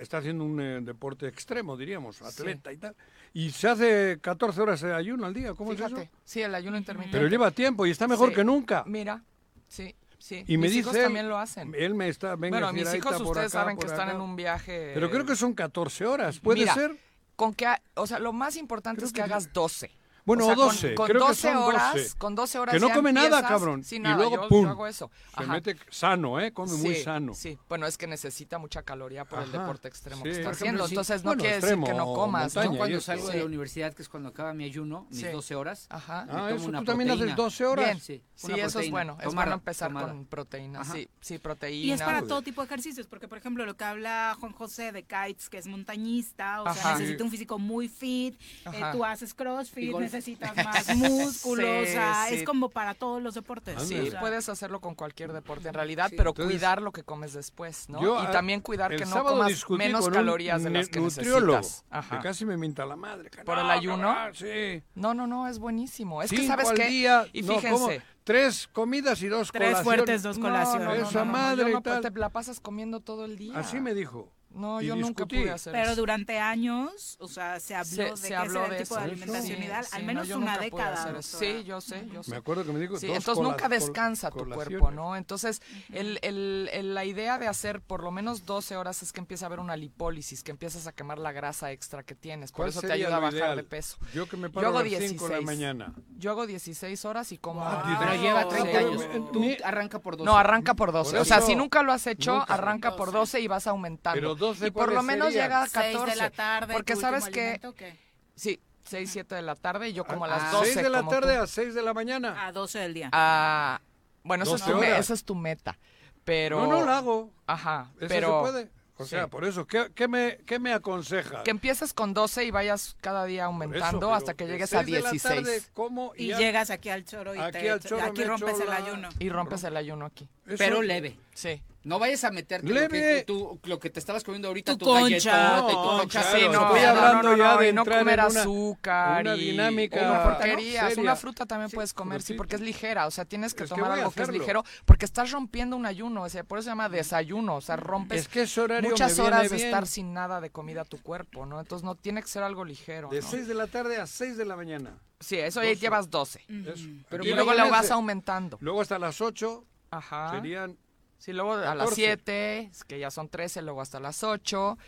[SPEAKER 3] está haciendo un eh, deporte extremo, diríamos, atleta y tal, y se hace 14 horas de ayuno al día, ¿cómo
[SPEAKER 19] Fíjate,
[SPEAKER 3] es eso?
[SPEAKER 19] sí, el ayuno intermitente.
[SPEAKER 3] Pero lleva tiempo y está mejor
[SPEAKER 19] Sí.
[SPEAKER 3] que nunca.
[SPEAKER 19] Mira, sí, sí.
[SPEAKER 3] Y me
[SPEAKER 19] mis
[SPEAKER 3] dice
[SPEAKER 19] hijos
[SPEAKER 3] él-
[SPEAKER 19] también lo hacen.
[SPEAKER 3] Él me está, venga,
[SPEAKER 19] bueno, mis
[SPEAKER 3] fieradita
[SPEAKER 19] hijos,
[SPEAKER 3] por
[SPEAKER 19] ustedes
[SPEAKER 3] acá,
[SPEAKER 19] saben que
[SPEAKER 3] por
[SPEAKER 19] están
[SPEAKER 3] acá.
[SPEAKER 19] en un viaje.
[SPEAKER 3] Pero creo que son 14 horas, ¿puede
[SPEAKER 19] Mira,
[SPEAKER 3] ser?
[SPEAKER 19] Con que, ha- o sea, lo más importante es que, hagas 12.
[SPEAKER 3] Bueno,
[SPEAKER 19] O sea,
[SPEAKER 3] o 12,
[SPEAKER 19] Con, con
[SPEAKER 3] creo que
[SPEAKER 19] 12
[SPEAKER 3] son 12.
[SPEAKER 19] horas, con 12 horas
[SPEAKER 3] Que no
[SPEAKER 19] ya
[SPEAKER 3] come nada,
[SPEAKER 19] empiezas-
[SPEAKER 3] cabrón.
[SPEAKER 19] Sí,
[SPEAKER 3] Y
[SPEAKER 19] nada,
[SPEAKER 3] luego,
[SPEAKER 19] yo- yo,
[SPEAKER 3] ¡pum!
[SPEAKER 19] hago eso.
[SPEAKER 3] Se
[SPEAKER 19] Ajá.
[SPEAKER 3] mete sano, ¿eh? Come muy
[SPEAKER 19] Sí,
[SPEAKER 3] sano.
[SPEAKER 19] Sí, bueno, es que necesita mucha caloría por el
[SPEAKER 3] Ajá,
[SPEAKER 19] deporte extremo que
[SPEAKER 3] sí.
[SPEAKER 19] está
[SPEAKER 3] Por ejemplo,
[SPEAKER 19] haciendo.
[SPEAKER 3] sí.
[SPEAKER 19] Entonces no
[SPEAKER 3] Bueno,
[SPEAKER 19] quiere
[SPEAKER 3] extremo,
[SPEAKER 19] decir que no comas.
[SPEAKER 3] montaña,
[SPEAKER 19] ¿no?
[SPEAKER 3] y
[SPEAKER 5] Cuando
[SPEAKER 3] esto.
[SPEAKER 5] salgo
[SPEAKER 19] Sí.
[SPEAKER 5] de la universidad, que es cuando acaba mi ayuno, mis
[SPEAKER 19] Sí.
[SPEAKER 5] 12 horas,
[SPEAKER 19] Ajá.
[SPEAKER 5] me
[SPEAKER 3] Ah,
[SPEAKER 5] tomo
[SPEAKER 3] eso,
[SPEAKER 5] una
[SPEAKER 3] ¿tú también haces
[SPEAKER 5] proteína.
[SPEAKER 3] 12 horas?
[SPEAKER 5] Bien,
[SPEAKER 3] Sí,
[SPEAKER 5] Sí,
[SPEAKER 19] Sí,
[SPEAKER 5] una
[SPEAKER 19] eso es
[SPEAKER 5] proteína,
[SPEAKER 19] bueno. Es
[SPEAKER 5] tomada,
[SPEAKER 19] bueno empezar
[SPEAKER 5] tomada.
[SPEAKER 19] con proteínas.
[SPEAKER 5] Ajá.
[SPEAKER 19] Sí, sí, proteína.
[SPEAKER 2] Y es para todo tipo de ejercicios, porque por ejemplo lo que habla Juan José de kites, que es montañista, o
[SPEAKER 19] Ajá.
[SPEAKER 2] sea, necesita un físico muy fit, eh,
[SPEAKER 19] Ajá.
[SPEAKER 2] tú haces crossfit,
[SPEAKER 19] Y golf.
[SPEAKER 2] necesitas más músculos,
[SPEAKER 19] Sí,
[SPEAKER 2] o sea,
[SPEAKER 19] sí.
[SPEAKER 2] es como para todos los deportes.
[SPEAKER 19] Sí,
[SPEAKER 2] o sea.
[SPEAKER 19] puedes hacerlo con cualquier deporte en realidad, pero
[SPEAKER 3] Entonces,
[SPEAKER 19] cuidar lo que comes después, ¿no?
[SPEAKER 3] Yo,
[SPEAKER 19] y
[SPEAKER 3] ah,
[SPEAKER 19] también cuidar
[SPEAKER 3] el
[SPEAKER 19] que no
[SPEAKER 3] sábado
[SPEAKER 19] comas
[SPEAKER 3] discutí
[SPEAKER 19] menos
[SPEAKER 3] con un
[SPEAKER 19] calorías de
[SPEAKER 3] ne-
[SPEAKER 19] las que
[SPEAKER 3] nutriólogo,
[SPEAKER 19] necesitas. Ajá.
[SPEAKER 3] que casi me minta la madre. que
[SPEAKER 19] ¿Por
[SPEAKER 3] no,
[SPEAKER 19] el ayuno?
[SPEAKER 3] cabrón, sí.
[SPEAKER 19] No, no, no, es buenísimo. Es que
[SPEAKER 3] Cinco
[SPEAKER 19] sabes
[SPEAKER 3] al
[SPEAKER 19] que
[SPEAKER 3] día,
[SPEAKER 19] y
[SPEAKER 3] no,
[SPEAKER 19] fíjense,
[SPEAKER 3] como tres comidas y dos
[SPEAKER 2] Tres
[SPEAKER 3] colaciones.
[SPEAKER 2] fuertes, dos colaciones.
[SPEAKER 19] No, no, no,
[SPEAKER 3] Esa
[SPEAKER 19] no, no,
[SPEAKER 3] madre
[SPEAKER 19] yo
[SPEAKER 3] y
[SPEAKER 19] no, pues,
[SPEAKER 3] tal.
[SPEAKER 19] te la pasas comiendo todo el día.
[SPEAKER 3] Así me dijo.
[SPEAKER 19] No,
[SPEAKER 3] Y
[SPEAKER 19] yo nunca
[SPEAKER 3] discutí.
[SPEAKER 19] pude hacer
[SPEAKER 2] Pero
[SPEAKER 19] eso.
[SPEAKER 2] durante años, o sea, se habló
[SPEAKER 19] Se-
[SPEAKER 2] de
[SPEAKER 19] se
[SPEAKER 2] que
[SPEAKER 19] habló
[SPEAKER 2] ese era
[SPEAKER 19] de
[SPEAKER 2] el tipo de
[SPEAKER 19] eso.
[SPEAKER 2] alimentación
[SPEAKER 19] Sí,
[SPEAKER 2] ideal,
[SPEAKER 19] sí,
[SPEAKER 2] al
[SPEAKER 19] no,
[SPEAKER 2] menos
[SPEAKER 19] yo
[SPEAKER 2] una
[SPEAKER 19] nunca pude
[SPEAKER 2] década.
[SPEAKER 19] hacer
[SPEAKER 2] doctora.
[SPEAKER 19] eso. Sí, yo sé, yo sé.
[SPEAKER 3] Me acuerdo que me dijo
[SPEAKER 19] Sí,
[SPEAKER 3] dos
[SPEAKER 19] entonces
[SPEAKER 3] colas-
[SPEAKER 19] nunca
[SPEAKER 3] col-
[SPEAKER 19] descansa tu
[SPEAKER 3] colaciones.
[SPEAKER 19] cuerpo, ¿no? Entonces, el, el- el- la idea de hacer por lo menos 12 horas es que empieza a haber una lipólisis, que empiezas a quemar la grasa extra que tienes. Por
[SPEAKER 3] ¿Cuál
[SPEAKER 19] eso te
[SPEAKER 3] sería
[SPEAKER 19] ayuda a
[SPEAKER 3] lo
[SPEAKER 19] bajar
[SPEAKER 3] ideal?
[SPEAKER 19] de peso.
[SPEAKER 3] Yo que me paro
[SPEAKER 19] hago
[SPEAKER 3] a las cinco de la
[SPEAKER 19] 16.
[SPEAKER 3] mañana.
[SPEAKER 19] Yo hago 16 horas y como...
[SPEAKER 3] Ah, Pero diez. lleva
[SPEAKER 5] 30
[SPEAKER 19] Sí.
[SPEAKER 5] años. Tú arranca por 12.
[SPEAKER 19] No, arranca por 12.
[SPEAKER 5] Por
[SPEAKER 19] o sea,
[SPEAKER 5] eso,
[SPEAKER 19] si nunca lo has hecho,
[SPEAKER 5] nunca.
[SPEAKER 19] arranca por 12 y vas aumentando.
[SPEAKER 5] Pero 12
[SPEAKER 19] y por
[SPEAKER 5] ¿cuáles
[SPEAKER 19] lo menos
[SPEAKER 5] serían?
[SPEAKER 19] llega a
[SPEAKER 5] Seis de
[SPEAKER 19] 14.
[SPEAKER 5] la tarde,
[SPEAKER 19] porque
[SPEAKER 5] tu
[SPEAKER 19] sabes
[SPEAKER 5] último
[SPEAKER 19] que...
[SPEAKER 5] alimento, ¿o qué?
[SPEAKER 19] Sí, 6, 7 de la tarde y yo como a,
[SPEAKER 3] Ah,
[SPEAKER 19] las 12.
[SPEAKER 3] seis de la
[SPEAKER 19] como tú.
[SPEAKER 3] tarde a 6 de la mañana.
[SPEAKER 2] A 12 del día.
[SPEAKER 19] Ah, bueno, esa es,
[SPEAKER 3] 12
[SPEAKER 19] tu, me-
[SPEAKER 3] horas.
[SPEAKER 19] esa es tu meta. Pero...
[SPEAKER 3] No, no la hago.
[SPEAKER 19] Ajá,
[SPEAKER 3] ¿Eso
[SPEAKER 19] pero...
[SPEAKER 3] se puede? O
[SPEAKER 19] Sí. em-
[SPEAKER 3] sea, por eso, ¿qué, qué me, qué me aconseja?
[SPEAKER 19] Que empieces con 12 y vayas cada día aumentando
[SPEAKER 3] Ah. pero
[SPEAKER 19] hasta que
[SPEAKER 3] de
[SPEAKER 19] llegues a
[SPEAKER 3] seis de la
[SPEAKER 19] 16.
[SPEAKER 3] tarde como y
[SPEAKER 2] Y
[SPEAKER 3] ya-
[SPEAKER 2] llegas aquí al choro y
[SPEAKER 3] Aquí
[SPEAKER 2] te
[SPEAKER 3] al choro ah,
[SPEAKER 2] aquí
[SPEAKER 3] me
[SPEAKER 2] rompes
[SPEAKER 3] echo
[SPEAKER 2] el
[SPEAKER 3] la-
[SPEAKER 2] ayuno.
[SPEAKER 19] Y rompes el ayuno aquí.
[SPEAKER 3] Eso-
[SPEAKER 5] Pero leve.
[SPEAKER 19] Sí.
[SPEAKER 5] No vayas a meterte lo
[SPEAKER 3] Leve.
[SPEAKER 5] que, tú- lo que te estabas comiendo ahorita,
[SPEAKER 2] Tu
[SPEAKER 5] tu,
[SPEAKER 2] concha.
[SPEAKER 5] galletota y tu
[SPEAKER 3] No,
[SPEAKER 5] concha.
[SPEAKER 3] claro,
[SPEAKER 5] sí, no,
[SPEAKER 3] estoy
[SPEAKER 5] no, no,
[SPEAKER 3] hablando
[SPEAKER 5] no, no,
[SPEAKER 3] ya
[SPEAKER 5] no,
[SPEAKER 3] de
[SPEAKER 5] y no
[SPEAKER 3] entrar
[SPEAKER 5] comer
[SPEAKER 3] en una-
[SPEAKER 19] azúcar
[SPEAKER 3] una
[SPEAKER 19] y
[SPEAKER 3] dinámica
[SPEAKER 19] una porquerías,
[SPEAKER 3] seria.
[SPEAKER 19] una fruta también puedes comer, sí,
[SPEAKER 3] frutita.
[SPEAKER 19] porque es ligera, o sea, tienes que
[SPEAKER 3] Es que
[SPEAKER 19] tomar
[SPEAKER 3] voy a
[SPEAKER 19] algo que es
[SPEAKER 3] hacerlo.
[SPEAKER 19] ligero, porque estás rompiendo un ayuno, o sea, por eso se llama desayuno, o sea,
[SPEAKER 2] Mm.
[SPEAKER 19] rompes
[SPEAKER 3] Es que ese horario
[SPEAKER 19] muchas
[SPEAKER 3] me viene
[SPEAKER 19] horas de
[SPEAKER 3] bien.
[SPEAKER 19] estar sin nada de comida a tu cuerpo, ¿no? Entonces no tiene que ser algo ligero,
[SPEAKER 3] De
[SPEAKER 19] ¿no?
[SPEAKER 3] 6 de la tarde a 6 de la mañana.
[SPEAKER 19] Sí, eso ya llevas 12.
[SPEAKER 3] Eso.
[SPEAKER 19] Pero
[SPEAKER 3] Aquí
[SPEAKER 19] y luego lo
[SPEAKER 3] imagínense.
[SPEAKER 19] vas aumentando.
[SPEAKER 3] mm, Luego hasta las 8
[SPEAKER 19] Ajá.
[SPEAKER 3] serían
[SPEAKER 19] Sí, luego a las
[SPEAKER 3] 14.
[SPEAKER 19] 7, que ya son 13, luego hasta las 8.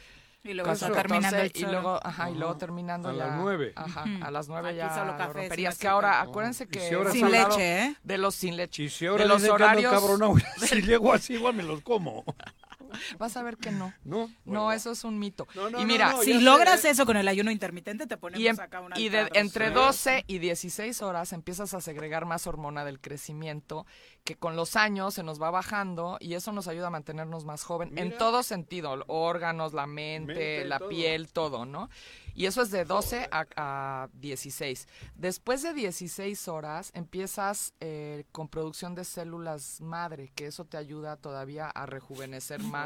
[SPEAKER 2] Y luego
[SPEAKER 19] hasta
[SPEAKER 2] hasta terminando el
[SPEAKER 19] y
[SPEAKER 2] choro.
[SPEAKER 19] luego, ajá, y luego
[SPEAKER 3] Ajá.
[SPEAKER 19] terminando
[SPEAKER 3] A
[SPEAKER 19] ya-
[SPEAKER 3] las nueve.
[SPEAKER 19] Ajá,
[SPEAKER 2] Ujú.
[SPEAKER 19] a las 9
[SPEAKER 2] Aquí
[SPEAKER 19] ya
[SPEAKER 2] solo
[SPEAKER 19] lo
[SPEAKER 2] café,
[SPEAKER 19] romperías,
[SPEAKER 2] sin
[SPEAKER 19] que ahora,
[SPEAKER 2] azúcar.
[SPEAKER 19] acuérdense que
[SPEAKER 3] si ahora
[SPEAKER 19] hemos
[SPEAKER 3] Sin
[SPEAKER 19] hablado
[SPEAKER 2] leche, ¿eh?
[SPEAKER 19] de los sin leche,
[SPEAKER 3] Y si ahora
[SPEAKER 19] de los
[SPEAKER 3] dicen que ando
[SPEAKER 19] horarios,
[SPEAKER 3] cabronao, si llego así igual me los como.
[SPEAKER 19] vas a ver que no.
[SPEAKER 3] ¿No?
[SPEAKER 19] No, eso es un mito.
[SPEAKER 3] No, no,
[SPEAKER 19] y mira,
[SPEAKER 3] no, no,
[SPEAKER 19] sí,
[SPEAKER 3] ya
[SPEAKER 2] Si
[SPEAKER 3] sé,
[SPEAKER 2] logras
[SPEAKER 3] ¿eh?
[SPEAKER 2] eso con el ayuno intermitente, te ponemos
[SPEAKER 19] y, em-
[SPEAKER 2] acá una
[SPEAKER 19] y de- entre 12 y 16 horas empiezas a segregar más hormona del crecimiento, que con los años se nos va bajando y eso nos ayuda a mantenernos más joven en
[SPEAKER 3] Mira.
[SPEAKER 19] todo sentido, l- órganos, la mente,
[SPEAKER 3] Mente,
[SPEAKER 19] la
[SPEAKER 3] todo.
[SPEAKER 19] piel, todo, ¿no? Y eso es de 12 a, a 16. Después de 16 horas empiezas eh, con producción de células madre, que eso te ayuda todavía a rejuvenecer más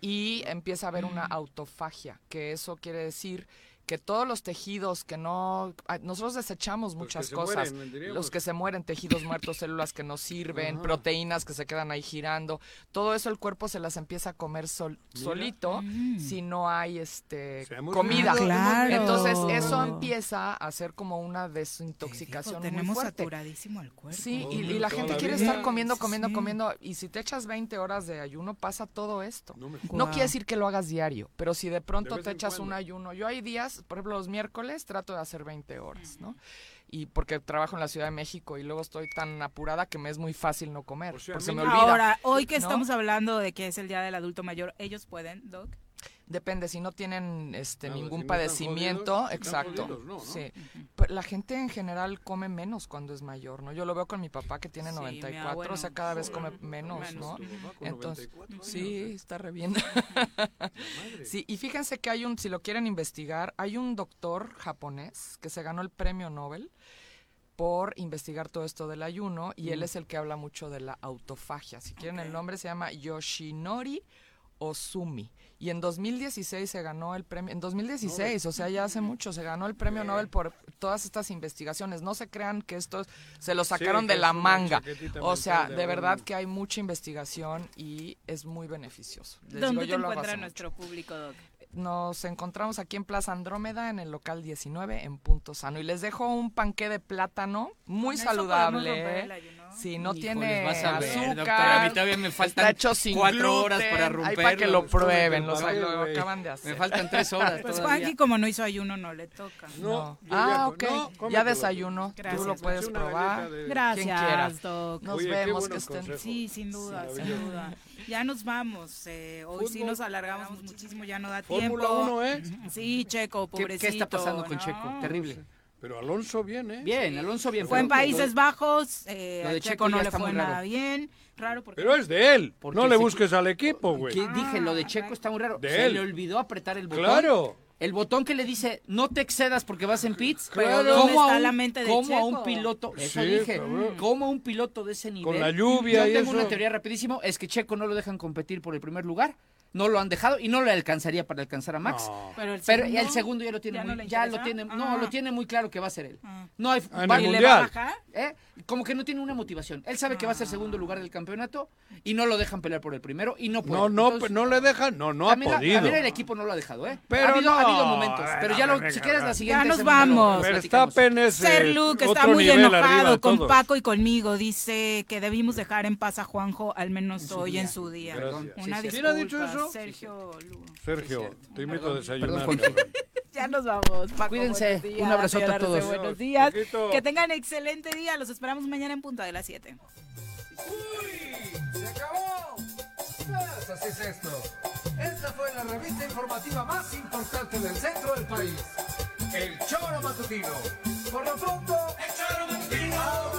[SPEAKER 19] y empieza a haber una
[SPEAKER 3] Mm.
[SPEAKER 19] autofagia, que eso quiere decir que todos los tejidos que no ah, nosotros desechamos muchas
[SPEAKER 3] se
[SPEAKER 19] cosas,
[SPEAKER 3] mueren, diríamos.
[SPEAKER 19] los que se mueren, tejidos muertos, células que no sirven,
[SPEAKER 3] Ajá.
[SPEAKER 19] proteínas que se quedan ahí girando, todo eso el cuerpo se las empieza a comer sol-
[SPEAKER 3] Mira.
[SPEAKER 19] solito si no hay este
[SPEAKER 3] Se ha morido,
[SPEAKER 19] comida.
[SPEAKER 3] hemos
[SPEAKER 2] Mm. Ah, Claro.
[SPEAKER 3] morido.
[SPEAKER 19] Entonces eso
[SPEAKER 2] Claro.
[SPEAKER 19] empieza a ser como una desintoxicación muy
[SPEAKER 2] tenemos
[SPEAKER 19] fuerte.
[SPEAKER 2] saturadísimo el cuerpo.
[SPEAKER 19] Sí, y,
[SPEAKER 3] Obvio,
[SPEAKER 19] y la
[SPEAKER 3] toda
[SPEAKER 19] gente
[SPEAKER 3] la
[SPEAKER 19] quiere
[SPEAKER 3] vida.
[SPEAKER 19] estar comiendo,
[SPEAKER 2] Sí,
[SPEAKER 19] comiendo,
[SPEAKER 2] sí.
[SPEAKER 19] comiendo. Y si te echas 20 horas de ayuno, pasa todo esto.
[SPEAKER 3] No me-
[SPEAKER 19] No
[SPEAKER 2] Guau.
[SPEAKER 19] quiere decir que lo hagas diario, pero si de
[SPEAKER 3] De
[SPEAKER 19] pronto
[SPEAKER 3] vez
[SPEAKER 19] te
[SPEAKER 3] en
[SPEAKER 19] echas un
[SPEAKER 3] cuando.
[SPEAKER 19] ayuno. Yo hay días horas, por ejemplo, los miércoles trato de hacer 20 horas, ¿no? Y porque trabajo en la Ciudad de México y luego estoy tan apurada que me es muy fácil no comer,
[SPEAKER 2] O sea,
[SPEAKER 19] porque
[SPEAKER 2] a mí-
[SPEAKER 19] me olvida.
[SPEAKER 2] Ahora, hoy que
[SPEAKER 19] ¿no?
[SPEAKER 2] estamos hablando de que es el Día del Adulto Mayor, ¿ellos pueden, Doc?
[SPEAKER 19] Depende, si no tienen este
[SPEAKER 2] Claro,
[SPEAKER 19] ningún
[SPEAKER 2] si no están
[SPEAKER 19] padecimiento,
[SPEAKER 2] jodidos, si están
[SPEAKER 19] exacto.
[SPEAKER 2] jodidos, no, ¿no?
[SPEAKER 19] Sí. Pero la gente en general come menos cuando es mayor, ¿no? Yo lo veo con mi papá que tiene
[SPEAKER 2] Sí, mi
[SPEAKER 19] 94,
[SPEAKER 2] abuelo.
[SPEAKER 19] o sea, cada vez come
[SPEAKER 2] Joder,
[SPEAKER 19] menos,
[SPEAKER 2] menos.
[SPEAKER 19] ¿no?
[SPEAKER 2] Tu papá con
[SPEAKER 19] Entonces,
[SPEAKER 2] 94 años,
[SPEAKER 19] sí, está re bien. sí, y fíjense que hay un, si lo quieren investigar, hay un doctor japonés que se ganó el premio Nobel por investigar todo esto del ayuno y él
[SPEAKER 5] Mm.
[SPEAKER 19] es el que habla mucho de la autofagia. Si quieren
[SPEAKER 5] Ok.
[SPEAKER 19] el nombre se llama Yoshinori Osumi y en 2016 se ganó el premio en 2016, o sea, ya hace mucho se ganó el premio Nobel por todas estas investigaciones. No se crean que esto es- se lo
[SPEAKER 5] Sí,
[SPEAKER 19] sacaron
[SPEAKER 5] que
[SPEAKER 19] de
[SPEAKER 5] es
[SPEAKER 19] la
[SPEAKER 5] una
[SPEAKER 19] manga.
[SPEAKER 5] chaquetita
[SPEAKER 19] O sea,
[SPEAKER 5] mental de
[SPEAKER 19] de verdad
[SPEAKER 5] un-
[SPEAKER 19] que hay mucha investigación y es muy beneficioso. Les digo,
[SPEAKER 2] ¿Dónde
[SPEAKER 19] yo
[SPEAKER 2] te
[SPEAKER 19] lo hago
[SPEAKER 2] encuentra
[SPEAKER 19] hace
[SPEAKER 2] nuestro público, Doc?
[SPEAKER 19] nos encontramos aquí en Plaza Andrómeda, en el local 19, en Punto Sano. Y les dejo un panqué de plátano muy
[SPEAKER 2] Con eso podemos romper
[SPEAKER 19] saludable.
[SPEAKER 2] el
[SPEAKER 19] Si no
[SPEAKER 5] Híjoles,
[SPEAKER 19] tiene
[SPEAKER 5] vas a ver,
[SPEAKER 19] azúcar,
[SPEAKER 5] doctora, a mí todavía me faltan
[SPEAKER 19] está hecho sin
[SPEAKER 5] cuatro horas
[SPEAKER 19] gluten,
[SPEAKER 5] para
[SPEAKER 19] Ahí para que lo
[SPEAKER 5] romperlo.
[SPEAKER 19] prueben, lo,
[SPEAKER 5] Estuve
[SPEAKER 19] lo
[SPEAKER 5] preparado,
[SPEAKER 19] acaban
[SPEAKER 5] güey.
[SPEAKER 19] de hacer.
[SPEAKER 5] Me faltan tres horas
[SPEAKER 2] Pues
[SPEAKER 5] todavía.
[SPEAKER 2] Juanqui, como no hizo ayuno, no le toca.
[SPEAKER 19] No. yo Ah, ya- ok. no, Ya cómetelo. desayuno. Tú lo puedes
[SPEAKER 2] Una
[SPEAKER 19] probar.
[SPEAKER 2] galleta de-
[SPEAKER 19] Quien quiera.
[SPEAKER 2] Gracias, Doc.
[SPEAKER 19] Nos Oye, qué vemos, buenos que estén- consejos.
[SPEAKER 2] Sí, sin duda,
[SPEAKER 19] Sí.
[SPEAKER 2] sin duda. Ya nos vamos. eh, hoy sí
[SPEAKER 6] Fútbol.
[SPEAKER 2] nos alargamos muchísimo, ya no da tiempo.
[SPEAKER 3] Fórmula uno, ¿eh?
[SPEAKER 2] Sí, Checo,
[SPEAKER 3] ¿Qué-
[SPEAKER 2] pobrecito.
[SPEAKER 3] qué está pasando con
[SPEAKER 2] ¿no?
[SPEAKER 3] Checo?
[SPEAKER 5] Terrible.
[SPEAKER 3] Pero Alonso bien, ¿eh?
[SPEAKER 5] Bien, Alonso bien.
[SPEAKER 2] Fue en Países Bajos, eh,
[SPEAKER 3] Lo
[SPEAKER 2] a
[SPEAKER 3] de
[SPEAKER 2] Checo,
[SPEAKER 3] Checo
[SPEAKER 2] no
[SPEAKER 3] ya
[SPEAKER 2] le
[SPEAKER 3] está
[SPEAKER 2] fue
[SPEAKER 3] muy raro.
[SPEAKER 2] nada bien. Raro porque...
[SPEAKER 3] Pero es de él.
[SPEAKER 5] Porque
[SPEAKER 3] No le
[SPEAKER 5] se-
[SPEAKER 3] busques al equipo, güey.
[SPEAKER 5] Que dije, lo de Checo está muy raro.
[SPEAKER 3] De
[SPEAKER 5] Se
[SPEAKER 3] él.
[SPEAKER 5] le olvidó apretar el botón.
[SPEAKER 3] Claro.
[SPEAKER 5] El botón que le dice, no te excedas porque vas en pits.
[SPEAKER 2] Pero
[SPEAKER 5] Pero
[SPEAKER 2] ¿dónde
[SPEAKER 5] ¿cómo
[SPEAKER 2] está
[SPEAKER 5] a un,
[SPEAKER 2] la mente de
[SPEAKER 5] cómo a
[SPEAKER 2] Checo?
[SPEAKER 5] un piloto? Eso
[SPEAKER 3] Sí,
[SPEAKER 5] dije.
[SPEAKER 3] cabrón.
[SPEAKER 5] ¿Cómo a un piloto de ese nivel?
[SPEAKER 3] la lluvia
[SPEAKER 5] Yo
[SPEAKER 3] y
[SPEAKER 5] tengo una
[SPEAKER 3] eso.
[SPEAKER 5] teoría rapidísimo. Es que Checo no lo dejan competir por el primer lugar. No lo han dejado y no le alcanzaría para alcanzar a Max.
[SPEAKER 3] No.
[SPEAKER 2] Pero el
[SPEAKER 5] Pero
[SPEAKER 2] segundo
[SPEAKER 5] el segundo ya lo tiene
[SPEAKER 2] ya
[SPEAKER 5] muy,
[SPEAKER 2] no le
[SPEAKER 5] ya lo
[SPEAKER 2] interesa.
[SPEAKER 5] tiene,
[SPEAKER 2] Ah.
[SPEAKER 5] no, lo tiene muy claro que va a ser él.
[SPEAKER 2] Ah.
[SPEAKER 5] No hay
[SPEAKER 3] Ah, en
[SPEAKER 5] va-
[SPEAKER 3] el
[SPEAKER 5] y le
[SPEAKER 3] Mundial.
[SPEAKER 5] baja, ¿eh? como que no tiene una motivación. Él sabe que va a ser segundo lugar del campeonato y no lo dejan pelear por el primero y no puede.
[SPEAKER 3] No, no,
[SPEAKER 5] Entonces,
[SPEAKER 3] pe- no le dejan. No, no ha
[SPEAKER 5] también la-
[SPEAKER 3] podido.
[SPEAKER 5] también el equipo no lo ha dejado, ¿eh?
[SPEAKER 3] Pero
[SPEAKER 5] ha, habido, ha
[SPEAKER 3] no,
[SPEAKER 5] habido momentos,
[SPEAKER 3] a ver,
[SPEAKER 5] pero ya
[SPEAKER 3] a
[SPEAKER 5] lo,
[SPEAKER 3] ver,
[SPEAKER 5] si
[SPEAKER 3] venga, a
[SPEAKER 5] quieres la
[SPEAKER 3] ver.
[SPEAKER 5] siguiente
[SPEAKER 2] Ya nos
[SPEAKER 5] semana lo- lo
[SPEAKER 2] vamos.
[SPEAKER 5] platicamos.
[SPEAKER 3] Verstappen es
[SPEAKER 2] Ser
[SPEAKER 3] eh,
[SPEAKER 2] Luke
[SPEAKER 3] otro
[SPEAKER 2] está muy
[SPEAKER 3] nivel arriba
[SPEAKER 2] enojado
[SPEAKER 3] de
[SPEAKER 2] con
[SPEAKER 3] todos.
[SPEAKER 2] Paco y conmigo. Dice que debimos dejar en paz a Juanjo, al menos
[SPEAKER 5] su
[SPEAKER 2] hoy
[SPEAKER 5] día.
[SPEAKER 2] en su día.
[SPEAKER 3] Gracias.
[SPEAKER 2] Una
[SPEAKER 3] Sí, sí. ¿Quién
[SPEAKER 2] disculpa,
[SPEAKER 3] ha dicho eso?
[SPEAKER 2] Sergio Lugo.
[SPEAKER 3] Sergio, te invito a
[SPEAKER 5] perdón,
[SPEAKER 3] desayunar.
[SPEAKER 5] Juanjo.
[SPEAKER 3] cabrón.
[SPEAKER 2] Ya nos vamos. Paco,
[SPEAKER 5] Cuídense.
[SPEAKER 2] buenos días.
[SPEAKER 5] Un abrazote a
[SPEAKER 2] Señora Arce,
[SPEAKER 5] todos.
[SPEAKER 2] Buenos días.
[SPEAKER 3] Chiquito.
[SPEAKER 2] Que tengan excelente día. Los esperamos mañana en punta de las 7.
[SPEAKER 13] ¡Se acabó! Pues así es esto. Esta fue la revista informativa más importante del centro del país. El Choro Matutino. Por lo pronto, el Choro Matutino. este